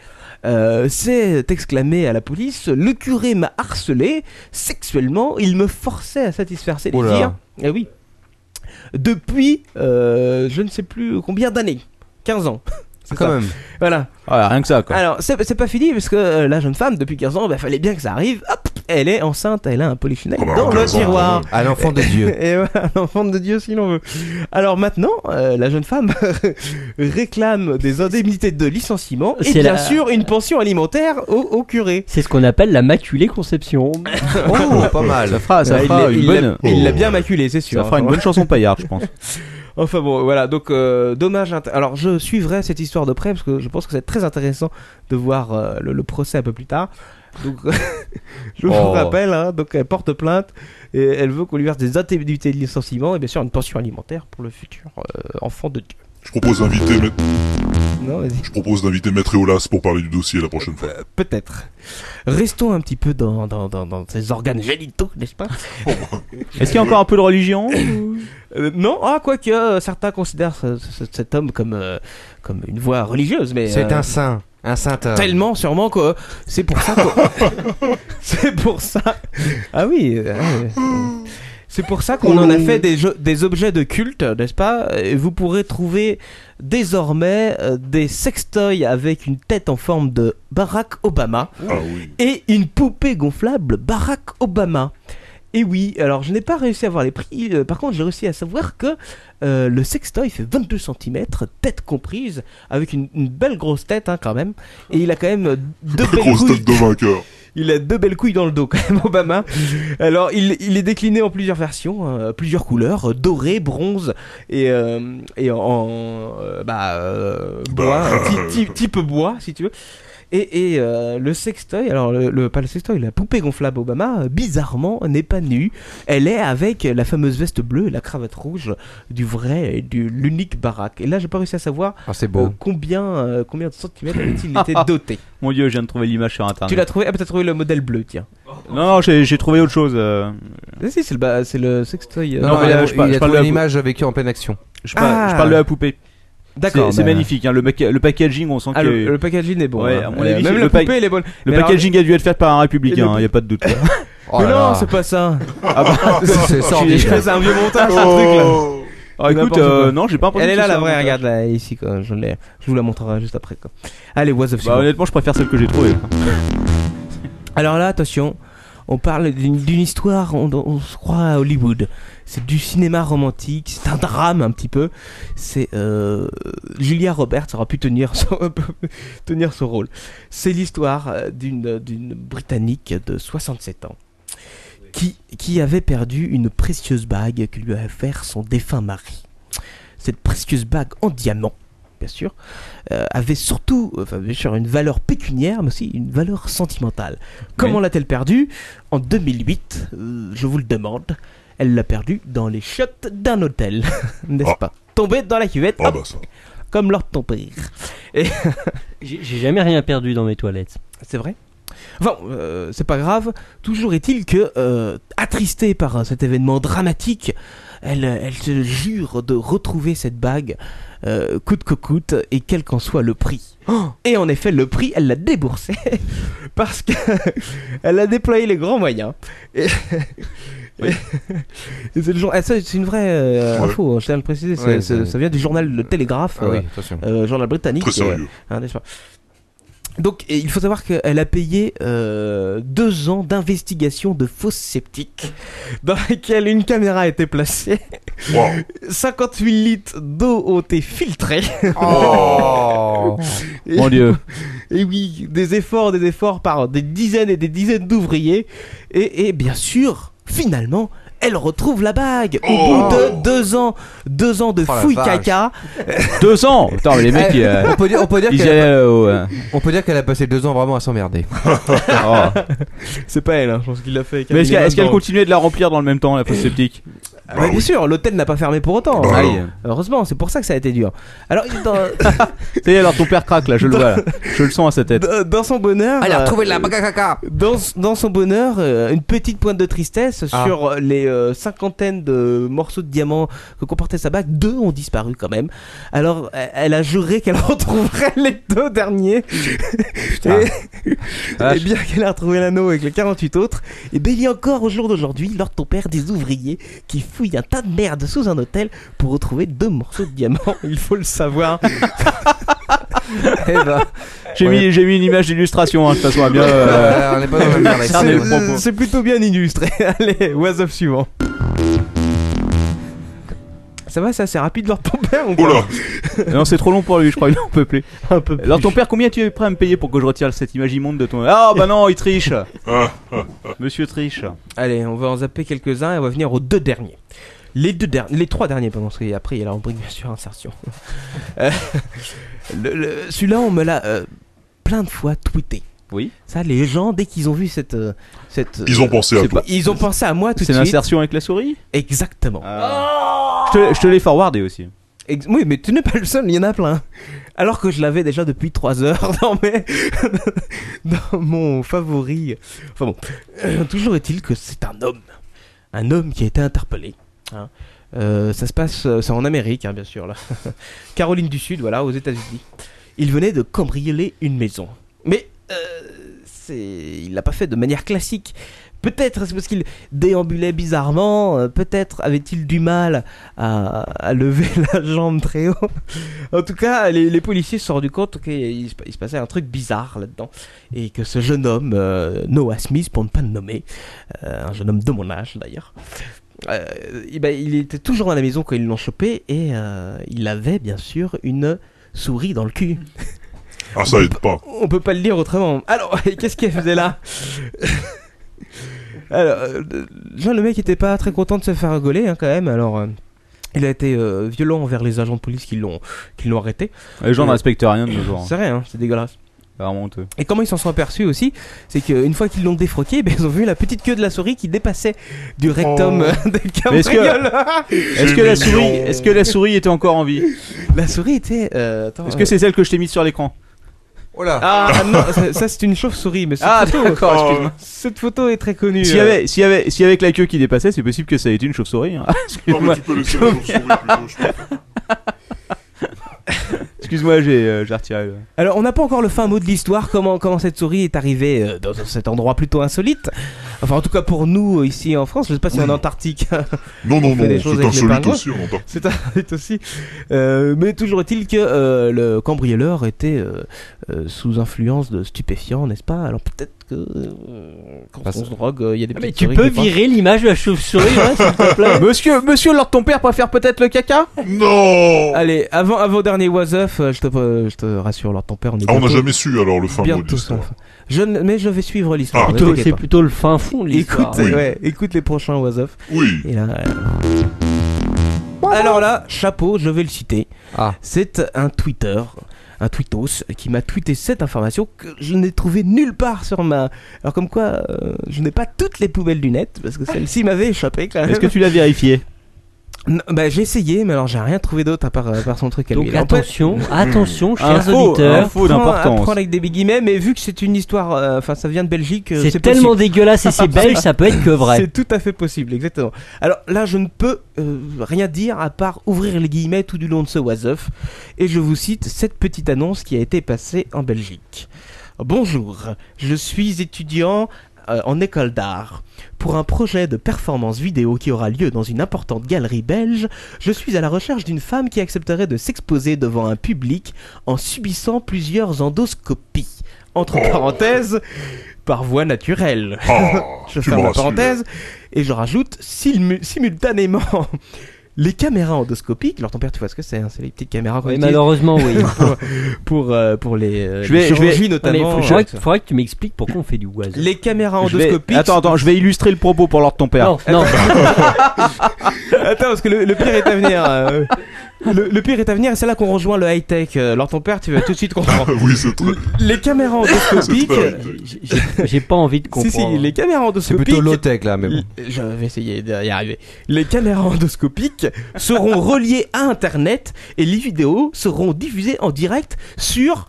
euh, s'est exclamée à la police Le curé m'a harcelé sexuellement, il me forçait à satisfaire ses Oh là. désirs. Eh oui. Depuis euh, je ne sais plus combien d'années 15 ans. C'est Ah, quand ça. même. Voilà. Voilà, Ah, rien que ça, quoi. Alors, c'est c'est pas fini, parce que euh, la jeune femme, depuis 15 ans, bah, fallait bien que ça arrive. Hop, elle est enceinte, elle a un polychinelle Oh bah, dans le 15 ans, tiroir. ouais. À l'enfant de Dieu. Et voilà, à l'enfant de Dieu, si l'on veut. Alors maintenant, euh, la jeune femme réclame des indemnités de licenciement et C'est bien la- sûr une pension alimentaire au, au curé. C'est ce qu'on appelle la maculée conception. Oh, pas mal. Ça fera- ça Ouais, il fera l'a- une il bonne- l'a- Il l'a Oh. bien maculé, c'est sûr. hein. Ça fera une bonne chanson paillard, je pense. Enfin bon, voilà, donc euh, dommage. int- Alors je suivrai cette histoire de près parce que je pense que c'est très intéressant de voir euh, le, le procès un peu plus tard. Donc je vous Oh. rappelle, hein, donc elle porte plainte et elle veut qu'on lui verse des indemnités de licenciement et bien sûr une pension alimentaire pour le futur euh, enfant de Dieu. Je propose d'inviter Maître... Non, vas-y. Je propose d'inviter Maître Eolas pour parler du dossier la prochaine fois. Peut-être. Restons un petit peu dans, dans, dans, dans ces organes génitaux, n'est-ce pas Oh. Est-ce qu'il y a encore un peu de religion Euh, non, ah, quoique euh, certains considèrent ce- ce- cet homme comme, euh, comme une voie religieuse, mais C'est euh, un saint, un saint homme. Tellement, sûrement que euh, c'est pour ça. qu'on- c'est pour ça. Ah oui. euh, euh, C'est pour ça qu'on en Oh. a fait des, jeux- des objets de culte, n'est-ce pas Et vous pourrez trouver désormais euh, des sextoys avec une tête en forme de Barack Obama Ah et une poupée gonflable Barack Obama. Et oui, alors je n'ai pas réussi à voir les prix, euh, par contre j'ai réussi à savoir que euh, le sextoy fait 22 cm, tête comprise, avec une, une belle grosse tête hein, quand même, et il a quand même euh, deux belles Grosse couilles. tête de vainqueur. Il a deux belles couilles dans le dos quand même, Obama. Alors il, il est décliné en plusieurs versions, euh, plusieurs couleurs, euh, doré, bronze et, euh, et en, euh, bah, euh, bois, Bah. ti- ti- type bois si tu veux. Et, et, euh, le sextoy, alors le, le- pas le sextoy, la poupée gonflable Obama, euh, bizarrement n'est pas nue. Elle est avec la fameuse veste bleue et la cravate rouge du vrai, et du l'unique Barack. Et là j'ai pas réussi à savoir Ah, c'est beau. euh, combien, euh, combien de centimètres avait-il été doté. Mon dieu, je viens de trouver l'image sur internet. Tu l'as trouvé Ah, peut-être trouvé le modèle bleu, tiens. Non, non, j'ai j'ai trouvé autre chose. euh. Ah, si, c'est le, ba- c'est le sextoy. euh, Non, mais là, là, je parle- il je a parle trouvé de la- une image vécue en pleine action. Je, parle, je parle de la poupée. C'est- C'est magnifique, hein, le, maquia- le packaging, on sent euh, Ah, que. le- le packaging est bon, Ouais, hein. à mon Euh, avis, même le la pack- poupée, elle est bonne. Le Mais alors- packaging a dû être fait par un républicain, Et il le- Oh n'y a pas de doute. Mais non, c'est pas ça. Ah bah, c'est sorti. C'est un vieux montage, un truc là. Ah, écoute, N'importe euh, quoi. non, j'ai pas l'impression Elle est que là ce soit la un vraie, montage. regarde là, ici quoi. Je, l'ai. je vous la montrerai juste après quoi. Allez, what's up, Bah, honnêtement, je préfère celle que j'ai trouvée. Alors là, attention, on parle d'une d'une histoire, on, on se croit à Hollywood. C'est du cinéma romantique, c'est un drame un petit peu. C'est euh, Julia Roberts aura pu tenir son, tenir son rôle. C'est l'histoire euh, d'une d'une Britannique de 67 ans qui, qui avait perdu une précieuse bague que lui avait offert son défunt mari. Cette précieuse bague en diamant, bien sûr, euh, avait surtout enfin, bien sûr, une valeur pécuniaire, mais aussi une valeur sentimentale. Comment l'a-t-elle perdue En 2008, euh, je vous le demande, elle l'a perdue dans les chiottes d'un hôtel, n'est-ce pas Tombée dans la cuvette, hop, comme lors de ton père. Et- J'ai j'ai jamais rien perdu dans mes toilettes. C'est vrai Enfin, euh, c'est pas grave. Toujours est-il que, euh, attristée par euh, cet événement dramatique, elle, euh, elle se jure de retrouver cette bague, euh, coûte que coûte, et quel qu'en soit le prix. Oh Et en effet, le prix, elle l'a déboursé parce qu'elle a déployé les grands moyens. Et, et c'est le jour- ah, ça, c'est une vraie euh, Ouais. info, hein, je tiens à le préciser. c'est- Ouais, c'est- ouais. ça vient du journal Le Télégraphe, Ah oui, euh, attention. euh, journal britannique. Très sérieux. euh, hein, n'est-ce pas Donc, et il faut savoir qu'elle a payé euh, deux ans d'investigation de fausses sceptiques, dans laquelle une caméra a été placée, 58 litres d'eau ont été filtrés. Oh. Mon Dieu. Et oui, des efforts, des efforts par des dizaines et des dizaines d'ouvriers. Et, et bien sûr, finalement, elle retrouve la bague au Oh. bout de deux ans, deux ans de Oh la fouille vache. caca. Deux ans Putain, mais les mecs, Eh, ils, euh, on peut dire, on peut dire ils qu'elle allaient, a... euh, au, euh, on peut dire qu'elle a passé deux ans vraiment à s'emmerder. C'est pas elle, hein, je pense qu'il l'a fait. avec un Oh. Mais est-ce qu'elle- minimum est-ce qu'elle d'en- continuait de la remplir dans le même temps, la fosse sceptique Ah bah, bien sûr, l'hôtel n'a pas fermé pour autant. Bah Aïe. non. Heureusement, c'est pour ça que ça a été dur. Alors, il est dans, Ça y est, alors ton père craque là, je le vois. là. Je le sens à sa tête. dans- dans son bonheur. Elle a retrouvé la bague dans, dans son bonheur, euh, une petite pointe de tristesse Ah. sur les euh, cinquantaines de morceaux de diamants que comportait sa bague. Deux ont disparu quand même. Alors, elle- elle a juré qu'elle retrouverait les deux derniers. Et, et bien qu'elle a retrouvé l'anneau avec les 48 autres, et bien il y a encore au jour d'aujourd'hui, lors de ton père, des ouvriers qui fouillent un tas de merde sous un hôtel pour retrouver deux morceaux de diamants. Il faut le savoir. Eh ben. J'ai mis, j'ai mis une image d'illustration, hein, de toute façon, à bien. euh, Ouais, Euh, on est pas dans la merde avec ça. cerner le propos. C'est plutôt bien illustré. Allez, was of suivant. Ça va, ça c'est rapide lors de ton père ou pas Non, c'est trop long pour lui, je crois qu'il est un peu plus. Un peu Alors, ton père, combien tu es prêt à me payer pour que je retire cette image immonde de ton. Ah, bah non, il triche Monsieur triche. Allez, on va en zapper quelques-uns et on va venir aux deux derniers. Les deux derniers, les trois derniers, pardon, parce qu'après il y a la rubrique bien sûr insertion. Euh, le- le- Celui-là, on me l'a euh, plein de fois tweeté. Oui. Ça, les gens, dès qu'ils ont vu cette, euh, cette, Ils ont pensé à c'est toi. pas- Ils ont pensé à moi tout de C'est suite. l'insertion avec la souris Ah. Exactement. Je te- je te l'ai forwardé aussi. Ex- oui, mais tu n'es pas le seul, il y en a plein. Alors que je l'avais déjà depuis 3 heures dans, mes- dans mon favori. Enfin bon, Euh, toujours est-il que c'est un homme. Un homme qui a été interpellé. hein. Euh, ça se passe euh, c'est en Amérique, hein, bien sûr. Là. Caroline du Sud, voilà, aux États-Unis. Il venait de cambrioler une maison. Mais euh, c'est- il l'a pas fait de manière classique. Peut-être c'est parce qu'il déambulait bizarrement, euh, peut-être avait-il du mal à, à lever la jambe très haut. En tout cas, les, les policiers se sont rendus compte qu'il se, il se passait un truc bizarre là-dedans. Et que ce jeune homme, euh, Noah Smith, pour ne pas le nommer, euh, un jeune homme de mon âge d'ailleurs, euh, eh ben, il était toujours à la maison quand ils l'ont chopé et euh, il avait bien sûr une souris dans le cul. Ah, ça aide pas. On peut pas le dire autrement. Alors, et qu'est-ce qu'elle faisait là Alors, euh, Jean le mec était pas très content de se faire rigoler hein, quand même. Alors, euh, il a été euh, violent envers les agents de police qui l'ont qui l'ont arrêté. Ah, Les gens Euh, ne respectent rien de nos jours. C'est vrai, hein, c'est dégueulasse. Vraiment honteux. Et comment ils s'en sont aperçus aussi, c'est qu'une fois qu'ils l'ont défroqué, ben, ils ont vu la petite queue de la souris qui dépassait du rectum Oh. euh, des Mais est-ce que- cambrioleurs. Est-ce que, la souris, est-ce que la souris était encore en vie La souris était. euh, attends, Est-ce que c'est celle que je t'ai mise sur l'écran Oh là Ah non, ça, ça, c'est une chauve-souris, mais cette Ah, photo, euh, d'accord, excuse-moi. Cette photo est très connue. S'il y euh. avait, s'il y avait, s'il y avait que la queue qui dépassait, c'est possible que ça ait été une chauve-souris. hein. Excuse-moi. Excuse-moi, j'ai, euh, j'ai retiré. le- Alors, on n'a pas encore le fin mot de l'histoire, comment, comment cette souris est arrivée euh, dans cet endroit plutôt insolite. Enfin, en tout cas pour nous, euh, ici en France, je ne sais pas si Oui. en Antarctique. Non, non, on fait non, des c'est choses avec les insolite pingouins. aussi en Antarctique. C'est insolite aussi. Euh, mais toujours est-il que euh, le cambrioleur était euh, euh, sous influence de stupéfiants, n'est-ce pas Alors peut-être que euh, quand on se drogue, euh, il y a des Ah, mais petites tu souris peux qui passent. virer l'image de la chauve-souris, hein, là, hein, s'il te plaît Monsieur, monsieur, lors de ton père préfère peut-être le caca Non Allez, avant, avant dernier was Up, euh, je te, euh, je te rassure, alors ton père, on est Ah, on n'a bientôt- jamais su alors le fin mot de bientôt sur la l'histoire. fin. Je ne- mais je vais suivre l'histoire. Ah. ne Plutôt- t'inquiète c'est pas. plutôt le fin fond de l'histoire. Écoute, Oui. ouais, écoute les prochains was Up. Oui. Et là, euh, Alors là, chapeau, je vais le citer. C'est un Twitter, un tweetos, qui m'a tweeté cette information que je n'ai trouvée nulle part sur ma. Alors comme quoi, euh, je n'ai pas toutes les poubelles du net parce que celle-ci m'avait échappé quand même. Est-ce que tu l'as vérifié Non, bah, j'ai essayé, mais alors j'ai rien trouvé d'autre à part, euh, à part son truc à Donc lui. Alors, après- attention, attention, chers Info, auditeurs. info À prendre hein, avec des guillemets, mais vu que c'est une histoire, euh, enfin ça vient de Belgique, euh, C'est tellement possible. dégueulasse et c'est belge, ça peut être que vrai. C'est tout à fait possible, exactement. Alors là, je ne peux euh, rien dire à part ouvrir les guillemets tout du long de ce was Up. et je vous cite cette petite annonce qui a été passée en Belgique. Bonjour, je suis étudiant euh, en école d'art. Pour un projet de performance vidéo qui aura lieu dans une importante galerie belge, je suis à la recherche d'une femme qui accepterait de s'exposer devant un public en subissant plusieurs endoscopies. entre Oh. parenthèses, par voie naturelle. je tu ferme me la rassures. parenthèse et je rajoute silmu- simultanément les caméras endoscopiques. Alors ton père, tu vois ce que c'est, hein, c'est les petites caméras. qu'on Oui, utilise malheureusement, oui. pour pour, euh, pour les, euh, Je les vais- je vais- chirurgies Ouais, mais notamment. faut- faudrait euh, que- faudrait que tu m'expliques pourquoi on fait du oiseau. Les caméras Je vais- endoscopiques. Attends, attends, je vais illustrer le propos pour l'ordre de ton père. Non, non. Attends, parce que le, le pire est à venir. euh, le, le pire est à venir, et c'est là qu'on rejoint le high-tech. Euh, Alors ton père, tu vas tout de suite comprendre. Ah oui, c'est très... Les caméras endoscopiques. J'ai pas envie de si, si, comprendre. les caméras C'est endoscopiques. plutôt low-tech, là, mais bon. L- Je vais essayer d'y arriver. Les caméras endoscopiques seront reliées à Internet et les vidéos seront diffusées en direct sur.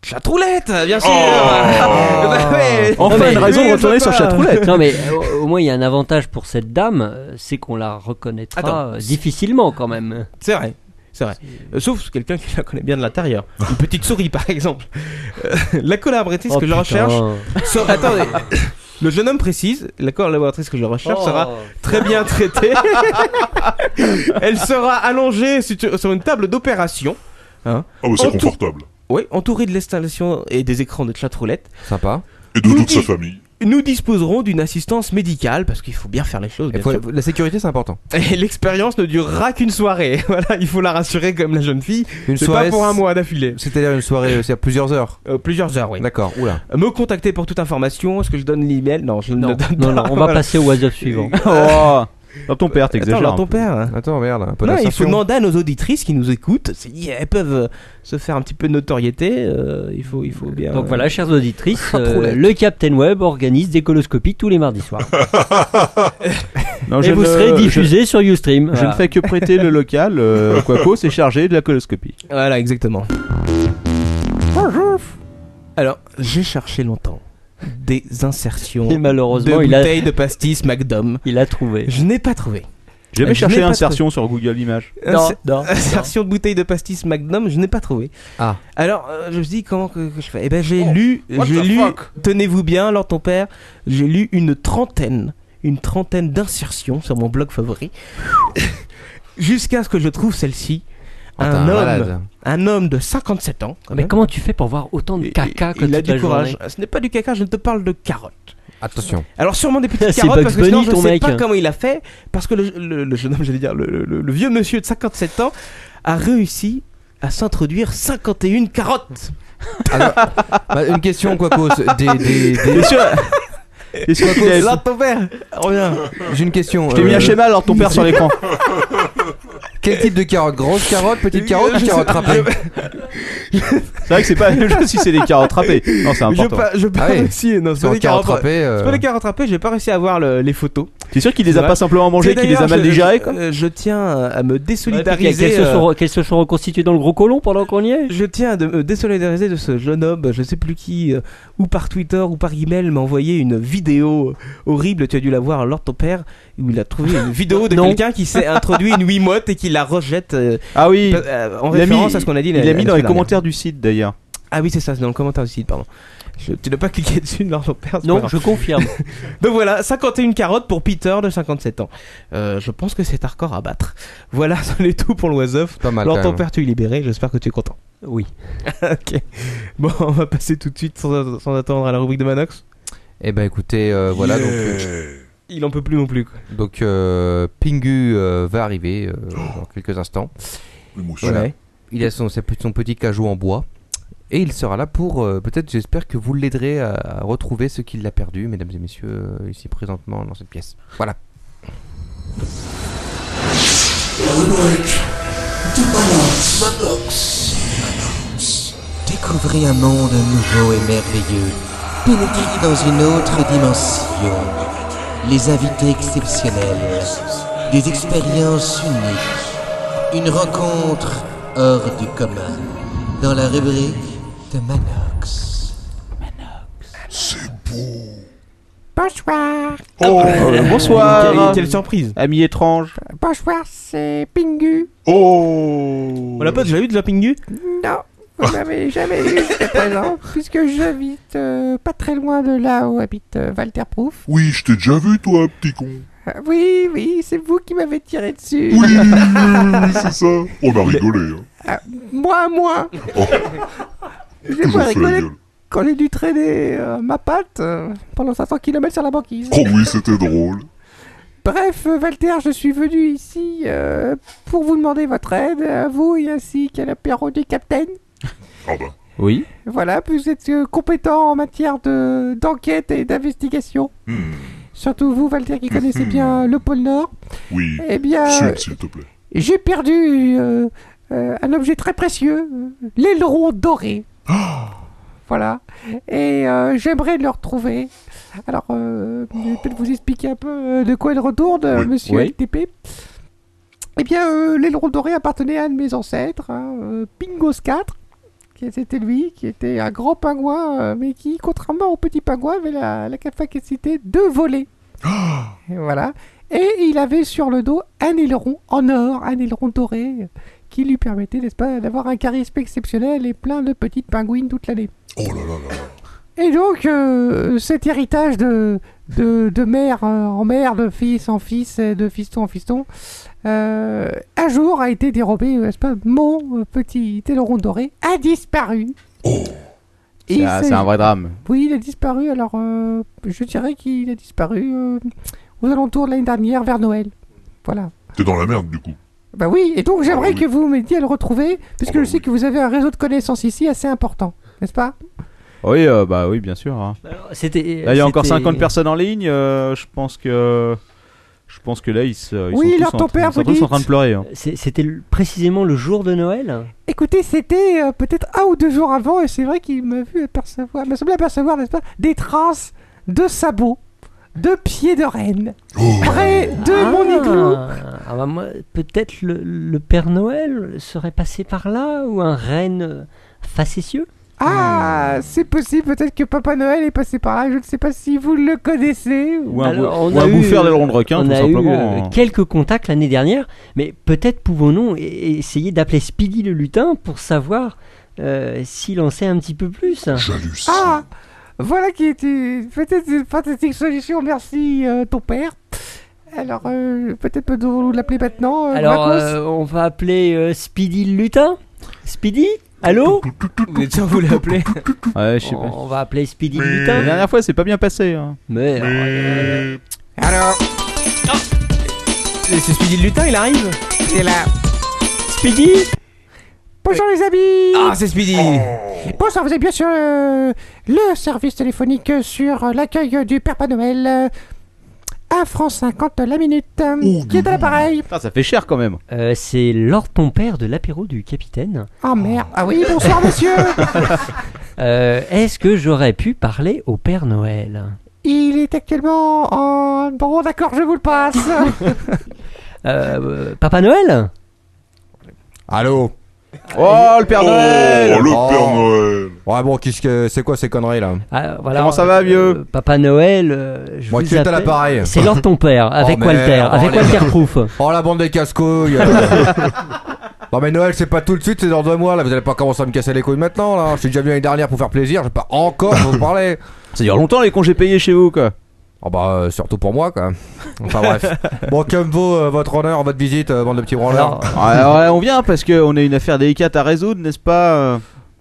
Chatroulette, bien Oh. sûr! Bah ouais. Non, mais- mais je peux pas. Non, mais euh, au, au moins, il y a un avantage pour cette dame, euh, c'est qu'on la reconnaîtra Attends. euh, difficilement quand même. C'est vrai. C'est vrai. Euh, Sauf quelqu'un qui la connaît bien de l'intérieur. Une petite souris, par exemple. Euh, la collaboratrice Oh, que putain. je recherche. sera- Attendez. Le jeune homme précise, la collaboratrice que je recherche Oh. sera très bien traitée. Elle sera allongée sur sur une table d'opération. Hein, Ah ouais, c'est entou- confortable. Oui, entourée de l'installation et des écrans de chatroulette. Sympa. Et de Nous toute sa dis- famille. Nous disposerons d'une assistance médicale parce qu'il faut bien faire les choses. bien sûr. La sécurité, c'est important. Et l'expérience ne durera qu'une soirée. Voilà, il faut la rassurer comme la jeune fille. Une C'est soirée, pas pour un c'est- mois d'affilée. C'est-à-dire une soirée, euh, c'est-à-dire plusieurs heures. Euh, plusieurs heures, oui. D'accord, oula. Me contacter pour toute information. Est-ce que je donne l'email Non, je ne le donne Non, pas. non, on va Voilà. passer au WhatsApp suivant. Oh. Dans ton père, t'exagères. Attends, alors un ton peu. père. Attends, merde, un peu Non, il faut d'insertion. demander à nos auditrices qui nous écoutent. c'est- Elles peuvent euh, se faire un petit peu de notoriété. euh, il faut, il faut bien. Donc voilà, chères auditrices, euh, Roulette. le Captain Web organise des coloscopies tous les mardis soirs. Non, Et je vous ne- serez je- diffusé sur Ustream. Je ne fais que prêter le local. euh, Quaco s'est chargé de la coloscopie. Voilà, exactement. Alors, j'ai cherché longtemps des insertions. Et malheureusement, de il a- bouteilles de pastis McDom. Il a trouvé. Je n'ai pas trouvé. J'ai jamais Je cherché n'ai pas insertion trouvé. Euh, sur Google Images. Inser- Insertion de bouteille de pastis Magnum, je n'ai pas trouvé. Ah. Alors, euh, je me dis comment que, que je fais Eh ben, Oh, j'ai lu, j'ai lu. Tenez-vous bien, alors ton père, j'ai lu une trentaine, une trentaine d'insertions sur mon blog favori, jusqu'à ce que je trouve celle-ci. Ah, t'es un, un homme, malade. un homme de 57 ans. Mais comment tu fais pour voir autant de caca que il a toute la du courage. journée Ce n'est pas du caca, je ne te parle de carottes. Attention. Alors sûrement des petites C'est carottes Bugs parce que sinon Bunny, je ton sais mec. pas comment il a fait parce que le, le- le jeune homme, j'allais dire le, le- le vieux monsieur de 57 ans a réussi à s'introduire 51 carottes. Ah Bah, une question, quoi cause des, des, des... Bien sûr. Est-ce Quacos, qu'il a- là, ton père, reviens. J'ai une question. euh, Je t'ai mis un schéma, alors, ton père, sur l'écran. Quel type de carotte Grosse carotte, petite Oh, carotte, Je- carotte râpée C'est vrai que c'est pas la même chose si c'est des carottes râpées. Non, c'est Je important. pas, je pas Ah ouais. réussi. Non, c'est Sur pas des les carottes carottes. râpées, euh. C'est pas des carottes râpées. J'ai pas réussi à voir le- les photos. T'es sûr qu'il les a C'est pas vrai. simplement mangées, C'est qu'il les a d'ailleurs, mal je- digérées, je- quoi euh, Je tiens à me désolidariser. Qu'elles se, sont, euh, re- qu'elles se sont reconstituées dans le gros colon pendant qu'on y est Je tiens à de- me désolidariser de ce jeune homme, je sais plus qui, euh, ou par Twitter ou par email, m'a envoyé une vidéo horrible, tu as dû la voir lors de ton père, où il a trouvé une vidéo de Non. quelqu'un qui s'est introduit une Wiimote et qui la rejette euh, Ah oui. pa- euh, en Il a mis- référence à ce qu'on a dit. la- Il a la mis semaine dans les dernière. commentaires du site d'ailleurs. Ah oui, c'est ça, c'est dans le commentaire du site, pardon. Je- tu n'as pas cliqué dessus, non, ton père c'est Non, pas grave. je confirme. Donc voilà, 51 carottes pour Peter de 57 ans. Euh, je pense que c'est un record à battre. Voilà, c'en est tout pour l'Oiseuf. Pas mal, Alors quand ton même. père, tu es libéré, j'espère que tu es content. Oui. ok. Bon, on va passer tout de suite sans, sans attendre à la rubrique de Manox. Eh ben écoutez, euh, voilà donc. euh, Il en peut plus non plus. quoi. Donc euh, Pingu euh, va arriver euh, dans quelques instants. Voilà. Ouais. Il a son, sa- son petit cajou en bois. Et il sera là pour, euh, peut-être j'espère que vous l'aiderez à, à retrouver ce qu'il a perdu, mesdames et messieurs, euh, ici présentement dans cette pièce. Voilà. Découvrez un monde nouveau et merveilleux. Pénétrez dans une autre dimension. Les invités exceptionnels. Des expériences uniques. Une rencontre hors du commun. Dans la rubrique de Manox. Bonsoir. Oh, bonsoir. Quelle- quelle surprise. Ami étrange. Bonsoir, c'est Pingu. Oh. On l'a pas déjà vu de la Pingu Non, vous m'avez jamais vu jusqu'à présent, puisque j'habite euh, pas très loin de là où habite euh, Walter Proof. Oui, je t'ai déjà vu, toi, petit con. Euh, oui, oui, c'est vous qui m'avez tiré dessus. Oui, oui, oui, c'est ça. On a rigolé. hein. Euh, moi, moi. Oh. J'ai Toujours pas fait la rigolé gueule. quand j'ai dû traîner euh, ma patte euh, pendant 500 km sur la banquise. Oh oui, c'était drôle. Bref, euh, Walter, je suis venu ici euh, pour vous demander votre aide, à vous et ainsi qu'à l'apéro du capitaine. Oui. Voilà, puis vous êtes euh, compétent en matière de d'enquête et d'investigation. Hmm. Surtout vous, Walter, qui connaissez bien le pôle Nord. Oui. Eh bien, euh, Sud, s'il te plaît. j'ai perdu euh, euh, un objet très précieux, euh, l'aileron doré. Ah. Voilà. Et euh, j'aimerais le retrouver. Alors, euh, je vais peut-être vous expliquer un peu euh, de quoi il retourne, euh, monsieur Oui. LTP. Eh bien, euh, l'aileron doré appartenait à un de mes ancêtres, hein, euh, Pingos 4. qui- C'était lui, qui était un grand pingouin, euh, mais qui, contrairement au petit pingouin, avait la, la capacité de voler. Et voilà. Et il avait sur le dos un aileron en or, un aileron doré, euh, qui lui permettait, n'est-ce pas, d'avoir un charisme exceptionnel et plein de petites pingouines toute l'année. Oh là là là. Et donc, euh, cet héritage de, de, de mère euh, en mère, de fils en fils, et de fiston en fiston, euh, un jour a été dérobé, euh, n'est-ce pas Mon euh, petit aileron doré a disparu. Et il Oh. Ah, s'agit- C'est un vrai drame. Oui, il a disparu, alors euh, je dirais qu'il a disparu euh, aux alentours de l'année dernière, vers Noël. Voilà. T'es dans la merde, du coup. Bah oui, et donc j'aimerais Ah oui. que vous m'aidiez à le retrouver, Ah puisque bah je sais que vous avez un réseau de connaissances ici assez important, n'est-ce pas Oui, euh, bah oui, bien sûr. hein. C'était. Là, il y a encore c'était- 50 personnes en ligne. euh, je pense que. Je pense que là, ils, se- ils Oui, sont, leur tous en ton train- père, ils sont vous tous en dites train de pleurer. hein. C'est- C'était le- précisément le jour de Noël Écoutez, c'était euh, peut-être un ou deux jours avant, et c'est vrai qu'il m'a vu apercevoir, m'a semblé apercevoir, n'est-ce pas, des traces de sabots, de pieds de renne, près de mon igloo. Ah, bah, moi, Peut-être le, le Père Noël serait passé par là ou un renne euh, facétieux Ah, c'est possible, peut-être que Papa Noël est passé par là, je ne sais pas si vous le connaissez. Ou un, Alors, bou- on ou a un eu- bouffeur d'aileron de requin, on tout a eu simplement. hein. euh, quelques contacts l'année dernière, mais peut-être pouvons-nous e- essayer d'appeler Speedy le lutin pour savoir euh, s'il en sait un petit peu plus. Ah, voilà qui est une- peut-être une fantastique solution, merci euh, ton père. Alors, euh, peut-être peut-on l'appeler maintenant euh, Alors, Marcos euh, on va appeler euh, Speedy le lutin Speedy Allô Vous voulez appeler Ouais, je sais pas. On va appeler Speedy le La lutin. dernière fois, c'est pas bien passé. hein. Mais. euh, Alors C'est Speedy le lutin, il arrive C'est là. Speedy Bonjour les amis Ah, c'est Speedy Oh. Bonsoir, vous êtes bien sur euh, le service téléphonique sur euh, l'accueil euh, du Père Pas Noël. euh, 1 franc 50 la minute. euh, qui est à l'appareil Ah, Putain, ça fait cher quand même. Euh, c'est Lord ton père de l'apéro du capitaine. Ah merde Ah oui, bonsoir monsieur Euh, Est-ce que j'aurais pu parler au Père Noël Il est actuellement en... Bon d'accord, je vous le passe Euh, euh, Papa Noël Allô Oh, le Père Noël Oh, le Père Noël Ouais, bon, qu'est-ce que c'est quoi ces conneries là Ah, voilà, Comment ça va, euh, vieux Papa Noël, euh, je Moi, vous qui est à appelle- l'appareil C'est Lord ton père, avec Oh, merde, Walter, oh, avec les- Walter Proof. Oh la bande des casse-couilles euh. Non mais Noël c'est pas tout de suite, c'est dans deux mois là, vous allez pas commencer à me casser les couilles maintenant là, je suis déjà venu l'année dernière pour faire plaisir, je vais pas encore vous parler Ça dure longtemps les congés payés chez vous quoi Oh bah euh, surtout pour moi quoi Enfin bref. Bon que me vaut euh, votre honneur, votre visite, euh, bande de petits branleurs Alors là, on vient parce qu'on a une affaire délicate à résoudre, n'est-ce pas euh,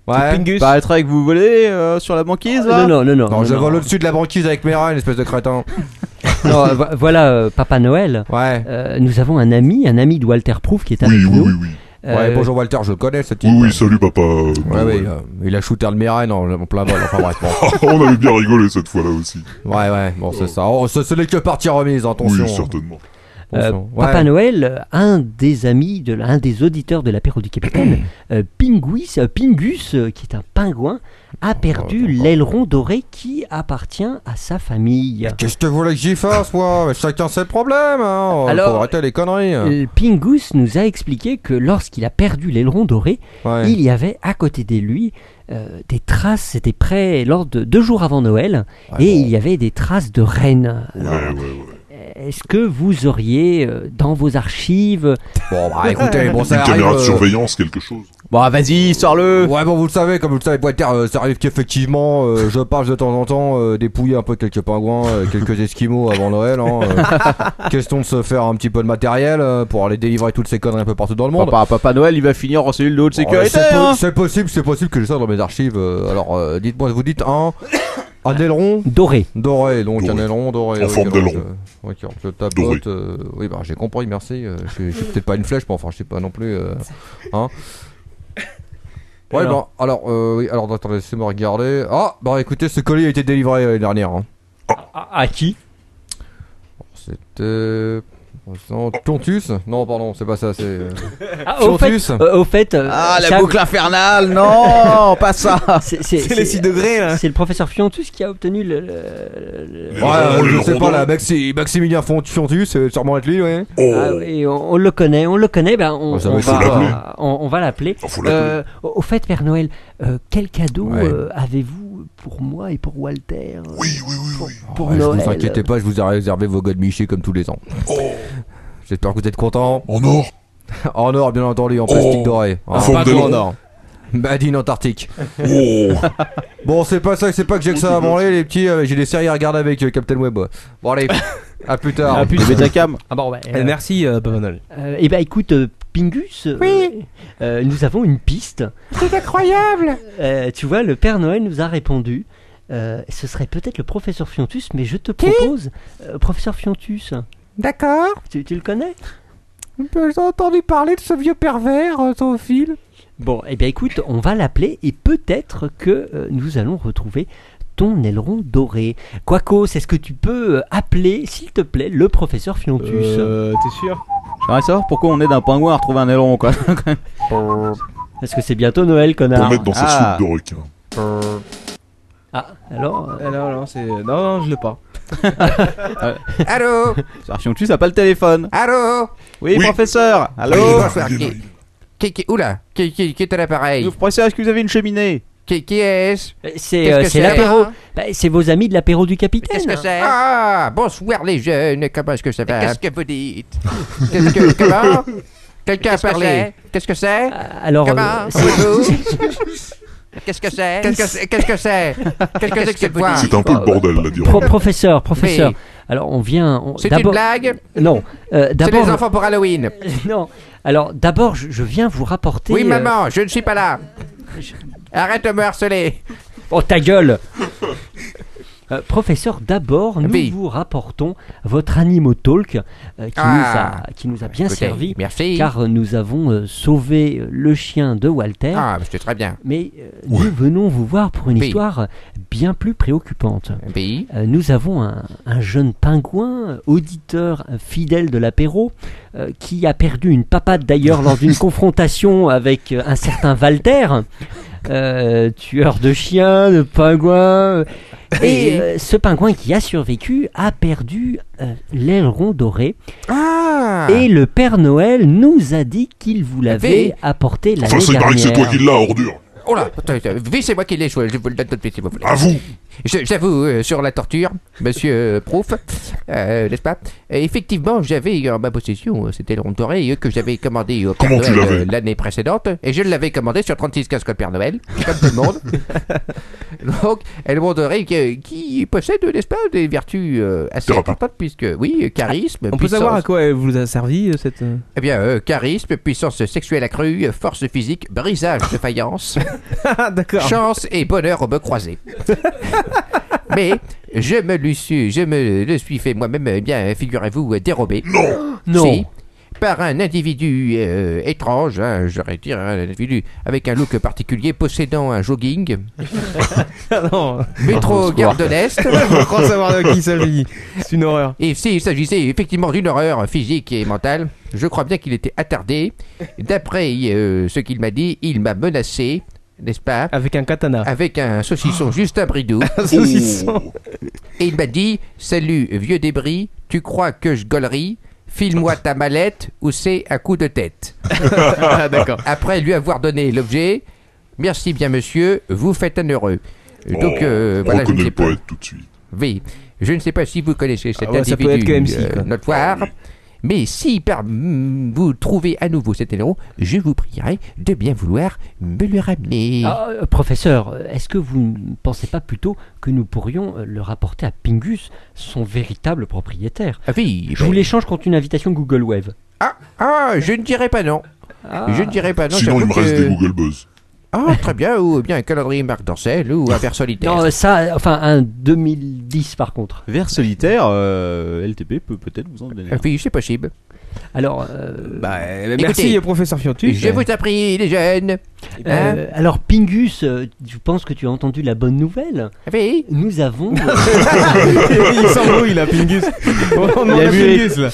Ouais. Pingus. Paraîtrait que vous volez euh, sur la banquise là non, je vole au-dessus de la banquise avec mes reins, une espèce de crétin. Non, euh, vo- voilà, euh, Papa Noël. Euh, nous avons un ami, un ami de Walter Proof qui est avec nous. Ouais, Euh, bonjour Walter, je le connais ce type. Oui, oui, salut papa. euh, Ouais, Noël. oui, euh, il a shooté un de mes reins en, en plein vol, enfin bref. bon. On avait bien rigolé cette fois-là aussi. Ouais, ouais, bon, c'est ça. Oh, ce ce n'est que partie remise, attention. Oui, certainement. euh, Attention. Ouais. Papa Noël, euh, un des amis, de, un des auditeurs de l'apéro du capitaine, euh, Pinguis, euh, Pingus, euh, qui est un pingouin, a perdu Oh, l'aileron doré qui appartient à sa famille. Qu'est-ce que vous voulez que j'y fasse, moi Mais Chacun ses problèmes, euh, Oh, hein Alors, Faut arrêter les conneries hein. Euh, Pingus nous a expliqué que lorsqu'il a perdu l'aileron doré, Ouais. il y avait à côté de lui euh, des traces, c'était près lors de deux jours avant Noël, et il y avait des traces de rennes. Alors, euh, Est-ce que vous auriez euh, dans vos archives. euh, Bon, bah, écoutez, bon, ça Une caméra arrive, de euh, surveillance, quelque chose. Bon, vas-y, sors-le Ouais, bon, vous le savez, comme vous le savez, Pointer, euh, ça arrive qu'effectivement, euh, je passe de temps en temps euh, dépouiller un peu quelques pingouins, euh, quelques esquimaux avant Noël. Hein, euh, question de se faire un petit peu de matériel euh, pour aller délivrer toutes ces conneries un peu partout dans le monde. Papa, Papa Noël, il va finir en cellule de haute Oh, sécurité. c'est po- hein. C'est possible, c'est possible que j'ai ça dans mes archives. euh, alors, euh, dites-moi, vous dites un. Un aileron Doré. Doré, donc un Doré. aileron doré. En oui, forme alors d'aileron. je- oui, qui rentre le tapote. euh, oui, bah, j'ai compris, merci. euh, je suis je suis peut-être pas une flèche, mais enfin, je sais pas non plus. euh, hein. Ouais, Alors. alors, bah, alors, euh, oui, alors, attendez, laissez-moi regarder. Ah, bah, écoutez, ce colis a été délivré euh, l'année dernière. hein. À, à qui C'était. non, Tontus Non, pardon, c'est pas ça, c'est. euh, Ah, au fait, Tontus euh, au fait, euh, Ah, la Sam- boucle infernale, non, pas ça. C'est les six degrés, là. C'est le professeur Fiontus qui a obtenu le. le- le- Ouais, euh, je sais pas, là, Maxi, Maximilien Font- Fontus, c'est sûrement être lui, ouais. Oh. Ah oui, on, on le connaît, on le connaît, ben on, Ah, ça on va, faut l'appeler. va, on, on va l'appeler. l'appeler. Euh, au au fait, Père Noël, euh, quel cadeau Ouais. euh, avez-vous pour moi et pour Walter Oui, oui, oui. Pour, pour Ouais, je Noël vous inquiétez pas, je vous ai réservé vos godemichés comme tous les ans. Oh. J'espère que vous êtes contents. En or En or, bien entendu, en plastique doré. Oh. En forme pas de trop lion. en or. Made in Antarctique. Oh. bon, c'est pas ça, c'est pas que j'ai que ça à branler, les petits. euh, j'ai des séries à regarder avec euh, Captain Web. Bon, allez, à plus tard. À plus. Le Betacam. Ah bon, bah, Eh, Merci, euh, Papa Noël. et ben écoute, euh, Pingus, euh, euh, nous avons une piste. C'est incroyable Euh, tu vois, le Père Noël nous a répondu. euh, ce serait peut-être le professeur Fiontus, mais je te propose, euh, professeur Fiontus, D'accord. tu, tu le connais J'ai entendu parler de ce vieux pervers, euh, sans fil. Bon, eh bien écoute, on va l'appeler et peut-être que euh, nous allons retrouver ton aileron doré. Quacos, est-ce que tu peux euh, appeler, s'il te plaît, le professeur Fiontus Euh, t'es sûr J'aimerais savoir pourquoi on aide un pingouin à retrouver un aileron, quoi. Oh. Parce que c'est bientôt Noël, connard. Pour mettre dans sa soupe de requin. Ah, alors Alors, euh, non, c'est. Non, non, je l'ai pas. Allô Archiontus a pas le téléphone. Allô Oui, professeur Allô Qui, qui, oula, qui, qui, qui est à l'appareil Professeur, est-ce que vous avez une cheminée Qui, qui est-ce C'est Qu'est-ce euh, que c'est c'est hein? l'apéro. Bah, c'est vos amis de l'apéro du capitaine. Qu'est-ce que c'est Ah, bonsoir les jeunes, comment est-ce que ça va Qu'est-ce que vous dites Qu'est-ce que, comment Quelqu'un a Qu'est-ce que parlé Qu'est-ce que c'est alors, Comment euh, Bonjour. Qu'est-ce que c'est Qu'est-ce que c'est Qu'est-ce que c'est Qu'est-ce que c'est que cette voix C'est un peu le bordel, là, dire. Pro- professeur, professeur. Oui. Alors on vient. on- C'est une d'abord- blague Non. euh, C'est d'abord. les enfants pour Halloween. Non. Alors d'abord, je, je viens vous rapporter. Oui, euh, maman, je ne suis pas là. Arrête de me harceler. Oh ta gueule Euh, professeur, d'abord, nous vous rapportons votre Animo Talk euh, qui, Ah. nous a, qui nous a bien Écoutez, servi, merci. car euh, nous avons euh, sauvé euh, le chien de Walter, Ah, mais c'était très bien. mais euh, nous venons vous voir pour une Oui. histoire euh, bien plus préoccupante. Euh, nous avons un, un jeune pingouin, euh, auditeur euh, fidèle de l'apéro, euh, qui a perdu une papade d'ailleurs lors d'une confrontation avec euh, un certain Walter, euh, tueur de chiens, de pingouins. Et euh, ce pingouin qui a survécu a perdu euh, l'aileron doré. Ah. Et le Père Noël nous a dit qu'il vous l'avait Mais- apporté l'année Enfin, ça, il dernière. paraît que c'est toi qui l'as, ordure. Oh là, attends, attends, oui, c'est moi qui l'ai choisi, je vous le donne tout de suite, s'il vous plaît. À vous Je- J'avoue, euh, sur la torture, monsieur euh, Prouf, euh, n'est-ce pas Et Effectivement, j'avais en ma possession, euh, c'était le rond doré, euh, que j'avais commandé au Père Comment tu Noël l'avais euh, l'année précédente, et je l'avais commandé sur 3615 Code Père Noël, comme tout le monde. Donc, et le rond doré qui, euh, qui possède, n'est-ce pas, des vertus euh, assez importantes, puisque, oui, euh, charisme, On peut puissance, savoir à quoi elle vous a servi euh, cette. euh, eh bien, euh, charisme, puissance sexuelle accrue, euh, force physique, brisage de faïence, chance et bonheur au me croisé. Mais je me le suis, je me le suis fait moi-même, eh bien, figurez-vous, euh, dérobé. Non Non. par un individu euh, étrange, hein, j'aurais dire un individu avec un look particulier possédant un jogging, Au métro Ah secours. gare de l'Est. On croit savoir de qui s'agit. C'est une horreur. Et s'il s'agissait effectivement d'une horreur physique et mentale, je crois bien qu'il était attardé. D'après euh, ce qu'il m'a dit, il m'a menacé, n'est-ce pas Avec un katana. Avec un saucisson juste un bridou. Un saucisson. Et il m'a dit Salut, vieux débris, tu crois que je gaulerie File-moi ta mallette ou c'est un coup de tête. D'accord. Après lui avoir donné l'objet, merci bien monsieur, vous faites un heureux. Donc Oh, euh, voilà, je reconnais ne sais le pas. poète tout de suite. V. Je ne sais pas si vous connaissez cet Ah ouais, ça individu peut être que MC, euh, quoi. notoire, mais si par- hmm, mm, vous trouvez à nouveau cet héros, je vous prierai de bien vouloir me le ramener. Ah, euh, professeur, euh, est-ce que vous ne pensez pas plutôt que nous pourrions euh, le rapporter à Pingus, son véritable propriétaire Ah Je vous l'échange contre une invitation Google Wave. Ah, ah, je ne dirais pas non. Je ne dirais pas non. Sinon, il me j'avoue reste que- des Google Buzz. Ah, très bien, ou bien un calendrier Marc Dorcel, ou un verre solitaire. Non, euh, ça, enfin, un 2010 par contre. Vers solitaire, euh, LTP peut peut-être vous en donner. un. Ah Euh, Oui, c'est possible. Alors, euh, merci, Écoutez, professeur Fiontu. Je vous en prie, les jeunes. Hein Euh, alors, Pingus, euh, je pense que tu as entendu la bonne nouvelle. Ah Oui. Nous avons. euh, Il s'embrouille, là, Pingus. On en a Pingus, là.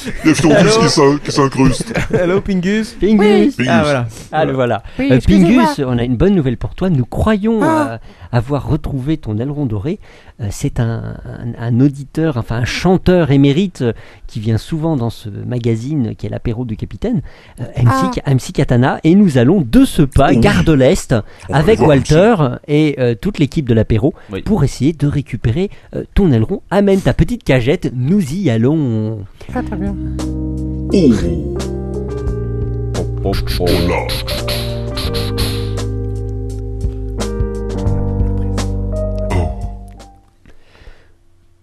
Allô qui s'incruste. Allô, Pingus Pingus. Ah, voilà. Ah, le voilà. Oui, Euh, excusez-moi. Pingus, on a une bonne nouvelle pour toi. Nous croyons euh, avoir retrouvé ton aileron doré. Euh, c'est un, un- un auditeur, enfin un chanteur émérite euh, qui vient souvent dans ce magazine qui est l'apéro du capitaine, euh, MC, MC Katana. Et nous allons de ce pas, Oui. gare de l'Est, On va avec le voir, Walter et euh, toute l'équipe de l'apéro pour essayer de récupérer euh, ton aileron. Amène ta petite cagette, nous y allons. Ah, très bien. Mmh.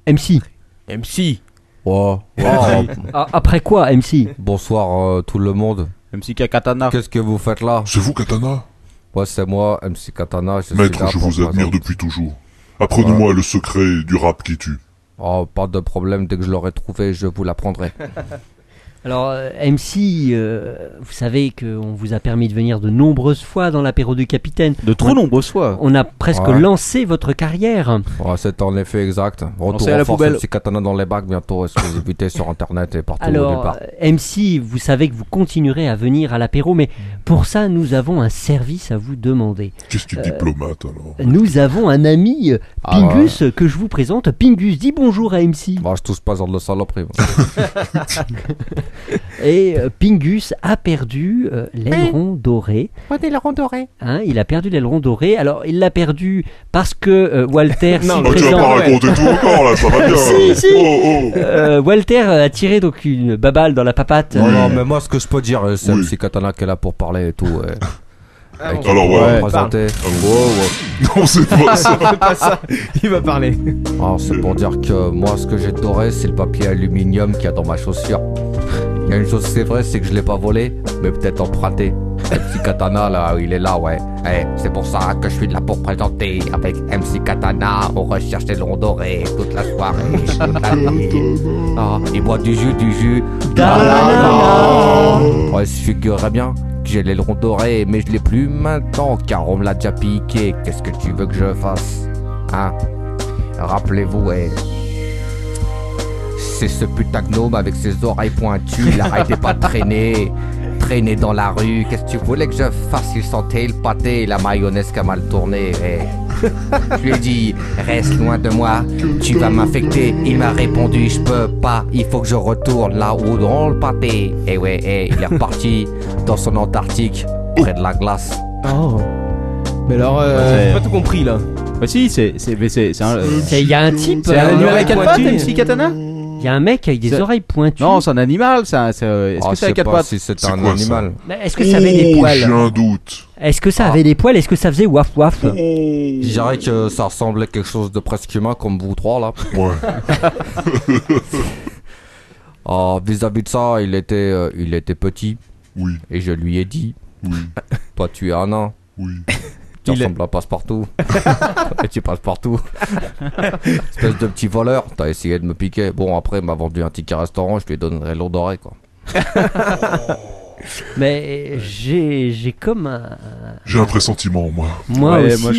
MC. MC. Ah, Après quoi, MC Bonsoir euh, tout le monde. MC Katana. Qu'est-ce que vous faites là C'est vous Katana Ouais, c'est moi, MC Katana. Je suis Maître, là je pour vous admire présenter- depuis toujours. Apprenez-moi Voilà. le secret du rap qui tue. Oh, pas de problème, dès que je l'aurai trouvé, je vous l'apprendrai. Alors, euh, MC, euh, vous savez qu'on vous a permis de venir de nombreuses fois dans l'apéro du capitaine. De trop On- nombreuses fois. On a presque Ouais. lancé votre carrière. Ouais, c'est en effet exact. Retour sait à en la force, poubelle. MC Katana dans les bacs, bientôt exclusivité sur internet et partout nulle Alors, part. euh, MC, vous savez que vous continuerez à venir à l'apéro, mais pour ça, nous avons un service à vous demander. Qu'est-ce que Euh, diplomate alors Nous avons un ami, euh, Ah, Pingus, que je vous présente. Pingus, dis bonjour à MC. Bah, je touche pas dans le saloperie. moi. Et euh, Pingus a perdu euh, l'aileron doré. Moi, t'es le rond doré. Hein, il a perdu l'aileron doré. Alors, il l'a perdu parce que euh, Walter. Non, si mais- Oh, tu vas présent- pas raconter tout encore, là, ça va bien. si, si. Oh, oh. Euh, Walter a tiré donc une baballe dans la papate. Non, non, mais moi, ce que je peux dire, euh, c'est MC Katana qui est là pour parler et tout. ouais. Et qui Alors, pourra ouais. me présenter. Non, c'est pas ça. Il va parler. Ah, c'est pour dire que moi, ce que j'ai doré, c'est le papier aluminium qu'il y a dans ma chaussure. Il y a une chose, c'est vrai, c'est que je l'ai pas volé, mais peut-être emprunté. Le petit katana, là, il est là, ouais. Eh, c'est pour ça que je suis là pour présenter. Avec MC Katana, on recherche les longs dorés toute la soirée, toute la nuit. Ah, il boit du jus, du jus. Ouais, se figurerait bien que j'ai l'aileron doré, mais je l'ai plus maintenant car on me l'a déjà piqué. Qu'est-ce que tu veux que je fasse Hein Rappelez-vous, eh. C'est ce putain de gnome avec ses oreilles pointues, il arrêtait pas de traîner. Traîner dans la rue, qu'est-ce que tu voulais que je fasse Il sentait le pâté, la mayonnaise qui a mal tourné. eh. Je lui ai dit, reste loin de moi, tu vas m'infecter. Il m'a répondu, je peux pas, il faut que je retourne là où dans le pâté. Et ouais, eh, il est reparti dans son Antarctique, près de la glace. Oh. Mais alors, euh, j'ai pas tout compris là. Bah si, c'est c'est mais c'est c'est un euh, Il y a un type. C'est un euh, animal oreille à quatre pattes, pointue. MC Katana Il y a un mec avec des C'est- oreilles pointues. Non, c'est un animal, ça. c'est, euh, Est-ce Ah, que je c'est à sais quatre pas pattes si c'est C'est un quoi, ça animal. Mais est-ce que ça avait des Oh, poils J'ai un doute. Est-ce que ça avait des poils Est-ce que ça faisait waf waf Je dirais que ça ressemblait à quelque chose de presque humain comme vous trois là. Ouais. Ah, Vis-à-vis de ça, il était, euh, il était petit. Oui. Et je lui ai dit. Oui. Toi, tu es un an. Oui. Tu ressembles à passe-partout. et tu passes partout. Espèce de petit voleur. T'as essayé de me piquer. Bon, après, il m'a vendu un ticket restaurant. Je lui donnerai l'eau dorée quoi. Mais euh, j'ai j'ai comme un. J'ai un pressentiment en moi. Moi aussi.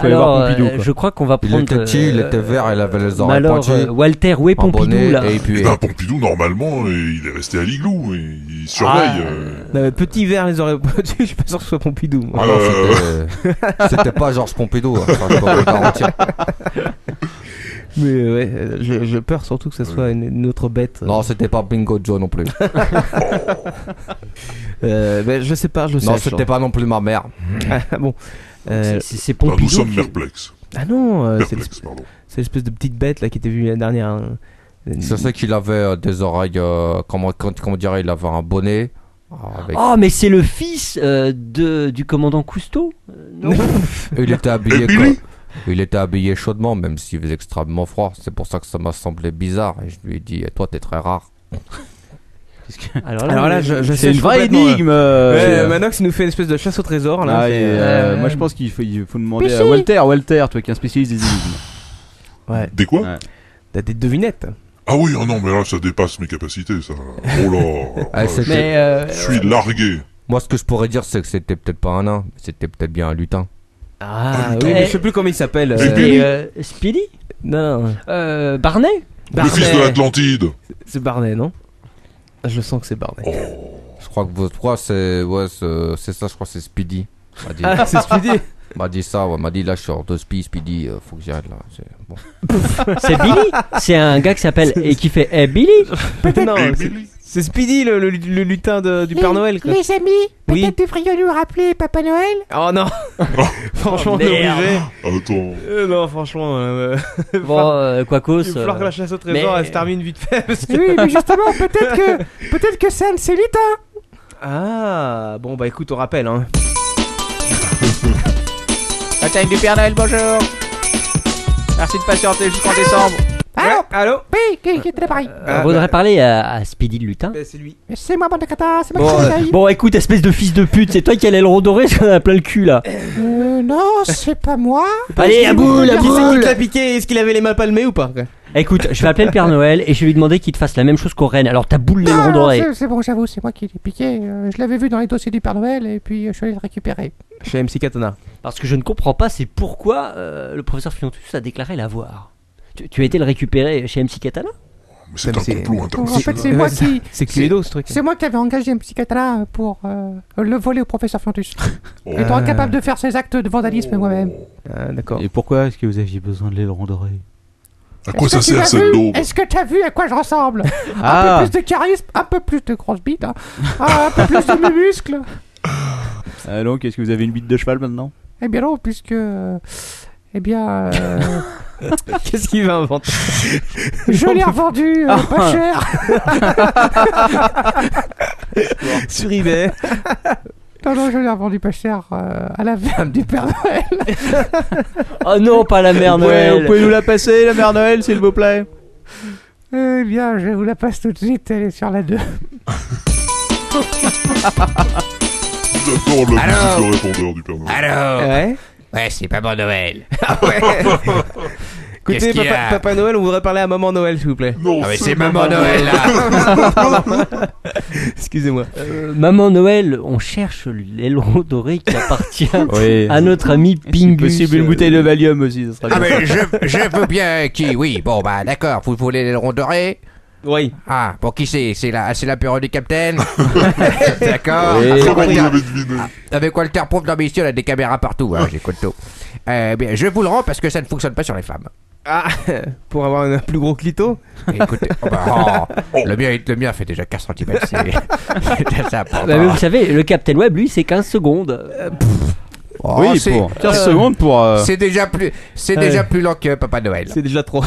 Alors, euh, Je crois qu'on va Il prendre. était petit, il euh, était vert, il avait les mais oreilles alors, pointues. euh, Walter, où est Un bonnet Pompidou là et il puait. Eh ben, Pompidou, normalement, et il est resté à l'igloo. et Il Ah, surveille. euh, Non, mais petit verre, les oreilles pointues, je suis pas sûr que ce soit Pompidou. moi. Ah non, Euh. c'était- c'était pas Georges Pompidou, hein, ça, je peux vous le hein. garantir. Mais euh, ouais, euh, je- j'ai peur surtout que ce soit une, une autre bête. Non, c'était pas Bingo Joe non plus. Euh, ben, je sais pas, je le sais. Non, c'était pas non plus ma mère. Ah, bon. C'est- c'est- c'est Pompidou Bah, nous sommes qui- perplexes. Ah non, euh, c'est Perplexe, l'espèce- c'est l'espèce de petite bête là qui était vue la dernière. hein. C'est ça qu'il avait euh, des oreilles, euh, comment, comment, comment dirais il avait un bonnet. euh, avec- Oh, mais c'est le fils euh, de, du commandant Cousteau euh, non Il était habillé comme- Il était habillé chaudement, même s'il faisait extrêmement froid. C'est pour ça que ça m'a semblé bizarre. Et je lui ai dit, eh, toi, t'es très rare. Alors Alors là, je, je sais sèche complètement, là. euh, Ouais, c'est, euh, Manox il nous fait une espèce de chasse au trésor là. Ah, c'est- et, euh, Ouais. Moi je pense qu'il faut, il faut demander à Pichi. Walter, Walter, toi qui es un spécialiste des énigmes. Ouais. Des quoi des devinettes. Ah oui, ah non, mais là, ça dépasse mes capacités, ça. Oh là. Ah, là, c'était- je- euh, Je suis largué. Moi, ce que je pourrais dire, c'est que c'était peut-être pas un nain, mais c'était peut-être bien un lutin. Euh, Ah, putain. oui, eh, mais je sais plus comment il s'appelle. euh, Speedy. C'était, Speedy Non. non. Euh, Barnet Barnet. l'Atlantide. C'est Barnet, non Je sens que c'est Barnet. Je crois que vos trois, c'est. Ouais, c'est c'est ça, je crois que c'est Speedy. M'a dit- Ah, c'est Speedy M'a dit ça, ouais, m'a dit là, je suis hors de spi, Speedy, euh, faut que j'y aille là. C'est bon. C'est Billy C'est un gars qui s'appelle et qui fait Eh Billy Non, c'est- c'est Speedy le, le- le lutin de- du Père Noël quoi. Les amis, Oui. peut-être devrions nous rappeler Papa Noël Oh non Franchement, Oh, on est merde. obligé. Attends. Euh, non, franchement. euh, Bon, euh, Quacos, Il va falloir euh, que la chasse au trésor mais- elle se termine vite fait. parce que- Oui, mais justement, peut-être que, peut-être que c'est un de ces lutins. Ah, bon bah écoute, on rappelle hein. Bataille du Père Noël, bonjour Merci de patienter jusqu'en décembre Allô Allô Oui, qui, qui est là, pareil Euh. Euh, On voudrait parler à, à Speedy le lutin. Ben, c'est lui. C'est moi, bande de catas, c'est moi Bon, qui euh, t'aille. bon, écoute, espèce de fils de pute, c'est toi qui allais le redorer, parce qu'on a plein le cul là. Euh, non, c'est pas moi. Allez, à boule, à Qui c'est qui boule te l'a piqué Est-ce qu'il avait les mains palmées ou pas quoi Écoute, je vais appeler le Père Noël et je vais lui demander qu'il te fasse la même chose qu'au reine. Alors ta boule les Ah, Non, non, redorée. c'est- C'est bon, j'avoue, c'est moi qui l'ai piqué. Euh, je l'avais vu dans les dossiers du Père Noël et puis euh, je suis allé le récupérer. Chez MC Katana. Parce que je ne comprends pas, c'est pourquoi euh, le professeur Fiontus a déclaré l'avoir. Tu, tu as été le récupérer chez MC Katana C'est un complot En fait, c'est moi qui. C'est Cluedo ce truc. C'est moi qui avais engagé un psychiatre pour euh, le voler au professeur Fiontus. Oh. Étant incapable de faire ces actes de vandalisme moi-même. d'accord. Et pourquoi est-ce que vous aviez besoin de l'aileron doré À Est-ce que tu l'as vu Est-ce que t'as vu à quoi je ressemble Ah. Un peu plus de charisme, un peu plus de grosse bite, hein. Ah, un peu plus de mes muscles. Alors, Ah, est-ce que vous avez une bite de cheval maintenant Eh bien non, puisque... euh, Eh bien... euh, Qu'est-ce qu'il va inventer je l'ai revendu euh, Ah. pas cher. Sur eBay. non, non, je l'ai revendu pas cher euh, à la femme du Père Noël. Oh non, pas la mère Vous pouvez- Noël Vous pouvez nous la passer, la mère Noël, s'il vous plaît eh bien, je vous la passe tout de suite, elle est sur la 2. J'adore le Alors musique de répondeur du Père Noël. Alors Ouais Ouais, c'est pas bon Noël. Qu'est-ce Écoutez, qu'il y papa, a Papa Noël, on voudrait parler à Maman Noël, s'il vous plaît. Ah mais c'est Maman Noël, là Excusez-moi. Euh, Maman Noël, on cherche l'aileron doré qui appartient Oui. à notre ami Pingus. possible, une bouteille de Valium aussi, ça sera Ah, bien. mais je, je veux bien qui, oui. Bon, bah d'accord, vous voulez l'aileron doré Oui. Ah, pour qui c'est C'est la, c'est la peur du capitaine D'accord. Ah, Oui. Avec Comment vous Walter- l'avez Ah, Avec Walter Proof dans Mission, on a des caméras partout, hein, j'écoute tout. Euh, bien, je vous le rends parce que ça ne fonctionne pas sur les femmes. Ah, pour avoir un plus gros clito Écoutez, oh bah, oh, le, mien, le mien fait déjà 4 cm, c'est ça. Ah bah, mais vous savez, le Captain Web, lui, c'est 15 secondes. Oh, c'est- euh, C'est déjà plus, c'est déjà Ouais. plus lent que Papa Noël. Ah, C'est déjà trop.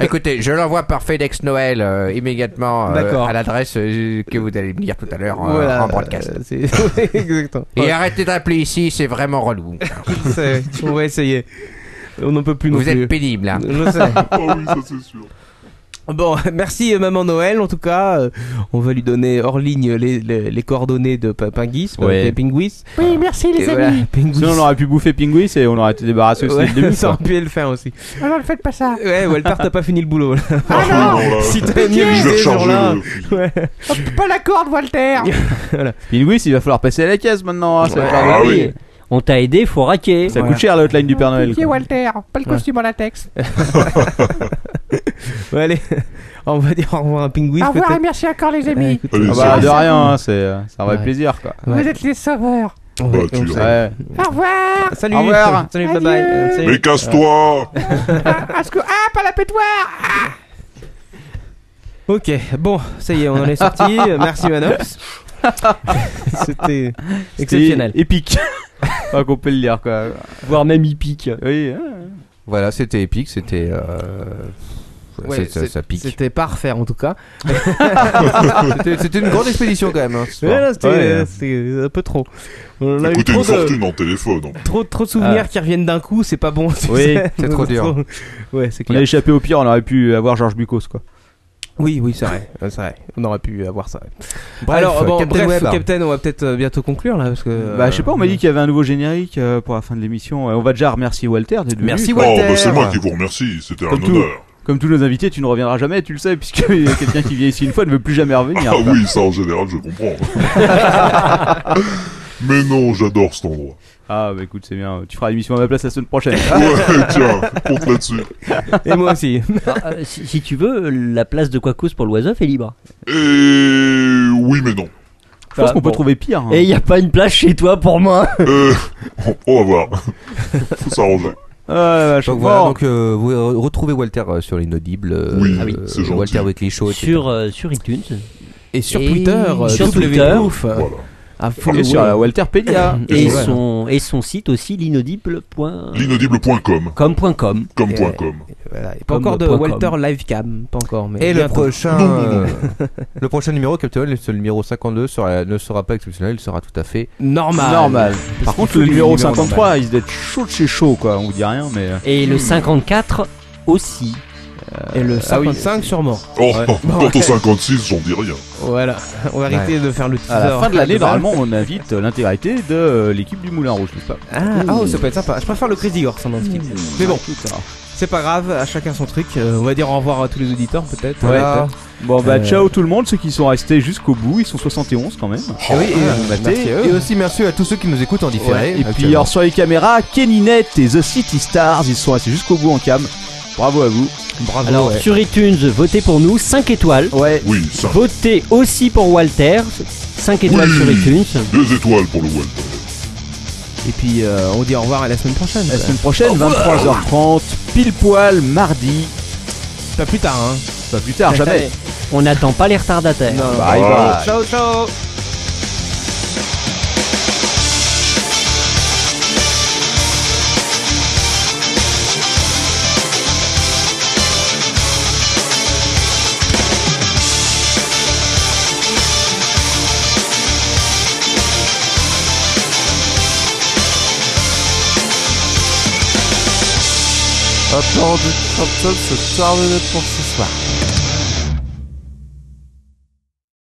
Écoutez, je l'envoie par FedEx Noël euh, immédiatement euh, D'accord. à l'adresse euh, que vous allez me dire tout à l'heure euh, Voilà, en broadcast. euh, c'est- Exactement. Et arrêtez d'appeler ici, c'est vraiment relou. C'est- On va essayer. On n'en peut plus non Vous êtes plus. pénible, hein. Je sais. Oh oui, ça c'est sûr. Bon, merci euh, Maman Noël en tout cas. Euh, On va lui donner hors ligne les, les- les coordonnées de Pa- Pinguis. euh, Ouais. de Pinguis. Oui, merci les Et voilà, amis. Pinguis. Sinon, on aurait pu bah, bouffer Pinguis et on aurait été débarrassé aussi Ouais, dès le début. ça quoi. aurait pu le faire aussi. Ah non, ne faites pas ça. Ouais, Walter, t'as pas fini le boulot. là. si t'avais Je mieux vais visé ce recharger jour-là. le Ouais. Pas la corde, Walter. Pinguis, il va falloir passer à la caisse maintenant. hein, ça va Ouais. faire Ah des oui. prix. On t'a aidé, faut raquer. Ça coûte cher l'outline du Père Noël. Qui est Walter Pas le Ouais. costume en latex. Ouais, allez, on va dire au revoir à Pinguis. Au revoir et peut-être. merci encore les Ouais, amis. écoute, Ah bah, de rien, hein, c'est euh, c'est un vrai Ouais. plaisir quoi. Vous êtes les sauveurs. Ah, On va- on va- Ouais. Au revoir. Salut. Au revoir. Salut, bye bye. Adieu. Euh, salut. Mais casse-toi Ah, à ce que- ah, pas la pétoire. Ok, bon, ça y est, on en est sorti. Euh, Merci Manox. C'était exceptionnel. Épique. Enfin, qu'on peut le dire, quoi. Voire même épique. Oui. hein. Voilà, c'était épique, c'était. euh, Ouais, c'est- ça, c'est- ça pique. C'était pas à refaire en tout cas. C'était- c'était une grande expédition, quand même, hein, ce soir. Ouais, là, c'était Ouais. euh, c'était un peu trop. On a eu Écoutez trop une de- fortune en téléphone. hein. Trop, trop de souvenirs Ah. qui reviennent d'un coup, c'est pas bon. tu Oui, sais. c'est trop dur. Ouais, c'est On a clair. échappé au pire, on aurait pu avoir Georges Bucos, quoi. Oui, oui, c'est vrai. c'est vrai. On aurait pu avoir ça. Bref, Alors, bon, Captain bref, Web. Captain, on va peut-être euh, bientôt conclure là parce que. euh, Bah, je sais pas, on m'a dit qu'il y avait un nouveau générique euh, pour la fin de l'émission. Euh, On va déjà remercier Walter d'être venu. Oh, bah, c'est moi qui vous remercie, c'était un Comme, tout- honneur. comme tous nos invités, tu ne reviendras jamais, tu le sais, puisque quelqu'un qui vient ici une fois ne veut plus jamais revenir. Ah quoi. oui, ça en général, je comprends. Mais non, j'adore cet endroit. Ah bah écoute, c'est bien. Tu feras l'émission à ma place la semaine prochaine. Ouais, tiens, compte là-dessus. Et moi aussi. euh, si, si tu veux, la place de Quacos pour l'Oiseuf est libre. Et Euh, oui, mais non. Je pense Ah, qu'on peut bon. trouver pire, hein. Et y a pas une place chez toi pour moi euh, on, on va voir. Faut s'arranger. Ah, donc voilà, donc euh, vous euh, retrouvez Walter euh, sur l'inaudible. euh, Oui, ah euh, c'est gentil. Walter Weekly Show. etc. Sur, euh, sur iTunes. Et sur Twitter, euh, sur W Twitter. Proof, euh, Voilà. à follower. Et, Et son, et son site aussi, l'inaudible.com. L'inaudible.com. Comme point com. Comme point Et- euh, com. euh, Pas encore de Comme point Walter com. Livecam, pas encore. Mais Et le bientôt. prochain, euh, le prochain numéro, Captain Web, le numéro 52, sera- ne sera pas exceptionnel, il sera tout à fait Normal. Par contre, le numéro 53, il se d'être chaud de chez chaud, quoi. On vous dit rien, mais. euh. Et le 54 aussi. Et le ah oui. 55 sûrement. Oh, Ouais. quant au 56, j'en dis rien. Voilà, on va arrêter de faire le teaser. À la fin de l'année, global. normalement, on invite euh, l'intégralité de euh, l'équipe du Moulin Rouge, n'est-ce pas Ah, ah, oh, ça peut être sympa. Je préfère le Crazy Horse en antique. Hmm. Mais bon, c'est pas grave, à chacun son truc. Euh, on va dire au revoir à tous les auditeurs peut-être. Voilà. Bon bah Euh, ciao tout le monde, ceux qui sont restés jusqu'au bout, ils sont 71 quand même. Eh oui, et, Ah, bah, merci t'es- à eux. et aussi merci à tous ceux qui nous écoutent en différé. Ouais, et puis actuellement. alors sur les caméras, Kenny Net et The City Stars, ils sont restés jusqu'au bout en cam. Bravo à vous. Bravo. Alors sur iTunes, votez pour nous, 5 étoiles. Ouais. Oui, Votez aussi pour Walter, 5 étoiles sur iTunes. Deux étoiles pour le Walter. Et puis euh, on dit au revoir à la semaine prochaine. La semaine prochaine, 23h30, pile poil, mardi. Pas plus tard, hein. Pas plus tard, jamais. On n'attend pas les retardataires. Bye bye. Ciao, ciao. Attends, du Captain, c'est terminé pour ce soir.